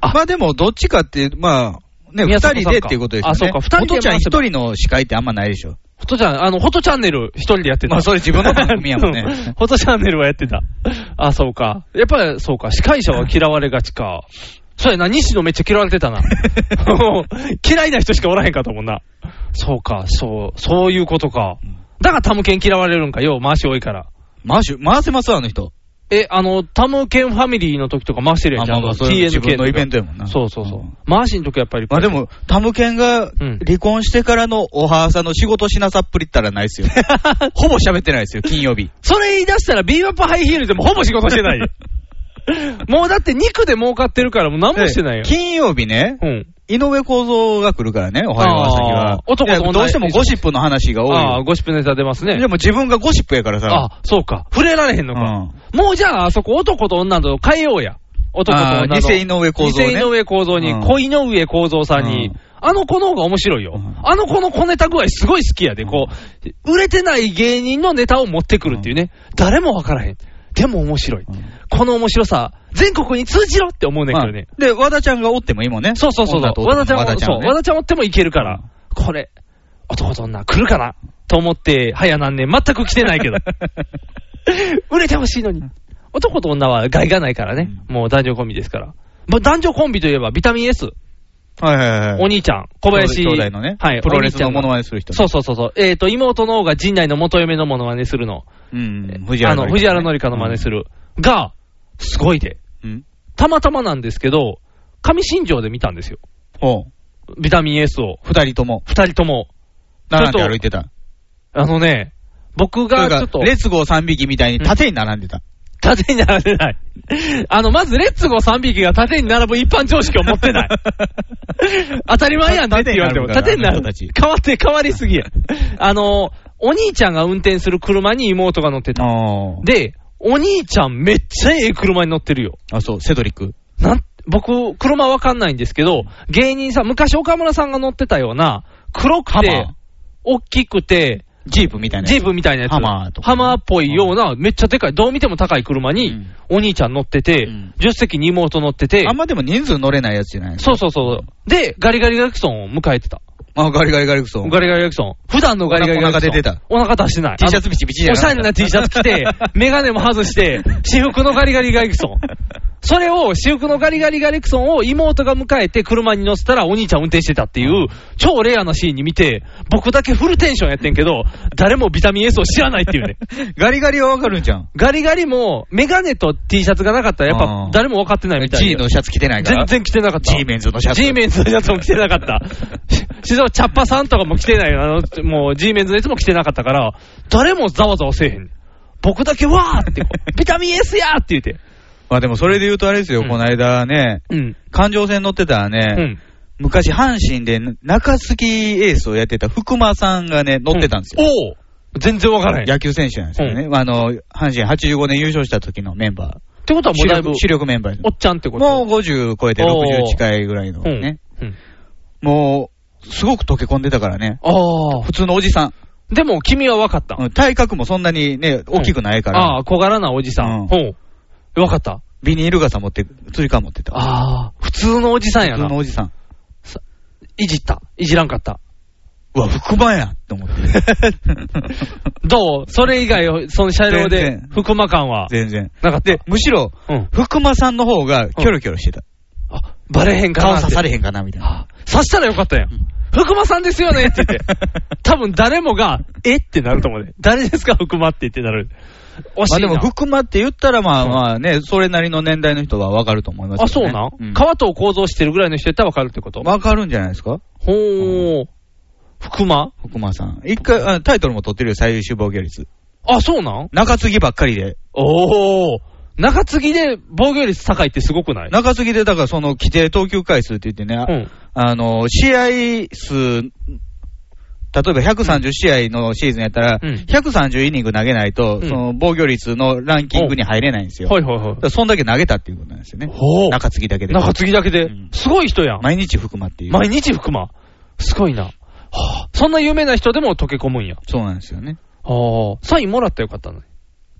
Speaker 3: あ
Speaker 2: まあでも、どっちかって、まあ、ね、二
Speaker 3: 宮迫さんか
Speaker 2: 人でっていうことですよね。
Speaker 3: あそうか二人で
Speaker 2: お父ちゃん一人の司会ってあんまないでしょ。
Speaker 3: フォトちゃん、あの、フォトチャンネル一人でやってた。
Speaker 2: まあそれ自分の番組やもんね
Speaker 3: う フォトチャンネルはやってた。あ、そうか。やっぱりそうか。司会者は嫌われがちか。そうやな、西野めっちゃ嫌われてたな。 嫌いな人しかおらへんかったもんな。そうか、そう、そういうことか。だからタムケン嫌われるんか、よう回し多いから。
Speaker 2: 回し、回せますあの人。
Speaker 3: え、あの、タムケンファミリーの時とか回してるやん、
Speaker 2: あまあまあ
Speaker 3: ちゃんと
Speaker 2: それ
Speaker 3: TNK
Speaker 2: 自分のイベントやもんな
Speaker 3: そうそうそう。回しの時はやっぱり。
Speaker 2: まあでも、タムケンが離婚してからのおはーさんの仕事しなさっぷりったらないで すよ。ほぼ喋ってないですよ、金曜日。
Speaker 3: それ言い出したら、ビーバップハイヒールでもほぼ仕事してな いよ。もうだって肉で儲かってるから、もう何もしてないよ。
Speaker 2: 金曜日ね、井上公造が来るからね、おはよう朝日
Speaker 3: あー
Speaker 2: は。
Speaker 3: 男と女
Speaker 2: いやどうしてもゴシップの話が多い。
Speaker 3: ああ、ゴシップネタ出ますね。
Speaker 2: でも自分がゴシップやからさ。
Speaker 3: あそうか。触れられへんのか。もうじゃあ、あそこ男と女と変えようや。男と女
Speaker 2: あ
Speaker 3: の。
Speaker 2: ー偽井上公造ね
Speaker 3: 偽井上構造に、
Speaker 2: うん
Speaker 3: 小井上構造さんに、あの子の方が面白いよ。あの子の小ネタ具合すごい好きやで、こう、売れてない芸人のネタを持ってくるっていうね。誰もわからへん。でも面白い。この面白さ、全国に通じろって思うねんけどね。
Speaker 2: で、和田ちゃんがおってもいいもんね。
Speaker 3: そうそうそう
Speaker 2: 女と
Speaker 3: そう。
Speaker 2: 男
Speaker 3: 和
Speaker 2: の
Speaker 3: 田ちゃんも、
Speaker 2: 和田ちゃんは
Speaker 3: そう、
Speaker 2: ね
Speaker 3: 和田ちゃんおってもいけるから、これ、男と女来るかなと思って、早何年、全く来てな いけど。 売れてほしいのに。男と女は害がないからね。もう男女コンビですから。まあ男女コンビといえば、ビタミン S。
Speaker 2: はいはいはい。
Speaker 3: お兄ちゃん、小林。
Speaker 2: 兄弟のね
Speaker 3: はい、
Speaker 2: プロレスの
Speaker 3: お兄ちゃんが
Speaker 2: モノマネする人ね
Speaker 3: そうそうそうそう。えっ、と、妹の方が陣内の元嫁のモノマネするの。
Speaker 2: うん、藤原紀香
Speaker 3: あの、藤原紀香の真似する。が、すごいで。
Speaker 2: うん
Speaker 3: たまたまなんですけど、上新庄で見たんですよ。
Speaker 2: お
Speaker 3: ビタミン S を。
Speaker 2: 二人とも。
Speaker 3: 二人とも。
Speaker 2: 並んで
Speaker 3: ちょっと
Speaker 2: 歩いてた。
Speaker 3: あのね、僕がちょっと。
Speaker 2: レッツゴー3匹みたいに縦に並んでた。
Speaker 3: 縦に並べない。 あの、まず、レッツゴー3匹が縦に並ぶ一般常識を持 ってない。 当たり前やんねって言われても、縦
Speaker 2: 縦
Speaker 3: に
Speaker 2: に
Speaker 3: な
Speaker 2: 並
Speaker 3: る
Speaker 2: ぶからあの人たち。
Speaker 3: 変わって、変わりす ぎや。あの、お兄ちゃんが運転する車に妹が乗ってた。で、お兄ちゃんめっちゃええ車に乗ってるよ。
Speaker 2: あ、そう、セドリック。
Speaker 3: なん、僕、車わかんないんですけど、芸人さん、昔岡村さんが乗ってたような、黒く
Speaker 2: ハマ
Speaker 3: て
Speaker 2: ー、
Speaker 3: 大きくて、
Speaker 2: ジープみたいなやつ
Speaker 3: ジープみたいなやつ。
Speaker 2: ハマーとか
Speaker 3: ハマーっぽいような、めっちゃでかい、どう見ても高い車に、お兄ちゃん乗ってて、助手席に妹乗ってて、
Speaker 2: あんまでも人数乗れないやつじゃない
Speaker 3: そうそうそう。で、ガリガリガリクソンを迎えてた。
Speaker 2: あ、ガリガリガリクソン。
Speaker 3: ガリガリガリクソン。普段のガリガリガリ
Speaker 2: お
Speaker 3: クソン。
Speaker 2: 腹出てた。
Speaker 3: お腹出してない。
Speaker 2: T シャツビチビチじゃ
Speaker 3: お
Speaker 2: な
Speaker 3: し
Speaker 2: かった
Speaker 3: ゃれな T シャツ着て、メガネも外して、私服のガリガリガリクソン。それを、私服のガリガリガリクソンを妹が迎えて車に乗せたらお兄ちゃん運転してたっていう、超レアなシーンに見て、僕だけフルテンションやってんけど、誰もビタミン S を知らないっていうね。
Speaker 2: ガリガリはわかるんじゃん。
Speaker 3: ガリガリも、メガネと T シャツがなかったら、やっぱ誰も分かってないみたいな。
Speaker 2: G のシャツ着てないから
Speaker 3: 全然着てなかった。
Speaker 2: G メンズのシャツ
Speaker 3: G メンズのシャツも着てなかった。しそチャッパさんとかも着てないよ。あの、もう G メンズのやつも着てなかったから、誰もざわざわせえへん。僕だけわーってこう、ビタミン S やーって言って。
Speaker 2: まあでもそれで言うとあれですよ、この間ね、
Speaker 3: うん。
Speaker 2: 環状線乗ってたらね、
Speaker 3: うん
Speaker 2: 昔阪神で中継ぎエースをやってた福間さんがね、乗ってたんですよ。
Speaker 3: おお全然わからへん。っ
Speaker 2: 野球選手なんですよね。あの、阪神85年優勝した時のメンバー。
Speaker 3: てことはも
Speaker 2: 主
Speaker 3: うだいぶ
Speaker 2: 力、主力メンバーです
Speaker 3: おっちゃんってこと
Speaker 2: もう50超えて
Speaker 3: おー
Speaker 2: 60近いぐらいのね。もう、すごく溶け込んでたからね。
Speaker 3: ああ。
Speaker 2: 普通のおじさん。
Speaker 3: でも君は分かった。
Speaker 2: うん体格もそんなにね、大きくないから。
Speaker 3: ああ、小柄なおじさん。ほう。分かった。
Speaker 2: ビニール傘持って、釣り缶持ってた。
Speaker 3: ああ、普通のおじさんやな。
Speaker 2: 普通のおじさん。
Speaker 3: いじった。いじらんかった。
Speaker 2: うわ、福間やんって 思って。
Speaker 3: どうそれ以外、その車両で
Speaker 2: 全然、
Speaker 3: 福間感は。
Speaker 2: 全然。
Speaker 3: なかった。
Speaker 2: で、むしろ、福間さんの方がキョロキョロしてた。
Speaker 3: バレへんかな
Speaker 2: 顔
Speaker 3: って
Speaker 2: 刺されへんかな、みたいな。
Speaker 3: 刺したらよかったやん。福間さんですよねって 言って。多分誰もが、えってなると思うね。誰ですか、福間って言ってなる。惜
Speaker 2: まあ
Speaker 3: しい
Speaker 2: で
Speaker 3: な。
Speaker 2: も、福間って言ったら、まあまあね、それなりの年代の人はわかると思います
Speaker 3: あ、
Speaker 2: よ
Speaker 3: そう
Speaker 2: ね。
Speaker 3: なん、
Speaker 2: ん
Speaker 3: 川藤構造してるぐらいの人やったらわかるってこと
Speaker 2: わかるんじゃないですか
Speaker 3: ほー。福間
Speaker 2: 福間さん。一回、あタイトルも取ってるよ、最優秀防御率。
Speaker 3: あ、そうなん
Speaker 2: 中継ぎばっかりで。
Speaker 3: おー。中継ぎで防御率高いってすごくない
Speaker 2: 中継ぎで、だからその規定投球回数って言ってね、ああの、試合数、例えば130試合のシーズンやったら、130イニング投げないと、その防御率のランキングに入れないんですよ。
Speaker 3: はいはいはい
Speaker 2: だからそんだけ投げたっていうことなんですよね。中継ぎだけで。
Speaker 3: 中継ぎだけで。すごい人やん。
Speaker 2: 毎日福間っていう。
Speaker 3: 毎日福間。すごいな。はあ、そんな有名な人でも溶け込むんや。
Speaker 2: そうなんですよね。
Speaker 3: はあ、サインもらったらよかったのに。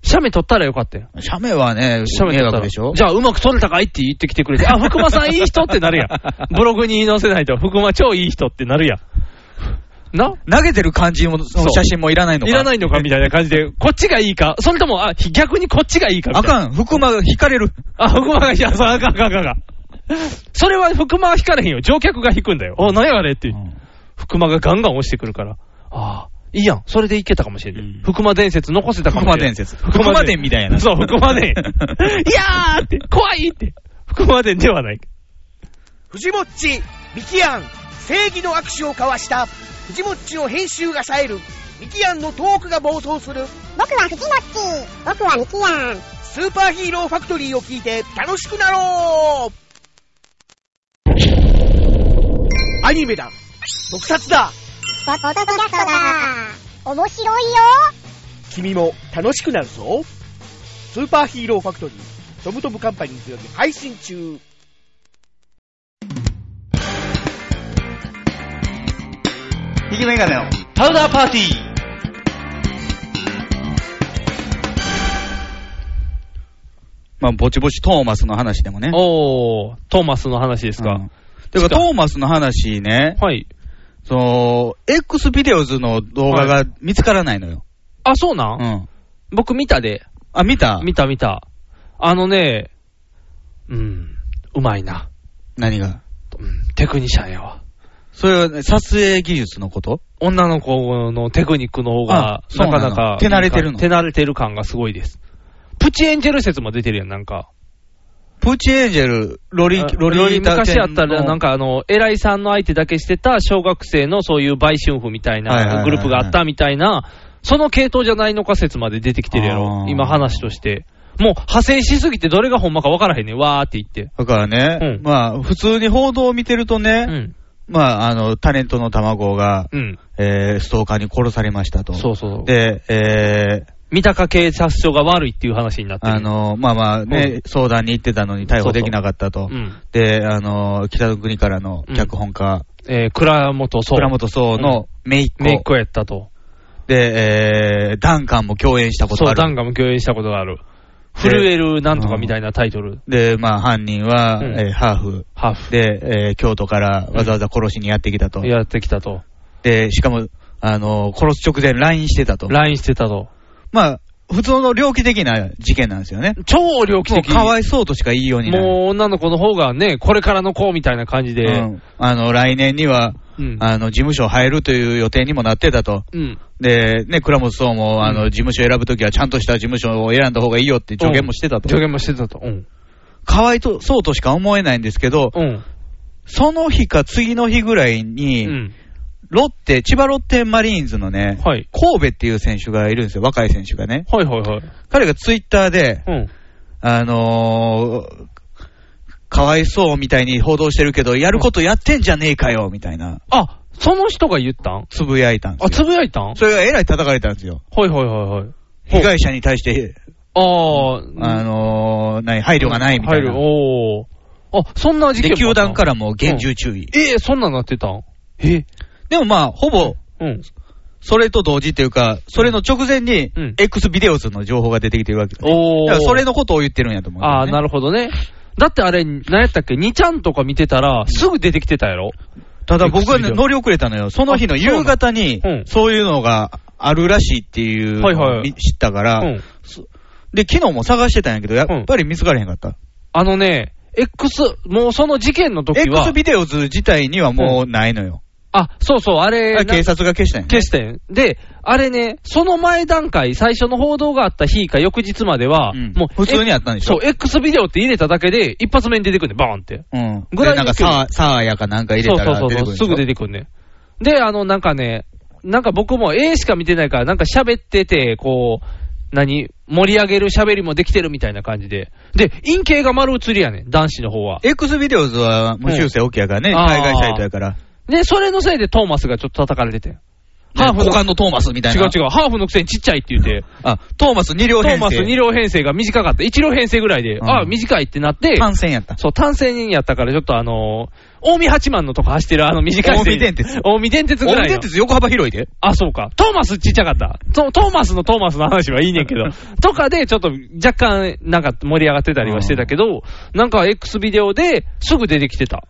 Speaker 3: 写メ撮ったらよかったよ。
Speaker 2: 写メはね、
Speaker 3: 写メ
Speaker 2: 迷
Speaker 3: 撮っ
Speaker 2: 惑
Speaker 3: たら。
Speaker 2: でしょ
Speaker 3: じゃあ、うまく撮れたかいって言ってきてくれて、あ、 福間さんいい人ってなるやん。ブログに載せないと、福間超いい人ってなるやん。な
Speaker 2: 投げてる感じも、その写真もいらないのか。
Speaker 3: いらないのかみたいな感じで、こっちがいいか、それとも、あ、ひ逆にこっちがいいかみ
Speaker 2: あ
Speaker 3: たいな。
Speaker 2: かん、福間が引かれる。
Speaker 3: あ、福間が引かれあかんあかんあかんあかん。それは福間は引かれへんよ。乗客が引くんだよ。お、何やあれって。福間がガンガン押してくるから。ああ、いいやん。それでいけたかもしれない。福間伝説残せたかもしれない。
Speaker 2: 福間伝説福間伝みたいな
Speaker 3: そう、福間伝。い やーって、怖いって。福間伝ではない。
Speaker 10: 藤もっち、ミキアン、正義の握手を交わした、藤もっちの編集が冴える、ミキアンのトークが暴走する。僕は藤もっち、僕はミキアン。スーパーヒーローファクトリーを聞いて楽しくなろうアニメだ特撮だ
Speaker 11: ポポッドキャストだ面白いよ
Speaker 10: 君も楽しくなるぞスーパーヒーローファクトリー、トムトムカンパニーズより配信中
Speaker 12: ひげメガネのパウダーパーティー。
Speaker 2: まあ、ぼちぼちトーマスの話でもね。
Speaker 3: おー、トーマスの話ですか。
Speaker 2: てか、トーマスの話ね。
Speaker 3: はい。
Speaker 2: その、X ビデオズの動画が見つからないのよ。
Speaker 3: あ、そうなん
Speaker 2: うん。
Speaker 3: 僕見たで。
Speaker 2: あ、見た
Speaker 3: 見た見た。あのね、うん、うまいな。
Speaker 2: 何が
Speaker 3: テクニシャンやわ。
Speaker 2: それはね、撮影技術のこと
Speaker 3: 女の子のテクニックの方が
Speaker 2: あ、そう
Speaker 3: な
Speaker 2: なの
Speaker 3: かなか。
Speaker 2: 手慣れてるの
Speaker 3: 手慣れてる感がすごいです。プチエンジェル説も出てるやん、なんか。
Speaker 2: プチエンジェル、ロリ、
Speaker 3: あ
Speaker 2: ロリータ
Speaker 3: 昔やった
Speaker 2: 犬
Speaker 3: ら、
Speaker 2: の
Speaker 3: なんかあの、偉いさんの相手だけしてた小学生のそういう売春婦みた
Speaker 2: は
Speaker 3: い
Speaker 2: いはいはいは
Speaker 3: ないグループがあったみたいな、その系統じゃないのか説まで出てきてるやろ。今話として。もう派生しすぎてどれがほんまかわからへんねん。わーって言って。
Speaker 2: だからね、まあ、普通に報道を見てるとね、まあ、あの、タレントの卵が、
Speaker 3: うん。
Speaker 2: えーストーカーに殺されましたと。
Speaker 3: そうそう。
Speaker 2: で、えー
Speaker 3: 三鷹警察署が悪いっていう話になってる。
Speaker 2: あの、まあまあね、
Speaker 3: うん
Speaker 2: 相談に行ってたのに逮捕できなかったと。
Speaker 3: うん。
Speaker 2: で、あの、北の国からの脚本家、
Speaker 3: えー、倉本総。
Speaker 2: 倉本総の姪っ子。
Speaker 3: 姪っ子やったと。
Speaker 2: で、えー、ダンカンも共演したこと
Speaker 3: そ
Speaker 2: あ
Speaker 3: う、
Speaker 2: る。
Speaker 3: ダンガも共演したことがある。震えるなんとかみたいなタイトル。
Speaker 2: で、まあ、犯人は、
Speaker 3: うん
Speaker 2: えーハーフ。
Speaker 3: ハーフ。
Speaker 2: で、えー京都からわざわざ殺しにやってきたと。
Speaker 3: やってきたと。
Speaker 2: で、しかも、あの、殺す直前、LINE してたと。
Speaker 3: LINE してたと。
Speaker 2: まあ、普通の猟奇的な事件なんですよね。
Speaker 3: 超猟奇的
Speaker 2: もうかわいそうとしか言いようにない。
Speaker 3: もう女の子の方がね、これからの子みたいな感じで。
Speaker 2: うんあの、来年には、
Speaker 3: うん
Speaker 2: あの、事務所入るという予定にもなってたと。
Speaker 3: うん。
Speaker 2: で、ね、倉本総も、あの、事務所選ぶときはちゃんとした事務所を選んだ方がいいよって助言もしてたと。
Speaker 3: 助言もしてたと。うん。
Speaker 2: かわいとそうとしか思えないんですけど、その日か次の日ぐらいに、ロッテ、千葉ロッテマリーンズのね、神戸っていう選手がいるんですよ、若い選手がね。
Speaker 3: はいはいはい。
Speaker 2: 彼がツイッターで、
Speaker 3: うん。
Speaker 2: あのーかわいそうみたいに報道してるけど、やることやってんじゃねえかよ、みたいな。
Speaker 3: あ、その人が言ったん
Speaker 2: つぶやいたんです
Speaker 3: あ、つぶやいたん
Speaker 2: それがえらい叩かれたんですよ。
Speaker 3: はいはいはいはい。
Speaker 2: 被害者に対して、
Speaker 3: あ
Speaker 2: あのー、何、配慮がないみたいな。
Speaker 3: 配慮おあ、そんな事件
Speaker 2: で、
Speaker 3: もあった
Speaker 2: 球団からも厳重注意。
Speaker 3: ええそんなんなってたんえ
Speaker 2: でもまあ、ほぼ、
Speaker 3: うん。
Speaker 2: それと同時っていうか、それの直前に、X ビデオズの情報が出てきてるわけだ,、
Speaker 3: おー
Speaker 2: からそれのことを言ってるんやと思う、
Speaker 3: ああ、なるほどね。だってあれ、何やったっけ、2ちゃんとか見てたら、すぐ出てきてたやろ
Speaker 2: ただ僕はね、乗り遅れたのよ。その日の夕方に、そういうのがあるらしいっていう
Speaker 3: はいは
Speaker 2: の
Speaker 3: い
Speaker 2: を知ったから、
Speaker 3: うん
Speaker 2: そで、昨日も探してたんやけど、やっぱり見つからへんかった。
Speaker 3: あのね、X、もうその事件の時は
Speaker 2: X ビデオズ自体にはもうないのよ。
Speaker 3: あ、そうそう、あれ、
Speaker 2: あれ警察が消したんやね
Speaker 3: 消したんやで、あれね、その前段階、最初の報道があった日か翌日までは、もう、
Speaker 2: 普通にあったんでしょ
Speaker 3: そう、X ビデオって入れただけで、一発目に出てくるね、バーンって。
Speaker 2: うん。
Speaker 3: ぐらい
Speaker 2: でなんかサー、サーやかなんか入れたら
Speaker 3: そう
Speaker 2: 出
Speaker 3: そ
Speaker 2: て
Speaker 3: う
Speaker 2: く
Speaker 3: そ
Speaker 2: る
Speaker 3: う、すぐ出てくるね。で、あの、なんかね、なんか僕も絵しか見てないから、なんか喋ってて、こう、何盛り上げる喋りもできてるみたいな感じで。で、陰茎が丸写りやねん、男子の方は。
Speaker 2: X ビデオズは無修正 OK やからね、
Speaker 3: うん
Speaker 2: 海外サイトやから。
Speaker 3: で、それのせいでトーマスがちょっと叩かれててん。
Speaker 2: 股間のトーマスみたいな
Speaker 3: 違う違う。ハーフのくせにちっちゃいって言って。
Speaker 2: あ、トーマス二両編成
Speaker 3: トーマス二両編成が短かった。一両編成ぐらいで、
Speaker 2: ん
Speaker 3: あ短いってなって。単
Speaker 2: 線やった。
Speaker 3: そう、単線やったから、ちょっとあのー、近江八幡のとこ走ってるあの短い線。
Speaker 2: 近江電鉄
Speaker 3: 近江電鉄ぐらいの。
Speaker 2: 近江電鉄横幅広いで。
Speaker 3: あ、そうか。トーマスちっちゃかった。トトーマスのトーマスの話はいいねん けど。とかで、ちょっと若干、なんか盛り上がってたりはしてたけど、なんか X ビデオですぐ出てきてた。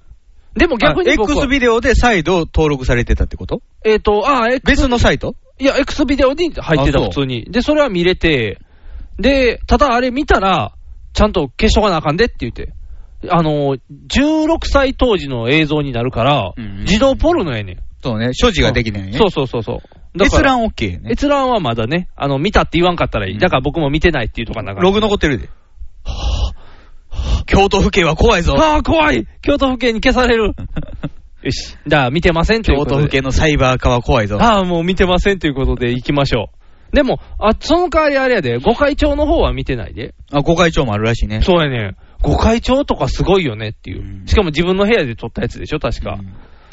Speaker 3: でも逆に
Speaker 2: あ
Speaker 3: 僕は
Speaker 2: X ビデオで再度登録されてたってこと
Speaker 3: えっ、と、ああ、X、
Speaker 2: 別のサイト
Speaker 3: いや、X ビデオに入ってた、
Speaker 2: あそう
Speaker 3: 普通に。で、それは見れて、で、ただあれ見たら、ちゃんと消しとかなあかんでって言って、あのー、16歳当時の映像になるから、自動ポルノやねん。
Speaker 2: そうね、所持ができないね。
Speaker 3: そうそうそうそう。だから
Speaker 2: 閲覧 OK ね。
Speaker 3: 閲覧はまだね、あの、見たって言わんかったらいい。だから僕も見てないっていうとかなんか。
Speaker 2: ログ残ってるで。京都府警は怖いぞ。
Speaker 3: ああ、怖い京都府警に消される。よし。だから見てませんという こ
Speaker 2: 京
Speaker 3: と
Speaker 2: 都
Speaker 3: で。
Speaker 2: 府警のサイバー化は怖いぞ。
Speaker 3: ああ、もう見てませんということで行きましょう。でも、あ、その代わりあれやで、御会長の方は見てないで。
Speaker 2: あ、ご会長もあるらしいね。
Speaker 3: そうやね。御会長とかすごいよねっていう。しかも自分の部屋で撮ったやつでしょ、確か。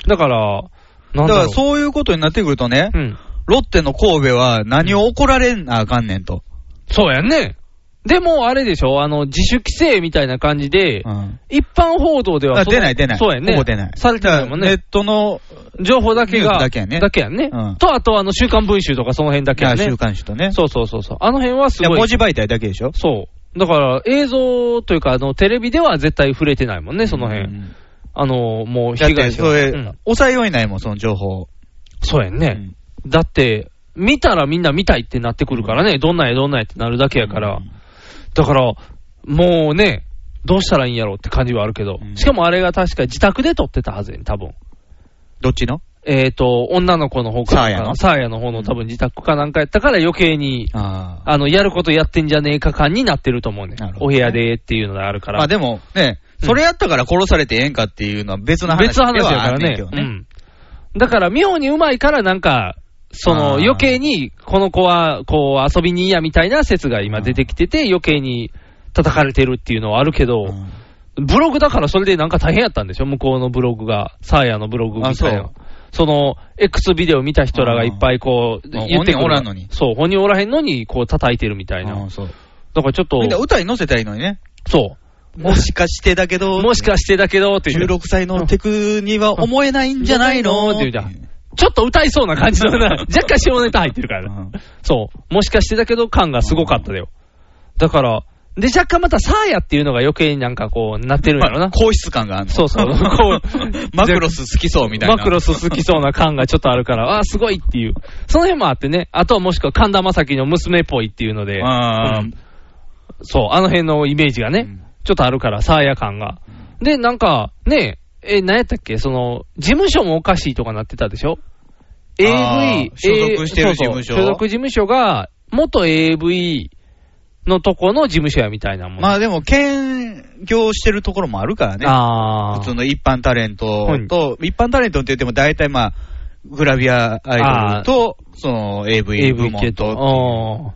Speaker 3: だから、な
Speaker 2: だ
Speaker 3: ん
Speaker 2: か
Speaker 3: だろ
Speaker 2: ら
Speaker 3: う。
Speaker 2: そういうことになってくるとね、
Speaker 3: うん
Speaker 2: ロッテの神戸は何を怒られなあかんねんと。
Speaker 3: そうやんね。でも、あれでしょあの、自主規制みたいな感じで、一般報道では
Speaker 2: あ
Speaker 3: そう
Speaker 2: 出ない出ない
Speaker 3: そうやんね。
Speaker 2: ほぼ出ない
Speaker 3: されてないもんね。
Speaker 2: ネットの
Speaker 3: 情報だけ
Speaker 2: ニュー
Speaker 3: が、
Speaker 2: スだけやね
Speaker 3: んね
Speaker 2: うん
Speaker 3: と、あと、あの、週刊文集とかその辺だけやね。
Speaker 2: あ週刊誌とね。
Speaker 3: そうそうそうそう。あの辺はすごい。
Speaker 2: いや文字媒体だけでしょ
Speaker 3: そう。だから、映像というか、あの、テレビでは絶対触れてないもんね、その辺。あの、もう、
Speaker 2: だっ
Speaker 3: 被
Speaker 2: て、
Speaker 3: 害者
Speaker 2: それ、
Speaker 3: うん
Speaker 2: 抑えようにないもん、その情報。
Speaker 3: そうやんね。だって、見たらみんな見たいってなってくるからね、どんなんやどんなんやってなるだけやから、だから、もうね、どうしたらいいんやろって感じはあるけど、しかもあれが確か自宅で撮ってたはずやん、多分
Speaker 2: どっちの
Speaker 3: えっ、と、女の子の方か
Speaker 2: サーヤの
Speaker 3: サーヤの方の多分自宅かなんかやったから余計に、
Speaker 2: あ
Speaker 3: の、やることやってんじゃねえか感になってると思うね。お部屋でっていうのがあるから。
Speaker 2: まあでも、ね、それやったから殺されてええんかっていうのは別の話
Speaker 3: 別の話やからね
Speaker 2: ではあんんけど
Speaker 3: うんだから、妙にうまいからなんか、その
Speaker 2: あー
Speaker 3: 余計に、この子は、こう、遊びにいやみたいな説が今出てきてて、余計に叩かれてるっていうのはあるけど、ブログだからそれでなんか大変やったんでしょ向こうのブログが、サーヤのブログみたい
Speaker 2: あそ
Speaker 3: な。その、X ビデオ見た人らがいっぱいこう、
Speaker 2: あー
Speaker 3: 言ってく
Speaker 2: 本
Speaker 3: る
Speaker 2: 人おらんのに。
Speaker 3: そう、本人おらへんのに、こう叩いてるみたいな。だからちょっと。
Speaker 2: みんな歌に乗せたらいいのにね。
Speaker 3: そう。
Speaker 2: もしかしてだけど。
Speaker 3: もしかしてだけどって言って
Speaker 2: 16歳のテクには思えないんじゃないの
Speaker 3: って言うじゃん。ちょっと歌いそうな感じ のな、若干下ネタ入ってるからな。そう。もしかしてだけど感がすごかっただよ。だから、で、若干またサーヤっていうのが余計になんかこう、なってるんやろな。
Speaker 2: 皇室感がある
Speaker 3: そ うそう。こう
Speaker 2: マクロス好きそうみたいな
Speaker 3: マクロス好きそうな感がちょっとあるから、あーすごいっていう。その辺もあってね。あとはもしくは神田正輝の娘っぽいっていうので。うんそう、あの辺のイメージがね、ちょっとあるから、サーヤ感が。で、なんか、ねえ、え、何やったっけその、事務所もおかしいとかなってたでしょ
Speaker 2: あー、
Speaker 3: ?AV
Speaker 2: 所属してる
Speaker 3: A-
Speaker 2: 事務所
Speaker 3: そうそう所属事務所が、元 AV のとこの事務所やみたいなもん。
Speaker 2: まあでも、兼業してるところもあるからね。
Speaker 3: あ
Speaker 2: 普通の一般タレントと、一般タレントって言っても大体まあ、グラビアアイドルと、その AV 部
Speaker 3: AV 系
Speaker 2: 門
Speaker 3: と。
Speaker 2: と。
Speaker 3: あーだ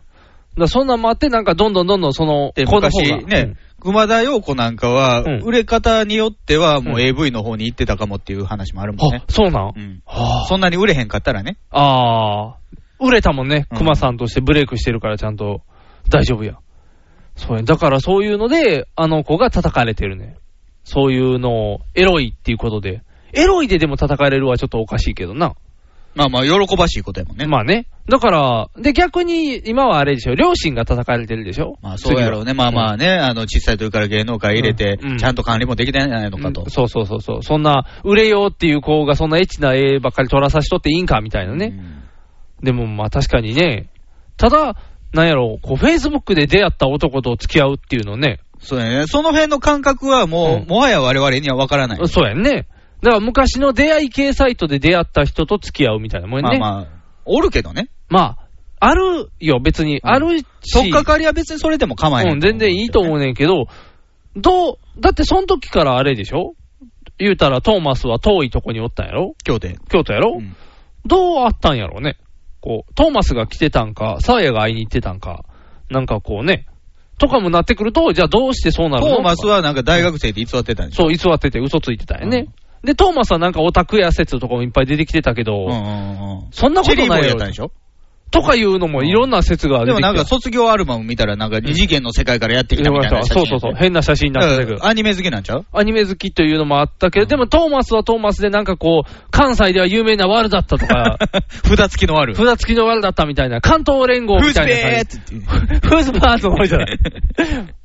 Speaker 3: からそんなんもあって、なんかどんどんどんどんその、
Speaker 2: で、
Speaker 3: この方
Speaker 2: 昔
Speaker 3: が
Speaker 2: ね、熊田曜子なんかは、売れ方によってはもう AV の方に行ってたかもっていう話もあるもんね。
Speaker 3: そうなん
Speaker 2: うんそんなに売れへんかったらね。
Speaker 3: ああ、売れたもんね、熊さんとしてブレイクしてるから、ちゃんと大丈夫や。そうやだからそういうので、あの子が叩かれてるね。そういうのを、エロいっていうことで。エロいででも叩かれるはちょっとおかしいけどな。
Speaker 2: まあまあ、喜ばしいことやもんね。
Speaker 3: まあね。だから、で、逆に、今はあれでしょ、両親が叩かれてるでしょ。
Speaker 2: まあそうやろうね。まあまあね、あの、小さい時から芸能界入れて、ちゃんと管理もできてないんじゃないのかと。
Speaker 3: そうそうそうそう。そんな、売れようっていう子がそんなエッチな絵ばっかり撮らさしとっていいんかみたいなね。でもまあ確かにね、ただ、なんやろう、こう、フェイスブックで出会った男と付き合うっていうのね。
Speaker 2: そうやね。その辺の感覚はもう、もはや我々には分からない。
Speaker 3: そうやんね。だから昔の出会い系サイトで出会った人と付き合うみたいなもんね。
Speaker 2: まあまあ、おるけどね。
Speaker 3: まあ、あるよ、別に。あるし。
Speaker 2: とっかかりは別にそれでも構えない。
Speaker 3: うん、全然いいと思うねんけど、どう、だってその時からあれでしょ言うたらトーマスは遠いとこにおったんやろ
Speaker 2: 京都や
Speaker 3: 京都やろ、どうあったんやろうねこう、トーマスが来てたんか、サーヤが会いに行ってたんか、なんかこうね、とかもなってくると、じゃあどうしてそうなるの
Speaker 2: トーマスはなんか大学生で偽ってたんでしょ
Speaker 3: そう、偽ってて嘘ついてたんやね。で、トーマスはなんかオタクや説とかもいっぱい出てきてたけど、そんなこ
Speaker 2: チ
Speaker 3: と
Speaker 2: ェリーボ
Speaker 3: な
Speaker 2: ー
Speaker 3: い
Speaker 2: イや
Speaker 3: よ
Speaker 2: ったんでしょ
Speaker 3: とかいうのもいろんな説が出
Speaker 2: で
Speaker 3: て
Speaker 2: も
Speaker 3: きて
Speaker 2: なんか卒業アルバム見たら、なんか二次元の世界からやってきたみたいな写
Speaker 3: そ
Speaker 2: 真
Speaker 3: うそうそう、変な写真になってたけど。
Speaker 2: アニメ好きなんちゃう
Speaker 3: アニメ好きというのもあったけど、でもトーマスはトーマスでなんかこう、関西では有名なワルだった とか、
Speaker 2: 札付きのワル。
Speaker 3: 札付きのワルだったみたいな、関東連合みたいな感じ。 フーズバーズの方じゃない。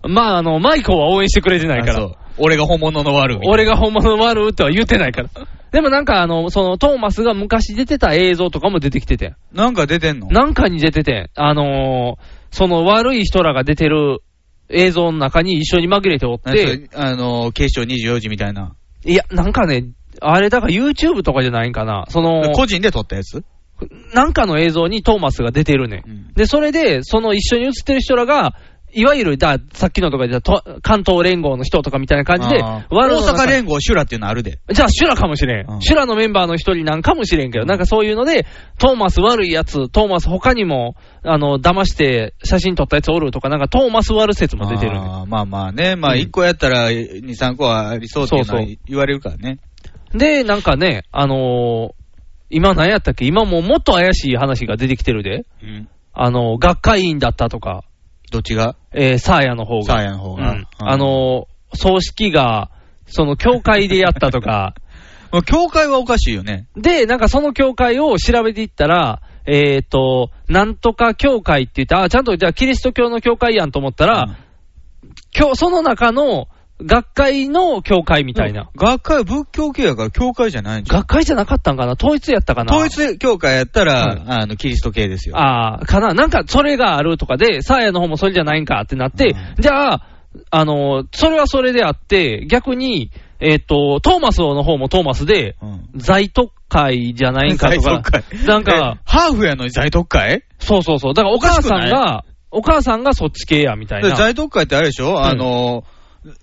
Speaker 3: まあ、あの、マイコは応援してくれてないから。
Speaker 2: 俺が本物のワル。
Speaker 3: 俺が本物のワルっては言ってないから。でもなんかあの、そのトーマスが昔出てた映像とかも出てきててん。
Speaker 2: なんか出てんの
Speaker 3: なんかに出ててん。あのー、その悪い人らが出てる映像の中に一緒に紛れておっ
Speaker 2: なんか
Speaker 3: て、
Speaker 2: あの、警視庁24時みたいな。
Speaker 3: いや、なんかね、あれだから YouTube とかじゃないんかな。その、
Speaker 2: 個人で撮ったやつ
Speaker 3: なんかの映像にトーマスが出てるね、ん。で、それで、その一緒に映ってる人らが、いわゆる、だ、さっきのとかで言ったと関東連合の人とかみたいな感じで、
Speaker 2: あー
Speaker 3: 悪の
Speaker 2: 大
Speaker 3: 中
Speaker 2: 阪連合修羅っていうのあるで。
Speaker 3: じゃあ、シュラかもしれん。シュラのメンバーの一人なんかもしれんけど、なんかそういうので、トーマス悪いやつ、トーマス他にも、あの、騙して写真撮ったやつおるとか、なんかトーマス悪説も出てるね。
Speaker 2: あーまあまあね、まあ
Speaker 3: うん
Speaker 2: 1個やったら2、3個はありそうっていうのは
Speaker 3: そうそう
Speaker 2: 言われるからね。
Speaker 3: で、なんかね、あのー今何やったっけ今もうもっと怪しい話が出てきてるで。あのー学会員だったとか。
Speaker 2: どっちが
Speaker 3: えー、サーヤの方が。
Speaker 2: サーヤの方が
Speaker 3: うんあのー葬式が、その、教会でやったと か。
Speaker 2: 教会はおかしいよね。
Speaker 3: で、なんかその教会を調べていったら、えっ、と、なんとか教会って言って、あ、ちゃんと、じゃあキリスト教の教会やんと思ったら、教その中の学会の教会みたいな。
Speaker 2: 学会は仏教系やから教会じゃないんじゃ
Speaker 3: 学会じゃなかったんかな統一やったかな
Speaker 2: 統一教会やったら、あの、キリスト系ですよ。
Speaker 3: ああ、かな、なんかそれがあるとかで、サーヤの方もそれじゃないんかってなって、じゃあ、あのそれはそれであって、逆に、えっ、と、トーマスの方もトーマスで、在特会じゃないんかと
Speaker 2: 在
Speaker 3: か、
Speaker 2: 特会
Speaker 3: なんか、
Speaker 2: ハーフやのに在特会
Speaker 3: そうそうそう、だからお母さん
Speaker 2: おかしくな
Speaker 3: が、お母さんがそっち系やみたい
Speaker 2: で
Speaker 3: な。
Speaker 2: 在特会ってあれでしょ、あの、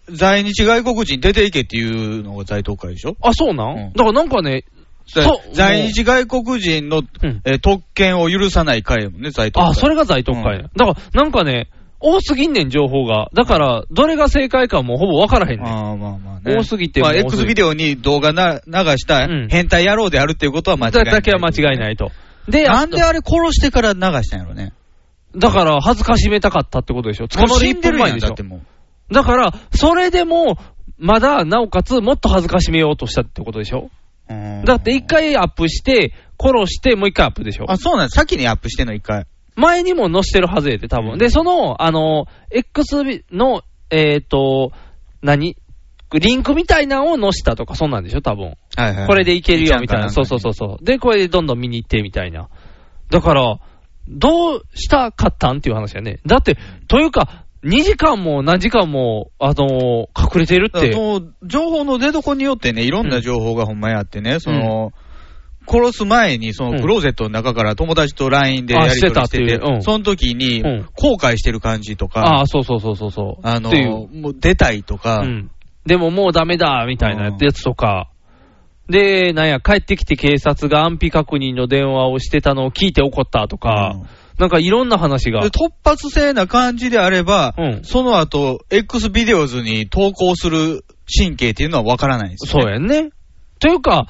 Speaker 2: 在日外国人出ていけっていうのが在特会でしょ
Speaker 3: あ、そうなん、だからなんかね、そう
Speaker 2: 在日外国人の、えー特権を許さない会やもんね、在特会。
Speaker 3: あ、それが在特会や。だから、なんかね、多すぎんねん、情報が。だから、どれが正解かもほぼ分からへんねん。
Speaker 2: あまあまあ
Speaker 3: 多すぎても
Speaker 2: ま
Speaker 3: う
Speaker 2: あ、
Speaker 3: 多す
Speaker 2: X
Speaker 3: ぎ
Speaker 2: ビデ
Speaker 3: て
Speaker 2: オに動画な流した変態野郎であるっていうことは間違いない。
Speaker 3: だだけは間違いないと。で、
Speaker 2: なんであ
Speaker 3: れ
Speaker 2: れ殺してから流したんやろね。
Speaker 3: だから、恥ずかしめたかったってことでしょ。捕まる
Speaker 2: 死ん
Speaker 3: 1
Speaker 2: で
Speaker 3: 分
Speaker 2: るや
Speaker 3: 前
Speaker 2: ん
Speaker 3: でし
Speaker 2: だ
Speaker 3: ょ
Speaker 2: って。もう。
Speaker 3: だから、それでも、まだ、なおかつ、もっと恥ずかしめようとしたってことでしょ。だって、一回アップして、殺して、もう一回アップでしょ。
Speaker 2: あ、そうなん先にアップしてんの、一回。
Speaker 3: 前にも載してるはずやで、多分。で、その、あの、X の、えっ、と、何リンクみたいなのを載したとか、そんなんでしょ、多分。
Speaker 2: はいはい。
Speaker 3: これでいけるよ、みたいな。そううそうそうそう。で、これでどんどん見に行って、みたいな。だから、どうしたかったんっていう話やね。だって、というか、2時間も何時間も、あのー隠れてるって。
Speaker 2: もう、情報の出所によってね、いろんな情報がほんまにあってね、その、殺す前に、そのクローゼットの中から友達と LINE でやり取りして
Speaker 3: あして
Speaker 2: て
Speaker 3: たっていううん、
Speaker 2: その時に
Speaker 3: うん、
Speaker 2: 後悔してる感じと
Speaker 3: あ
Speaker 2: か、
Speaker 3: あ、そうそうそうそうそう。
Speaker 2: あの
Speaker 3: っていう、
Speaker 2: もう出たいとか
Speaker 3: う、ん。でももうダメだ、みたいなやつとか。で、なんや、帰ってきて警察が安否確認の電話をしてたのを聞いて怒ったとか、なんかいろんな話が
Speaker 2: で。突発性な感じであれば、その後、X ビデオズに投稿する神経っていうのはわからないんです
Speaker 3: そうやんね。というか、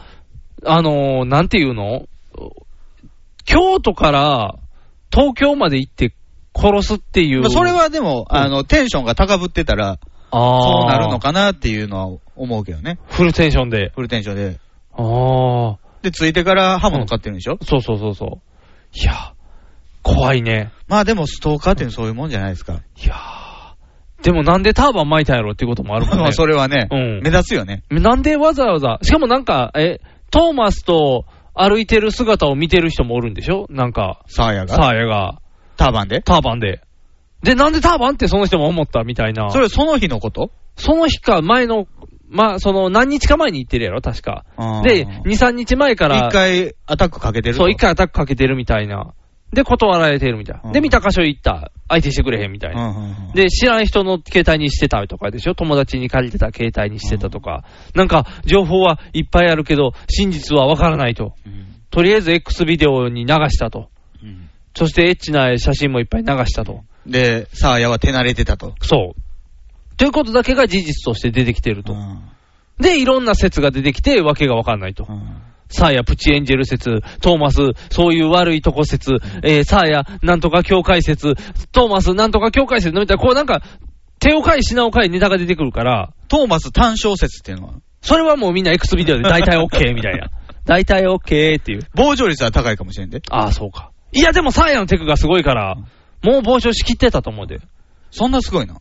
Speaker 3: あのーなんていうの京都から東京まで行って殺すっていう。
Speaker 2: まあそれはでも、あの、テンションが高ぶってたら、
Speaker 3: あー
Speaker 2: そうなるのかなっていうのは思うけどね。
Speaker 3: フルテンションで。
Speaker 2: フルテンションで。
Speaker 3: ああ。
Speaker 2: で、ついてから刃物買ってるんでしょ、
Speaker 3: そうそうそうそう。いや、怖いね。
Speaker 2: まあでも、ストーカーってそういうもんじゃないですか。
Speaker 3: でもなんでターバン巻いたんやろっていうこともあるも ん
Speaker 2: まあ
Speaker 3: ね。
Speaker 2: それはね、
Speaker 3: うん
Speaker 2: 目立つよね。
Speaker 3: なんでわざわざ、しかもなんか、え、トーマスと歩いてる姿を見てる人もおるんでしょなんか、
Speaker 2: サーヤが。
Speaker 3: サーヤが。
Speaker 2: ターバンで
Speaker 3: ターバンで。で、なんでターバンってその人も思ったみたいな。
Speaker 2: それその日のこと
Speaker 3: その日か前の、まあ、その何日か前に行ってるやろ、確か。で、2、3日前から。
Speaker 2: 一回アタックかけてると
Speaker 3: そう、一回アタックかけてるみたいな。で、断られてるみたいな。で、見た箇所行った。相手してくれへんみたいな。で、知らん人の携帯にしてたとかでしょ友達に借りてた携帯にしてたとか。なんか、情報はいっぱいあるけど、真実はわからないと。とりあえず X ビデオに流したと。そしてエッチな写真もいっぱい流したと。
Speaker 2: で、サーヤは手慣れてたと。
Speaker 3: そう。ということだけが事実として出てきてると。で、いろんな説が出てきて、わけがわかんないと。サーヤプチエンジェル説、トーマス、そういう悪いとこ説、えー、サーヤ、なんとか教会説、トーマス、なんとか教会説のみたいな、こうなんか、手を変え品を変えネタが出てくるから、
Speaker 2: トーマス単小説っていうのは
Speaker 3: それはもうみんな X ビデオで大体 OK みたいな。 大体 OK っていう。
Speaker 2: 傍聴率は高いかもしれんで。
Speaker 3: ああ、そうか。いや、でもサーヤのテクがすごいから、もう傍聴しきってたと思うで。
Speaker 2: そんなすごいな。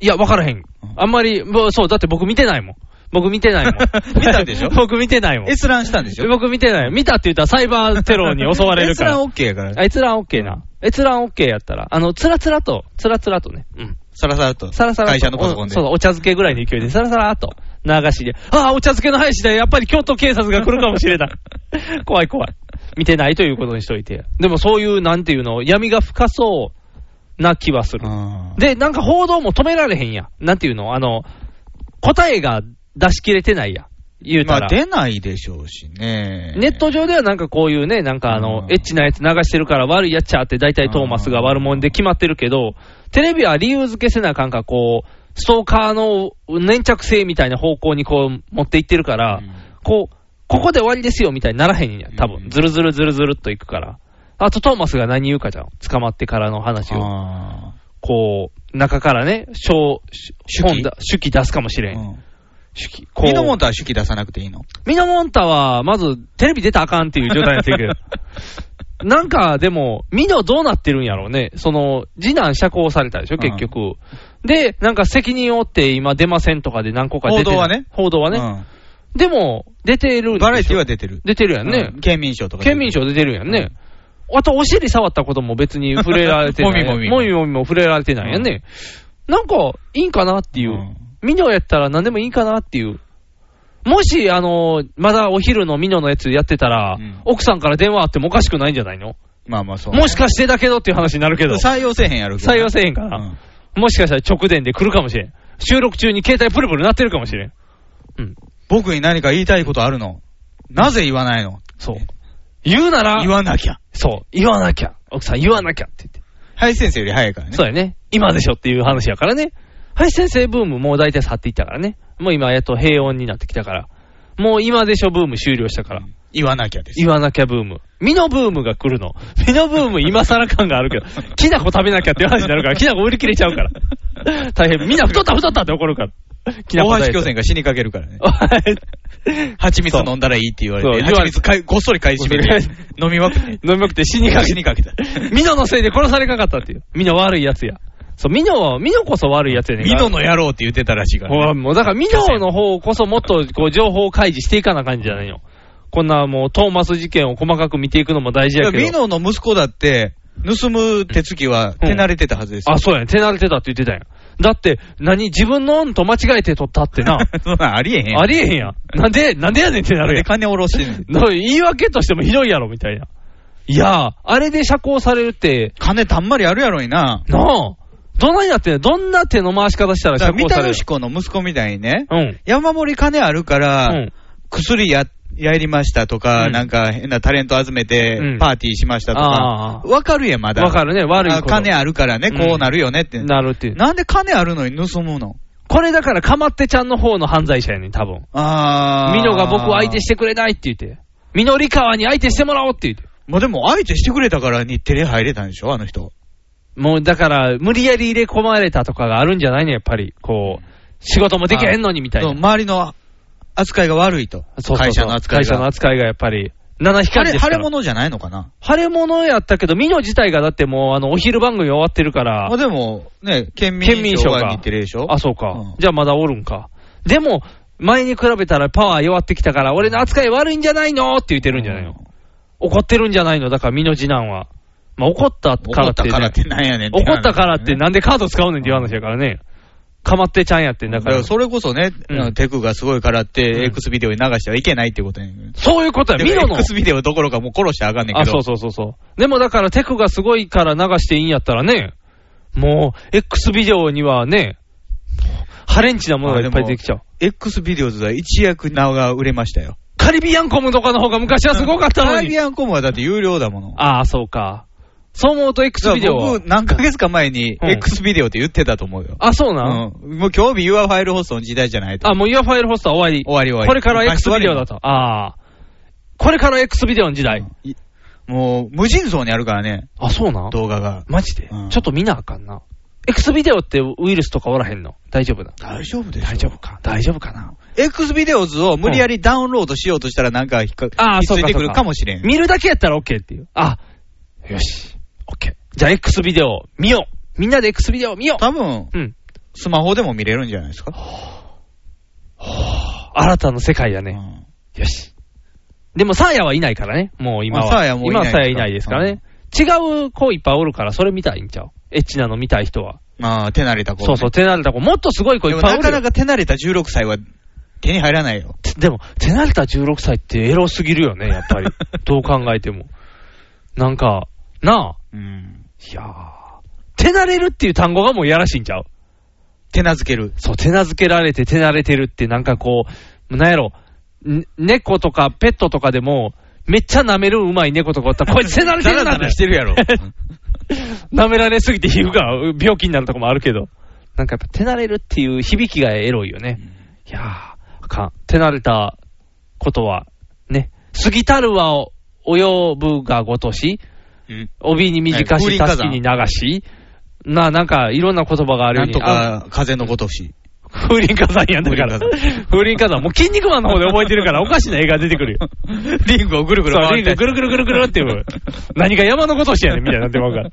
Speaker 3: いや、わからへん。あんまり、もうそう、だって僕見てないもん。僕 見てないもん。
Speaker 2: 見たでしょ
Speaker 3: 僕見てないもん。
Speaker 2: 閲覧したんでしょ
Speaker 3: 僕見てない。見たって言ったらサイバーテロに襲われるから。
Speaker 2: 閲覧 OK やから。
Speaker 3: あ閲覧 OK な。閲覧 OK やったら、あの、つらつらと、つらつらとね。うん。
Speaker 2: さらさらと。
Speaker 3: さらさらと
Speaker 2: 会社のパソコンで。
Speaker 3: おそうそう、お茶漬けぐらいの勢いで、さらさらっと流しで。ああ、お茶漬けの配信で、やっぱり京都警察が来るかもしれない。 怖い怖い。見てないということにしといて。でもそういう、なんていうの、闇が深そうな気はする。で、なんか報道も止められへんや。なんていうの、あの、答えが出し切れてないや。言うたら。
Speaker 2: まあ出ないでしょうしね。
Speaker 3: ネット上ではなんかこういうね、なんかあの、エッチなやつ流してるから悪いやっちゃって、大体トーマスが悪者で決まってるけど、テレビは理由付けせなあかんか、こう、ストーカーの粘着性みたいな方向にこう持っていってるから、こう、ここで終わりですよみたいにならへんや、多分。ずるずるずるずるっといくから。あとトーマスが何言うかじゃん。捕まってからの話を。こう、中からね、小、本だ手記出すかもしれん。手記。こう
Speaker 2: ミノモンタは手記出さなくていいの
Speaker 3: ミノモンタは、まず、テレビ出たらあかんっていう状態になってるけ ど。なんか、でも、ミノどうなってるんやろうね。その、次男釈放されたでしょ、結局。で、なんか責任を負って今出ませんとかで何個か出て
Speaker 2: 報道はね。
Speaker 3: 報道はね。でも、出てるんでしょ
Speaker 2: バラエティは出てる。
Speaker 3: 出てるやんね。
Speaker 2: うん県民賞とか。
Speaker 3: 県民賞出てるやんね。あと、お尻触ったことも別に触れられてな い。
Speaker 2: もみもみ
Speaker 3: もみもみも触れられてないやんね。なんか、いいんかなっていう。ミノやったら何でもいいんかなっていう。もし、あの、まだお昼のミノのやつやってたら、奥さんから電話あってもおかしくないんじゃないの
Speaker 2: まあまあそう。
Speaker 3: もしかしてだけどっていう話になるけど。
Speaker 2: 採用せえへんやろうけど
Speaker 3: 採用せえへんから。もしかしたら直電で来るかもしれん。収録中に携帯プルプル鳴ってるかもしれん。
Speaker 2: 僕に何か言いたいことあるのなぜ言わないの
Speaker 3: そう。言うなら、
Speaker 2: 言わなきゃ。
Speaker 3: そう。言わなきゃ。奥さん言わなきゃって言って。
Speaker 2: 林先生より早いからね。
Speaker 3: そうやね。今でしょっていう話やからね。林先生ブームもう大体去っていったからね。もう今やっと平穏になってきたから。もう今でしょブーム終了したから。
Speaker 2: 言わなきゃです。
Speaker 3: 言わなきゃブーム。ミノブームが来るの。ミノブーム今更感があるけど、きな粉食べなきゃっていう話になるから、きな粉売り切れちゃうから。大変。みんな太った太ったって怒るから。きな粉
Speaker 2: 大
Speaker 3: ダイエ
Speaker 2: 橋巨
Speaker 3: ット
Speaker 2: 泉が死にかけるからね。
Speaker 3: 蜂
Speaker 2: 蜜飲んだらいいって言われて、
Speaker 3: そう言わ
Speaker 2: 蜂
Speaker 3: れ
Speaker 2: 蜜かいごっそり買い占めて、飲みま くって。
Speaker 3: 飲みまくって死にかけ
Speaker 2: 死にかけた。
Speaker 3: ミノのせいで殺されかかったっていう。ミノ悪いやつや。そう、ミノは、ミノこそ悪いやつやねん
Speaker 2: ミノの野
Speaker 3: 郎。
Speaker 2: 郎って言ってたらしいからね。
Speaker 3: ほらもうだからミノの方こそもっとこう情報開示していかな感じじゃないよ。こんなもうトーマス事件を細かく見ていくのも大事やけど。
Speaker 2: ミノの息子だって、盗む手つきは手慣れてたはずですよ。
Speaker 3: あ、そうやね。手慣れてたって言ってたやん。だって、何自分の恩と間違えて取ったってな。
Speaker 2: そんなん ありえへん。
Speaker 3: ありえへんやん。なんで、なんでやねんってなるやん。
Speaker 2: 金下ろしてんの
Speaker 3: な言い訳としてもひどいやろ、みたいな。いやー、あれで釈放されるって。
Speaker 2: 金たんまりあるやろいな。
Speaker 3: なあ。どんなになってんのどんな手の回し方したら
Speaker 2: だから三
Speaker 3: 釈放さ
Speaker 2: 田
Speaker 3: れる
Speaker 2: 佳子の息子みたいにね、
Speaker 3: うん。
Speaker 2: 山盛り金あるから、
Speaker 3: うん
Speaker 2: 薬や、やりましたとか、
Speaker 3: うん
Speaker 2: なんか変なタレント集め
Speaker 3: う
Speaker 2: て
Speaker 3: ん、
Speaker 2: パーティーしましたとか
Speaker 3: あ、
Speaker 2: わ、かるやん、まだ。
Speaker 3: わかるね悪い
Speaker 2: あ
Speaker 3: こと
Speaker 2: 金あるからね、こうなるよねって。
Speaker 3: なるっていう。
Speaker 2: なんで金あるのに盗むの
Speaker 3: これだから、かまってちゃんの方の犯罪者やねん、多分。
Speaker 2: あー。
Speaker 3: ミノが僕を相手してくれないって言って。ミノリカワに相手してもらおうって言って。
Speaker 2: まあでも、相手してくれたから日テレ入れたんでしょ、あの人。
Speaker 3: もうだから、無理やり入れ込まれたとかがあるんじゃないの、やっぱり。こう、仕事もできへんのにみたい
Speaker 2: そう
Speaker 3: な。
Speaker 2: 周りの扱いが悪いと。
Speaker 3: そうそうそう
Speaker 2: 会社の扱い
Speaker 3: 会社の
Speaker 2: が。
Speaker 3: 扱いがやっぱり。七光
Speaker 2: れ、
Speaker 3: ですか
Speaker 2: 腫
Speaker 3: ら
Speaker 2: れ物じゃないのかな
Speaker 3: 晴れ物やったけど、ミノ自体がだってもう、あの、お昼番組終わってるから
Speaker 2: まあ、でも、ね、県
Speaker 3: 県
Speaker 2: 民
Speaker 3: 民
Speaker 2: 賞
Speaker 3: 賞
Speaker 2: が
Speaker 3: か
Speaker 2: 日。テレでしょ
Speaker 3: あ、そうか。じゃあまだおるんか。でも、前に比べたらパワー弱ってきたから、俺の扱い悪いんじゃないのって言ってるんじゃないの、怒ってるんじゃないのだから、ミノ次男は。まあ、怒ったからって、
Speaker 2: 怒ったからってなんやねんって話
Speaker 3: 怒ったからってなんでカード使うねんっていう話やからね。かまってちゃんやってんだ
Speaker 2: だ
Speaker 3: か。
Speaker 2: かららそれこそね、
Speaker 3: うん
Speaker 2: テクがすごいからって、X ビデオに流してはいけないってことやねん
Speaker 3: そういうことや、
Speaker 2: で
Speaker 3: ミノ
Speaker 2: も
Speaker 3: の。
Speaker 2: X ビデオどころかもう殺してあかんねんけ
Speaker 3: あ、
Speaker 2: ど。
Speaker 3: そうそうそうそう。でもだからテクがすごいから流していいんやったらね、もう X ビデオにはね、ハレンチなものがいっぱいできちゃう。
Speaker 2: X ビデオズは一躍名が売れましたよ。
Speaker 3: カリビアンコムとかの方が昔はすごかったの
Speaker 2: カ
Speaker 3: に
Speaker 2: リ。ビアンコムはだって有料だもの。
Speaker 3: ああ、そうか。そう思うと X ビデオは
Speaker 2: 僕、何ヶ月か前に
Speaker 3: うん
Speaker 2: X ビデオって言ってたと思うよ。
Speaker 3: あ、そうなん、
Speaker 2: うん。もう今日 UR ファイル放送の時代じゃないと。
Speaker 3: あ、もう Your File ホストは終わり。
Speaker 2: 終わり終わり。
Speaker 3: これから X ビデオだ
Speaker 2: と。
Speaker 3: と。ああ。これから X ビデオの時代。
Speaker 2: もう、無尽蔵にあるからね。
Speaker 3: あ、そうなん
Speaker 2: 動画が。
Speaker 3: マジで、ちょっと見なあかんな。X ビデオってウイルスとかおらへんの大丈夫な
Speaker 2: 大丈夫で
Speaker 3: 大丈夫か大丈夫かな
Speaker 2: X ビデオズを無理やりダウンロードしようとしたらなんか引っか、
Speaker 3: ああ、
Speaker 2: 引っ
Speaker 3: そう
Speaker 2: つい
Speaker 3: か
Speaker 2: て
Speaker 3: そ
Speaker 2: く
Speaker 3: う
Speaker 2: るかもしれん。
Speaker 3: 見るだけやったら OK っていう。あ、よし。OK。じゃあ X ビデオ見よう。みんなで X ビデオ見よう。
Speaker 2: 多分、
Speaker 3: うん。
Speaker 2: スマホでも見れるんじゃないですか。
Speaker 3: 新たな世界やね。よし。でも、サーヤはいないからね、もう今は。
Speaker 2: まあサーヤもういない
Speaker 3: 今はサーヤいないですからね。違う子いっぱいおるから、それ見たいんちゃうエッチなの見たい人は。
Speaker 2: まあ、手慣れた子、
Speaker 3: そうそう、手慣れた子。もっとすごい子い
Speaker 2: で
Speaker 3: っ
Speaker 2: も
Speaker 3: ぱ
Speaker 2: な
Speaker 3: いおる
Speaker 2: か
Speaker 3: よ。
Speaker 2: なか手慣れた16歳は手に入らないよ。
Speaker 3: でも、手慣れた16歳ってエロすぎるよね、やっぱり。どう考えても。なんか、なあ。
Speaker 2: うん。
Speaker 3: いやー。手慣れるっていう単語がもうやらしいんちゃう
Speaker 2: 手なずける。
Speaker 3: そう、手なずけられて手慣れてるって、なんかこう、なんやろ、ん猫とかペットとかでも、めっちゃ舐めるうまい猫とかお ったら、こいつ手慣れてるな
Speaker 2: ダラダラしてる やろ。
Speaker 3: 舐められすぎて皮膚が病気になるとこもあるけど、なんかやっぱ手慣れるっていう響きがエロいよね。いやー、あかん。手慣れたことは、ね。過ぎたるは及ぶがごとし、
Speaker 2: うん
Speaker 3: 帯に短
Speaker 2: はい風
Speaker 3: し、
Speaker 2: 林火
Speaker 3: た
Speaker 2: 山
Speaker 3: すきに流し、な、なんかいろんな言葉がある
Speaker 2: な
Speaker 3: ようんに。
Speaker 2: とか、風のごとし。
Speaker 3: あ風林火山やんだ から。風林火山。もう筋肉マンの方で覚えてるから、おかしな映画出てくるよ。
Speaker 2: リングをぐるぐる
Speaker 3: そう、リ
Speaker 2: 回
Speaker 3: ング
Speaker 2: る。
Speaker 3: ぐるぐるぐるぐるっていう。何が山のことしやねんみたいになってま うから。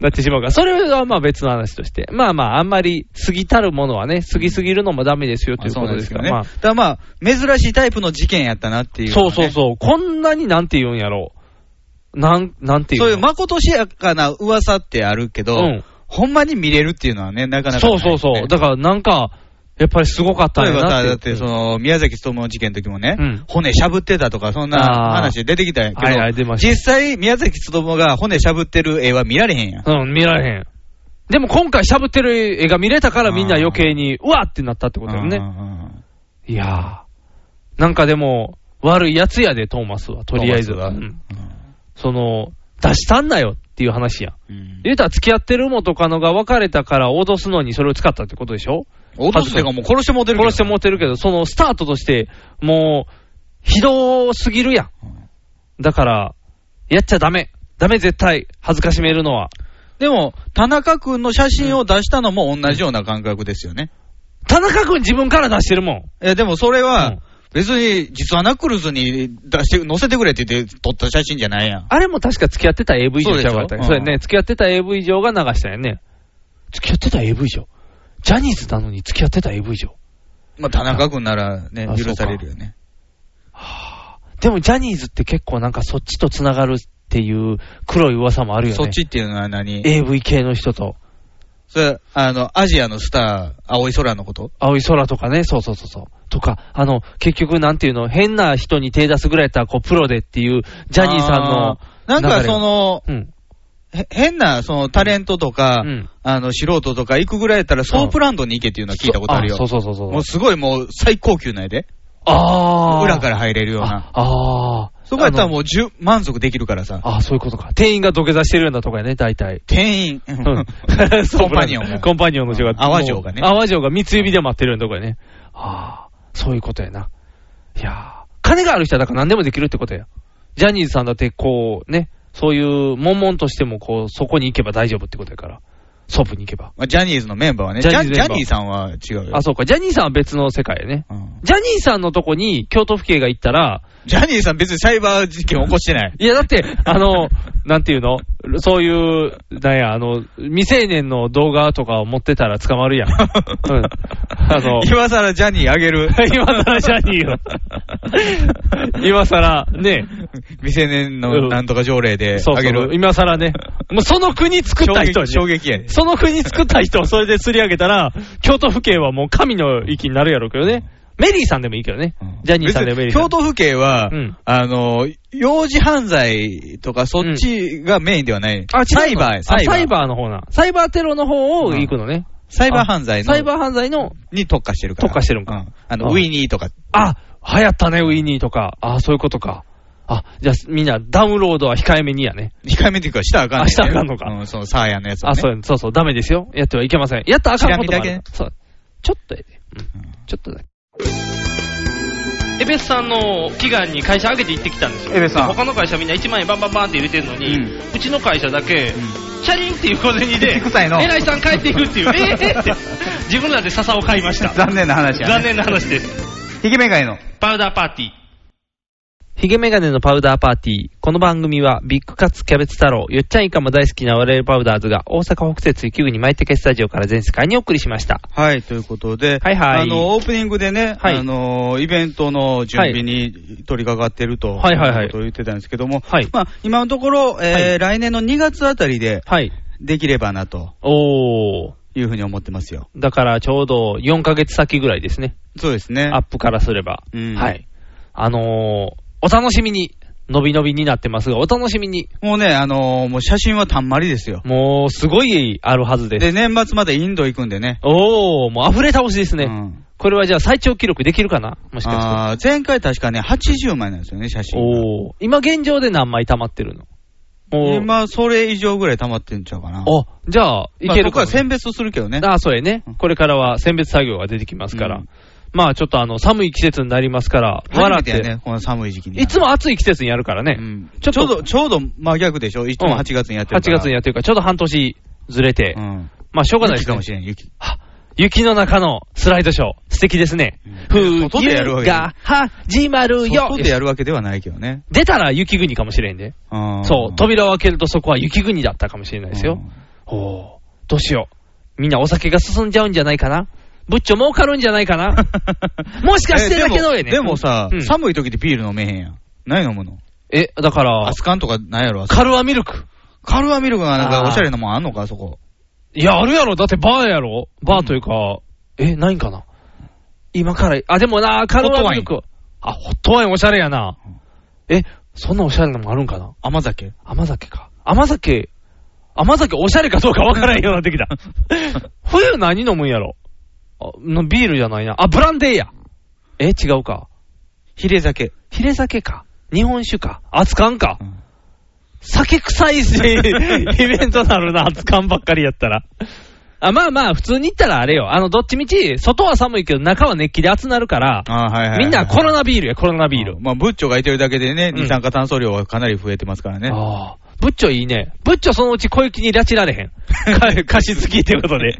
Speaker 3: なってしまうから。それはまあ別の話として。まあまあ、あんまり過ぎたるものはね、過ぎすぎるのもダメですよという
Speaker 2: そう
Speaker 3: こ
Speaker 2: な
Speaker 3: と
Speaker 2: ん
Speaker 3: で
Speaker 2: ですす
Speaker 3: か
Speaker 2: よ
Speaker 3: ら。
Speaker 2: ね。
Speaker 3: まあ
Speaker 2: ただまあ、珍しいタイプの事件やったなっていう、
Speaker 3: そうそうそう。こんなになんて言うんやろう。なん、なんていう
Speaker 2: そう
Speaker 3: の
Speaker 2: いう、まことしやかな噂ってあるけど、
Speaker 3: うん
Speaker 2: ほんまに見れるっていうのはね、なかなかない
Speaker 3: そ
Speaker 2: よ
Speaker 3: う
Speaker 2: ね、
Speaker 3: そうそう。だからなんか、やっぱりすごかったん
Speaker 2: 例
Speaker 3: や
Speaker 2: えばさ、
Speaker 3: なっていう。
Speaker 2: だってその、宮崎勤の事件の時もね、
Speaker 3: うん
Speaker 2: 骨しゃぶってたとか、そんな
Speaker 3: あー
Speaker 2: 話出てきたんやけど、
Speaker 3: はいはい出ました
Speaker 2: 実際、宮崎勤が骨しゃぶってる絵は見られへんやん。
Speaker 3: うん、見られへん。でも今回しゃぶってる絵が見れたからみんな余計に、うわってなったってことだよね。いやー、なんかでも、悪いやつやで、トーマスは、とりあえずは。うんその、出したんなよっていう話やん。言うたら付き合ってる元カノが別れたから脅すのにそれを使ったってことでしょ
Speaker 2: 脅すっていうかもう殺してもうてるけど
Speaker 3: 殺してもうてるけど、そのスタートとして、もう、ひどすぎるやん。だから、やっちゃダメ。ダメ絶対。恥ずかしめるのは。
Speaker 2: でも、田中君の写真を出したのも同じような感覚ですよね。
Speaker 3: 田中君自分から出してるもん。
Speaker 2: いや、でもそれは、別に、実はナックルズに出して、載せてくれって言って撮った写真じゃないやん。
Speaker 3: あれも確か付き合ってた AV 上ちゃうかったっけ
Speaker 2: そ
Speaker 3: そ
Speaker 2: でし
Speaker 3: う
Speaker 2: ょ
Speaker 3: うやね。付き合ってた AV 上が流したんやね。付き合ってた AV 上ジャニーズなのに付き合ってた AV 上
Speaker 2: まあ、田中君ならね
Speaker 3: あ、
Speaker 2: 許されるよね。
Speaker 3: でもジャニーズって結構なんかそっちと繋がるっていう黒い噂もあるよね。
Speaker 2: そっちっていうのは何
Speaker 3: AV 系の人と、
Speaker 2: それ、あの、アジアのスター、青い空のこと
Speaker 3: 青い空とかね、そうそうそうそう。とか、あの、結局なんていうの、変な人に手出すぐらいやったら、こう、プロでっていう、ジャニーさんの
Speaker 2: あーなんか
Speaker 3: 流れ
Speaker 2: そ、の、
Speaker 3: うん。
Speaker 2: へ変な、その、タレントとか、あの、素人とか行くぐらいやったら、ソープランドに行けっていうのは聞いたことあるよ。
Speaker 3: そうそうそうそう。
Speaker 2: もうすごいもう、最高級なやで。
Speaker 3: あー
Speaker 2: 裏から入れるような。
Speaker 3: ああ。
Speaker 2: そこやったらもう、十満足できるからさ。
Speaker 3: ああ、そういうことか。店員が土下座してるようなとこやね、大体。
Speaker 2: 店 員、
Speaker 3: ん
Speaker 2: コンパニオンが。
Speaker 3: コンパニオンの人が。
Speaker 2: うん泡嬢がね
Speaker 3: もう泡嬢が三つ指で待ってるようなとこやね。ああ、そういうことやな。いやー金がある人はだから何でもできるってことや。ジャニーズさんだってこうね、そういう、悶々としてもこう、そこに行けば大丈夫ってことやから。ソープに行けば。
Speaker 2: まあジャニーズのメンバーはね、
Speaker 3: ジ
Speaker 2: ジ
Speaker 3: ャ
Speaker 2: ャ
Speaker 3: ニーズ
Speaker 2: ジャニーさんは違うよ。
Speaker 3: あ、そうか。ジャニーさんは別の世界やね。
Speaker 2: うん
Speaker 3: ジャニーさんのとこに京都府警が行ったら、
Speaker 2: ジャニーさん別にサイバー事件起こしてない。
Speaker 3: いや、だって、あの、なんていうのそういう、なんや、あの、未成年の動画とかを持ってたら捕まるやん。うん。あの、
Speaker 2: 今更ジャニーあげる。
Speaker 3: 今更ジャニーを。今更、ね、
Speaker 2: 未成年のなんとか条例で
Speaker 3: そう
Speaker 2: あ
Speaker 3: そ
Speaker 2: げ
Speaker 3: う、
Speaker 2: る。
Speaker 3: 今更ね。もうその国作った人に
Speaker 2: 衝撃衝撃やね
Speaker 3: その国作った人をそれですり上げたら、京都府警はもう神の域になるやろうけどね。メリーさんでもいいけどね。ジャニーさんでもメリーさん。
Speaker 2: 京都府警は、あの、幼児犯罪とかそっちがメインではない。
Speaker 3: あ、違うの
Speaker 2: サイバー、
Speaker 3: あサイバー。の方な。サイバーテロの方を行くのね。
Speaker 2: サイバー犯罪の
Speaker 3: サイバー犯罪の、
Speaker 2: に特化してるから。
Speaker 3: 特化してるんか
Speaker 2: うんあの、
Speaker 3: あ
Speaker 2: ウィニーとか。
Speaker 3: あ、流行ったね、ウィニーとか。あ、そういうことか。あ、じゃあみんなダウンロードは控えめにやね。
Speaker 2: 控えめっていうか、したらあかんね
Speaker 3: あしたらあかんの
Speaker 2: か。うん、そのサーヤのやつは
Speaker 3: あ、
Speaker 2: ね。
Speaker 3: そうやそうそう、ダメですよ。やってはいけません。やったらあかんこともあ
Speaker 2: チラ
Speaker 3: る
Speaker 2: 見だ
Speaker 3: そう。ちょっとやで。うん。ちょっとだけ。エベスさんの祈願に会社上げて行ってきたんですよ。
Speaker 2: エベスさん
Speaker 3: 他の会社みんな1万円バンバンバンって入れてるのに、うちの会社だけ、チャリンっていう小銭で、
Speaker 2: 臭いの
Speaker 3: 偉いさん帰っていくっていう、えーって、自分らで笹を買いました。
Speaker 2: 残念な話や、ね。
Speaker 3: 残念な話です。
Speaker 2: ひげメガネの。
Speaker 3: パウダーパーティー。ヒゲメガネのパウダーパーティー。この番組は、ビッグカツキャベツ太郎、よっちゃんいかも大好きな我々パウダーズが、大阪北節球にマイテケスタジオから全世界にお送りしました。
Speaker 2: はい、ということで、
Speaker 3: はいはい
Speaker 2: あの、オープニングでね、
Speaker 3: はい
Speaker 2: あの、イベントの準備に取り掛かってると、
Speaker 3: はいはいはい
Speaker 2: いうことを言ってたんですけども、まあ、今のところ、えー来年の2月あたりで、できればなと、
Speaker 3: おー。
Speaker 2: いうふうに思ってますよ。
Speaker 3: だから、ちょうど4ヶ月先ぐらいですね。
Speaker 2: そうですね。
Speaker 3: アップからすれば。
Speaker 2: うん
Speaker 3: はい。あのー、お楽しみに、のびのびになってますが、お楽しみに。
Speaker 2: もうね、あのーもう写真はたんまりですよ。
Speaker 3: もう、すごいあるはずです。
Speaker 2: で、年末までインド行くんでね。
Speaker 3: おー、もう溢れ倒しですね。これはじゃあ最長記録できるかなもしかして。
Speaker 2: あー前回確かね、80枚なんですよね、写真が。
Speaker 3: おー今現状で何枚溜まってるのもう、
Speaker 2: 今、それ以上ぐらい溜まってんちゃうかな。
Speaker 3: あ、じゃあ、いける
Speaker 2: まあ僕
Speaker 3: か
Speaker 2: は選別するけどね。
Speaker 3: ああ、そうやね。これからは選別作業が出てきますから。まあ、ちょっとあの、寒い季節になりますから、
Speaker 2: 初
Speaker 3: 笑
Speaker 2: め
Speaker 3: ってて。
Speaker 2: やね、この寒い時期に。
Speaker 3: いつも暑い季節にやるからね。
Speaker 2: ちょうど、ちょうど真逆でしょいつも8月にやってるか
Speaker 3: 8
Speaker 2: ら。
Speaker 3: 月にやってるから、ちょうど半年ずれて。
Speaker 2: ん
Speaker 3: まあ、しょうがないです、
Speaker 2: 雪か
Speaker 3: ね。
Speaker 2: もしれん、雪。
Speaker 3: 雪の中のスライドショー、素敵ですね。風
Speaker 2: 外でやるわ
Speaker 3: 景
Speaker 2: け
Speaker 3: が始まるよ。
Speaker 2: 外でやるわけではないけどね。
Speaker 3: 出たら雪国かもしれんで。
Speaker 2: あー
Speaker 3: そう、扉を開けるとそこは雪国だったかもしれないですよ。おーどうしよう。みんなお酒が進んじゃうんじゃないかなブッチョ儲かるんじゃないか なもしかしてだけどやね。
Speaker 2: えでもでもさ、
Speaker 3: うん
Speaker 2: 寒い時ってビール飲めへんやん。何飲むの
Speaker 3: え、だから
Speaker 2: ア、スカンとかないやろ
Speaker 3: カルアミルク。
Speaker 2: カルアミルクがなん
Speaker 3: あー
Speaker 2: かおしゃれなもんあんのか、あそこ。
Speaker 3: いや、あるやろ。だってバーやろ。バーというか、え、ないんかな今から、あ、でもな、カルアミルク。あ、ホットワインおしゃれやな。え、そんなおしゃれなのもあるんかな
Speaker 2: 甘酒
Speaker 3: 甘酒か。甘酒、甘酒おしゃれかどうかわからんようになってきた。冬何飲むんやろあのビールじゃないな。あ、ブランデーや。え、違うか。
Speaker 2: ヒレ酒。
Speaker 3: ヒレ酒か。日本酒か。熱燗か。酒臭いし、イベントなるな、熱燗ばっかりやったら。あまあまあ、普通に行ったらあれよ。あの、どっちみち、外は寒いけど、中は熱気で暑なるから、
Speaker 2: あーはいはいはい
Speaker 3: みんなコロナビールや、コロナビール。
Speaker 2: まあ、ブッチョがいてるだけでね、
Speaker 3: うん
Speaker 2: 二酸化炭素量はかなり増えてますからね。
Speaker 3: あブッチョいいね。ブッチョそのうち小雪に拉致られへん。か 貸し付きってことで。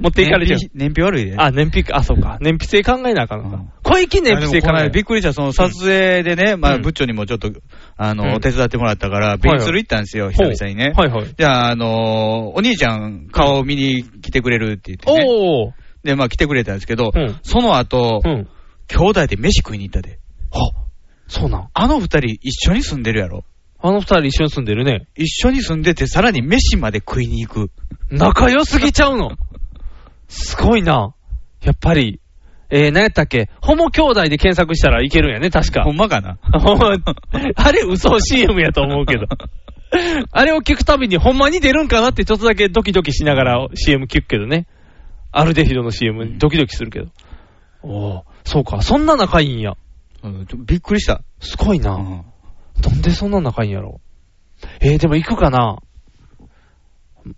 Speaker 3: 持っていかれちゃう。
Speaker 2: 燃費悪いで。
Speaker 3: あ、燃費か、あ、そうか。燃費性考えなあかんのか。小雪燃費性考
Speaker 2: あでも
Speaker 3: え
Speaker 2: この
Speaker 3: な
Speaker 2: 間
Speaker 3: い。
Speaker 2: びっくりした、その撮影でね、まあ、ブッチョにもちょっと、あ
Speaker 3: うん
Speaker 2: の、お手伝ってもらったから、ビリスル行ったんですよ、久々にね。
Speaker 3: はいはい。
Speaker 2: じゃあ、あのー、お兄ちゃん、顔を見に来てくれるって言ってね。
Speaker 3: おー
Speaker 2: で、まあ来てくれたんですけど、
Speaker 3: うん
Speaker 2: その後、
Speaker 3: うん
Speaker 2: 兄弟で飯食いに行ったで。
Speaker 3: あ、そうなん
Speaker 2: あの二人一緒に住んでるやろ。
Speaker 3: あの二人一緒に住んでるね。
Speaker 2: 一緒に住んでて、さらに飯まで食いに行く。
Speaker 3: 仲良すぎちゃうの。すごいな。やっぱり。えー、何やったっけホモ兄弟で検索したらいけるんやね、確か。ほ
Speaker 2: んまかな
Speaker 3: あれ、嘘 CM やと思うけ ど。あれを聞くたびに、ほんまに出るんかなってちょっとだけドキドキしながら CM 聞くけどね。アルデヒドの CM、ドキドキするけど。おーそうか。そんな仲いいんや。
Speaker 2: びっくりした。
Speaker 3: すごいな。なんでそんな仲いいんやろ。えー、でも行くかな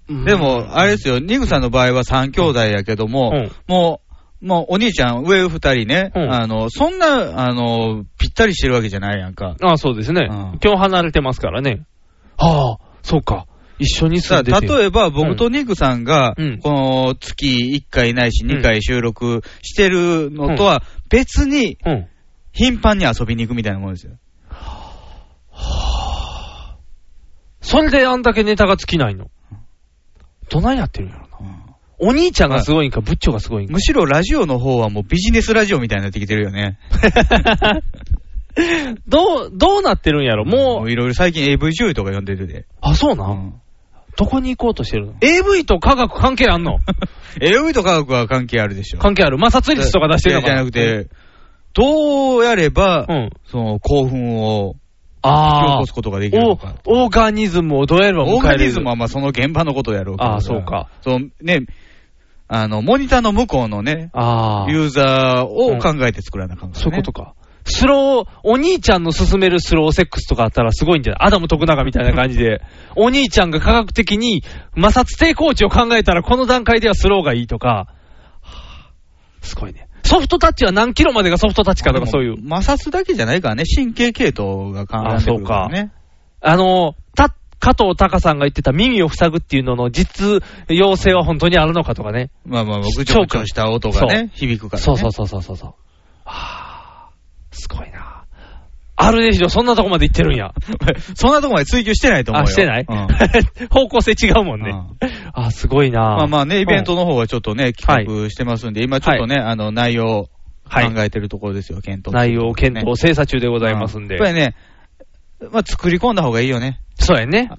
Speaker 2: でも、あれですよ、ニグさんの場合は三兄弟やけども、
Speaker 3: うん
Speaker 2: もう、もうお兄ちゃん、上二人ね、あの、そんな、あの、ぴったりしてるわけじゃないやんか。
Speaker 3: ああ、そうですね。今日離れてますからね。ああ、そうか。一緒に住
Speaker 2: さ
Speaker 3: んで
Speaker 2: あ、
Speaker 3: て。
Speaker 2: 例えば僕とニグさんが、この月1回ないし
Speaker 3: うん
Speaker 2: 2回収録してるのとは別に、頻繁に遊びに行くみたいなもんですよ。
Speaker 3: それであんだけネタが尽きないの。どないなってるんやろな。お兄ちゃんがすごいんか、ブッチョがすごいんか。
Speaker 2: むしろラジオの方はもうビジネスラジオみたいになってきてるよね。
Speaker 3: どう、どうなってるんやろも
Speaker 2: う。いろいろ最近 AV 女優とか呼んでるで。
Speaker 3: あ、そうなん。どこに行こうとしてるの ?AV と科学関係あん の
Speaker 2: AV と科学は関係あるでしょ。
Speaker 3: 関係ある。摩擦率とか出してるのか
Speaker 2: じゃなくて、どうやれば、その興奮を引き起
Speaker 3: ああ
Speaker 2: こす。ことができる
Speaker 3: オ
Speaker 2: の
Speaker 3: ー
Speaker 2: か。
Speaker 3: オーガニズムをどうやれば迎え
Speaker 2: オーガ
Speaker 3: れる
Speaker 2: ニズムはまあその現場のことやろうけど
Speaker 3: ああそうか。
Speaker 2: そのね、あの、モニターの向こうのね、
Speaker 3: ああ。
Speaker 2: ユーザーを考えて作らなあかんから、ね
Speaker 3: そういうことか。スロー、お兄ちゃんの勧めるスローセックスとかあったらすごいんじゃないアダム徳永みたいな感じ で、お兄ちゃんが科学的に摩擦抵抗値を考えたらこの段階ではスローがいいとか、はぁすごいね。ソフトタッチは何キロまでがソフトタッチかとかそういう。
Speaker 2: 摩擦だけじゃないからね、神経系統が関係してくるからね。
Speaker 3: あの、た、加藤隆さんが言ってた耳を塞ぐっていうのの実用性は本当にあるのかとかね。
Speaker 2: まあまあまあ、ぐちょぐちょした音がね、響くからね。
Speaker 3: そうそうそうそうそうそう。はぁ、すごいなあるでしょ、そんなとこまで行ってるんや。
Speaker 2: そんなとこまで追求してないと思うよ。
Speaker 3: あ、してない、
Speaker 2: うん
Speaker 3: 方向性違うもんね。あ、すごいな
Speaker 2: まあまあね、イベントの方はちょっとね、企画してますんで、今ちょっとね、あの、内容を考えてるところですよ、検討。
Speaker 3: 内容を検討、精査中でございますんで。
Speaker 2: やっぱりね、まあ作り込んだ方がいいよね。
Speaker 3: そうやね。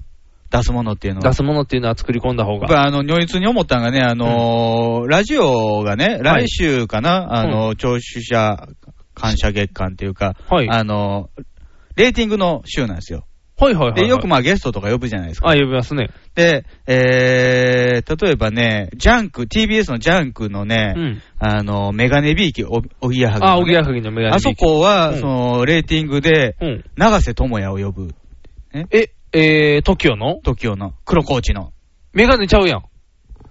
Speaker 2: 出すものっていうのは。
Speaker 3: 出すものっていうのは作り込んだ方
Speaker 2: やっぱ
Speaker 3: が。
Speaker 2: あの、如実に思ったのがね、あのーラジオがね、
Speaker 3: はい
Speaker 2: 来週かな、あのー聴取者感謝月間っていうか、
Speaker 3: はい
Speaker 2: あのーレーティングの週なんですよ。
Speaker 3: はいはいはいはい
Speaker 2: で、よくまあゲストとか呼ぶじゃないですか。
Speaker 3: あ、呼びますね。
Speaker 2: で、えー、例えばね、ジャンク、TBS のジャンクのね、
Speaker 3: うん
Speaker 2: あのー、メガネビーキ、おおぎやはぎのね、
Speaker 3: あ、おぎやはぎのメガネ。
Speaker 2: あそこは、
Speaker 3: うん
Speaker 2: その、レーティングで、長瀬智也を呼ぶ。
Speaker 3: え、えー、TOKIO の
Speaker 2: ?TOKIO の。黒コーチの。
Speaker 3: メガネちゃうやん。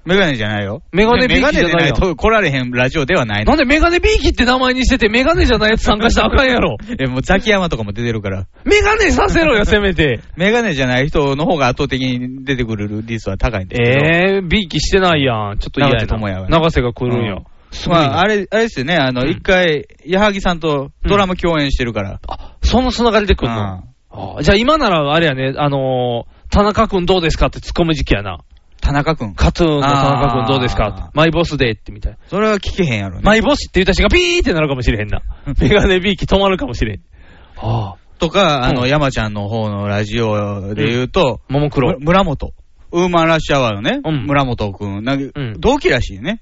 Speaker 2: メガネじゃないよ。
Speaker 3: メガネビ
Speaker 2: メ
Speaker 3: ー
Speaker 2: ガ
Speaker 3: キじ
Speaker 2: ネ
Speaker 3: ゃ
Speaker 2: で
Speaker 3: ない
Speaker 2: な
Speaker 3: や
Speaker 2: い
Speaker 3: ん。
Speaker 2: と来られへんラジオではないの
Speaker 3: なんでメガネビーキって名前にしてて、メガネじゃないやつ参加したらあかん やろ。
Speaker 2: え、もうザキヤマとかも出てるから。
Speaker 3: メガネさせろよ、せ めて。
Speaker 2: メガネじゃない人の方が圧倒的に出てくる率は高いんですけど。
Speaker 3: えー、ビーキしてないやん。ちょっと嫌や
Speaker 2: 長瀬
Speaker 3: な。
Speaker 2: 智也はね
Speaker 3: 長瀬が来るんや
Speaker 2: う。ん
Speaker 3: すごい
Speaker 2: ま
Speaker 3: な
Speaker 2: あ、あれ、あれですよね、あの、一回、矢作さんとドラム共演してるから。
Speaker 3: そのつながりで来るの。あじゃあ今ならあれやね、あのー田中くんどうですかって突っ込む時期やな。
Speaker 2: 田中くん。
Speaker 3: カツーンの田中くんどうですかって。マイボスでってみたいな。
Speaker 2: それは聞けへんやろね。
Speaker 3: マイボスって言った人がピーってなるかもしれへんな。メガネビーキ止まるかもしれん。あ
Speaker 2: とか、あの、山ちゃんの方のラジオで言うと、
Speaker 3: ももクロ
Speaker 2: む村本。ウーマンラッシュアワーのね、村本くん。なんか同期らしいね。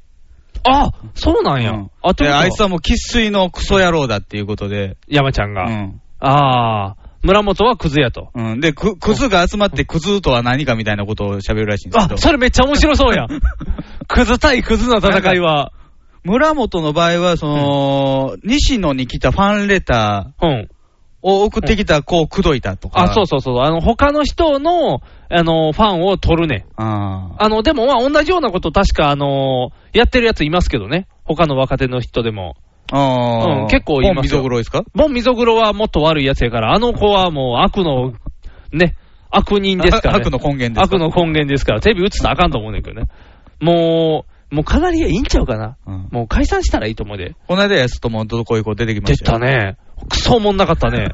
Speaker 3: あ、そうなんや。あと
Speaker 2: で、あいつはもう生粋のクソ野郎だっていうことで。
Speaker 3: 山ちゃんが。
Speaker 2: うん。
Speaker 3: ああ、村本はクズやと。
Speaker 2: うん。で、く、クズが集まってクズとは何かみたいなことを喋るらしいんです
Speaker 3: あ
Speaker 2: けど。、
Speaker 3: それめっちゃ面白 そうやん。クズ対クズの戦いは。
Speaker 2: 村本の場合は、その、西野に来たファンレタ
Speaker 3: ー
Speaker 2: を送ってきた子を口説いたとか。
Speaker 3: あ、そうそうそう。あの、他の人の、あの、ファンを取るね。
Speaker 2: あ
Speaker 3: あの、でもまあ、同じようなこと確か、あのやってるやついますけどね。他の若手の人でも。
Speaker 2: あ
Speaker 3: うん、結構います
Speaker 2: ボン・ビゾ
Speaker 3: よ。
Speaker 2: グロですか
Speaker 3: ボン・ミゾグロはもっと悪いやつやから、あの子はもう悪の、ね、悪人ですから、ね。
Speaker 2: あ悪の根源です
Speaker 3: 悪の根源ですから、テレビ映ったらあかんと思うねんけどね。もう、もうかなりいいんちゃうかな。もう解散したらいいと思うで。
Speaker 2: この間、安友のどこい子出てきま
Speaker 3: 出
Speaker 2: したたよ。
Speaker 3: ね。クソおもんなかった ね。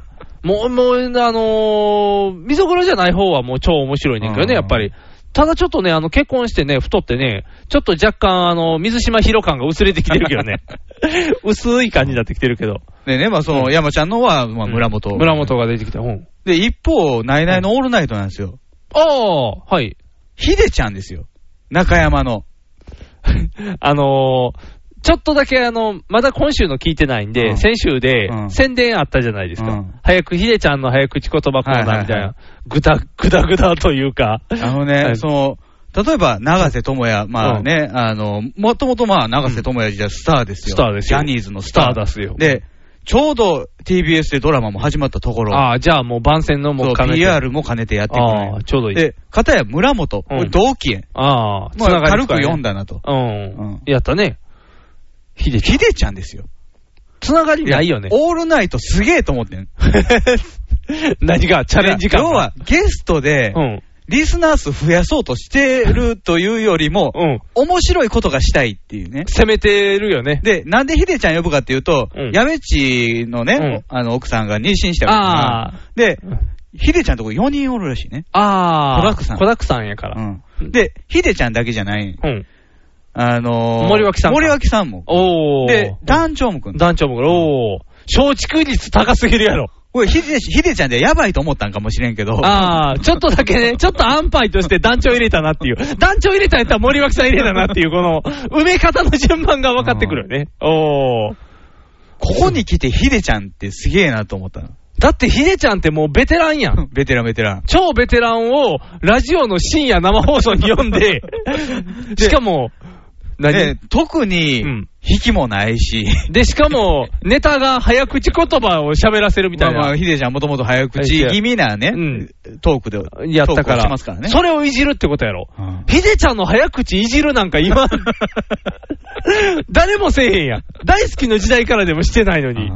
Speaker 3: もう、もう、あのー、溝黒じゃない方はもう超面白いねんけどね、やっぱり。ただちょっとね、あの、結婚してね、太ってね、ちょっと若干、あの、水島ヒロ感が薄れてきてるけどね。 薄い感じになってきてるけど。
Speaker 2: でね、まあその、山ちゃんのは、まあ村本、
Speaker 3: 村本が出てきた。うん。
Speaker 2: で、一方、ナイナイのオールナイトなんですよ。
Speaker 3: ああ、はい。
Speaker 2: ヒデちゃんですよ。中山の。
Speaker 3: あのー、ちょっとだけあの、まだ今週の聞いてないんで、
Speaker 2: うん
Speaker 3: 先週で宣伝あったじゃないですか。早く、ひでちゃんの早口言葉コーナーみたいな、ぐだ、ぐだぐだというか。
Speaker 2: あのね、
Speaker 3: はい
Speaker 2: その、例えば、長瀬智也、まあね、あの、もともとまあ、長瀬智也時代スターですよ。
Speaker 3: スターですよ
Speaker 2: ジャニーズのスター。
Speaker 3: スターですよ
Speaker 2: で、ちょうど TBS でドラマも始まったところ。
Speaker 3: ああ、じゃあもう番宣のも
Speaker 2: そうう
Speaker 3: 兼ねて
Speaker 2: PR も兼ねてやっていくの
Speaker 3: あ
Speaker 2: よ
Speaker 3: あ、ちょうどいい。
Speaker 2: で、片や村本、これ同期やん。
Speaker 3: ああ、
Speaker 2: まあ
Speaker 3: つながり
Speaker 2: 軽
Speaker 3: 深
Speaker 2: く
Speaker 3: いね
Speaker 2: 読んだなと。
Speaker 3: うん。やったね。ひでちゃん。
Speaker 2: ひでちゃんですよ。
Speaker 3: つながりないよね。
Speaker 2: オールナイトすげえと思ってん。
Speaker 3: 何がチャレンジ感
Speaker 2: い
Speaker 3: が
Speaker 2: や要は、ゲストで、リスナー数増やそうとしてるというよりも、面白いことがしたいっていうね。
Speaker 3: 攻めてるよね。
Speaker 2: で、なんでヒデちゃん呼ぶかっていうと、やめちのね、あの、奥さんが妊娠した
Speaker 3: あ
Speaker 2: から、で、ヒデちゃんとこ4人おるらしいね。
Speaker 3: ああ、
Speaker 2: 子だくさん
Speaker 3: 子だくさんやから。
Speaker 2: で、ヒデちゃんだけじゃない。あのー
Speaker 3: 森脇さんか
Speaker 2: 森脇さんも。
Speaker 3: おお。
Speaker 2: で、団長もくん。
Speaker 3: 団長もくん。おお。松竹率高すぎるやろ。
Speaker 2: これ、ヒデ、ヒデちゃんでやばいと思ったんかもしれんけど。
Speaker 3: ああ、ちょっとだけね、ちょっと安牌として団長入れたなっていう。団長入れたんやったら森脇さん入れたなっていう、この、埋め方の順番が分かってくるよね。おお。
Speaker 2: ここに来てヒデちゃんってすげえなと思ったの。
Speaker 3: だってヒデちゃんってもうベテランやん。
Speaker 2: ベテランベテラン。
Speaker 3: 超ベテランをラジオの 深夜生放送に呼んで、しかも、
Speaker 2: ね特に、引きもないし。
Speaker 3: で、しかも、ネタが早口言葉を喋らせ るみたいな。
Speaker 2: まあまあ、ヒデちゃんもともと早口気味なね、トークで、
Speaker 3: やっ
Speaker 2: トー
Speaker 3: たか
Speaker 2: クを
Speaker 3: ら。
Speaker 2: しますからね。
Speaker 3: それをいじるってことやろ。ヒデちゃんの早口いじるなんか今、誰もせえへんやん。大好きの時代からでもしてないのに。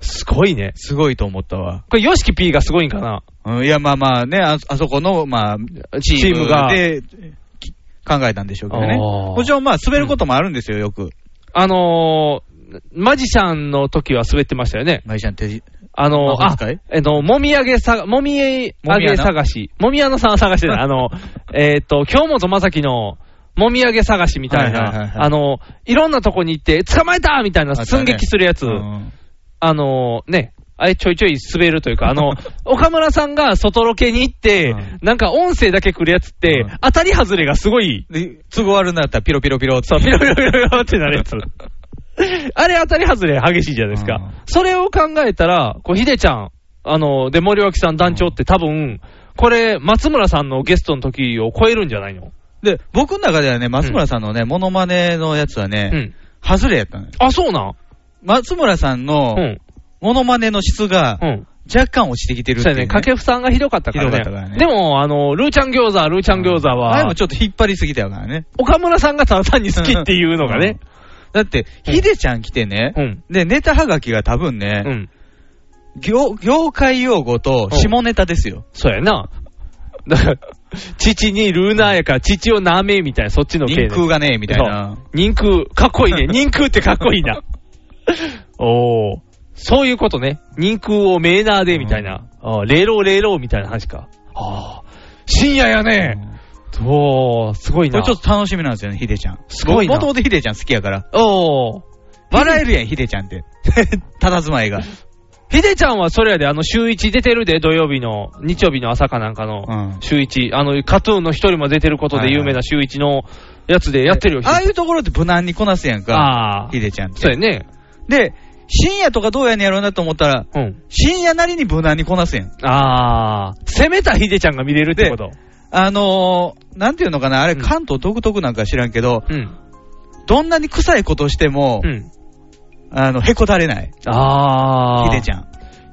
Speaker 3: すごいね。
Speaker 2: すごいと思ったわ。
Speaker 3: これ、ヨシキ P がすごいんかな。
Speaker 2: うんいや、まあまあね、ああそこの、まあ、チーム
Speaker 3: チームが
Speaker 2: でき考えたんでしょうけどね。
Speaker 3: あー
Speaker 2: もちろん、まあ、滑ることもあるんですよ、よく。
Speaker 3: あのー、マジシャンの時は滑ってましたよね。
Speaker 2: マジシャンって、
Speaker 3: あのー、
Speaker 2: 魔法
Speaker 3: あ
Speaker 2: 使い、
Speaker 3: えっと、もみあげさ、もみあげ
Speaker 2: もみ穴
Speaker 3: 探し。もみあのさんは探し てない。あの、えっと、京本正樹の、もみあげ探しみた
Speaker 2: は
Speaker 3: い
Speaker 2: いはいはい
Speaker 3: な、
Speaker 2: はい
Speaker 3: あの、いろんなとこに行って、捕まえたみたいな
Speaker 2: あったね
Speaker 3: 寸劇するやつ、
Speaker 2: うん
Speaker 3: あのね、あれちょいちょい滑るというか、あの、岡村さんが外ロケに行って、なんか音声だけ来るやつって、当たり外れがすごい、
Speaker 2: で都合悪になったらピロピロピロって。
Speaker 3: そう、ピロピロピロピロってなるや つ。あれ当たり外れ激しいじゃないですか。それを考えたら、こう、ヒデちゃん、あの、で、森脇さん団長って多分、これ、松村さんのゲストの時を超えるんじゃないの
Speaker 2: で、僕の中ではね、松村さんのね、モノマネのやつはね、外れやったのよ。
Speaker 3: あ、そうなん
Speaker 2: 松村さんの
Speaker 3: うん、
Speaker 2: モノマネの質が、若干落ちてきてるって
Speaker 3: そ
Speaker 2: いうう
Speaker 3: や
Speaker 2: ね。
Speaker 3: ね、掛布さんがひどかったからね。
Speaker 2: ひどかったからね
Speaker 3: でも、あの、ルーちゃん餃子、ルーちゃん餃子は、
Speaker 2: あれもちょっと引っ張りすぎたよからね。
Speaker 3: 岡村さんがただ単に好きっていうのがね。
Speaker 2: だって、ヒデちゃん来てね、で、ネタはがきが多分ね、業業界用語と下ネタですよ。
Speaker 3: そうやな。 だから、父にルーナーやから、父をなめみたいな、そっちの系ね
Speaker 2: 人空がねみたいな。
Speaker 3: そう人空、かっこ いいね。人空ってかっこいいな。おー。そういうことね。人空をメーナーで、みたいな。あー霊老霊老みたいな話か。ああ。深夜やね。おー、すごいな。
Speaker 2: これちょっと楽しみなんですよね、ヒデちゃん。
Speaker 3: すごいな
Speaker 2: もともとヒデちゃん好きやから。
Speaker 3: おー。
Speaker 2: 笑えるやん、ヒデちゃんって。 たたずまいが。
Speaker 3: ひでちゃんはそれやで、あの、週一出てるで、土曜日の、日曜日の朝かなんかの、週一、あの、カトゥーンの一人も出てることで有名な週一のやつでやってるよ、
Speaker 2: ああいうところって無難にこなすやんか
Speaker 3: あ。ー
Speaker 2: ヒデちゃんって。
Speaker 3: そうやね。
Speaker 2: で、深夜とかどうやねんやろうなと思ったら、深夜なりに無難にこなすやん。
Speaker 3: ああ、攻めたひでちゃんが見れるってこと。
Speaker 2: あのー、なんていうのかな、あれ関東独特なんか知らんけど、どんなに臭いことをしても、あの、へこたれない。
Speaker 3: ああ。
Speaker 2: ヒデちゃん。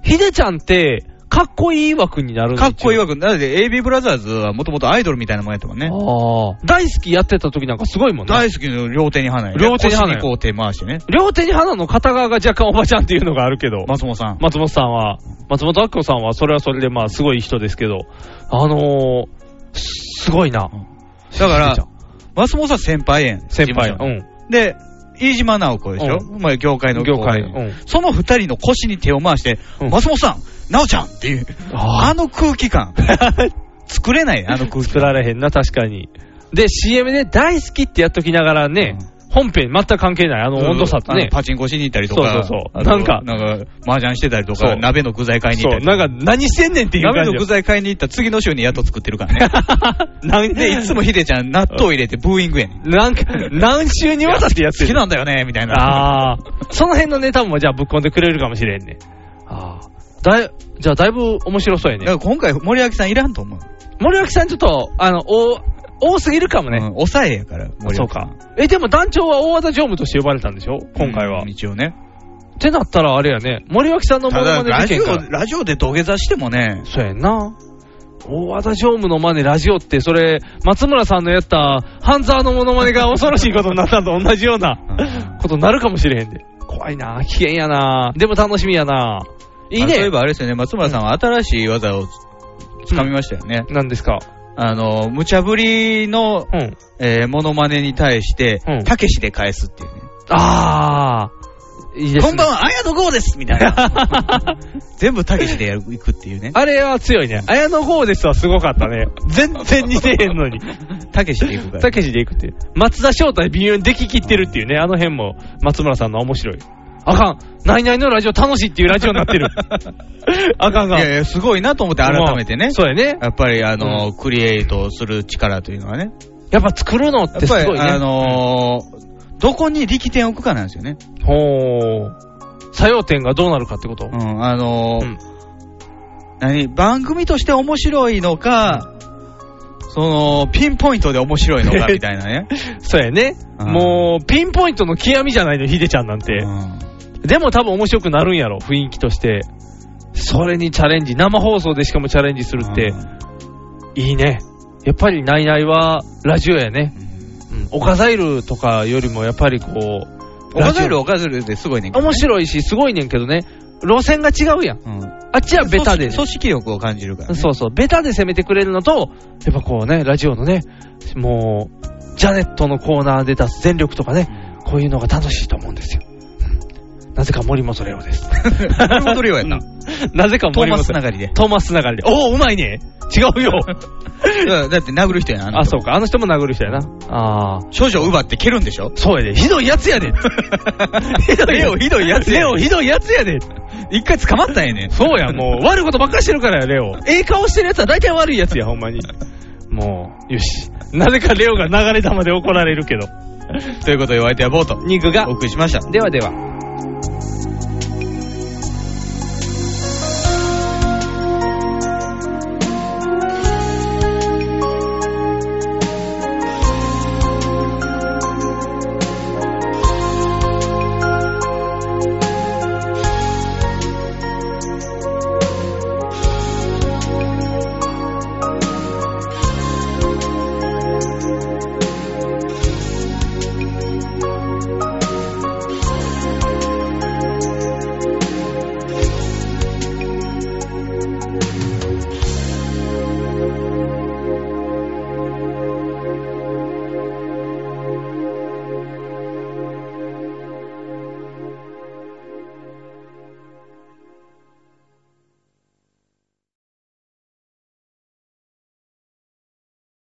Speaker 3: ひでちゃんって、かっこいい枠になる
Speaker 2: かっこいいわけ。だって AB ブラザーズはもともとアイドルみたいなもんやったもんね。
Speaker 3: ああ。大好きやってた時なんかすごいもんね。
Speaker 2: 大好きの両手に花やね
Speaker 3: 両手に花や
Speaker 2: 腰にこう手回してね。
Speaker 3: 両手に花の片側が若干おばちゃんっていうのがあるけど。
Speaker 2: 松本さん。
Speaker 3: 松本さんは、松本明子さんはそれはそれでまあすごい人ですけど、あのー、すすごいな。
Speaker 2: だから、松本さん先輩やん。
Speaker 3: 先輩
Speaker 2: 事務所ので、飯島直子でしょ、
Speaker 3: う
Speaker 2: まあ業界の後輩
Speaker 3: 業界うん
Speaker 2: その二人の腰に手を回して、松本さん、直ちゃんっていう、あの空気 感。作れない、あの空気
Speaker 3: 作られへんな、確かに。で、CM で大好きってやっときながらね、本編全く関係ない、あの温度差って
Speaker 2: あ
Speaker 3: ね
Speaker 2: の。パチンコしに行ったりとか、
Speaker 3: そうそうそう
Speaker 2: あと
Speaker 3: なんか
Speaker 2: なんか、麻雀してたりと
Speaker 3: そ
Speaker 2: か、
Speaker 3: う
Speaker 2: 鍋の具材買いに行った
Speaker 3: そう、
Speaker 2: りと
Speaker 3: な
Speaker 2: か。
Speaker 3: んか何してんねんっていう感
Speaker 2: 鍋
Speaker 3: じ
Speaker 2: の具材買いに行った次の週にやっと作ってる からね。なんで、いつもヒデちゃん納豆入れてブーイングやねん。
Speaker 3: なんか、何週にわたってやってる。
Speaker 2: 好きなんだよね、みたいな。
Speaker 3: ああ、その辺のネタもじゃあぶっ込んでくれるかもしれんね。ああ、だい、じゃあだいぶ面白そうやね。
Speaker 2: だから今回、森脇さんいらんと思う。
Speaker 3: 森脇さんちょっと、あの、お多すぎるかもね。
Speaker 2: 抑えやから、森脇さ
Speaker 3: そ
Speaker 2: ん
Speaker 3: うか。え、でも団長は大技常務として呼ばれたんでしょ今回は。
Speaker 2: 一応ね。
Speaker 3: ってなったらあれやね、森脇さんのモ
Speaker 2: た
Speaker 3: ノ
Speaker 2: だ
Speaker 3: マネ
Speaker 2: ラ
Speaker 3: 事
Speaker 2: ジ
Speaker 3: 件か
Speaker 2: オ、
Speaker 3: ら。
Speaker 2: ラジオで土下座してもね、
Speaker 3: そうやんな。大和田常務のマネラジオって、それ、松村さんのやった、ハンザーのモノマネが恐ろしいことになったのと同じようなことになるかもしれへんで。怖いな、危険やな、でも楽しみやな。 いいね。
Speaker 2: 例えばあれですよね、松村さんは新しい技をつかみましたよね。
Speaker 3: 何ですか
Speaker 2: あの、無茶ぶりの、えーモノマネに対して、たけしで返すっていうね。
Speaker 3: ああ、いいです
Speaker 2: こ
Speaker 3: ね。
Speaker 2: ん ばんは、あやの号ですみたいな。全部たけしでやる、いくっていうね。
Speaker 3: あれは強いね。綾野剛ですはすごかったね。全然似てへんの に。
Speaker 2: たけしでいくから。
Speaker 3: たけしでいくって。松田翔太微妙にでききってるっていうね。あの辺も松村さんの面白い。あかん。ナイナイのラジオ楽しいっていうラジオになっ てる。あかんが。
Speaker 2: いやいや、すごいなと思って改めてね。
Speaker 3: そうやね。
Speaker 2: やっぱりあの、クリエイトする力というのはね。
Speaker 3: やっぱ作るのってすごいね。
Speaker 2: やっぱりあのーどこに力点を置くかなんですよね。
Speaker 3: ほー。作用点がどうなるかってこと
Speaker 2: うん、あのー何番組として面白いのか、その、ピンポイントで面白いのかみたいなね。
Speaker 3: そうやね。もう、ピンポイントの極みじゃないの、ヒデちゃんなんて。でも多分面白くなるんやろ、雰囲気として。それにチャレンジ、生放送でしかもチャレンジするって、いいね。やっぱりナイナイはラジオやね。うん。オカザイルとかよりもやっぱりこう、
Speaker 2: オカザイルはオ
Speaker 3: カザイルですごいねん面白いし、すごいねんけどね、路線が違うやん。あっちはベタで、組織力を感じるから、そうそう、ベタで攻めてくれるのと、やっぱこうね、ラジオのね、もう、ジャネットのコーナーで出す全力とかね、こういうのが楽しいと思うんですよ。なぜか森本レオです。森本レオやな。 なぜか森本
Speaker 2: トーマス流れで
Speaker 3: トーマス流れで。おお、うまいね。違う よ。だって殴る人やな。あ、そうか。あの人も殴る人やな。ああ。少女を奪って蹴るんでしょそうやで。ひどいやつや で。ひどいレオ、ひどいやつやレオ、ひどいやつやで。一回捕まったんやね。そうや、も う。悪いことばっかりしてるからや、レオ。ええ顔してるやつは大体悪いやつや、ほんまに。もう、よし。なぜかレオが流れ玉で怒られるけど。ということで、お相手はボート。肉がお送りしました。ではでは。